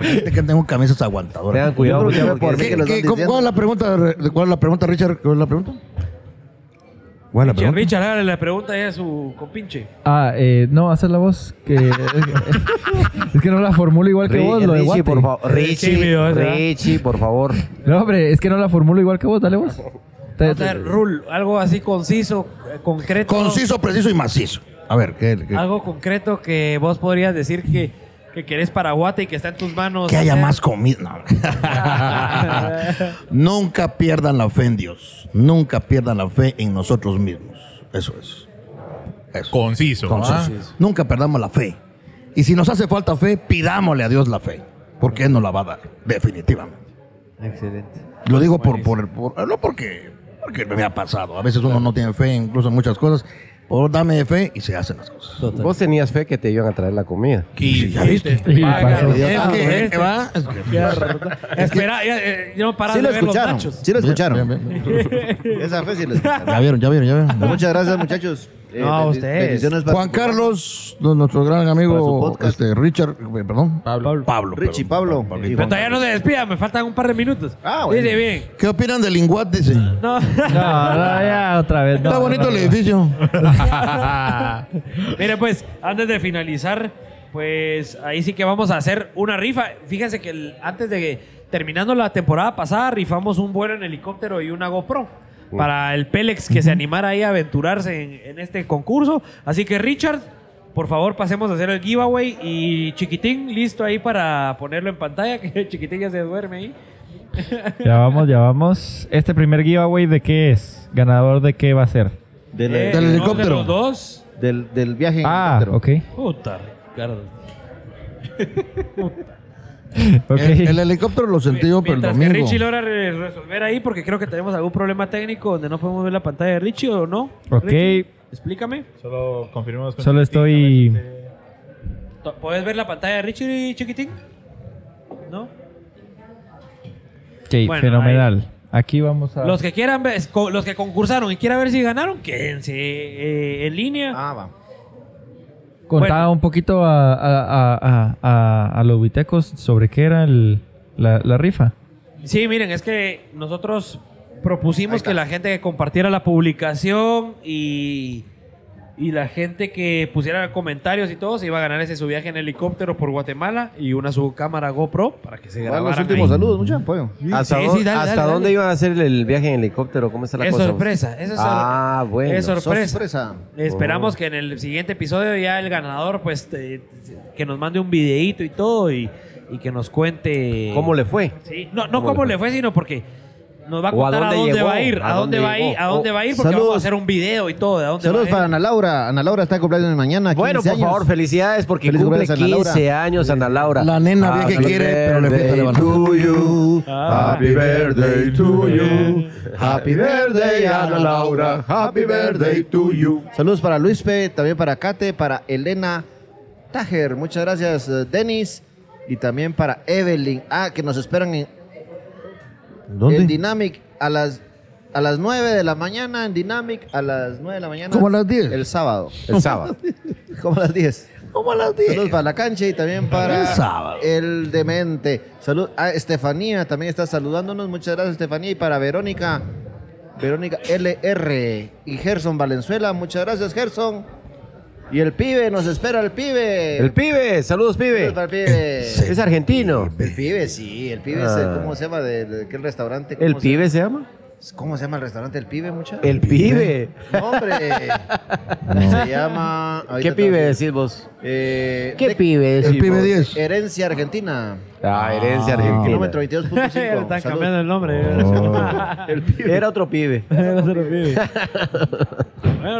Speaker 5: Gente que tengo camisas aguantadoras.
Speaker 6: Tengan cuidado,
Speaker 4: Yo creo que
Speaker 6: muchacha,
Speaker 4: fue por
Speaker 6: porque-
Speaker 4: mí que
Speaker 5: ¿Qué-
Speaker 4: lo están
Speaker 5: qué- cómo-
Speaker 4: diciendo.
Speaker 5: ¿Cuál es la pregunta, Re- cuál es la pregunta, Richard? ¿Cuál es la pregunta? ¿Cuál es la
Speaker 1: Richard,
Speaker 5: pregunta?
Speaker 1: Richard, hágale la pregunta ahí a su compinche.
Speaker 3: Ah, eh, no, hacer la voz. Que, es que no la formulo igual que
Speaker 6: Ri-
Speaker 3: vos, lo de
Speaker 6: Richie,
Speaker 3: Guate.
Speaker 6: por favor.
Speaker 1: Sí, mi
Speaker 6: Richie,
Speaker 1: Dios, ¿verdad?
Speaker 6: Richie, por favor.
Speaker 3: No, hombre, es que no la formulo igual que vos, dale vos. Te-
Speaker 1: Vamos a ver, Rul, algo así conciso, eh, concreto.
Speaker 5: Conciso, preciso y macizo. A ver, ¿qué, qué-
Speaker 1: Algo concreto que vos podrías decir que, que querés para Guate y que está en tus manos.
Speaker 5: que haya
Speaker 1: hacer.
Speaker 5: más comida? No. Nunca pierdan la fe en Dios. Nunca pierdan la fe en nosotros mismos. Eso es. Eso.
Speaker 2: Conciso. ¿ah?
Speaker 5: Conciso. Nunca perdamos la fe. Y si nos hace falta fe, pidámosle a Dios la fe. Porque Él nos la va a dar, definitivamente.
Speaker 1: Excelente.
Speaker 5: Lo eh, digo por, por, por- no porque, porque me ha pasado. A veces uno no tiene fe incluso en muchas cosas. por dame de fe y se hacen las cosas.
Speaker 6: Vos tenías fe que te iban a traer la comida.
Speaker 2: Y
Speaker 5: ¿Ya viste?
Speaker 3: Y pasó.
Speaker 5: Es
Speaker 10: Ah,
Speaker 5: que,
Speaker 10: este.
Speaker 5: va-
Speaker 1: Espera, ya, eh, yo no paraba
Speaker 4: Sí
Speaker 1: de
Speaker 4: lo
Speaker 1: ver los
Speaker 4: escucharon.
Speaker 1: nachos.
Speaker 4: Sí lo escucharon.
Speaker 5: Bien, bien, bien.
Speaker 4: Esa fe sí lo escucharon.
Speaker 5: Ya vieron, ya vieron, ya vieron.
Speaker 4: Muchas gracias, muchachos. Eh,
Speaker 1: No, a
Speaker 4: bendi-
Speaker 1: ustedes.
Speaker 4: bendiciones para-
Speaker 5: Juan Carlos, nuestro gran
Speaker 4: Para su
Speaker 5: amigo
Speaker 4: podcast.
Speaker 5: este, Richard, eh, perdón,
Speaker 2: Pablo.
Speaker 4: Richie, Pablo. y
Speaker 1: Pero
Speaker 4: Juan
Speaker 1: todavía no se despida, me faltan un par de minutos.
Speaker 4: Ah, bueno.
Speaker 1: Dice bien.
Speaker 5: ¿Qué opinan del Linguat? Dice.
Speaker 1: No.
Speaker 3: No, no, ya otra vez. no,
Speaker 5: Está bonito
Speaker 3: no,
Speaker 5: el
Speaker 3: no.
Speaker 5: edificio.
Speaker 1: Mire, pues, antes de finalizar, pues ahí sí que vamos a hacer una rifa. Fíjense que el- antes de que- terminando la temporada pasada, rifamos un vuelo en helicóptero y una GoPro. Para el Pélex que se animara ahí a aventurarse en, en este concurso. Así que, Richard, por favor, pasemos a hacer el giveaway. Y Chiquitín, listo ahí para ponerlo en pantalla, que Chiquitín ya se duerme ahí.
Speaker 3: Ya vamos, ya vamos. Este primer giveaway, ¿de qué es? ¿Ganador de qué va a ser?
Speaker 4: Del,
Speaker 1: Eh,
Speaker 5: del
Speaker 1: ¿no?
Speaker 5: helicóptero.
Speaker 1: De los dos.
Speaker 4: del, del viaje en
Speaker 3: Ah,
Speaker 4: helicóptero.
Speaker 3: ok.
Speaker 1: Puta, Ricardo.
Speaker 3: Ok.
Speaker 5: El, el helicóptero lo sentí yo, pero el
Speaker 1: Mientras que
Speaker 5: domingo.
Speaker 1: Richie logra re- resolver ahí, porque creo que tenemos algún problema técnico donde no podemos ver la pantalla de Richie o no.
Speaker 3: Ok.
Speaker 1: Richie, explícame.
Speaker 2: Solo confirmamos con
Speaker 3: Solo
Speaker 2: el
Speaker 3: estoy-
Speaker 2: team, a ver si se-
Speaker 1: To- ¿Puedes ver la pantalla de Richie, chiquitín? ¿No?
Speaker 3: Ok,
Speaker 1: Bueno,
Speaker 3: fenomenal. Aquí vamos a...
Speaker 1: Los que quieran ver, es- co- los que concursaron y quieran ver si ganaron, quédense eh, en línea.
Speaker 4: Ah, va.
Speaker 3: Contaba un poquito a, a- a- a- a- a los huitecos sobre qué era el- la, la rifa.
Speaker 1: Sí, miren, es que nosotros propusimos
Speaker 4: está.
Speaker 1: que la gente que compartiera la publicación y, y la gente que pusiera comentarios y todo se iba a ganar ese su viaje en helicóptero por Guatemala y una su cámara GoPro para que se
Speaker 4: ¿Cuál los
Speaker 1: grabaran
Speaker 4: últimos
Speaker 1: ahí.
Speaker 4: saludos, muchachos? Pollo.
Speaker 6: ¿Hasta,
Speaker 1: sí,
Speaker 6: dónde-
Speaker 1: sí, dale,
Speaker 6: hasta
Speaker 1: dale, dale.
Speaker 6: dónde iban a hacer el, el viaje en helicóptero? ¿Cómo está la
Speaker 1: Es
Speaker 6: cosa?
Speaker 1: sorpresa, eso es
Speaker 6: Ah, bueno.
Speaker 1: es sorpresa.
Speaker 4: Sorpresa.
Speaker 1: Esperamos que en el siguiente episodio ya el ganador, pues, te- que nos mande un videíto y todo y, y que nos cuente.
Speaker 6: ¿Cómo le fue?
Speaker 1: Sí, no, no
Speaker 6: ¿Cómo
Speaker 1: cómo,
Speaker 6: le
Speaker 1: le fue, sino porque nos va a
Speaker 6: O a
Speaker 1: contar a
Speaker 6: dónde
Speaker 1: dónde,
Speaker 6: llegó,
Speaker 1: va a ir, a dónde, va a ir,
Speaker 6: llegó.
Speaker 1: a dónde
Speaker 6: Oh,
Speaker 1: va a ir, porque
Speaker 4: saludos.
Speaker 1: vamos a hacer un video y todo. ¿de dónde
Speaker 4: Saludos
Speaker 1: va
Speaker 4: para
Speaker 1: a ir.
Speaker 4: Ana Laura. Ana Laura está de cumpleaños mañana.
Speaker 6: Bueno,
Speaker 4: 15
Speaker 6: por
Speaker 4: años.
Speaker 6: favor, felicidades porque
Speaker 4: Feliz
Speaker 6: cumple
Speaker 4: cumpleaños, Ana Laura.
Speaker 6: 15 años Ana Laura. Ah,
Speaker 5: La nena bien que
Speaker 6: Happy
Speaker 5: quiere, pero le falta
Speaker 6: birthday
Speaker 5: levantar.
Speaker 6: to you.
Speaker 4: Happy birthday to you. Ah. Happy birthday, Ana Laura. Happy birthday to you. Saludos para Luis P, también para Kate, para Elena Tajer. Muchas gracias, eh, Denis. Y también para Evelyn. Ah, que nos esperan en en Dynamic a las a las 9 de la mañana en Dynamic, a las 9 de la mañana.
Speaker 5: Como a las 10.
Speaker 4: El sábado. El sábado. Como a las 10.
Speaker 5: ¿Cómo las
Speaker 4: Saludos para la cancha y también para
Speaker 5: El sábado.
Speaker 4: el demente. Salud a Estefanía, también está saludándonos. Muchas gracias, Estefanía. Y para Verónica, Verónica LR y Gerson Valenzuela. Muchas gracias, Gerson. Y el pibe, nos espera el pibe.
Speaker 6: El pibe, saludos pibe.
Speaker 4: Saludos para el pibe.
Speaker 6: Es argentino.
Speaker 4: El pibe, sí. El pibe, es,
Speaker 6: Ah.
Speaker 4: ¿cómo se llama? ¿De, de aquel restaurante? ¿Cómo
Speaker 6: ¿El
Speaker 4: se-
Speaker 6: pibe se llama?
Speaker 4: ¿Cómo se llama el restaurante? ¿El pibe, muchacho?
Speaker 6: El pibe.
Speaker 4: No, hombre. Se llama...
Speaker 6: ¿Qué
Speaker 4: ahorita te
Speaker 6: pibe
Speaker 4: voy a decir.
Speaker 6: decís vos?
Speaker 4: Eh,
Speaker 6: ¿Qué
Speaker 4: de-
Speaker 6: pibe
Speaker 5: El
Speaker 6: decís
Speaker 5: pibe
Speaker 6: vos?
Speaker 5: 10.
Speaker 4: Herencia Argentina.
Speaker 6: Ah, herencia
Speaker 4: Kilómetro
Speaker 6: argentina.
Speaker 1: Ya le
Speaker 4: 22.5.
Speaker 1: están
Speaker 4: Salud.
Speaker 1: cambiando el nombre.
Speaker 6: Era otro pibe.
Speaker 1: bueno,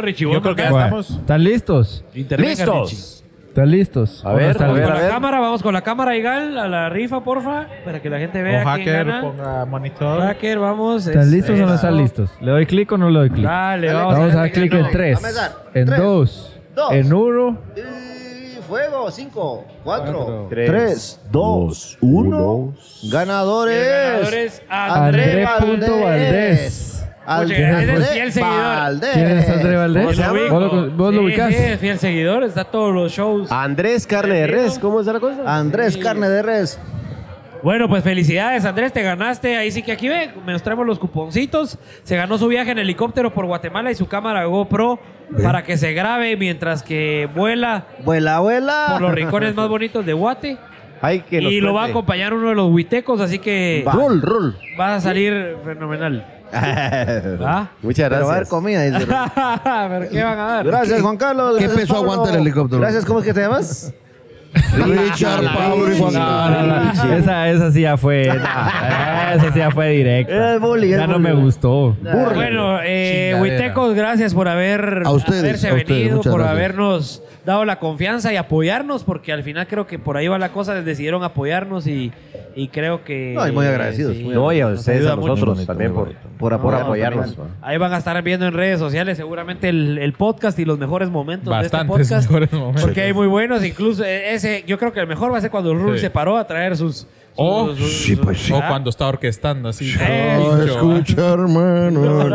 Speaker 1: Richie,
Speaker 2: Yo creo que ya
Speaker 3: Bueno,
Speaker 2: estamos.
Speaker 3: ¿Están listos?
Speaker 6: ¡Listos!
Speaker 3: ¿Están listos?
Speaker 6: A ver,
Speaker 3: ¿Están
Speaker 6: a
Speaker 3: listos?
Speaker 6: ver, a
Speaker 1: Con la
Speaker 6: ver.
Speaker 1: cámara, vamos con la cámara, Igal, a la rifa, porfa, para que la gente vea
Speaker 2: O
Speaker 1: quién
Speaker 2: hacker,
Speaker 1: gana.
Speaker 2: ponga monitor.
Speaker 1: Hacker, vamos.
Speaker 3: ¿Están
Speaker 1: es-
Speaker 3: listos o no
Speaker 1: eso.
Speaker 3: están listos? ¿Le doy clic o no le doy clic?
Speaker 6: Ah,
Speaker 1: Dale,
Speaker 4: Dale,
Speaker 1: vamos.
Speaker 3: Vamos a
Speaker 4: dale,
Speaker 3: dar clic
Speaker 4: dale,
Speaker 3: en
Speaker 4: dale. Vamos a
Speaker 3: tres,
Speaker 4: dar
Speaker 3: en
Speaker 4: tres,
Speaker 3: dos,
Speaker 4: dos.
Speaker 3: en uno.
Speaker 4: Y fuego, 5, 4,
Speaker 3: Cuatro,
Speaker 4: 3, 2, 1.
Speaker 1: El ganador
Speaker 4: Ganadores.
Speaker 1: es Andrés.
Speaker 3: André
Speaker 4: Valdés.
Speaker 3: punto Valdés.
Speaker 1: Oye, ese es
Speaker 4: Andrés
Speaker 1: fiel seguidor.
Speaker 4: Valdés.
Speaker 3: ¿Quién es André
Speaker 1: Yo
Speaker 3: Valdés?
Speaker 1: lo ubico.
Speaker 3: ¿Vos lo, vos lo
Speaker 1: Sí,
Speaker 3: ubicás?
Speaker 1: sí, es fiel seguidor, está a todos los shows.
Speaker 6: Andrés Carne de Res, ¿cómo está la cosa?
Speaker 4: Andrés
Speaker 1: Sí.
Speaker 4: Carne de Res.
Speaker 1: Bueno, pues felicidades, Andrés, te ganaste. Ahí sí que aquí ve, nos traemos los cuponcitos. Se ganó su viaje en helicóptero por Guatemala y su cámara GoPro para que se grabe mientras que vuela
Speaker 4: Vuela, abuela.
Speaker 1: por los rincones más bonitos de Guate.
Speaker 6: Ay, que nos
Speaker 1: Y lo va a
Speaker 6: cuente.
Speaker 1: acompañar uno de los huitecos, así que
Speaker 4: Va.
Speaker 5: Rul, rul.
Speaker 1: va a salir fenomenal. ¿Ah?
Speaker 6: Muchas
Speaker 4: Pero va a haber
Speaker 6: gracias.
Speaker 4: comida. dice.
Speaker 1: ¿Pero qué van a dar?
Speaker 4: Gracias, Juan Carlos.
Speaker 5: ¿Qué
Speaker 4: gracias,
Speaker 5: peso
Speaker 4: Pablo.
Speaker 5: aguanta el helicóptero?
Speaker 4: Gracias, ¿cómo es que te llamas?
Speaker 5: Richard, Pablo y Juan Carlos.
Speaker 3: Esa, esa sí ya fue. esa sí ya fue directa.
Speaker 4: Es bullying, es
Speaker 3: Ya no me
Speaker 4: bullying.
Speaker 3: gustó.
Speaker 5: Burla.
Speaker 1: Bueno, eh,
Speaker 2: Chingadera.
Speaker 1: Huitecos, gracias por haber
Speaker 5: A ustedes,
Speaker 1: haberse
Speaker 5: a ustedes,
Speaker 1: venido,
Speaker 5: muchas
Speaker 1: por
Speaker 5: gracias.
Speaker 1: habernos dado la confianza y apoyarnos, porque al final creo que por ahí va la cosa, les decidieron apoyarnos y, y creo que...
Speaker 4: No, y muy agradecidos, muy
Speaker 6: No, y a
Speaker 1: nos
Speaker 6: ustedes,
Speaker 1: ayuda
Speaker 6: Pues a nosotros
Speaker 1: mucho.
Speaker 6: también por,
Speaker 4: Por
Speaker 6: por
Speaker 4: apoyarnos
Speaker 6: apoyarnos.
Speaker 4: Ah, también.
Speaker 6: ¿va?
Speaker 1: Ahí van a estar viendo en redes sociales seguramente el, el podcast y los mejores momentos de
Speaker 2: Bastantes
Speaker 1: este podcast.
Speaker 2: mejores momentos.
Speaker 1: Porque hay muy buenos, incluso eh, ese, yo creo que el mejor va a ser cuando Rule
Speaker 2: Sí.
Speaker 1: se paró a traer sus... sus-
Speaker 2: O-
Speaker 1: sus- sus-
Speaker 5: Sí, pues sí.
Speaker 2: O cuando está orquestando así.
Speaker 1: Eso,
Speaker 4: Ah,
Speaker 5: No
Speaker 2: Pincho,
Speaker 5: escucha, hermano.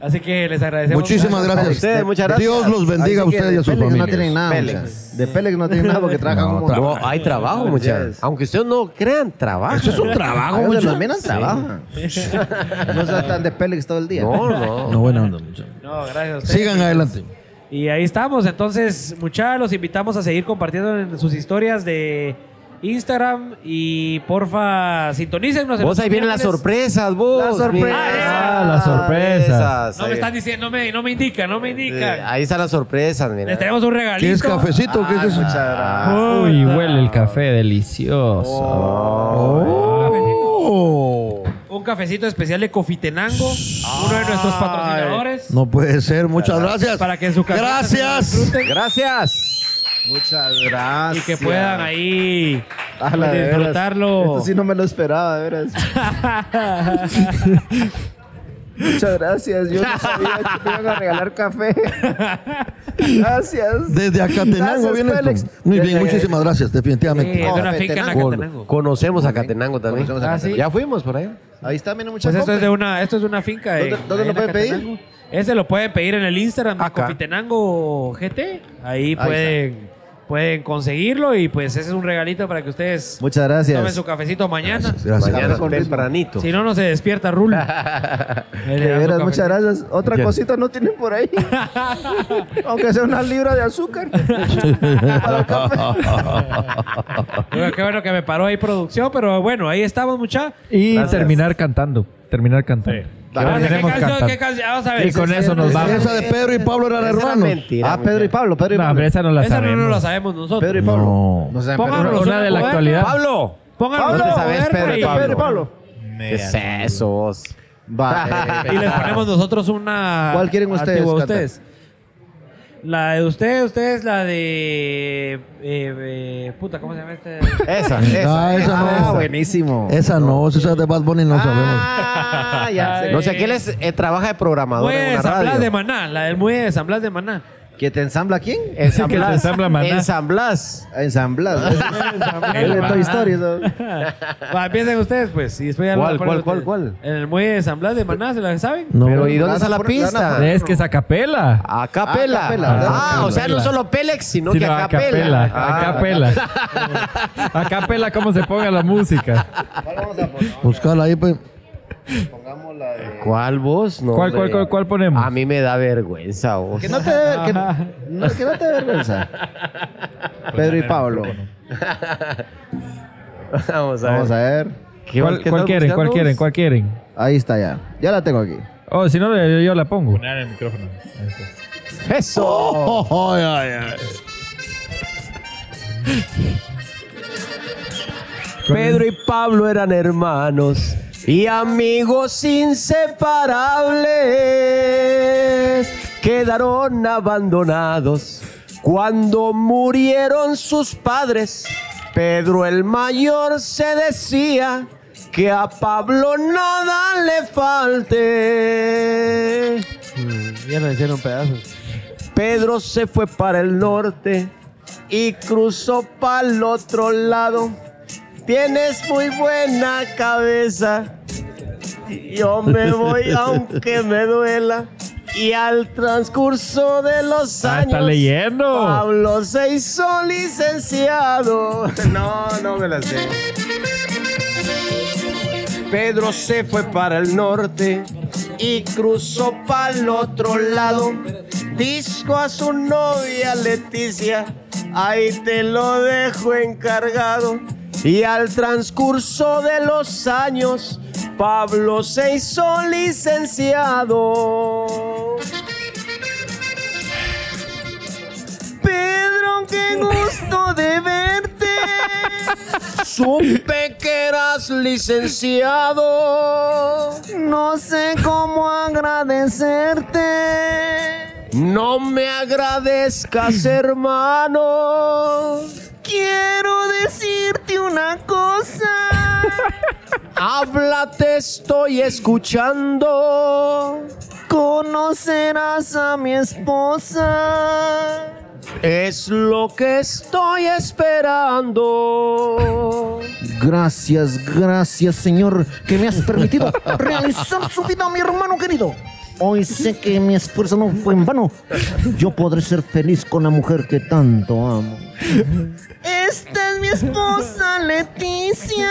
Speaker 1: Así que les agradecemos.
Speaker 5: Muchísimas gracias.
Speaker 4: A ustedes, muchas gracias.
Speaker 5: Dios los bendiga a
Speaker 4: Así que
Speaker 5: ustedes y a
Speaker 4: de
Speaker 5: sus
Speaker 4: Pélex
Speaker 5: familias.
Speaker 4: No tienen nada,
Speaker 6: Pélex.
Speaker 4: muchas. De Pélex no tienen nada porque trabajan
Speaker 5: No,
Speaker 4: un montón.
Speaker 6: No, hay trabajo, muchachos. Aunque ustedes no crean, trabajo.
Speaker 5: Eso es un trabajo,
Speaker 4: Ah, donde
Speaker 5: muchachos.
Speaker 4: los miran trabajan. No se están de Pélex todo el día.
Speaker 6: No, no.
Speaker 5: No, buena onda, muchachos.
Speaker 1: No, gracias a ustedes.
Speaker 5: Sigan adelante.
Speaker 1: Y ahí estamos. Entonces, muchachos, los invitamos a seguir compartiendo en sus historias de Instagram. Y porfa, sintonícennos. en
Speaker 6: Vos
Speaker 1: los
Speaker 6: ahí vienen las
Speaker 1: miércoles.
Speaker 6: sorpresas, vos.
Speaker 4: Las sorpresas.
Speaker 6: mira.
Speaker 3: Ah, las sorpresas.
Speaker 6: Esas,
Speaker 1: No me
Speaker 6: ahí.
Speaker 1: están diciendo, no me, no me indican, no me
Speaker 6: Eh,
Speaker 1: indican.
Speaker 6: Ahí están las sorpresas, mira.
Speaker 1: Les tenemos un regalito.
Speaker 5: ¿Qué es cafecito?
Speaker 4: Ah,
Speaker 5: ¿Qué es eso?
Speaker 3: Uy, huele el café delicioso.
Speaker 5: Oh.
Speaker 1: Un cafecito especial de Cofitenango, uno de nuestros patrocinadores.
Speaker 5: No puede ser. Muchas gracias.
Speaker 1: Para que en su casa
Speaker 5: Gracias.
Speaker 1: se lo disfruten
Speaker 6: Gracias.
Speaker 4: Muchas gracias.
Speaker 1: y que puedan ahí
Speaker 4: A la de veras.
Speaker 1: disfrutarlo.
Speaker 4: Esto sí no me lo esperaba, de veras. Muchas gracias. Yo no sabía que te iban a regalar café. Gracias.
Speaker 5: Desde Acatenango
Speaker 4: Gracias,
Speaker 5: viene
Speaker 4: Félix. Eh,
Speaker 5: esto. Muy bien,
Speaker 4: Desde-
Speaker 5: muchísimas gracias,
Speaker 1: Sí,
Speaker 5: definitivamente.
Speaker 1: es una
Speaker 4: Cafetenango.
Speaker 1: finca en Acatenango.
Speaker 6: Conocemos a Catenango también.
Speaker 4: Conocemos a
Speaker 1: Ah, Catenango. sí.
Speaker 6: Ya fuimos por ahí.
Speaker 4: Ahí está, miren, muchas
Speaker 1: Pues esto es de
Speaker 4: compras.
Speaker 1: una, esto es de una finca.
Speaker 4: ¿Dónde-
Speaker 1: en-
Speaker 4: dónde
Speaker 1: ahí
Speaker 4: lo
Speaker 1: en
Speaker 4: pueden pedir?
Speaker 1: Acatenango. Ese lo pueden pedir en el Instagram de
Speaker 6: Acá.
Speaker 1: Cofitenango GT. Ahí, pueden, pueden conseguirlo y pues ese es un regalito para que ustedes
Speaker 4: Muchas
Speaker 1: tomen
Speaker 4: gracias.
Speaker 1: su cafecito mañana.
Speaker 5: Gracias, gracias.
Speaker 6: Mañana
Speaker 5: gracias.
Speaker 4: con ritmo.
Speaker 6: tempranito.
Speaker 1: Si no, no se despierta Rul. Ahí le
Speaker 4: De
Speaker 1: dan su
Speaker 4: veras, muchas
Speaker 1: cafecito.
Speaker 4: gracias. Otra
Speaker 6: Ya.
Speaker 4: cosita no tienen por ahí. Aunque sea una libra de azúcar. Para el café.
Speaker 1: Bueno, qué bueno que me paró ahí producción, pero bueno, ahí estamos, mucha.
Speaker 3: Y
Speaker 4: Gracias.
Speaker 3: terminar cantando. Terminar cantando.
Speaker 4: Ah,
Speaker 1: Vamos a ver, ¿Qué
Speaker 3: Terminemos
Speaker 1: canción?
Speaker 3: cantando.
Speaker 1: ¿Qué canción? Vamos a ver.
Speaker 3: Y con eso nos
Speaker 5: Esa-
Speaker 3: vamos.
Speaker 5: Esa de Pedro y Pablo eran
Speaker 6: Esa era
Speaker 5: hermanos.
Speaker 6: mentira,
Speaker 4: Ah, Pedro y Pablo, Pedro y
Speaker 3: No,
Speaker 4: Pablo.
Speaker 3: hombre, esa no la
Speaker 1: Esa no,
Speaker 3: sabemos.
Speaker 1: no la sabemos nosotros.
Speaker 4: Pedro y Pablo.
Speaker 5: No.
Speaker 4: No saben,
Speaker 1: Pónganos
Speaker 4: Pedro.
Speaker 3: Una de la actualidad.
Speaker 6: Pablo.
Speaker 1: Pónganos
Speaker 4: Pablo,
Speaker 6: ¿No te sabes,
Speaker 1: Pedro,
Speaker 6: Pedro y
Speaker 1: y-
Speaker 4: Pedro y Pablo.
Speaker 6: ¿Qué es eso, vos?
Speaker 4: Va.
Speaker 1: Y les ponemos nosotros una.
Speaker 4: ¿Cuál quieren ustedes,
Speaker 1: antigua a
Speaker 4: Cata?
Speaker 1: ustedes. La de ustedes, ustedes, la de. eh, eh, puta, ¿cómo se llama este?
Speaker 6: Esa,
Speaker 5: Ah,
Speaker 6: esa.
Speaker 5: esa no.
Speaker 4: Ah, buenísimo.
Speaker 5: Esa no, esa de Bad Bunny no sabemos.
Speaker 4: Ah, ya sé.
Speaker 6: No sé, ¿quién es? eh, trabaja de programador
Speaker 1: Muelle
Speaker 6: en
Speaker 1: de
Speaker 6: una
Speaker 1: San Blas Pues, de
Speaker 6: radio.
Speaker 1: Maná, la del Muelle de San Blas de Maná.
Speaker 4: ¿Que te ensambla quién?
Speaker 6: En San
Speaker 3: Que te
Speaker 6: Blas.
Speaker 3: ensambla Maná.
Speaker 6: En San Blas.
Speaker 4: Ensamblas. El de Toy Story. eso.
Speaker 1: Va, empiecen ustedes, pues. Y después ya
Speaker 6: ¿Cuál,
Speaker 1: la ponen
Speaker 6: cuál, cuál,
Speaker 1: ustedes. En el Muelle de San Blas de Maná, ¿se la saben?
Speaker 5: No.
Speaker 6: Pero ¿y
Speaker 4: Van
Speaker 6: dónde
Speaker 4: a
Speaker 6: está la
Speaker 4: poner- van a
Speaker 6: pista?
Speaker 4: poner-
Speaker 3: Es que es a capela.
Speaker 6: A capela.
Speaker 4: A capela,
Speaker 6: Ah,
Speaker 4: a
Speaker 6: o sea, no
Speaker 3: capela.
Speaker 6: solo Pélex, sino
Speaker 3: Sino
Speaker 6: que a
Speaker 3: a
Speaker 6: capela.
Speaker 3: capela.
Speaker 6: Ah,
Speaker 3: A capela. A capela, cómo se ponga la música.
Speaker 4: ¿Cuál vamos a poner?
Speaker 5: Buscala ahí, pues.
Speaker 4: Pongamos la de-
Speaker 6: ¿Cuál vos? No,
Speaker 3: ¿Cuál, cuál,
Speaker 6: hombre. Ah,
Speaker 3: cuál, cuál ponemos?
Speaker 6: A mí me da vergüenza vos.
Speaker 4: Que no te dé que, no, que no te dé vergüenza. Pedro y Pablo.
Speaker 6: Vamos a ver.
Speaker 4: Vamos a ver.
Speaker 6: ¿Qué-
Speaker 3: ¿Cuál,
Speaker 6: qué
Speaker 3: cuál
Speaker 6: estás
Speaker 3: quieren? ¿Cuál
Speaker 6: buscando
Speaker 3: quieren?
Speaker 6: vos?
Speaker 3: ¿Cuál quieren?
Speaker 4: Ahí está ya. Ya la tengo aquí.
Speaker 3: Oh, si no, yo, yo la pongo.
Speaker 2: Poner el micrófono.
Speaker 6: Eso.
Speaker 5: Oh, oh, ay, ay, ay.
Speaker 6: Pedro y Pablo eran hermanos y amigos inseparables. Quedaron abandonados cuando murieron sus padres. Pedro el mayor se decía que a Pablo nada le falte.
Speaker 4: Ya lo hicieron pedazos.
Speaker 6: Pedro se fue para el norte y cruzó para el otro lado. Tienes muy buena cabeza. Yo me voy aunque me duela. Y al transcurso de los
Speaker 3: Ah,
Speaker 6: años.
Speaker 3: está leyendo.
Speaker 6: Pablo se hizo licenciado. No, no me la sé. Pedro se fue para el norte y cruzó para el otro lado. Disco a su novia Leticia, ahí te lo dejo encargado. Y al transcurso de los años, Pablo se hizo licenciado. Pedro Supe que eras licenciado.
Speaker 11: No sé cómo agradecerte.
Speaker 6: No me agradezcas, hermano.
Speaker 11: Quiero decirte una cosa.
Speaker 6: Habla, te estoy escuchando.
Speaker 11: Conocerás a mi esposa.
Speaker 6: Es lo que estoy esperando.
Speaker 11: Gracias, gracias, Señor, que me has permitido realizar su vida, mi hermano querido. Hoy sé que mi esfuerzo no fue en vano. Yo podré ser feliz con la mujer que tanto amo. Esta es mi esposa, Leticia.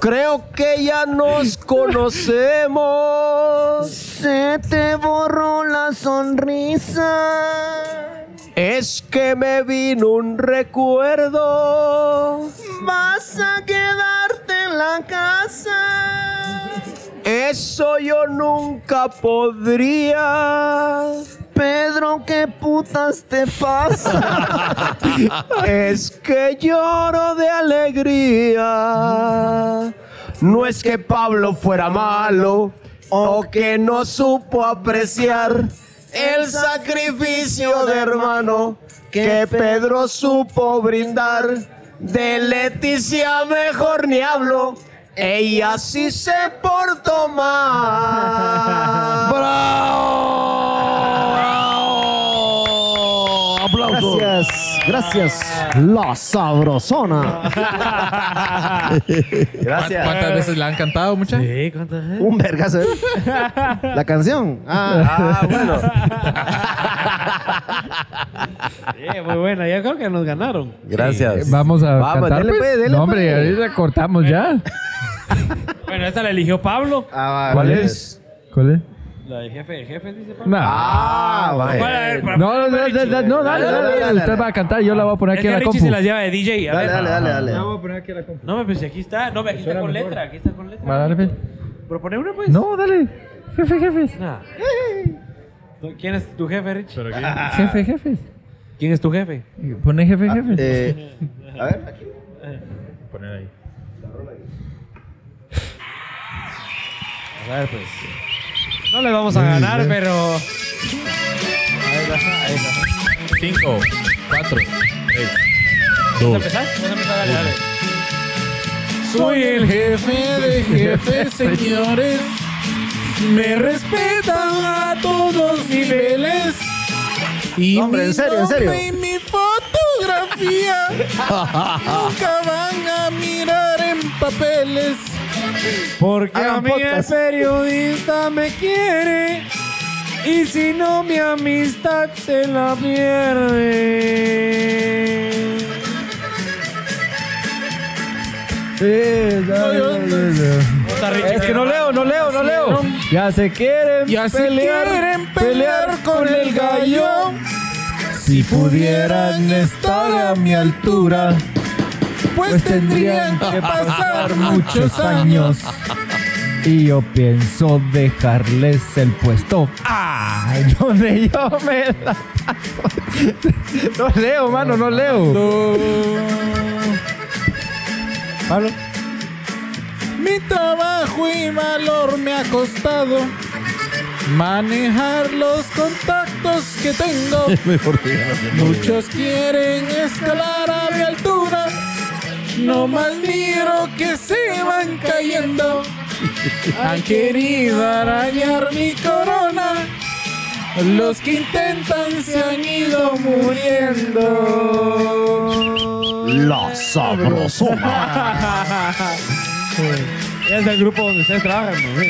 Speaker 6: Creo que ya nos conocemos.
Speaker 11: Se te borró la sonrisa.
Speaker 6: Es que me vino un recuerdo.
Speaker 11: Vas a quedarte en la casa.
Speaker 6: Eso yo nunca podría.
Speaker 11: Pedro, ¿qué putas te pasa?
Speaker 6: es que lloro de alegría. No es que Pablo fuera malo o que no supo apreciar el sacrificio de hermano que Pedro supo brindar. De Leticia mejor ni hablo. Ella sí se portó mal.
Speaker 5: ¡Bravo! ¡Bravo! Oh, ¡Aplausos!
Speaker 11: Gracias, gracias, la sabrosona.
Speaker 2: ¿Cuán- ¿Cuántas veces la han cantado, mucha?
Speaker 11: Uh,
Speaker 4: Un vergazo. ¿eh? La canción. Ah,
Speaker 6: Ah, bueno.
Speaker 1: Eh, muy buena, yo creo que nos ganaron.
Speaker 6: Gracias.
Speaker 3: Vamos a
Speaker 6: Vamos,
Speaker 3: cantar,
Speaker 6: dele,
Speaker 3: pues.
Speaker 6: pues, dele,
Speaker 3: no, hombre,
Speaker 6: pues.
Speaker 3: ahorita cortamos ya.
Speaker 1: Bueno, esta la eligió Pablo.
Speaker 4: ah,
Speaker 6: ¿Cuál
Speaker 4: vale.
Speaker 6: es?
Speaker 3: ¿Cuál es?
Speaker 1: La del jefe de jefes, dice Pablo.
Speaker 3: No.
Speaker 4: Ah, vale.
Speaker 1: Bueno, a ver, para- eh,
Speaker 3: No, no, no, no, no, no, dale, dale,
Speaker 4: Dale, dale,
Speaker 3: dale. Usted
Speaker 4: dale.
Speaker 3: va a cantar, yo la voy a poner
Speaker 1: Es
Speaker 3: aquí
Speaker 1: que
Speaker 3: en la
Speaker 1: Richie
Speaker 3: compu.
Speaker 1: se las lleva de DJ. A
Speaker 4: Dale,
Speaker 1: ver.
Speaker 4: dale, dale, dale.
Speaker 3: a poner aquí en la compu.
Speaker 1: No, hombre, pues si aquí está. No, hombre, aquí está con letra. Aquí está con letra.
Speaker 3: Va, dale, pues.
Speaker 1: ¿Propone una, pues?
Speaker 3: No, dale. Jefe, jefes.
Speaker 1: Nah. ¿Tú- ¿Quién es tu jefe, Rich?
Speaker 6: Ah.
Speaker 3: Jefe, jefes.
Speaker 1: ¿Quién es tu jefe?
Speaker 3: Pone jefe, jefes.
Speaker 4: Eh, a ver, aquí.
Speaker 2: Poner ahí.
Speaker 1: A ver, pues. No le vamos a ganar, pero.
Speaker 2: Cinco, cuatro, tres,
Speaker 1: ¿Vas a
Speaker 2: dos.
Speaker 1: empezar? ¿Vas a empezar? Dale, dale.
Speaker 2: Soy el jefe de jefes, señores. Me respetan a todos niveles. Y
Speaker 4: No, hombre,
Speaker 2: mi
Speaker 4: en serio, en serio.
Speaker 2: nombre y mi fotografía nunca van a mirar en papeles.
Speaker 1: Porque
Speaker 4: Hagan
Speaker 1: a mí
Speaker 4: podcast.
Speaker 1: el periodista me quiere y si no mi amistad se la pierde.
Speaker 3: Es que no leo, no leo, no leo. Ya se quieren
Speaker 2: Ya se
Speaker 3: pelear,
Speaker 2: quieren pelear con el gallo.
Speaker 3: Si pudieran estar a mi altura,
Speaker 2: Pues tendrían que pasar muchos años.
Speaker 3: Y yo pienso dejarles el puesto. Ah, donde yo me la paso. No leo, mano, no leo. Pablo.
Speaker 2: Mi trabajo y valor me ha costado manejar los contactos que tengo.
Speaker 5: Mejor que ganas.
Speaker 2: Muchos quieren escalar a mi altura. No más miro que se van cayendo. Han querido arañar mi corona. Los que intentan se han ido muriendo.
Speaker 5: La sabrosona.
Speaker 1: Es del grupo donde ustedes trabajan, ¿no?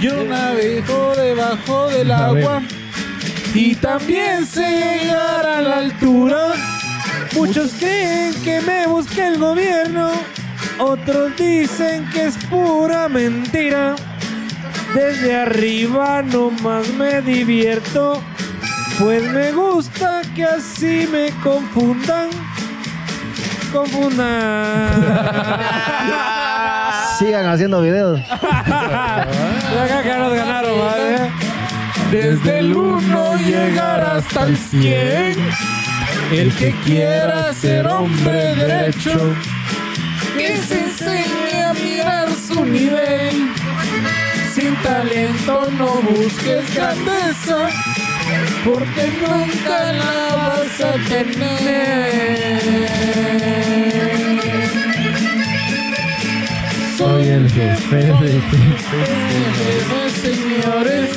Speaker 2: Yo navejo debajo del agua y también sé llegar a la altura.
Speaker 1: Muchos creen que me busca el gobierno, otros dicen que es pura mentira. Desde arriba nomás me divierto, pues me gusta que así me confundan. Confundan.
Speaker 4: Sigan haciendo videos.
Speaker 1: Acá que nos ganaron, ¿vale?
Speaker 2: Desde el 1 llegar hasta el 100. El que quiera ser hombre derecho, que se enseñe a mirar su nivel. Sin talento no busques grandeza, porque nunca la vas a tener.
Speaker 3: Soy el jefe de
Speaker 2: Señores, señores,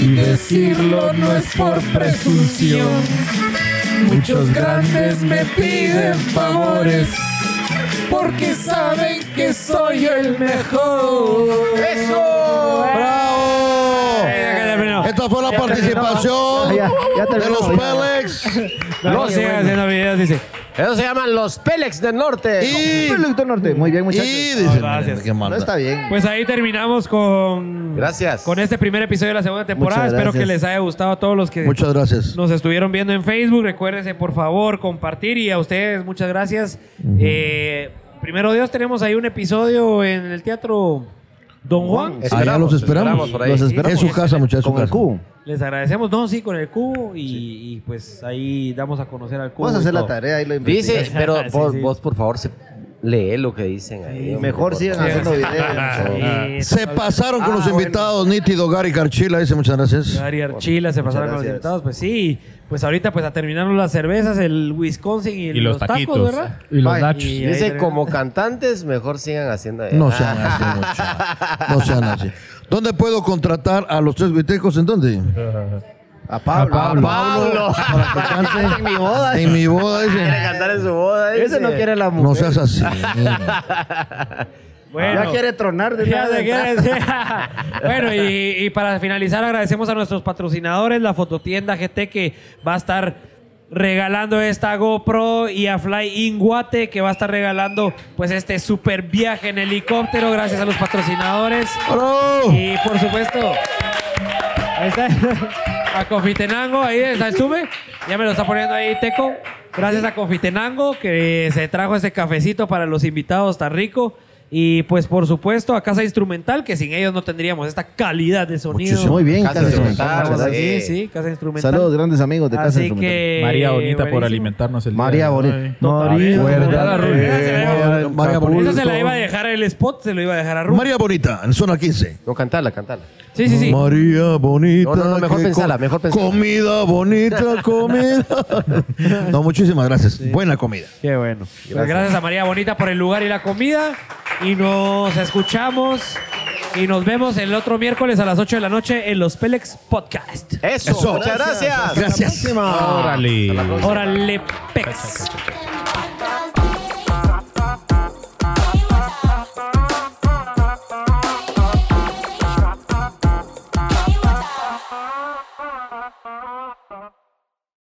Speaker 2: y decirlo no es por presunción. Muchos grandes me piden favores porque saben que soy el mejor. ¡Eso!
Speaker 5: ¡Bravo! Esta fue la participación
Speaker 4: Ya, ya
Speaker 5: de
Speaker 4: terminó,
Speaker 5: los
Speaker 4: ya.
Speaker 5: Pelex
Speaker 1: No sigan haciendo videos, dice.
Speaker 6: Eso se llaman los Pélex del Norte.
Speaker 5: y...
Speaker 4: Pelex del Norte. Muy bien, muchachos.
Speaker 5: Y dicen,
Speaker 1: gracias.
Speaker 5: qué
Speaker 4: No
Speaker 5: maldad.
Speaker 4: está bien.
Speaker 1: Pues ahí terminamos con.
Speaker 6: Gracias.
Speaker 1: Con este primer episodio de la segunda temporada.
Speaker 4: Muchas
Speaker 1: Espero que
Speaker 4: gracias.
Speaker 1: les haya gustado a todos los que
Speaker 5: Muchas gracias.
Speaker 1: nos estuvieron viendo en Facebook. Recuérdense, por favor, compartir. Y a ustedes, muchas gracias. Eh, primero Dios, tenemos ahí un episodio en el teatro Don Juan.
Speaker 5: Allá los esperamos.
Speaker 6: esperamos por ahí.
Speaker 5: Los esperamos. Es su casa, muchachos.
Speaker 4: Con el cubo.
Speaker 1: Les agradecemos, no, sí, con el cubo. Y, y, pues ahí damos a conocer al cubo.
Speaker 4: Vamos a
Speaker 1: y
Speaker 4: hacer la
Speaker 1: todo.
Speaker 4: tarea y lo investigamos.
Speaker 6: Dice, pero
Speaker 1: Sí,
Speaker 6: vos,
Speaker 1: sí.
Speaker 6: vos, por favor, se- lee lo que dicen ahí. hombre,
Speaker 4: Mejor
Speaker 6: por
Speaker 4: sigan
Speaker 6: favor.
Speaker 4: haciendo videos.
Speaker 1: Sí,
Speaker 5: Se pasaron con
Speaker 4: Ah,
Speaker 5: los
Speaker 4: bueno.
Speaker 5: invitados, nítido Gary Carchila, dice muchas gracias.
Speaker 1: Dari Archila se pasaron con los
Speaker 4: gracias.
Speaker 1: invitados. Pues sí, pues ahorita pues a terminaron las cervezas, el Wisconsin y,
Speaker 2: los
Speaker 1: los, tacos,
Speaker 2: taquitos.
Speaker 1: ¿verdad?
Speaker 3: Y los
Speaker 4: Bye.
Speaker 3: nachos.
Speaker 1: Y- ahí
Speaker 6: Dice,
Speaker 1: termina.
Speaker 6: como cantantes, mejor sigan haciendo.
Speaker 5: No
Speaker 6: Ah,
Speaker 5: sean así, muchachos. No sean así. ¿Dónde puedo contratar a los tres guitecos? ¿En dónde?
Speaker 4: A Pablo.
Speaker 5: Pablo. Para que cante.
Speaker 6: en mi boda.
Speaker 5: En mi boda,
Speaker 6: Quiere
Speaker 5: dice.
Speaker 6: cantar en su boda.
Speaker 4: Ese
Speaker 6: dice.
Speaker 4: no quiere la mujer.
Speaker 5: No seas así.
Speaker 1: Bueno,
Speaker 4: Ya quiere tronar de
Speaker 1: Ya
Speaker 4: nada.
Speaker 1: se quiere decir. bueno, y, y para finalizar, agradecemos a nuestros patrocinadores, la fototienda GT que va a estar regalando esta GoPro y a Fly In Guate que va a estar regalando pues este super viaje en helicóptero gracias a los patrocinadores
Speaker 5: ¡Bravo!
Speaker 1: y por supuesto ahí está a Confitenango ahí está sube ya me lo está poniendo ahí Teco gracias a Confitenango que se trajo este cafecito para los invitados tan rico y pues por supuesto a Casa Instrumental que sin ellos no tendríamos esta calidad de sonido
Speaker 5: Muchísimo.
Speaker 4: Muy bien,
Speaker 6: Casa
Speaker 4: Casa
Speaker 6: Instrumental,
Speaker 4: Instrumental.
Speaker 6: vamos
Speaker 1: sí
Speaker 6: Sí.
Speaker 1: sí Casa Instrumental
Speaker 4: Saludos, grandes amigos de Casa
Speaker 1: así
Speaker 4: Instrumental.
Speaker 1: que
Speaker 2: María Bonita por
Speaker 1: buenísimo.
Speaker 2: alimentarnos el día
Speaker 4: María
Speaker 2: de hoy.
Speaker 4: Bonita.
Speaker 1: Totalmente.
Speaker 4: María
Speaker 1: Bonita.
Speaker 5: María
Speaker 1: Eso se la
Speaker 5: Bonita.
Speaker 1: iba a dejar el spot, se lo iba a dejar a Ru.
Speaker 5: María Bonita, en zona 15.
Speaker 6: No, cantala, cantala.
Speaker 1: Sí, sí, sí.
Speaker 5: María bonita.
Speaker 6: No, no, no, mejor
Speaker 5: que
Speaker 6: pensala, mejor pensala.
Speaker 5: Comida bonita, comida. no, muchísimas gracias. Buena comida.
Speaker 1: Qué bueno. Pues Gracias. a María Bonita por el lugar y la comida. Y nos escuchamos y nos vemos el otro miércoles a las 8 de la noche en los Pelex Podcast.
Speaker 6: Eso,
Speaker 5: Eso.
Speaker 6: muchas gracias.
Speaker 5: Gracias.
Speaker 2: Órale.
Speaker 1: Órale, Pex.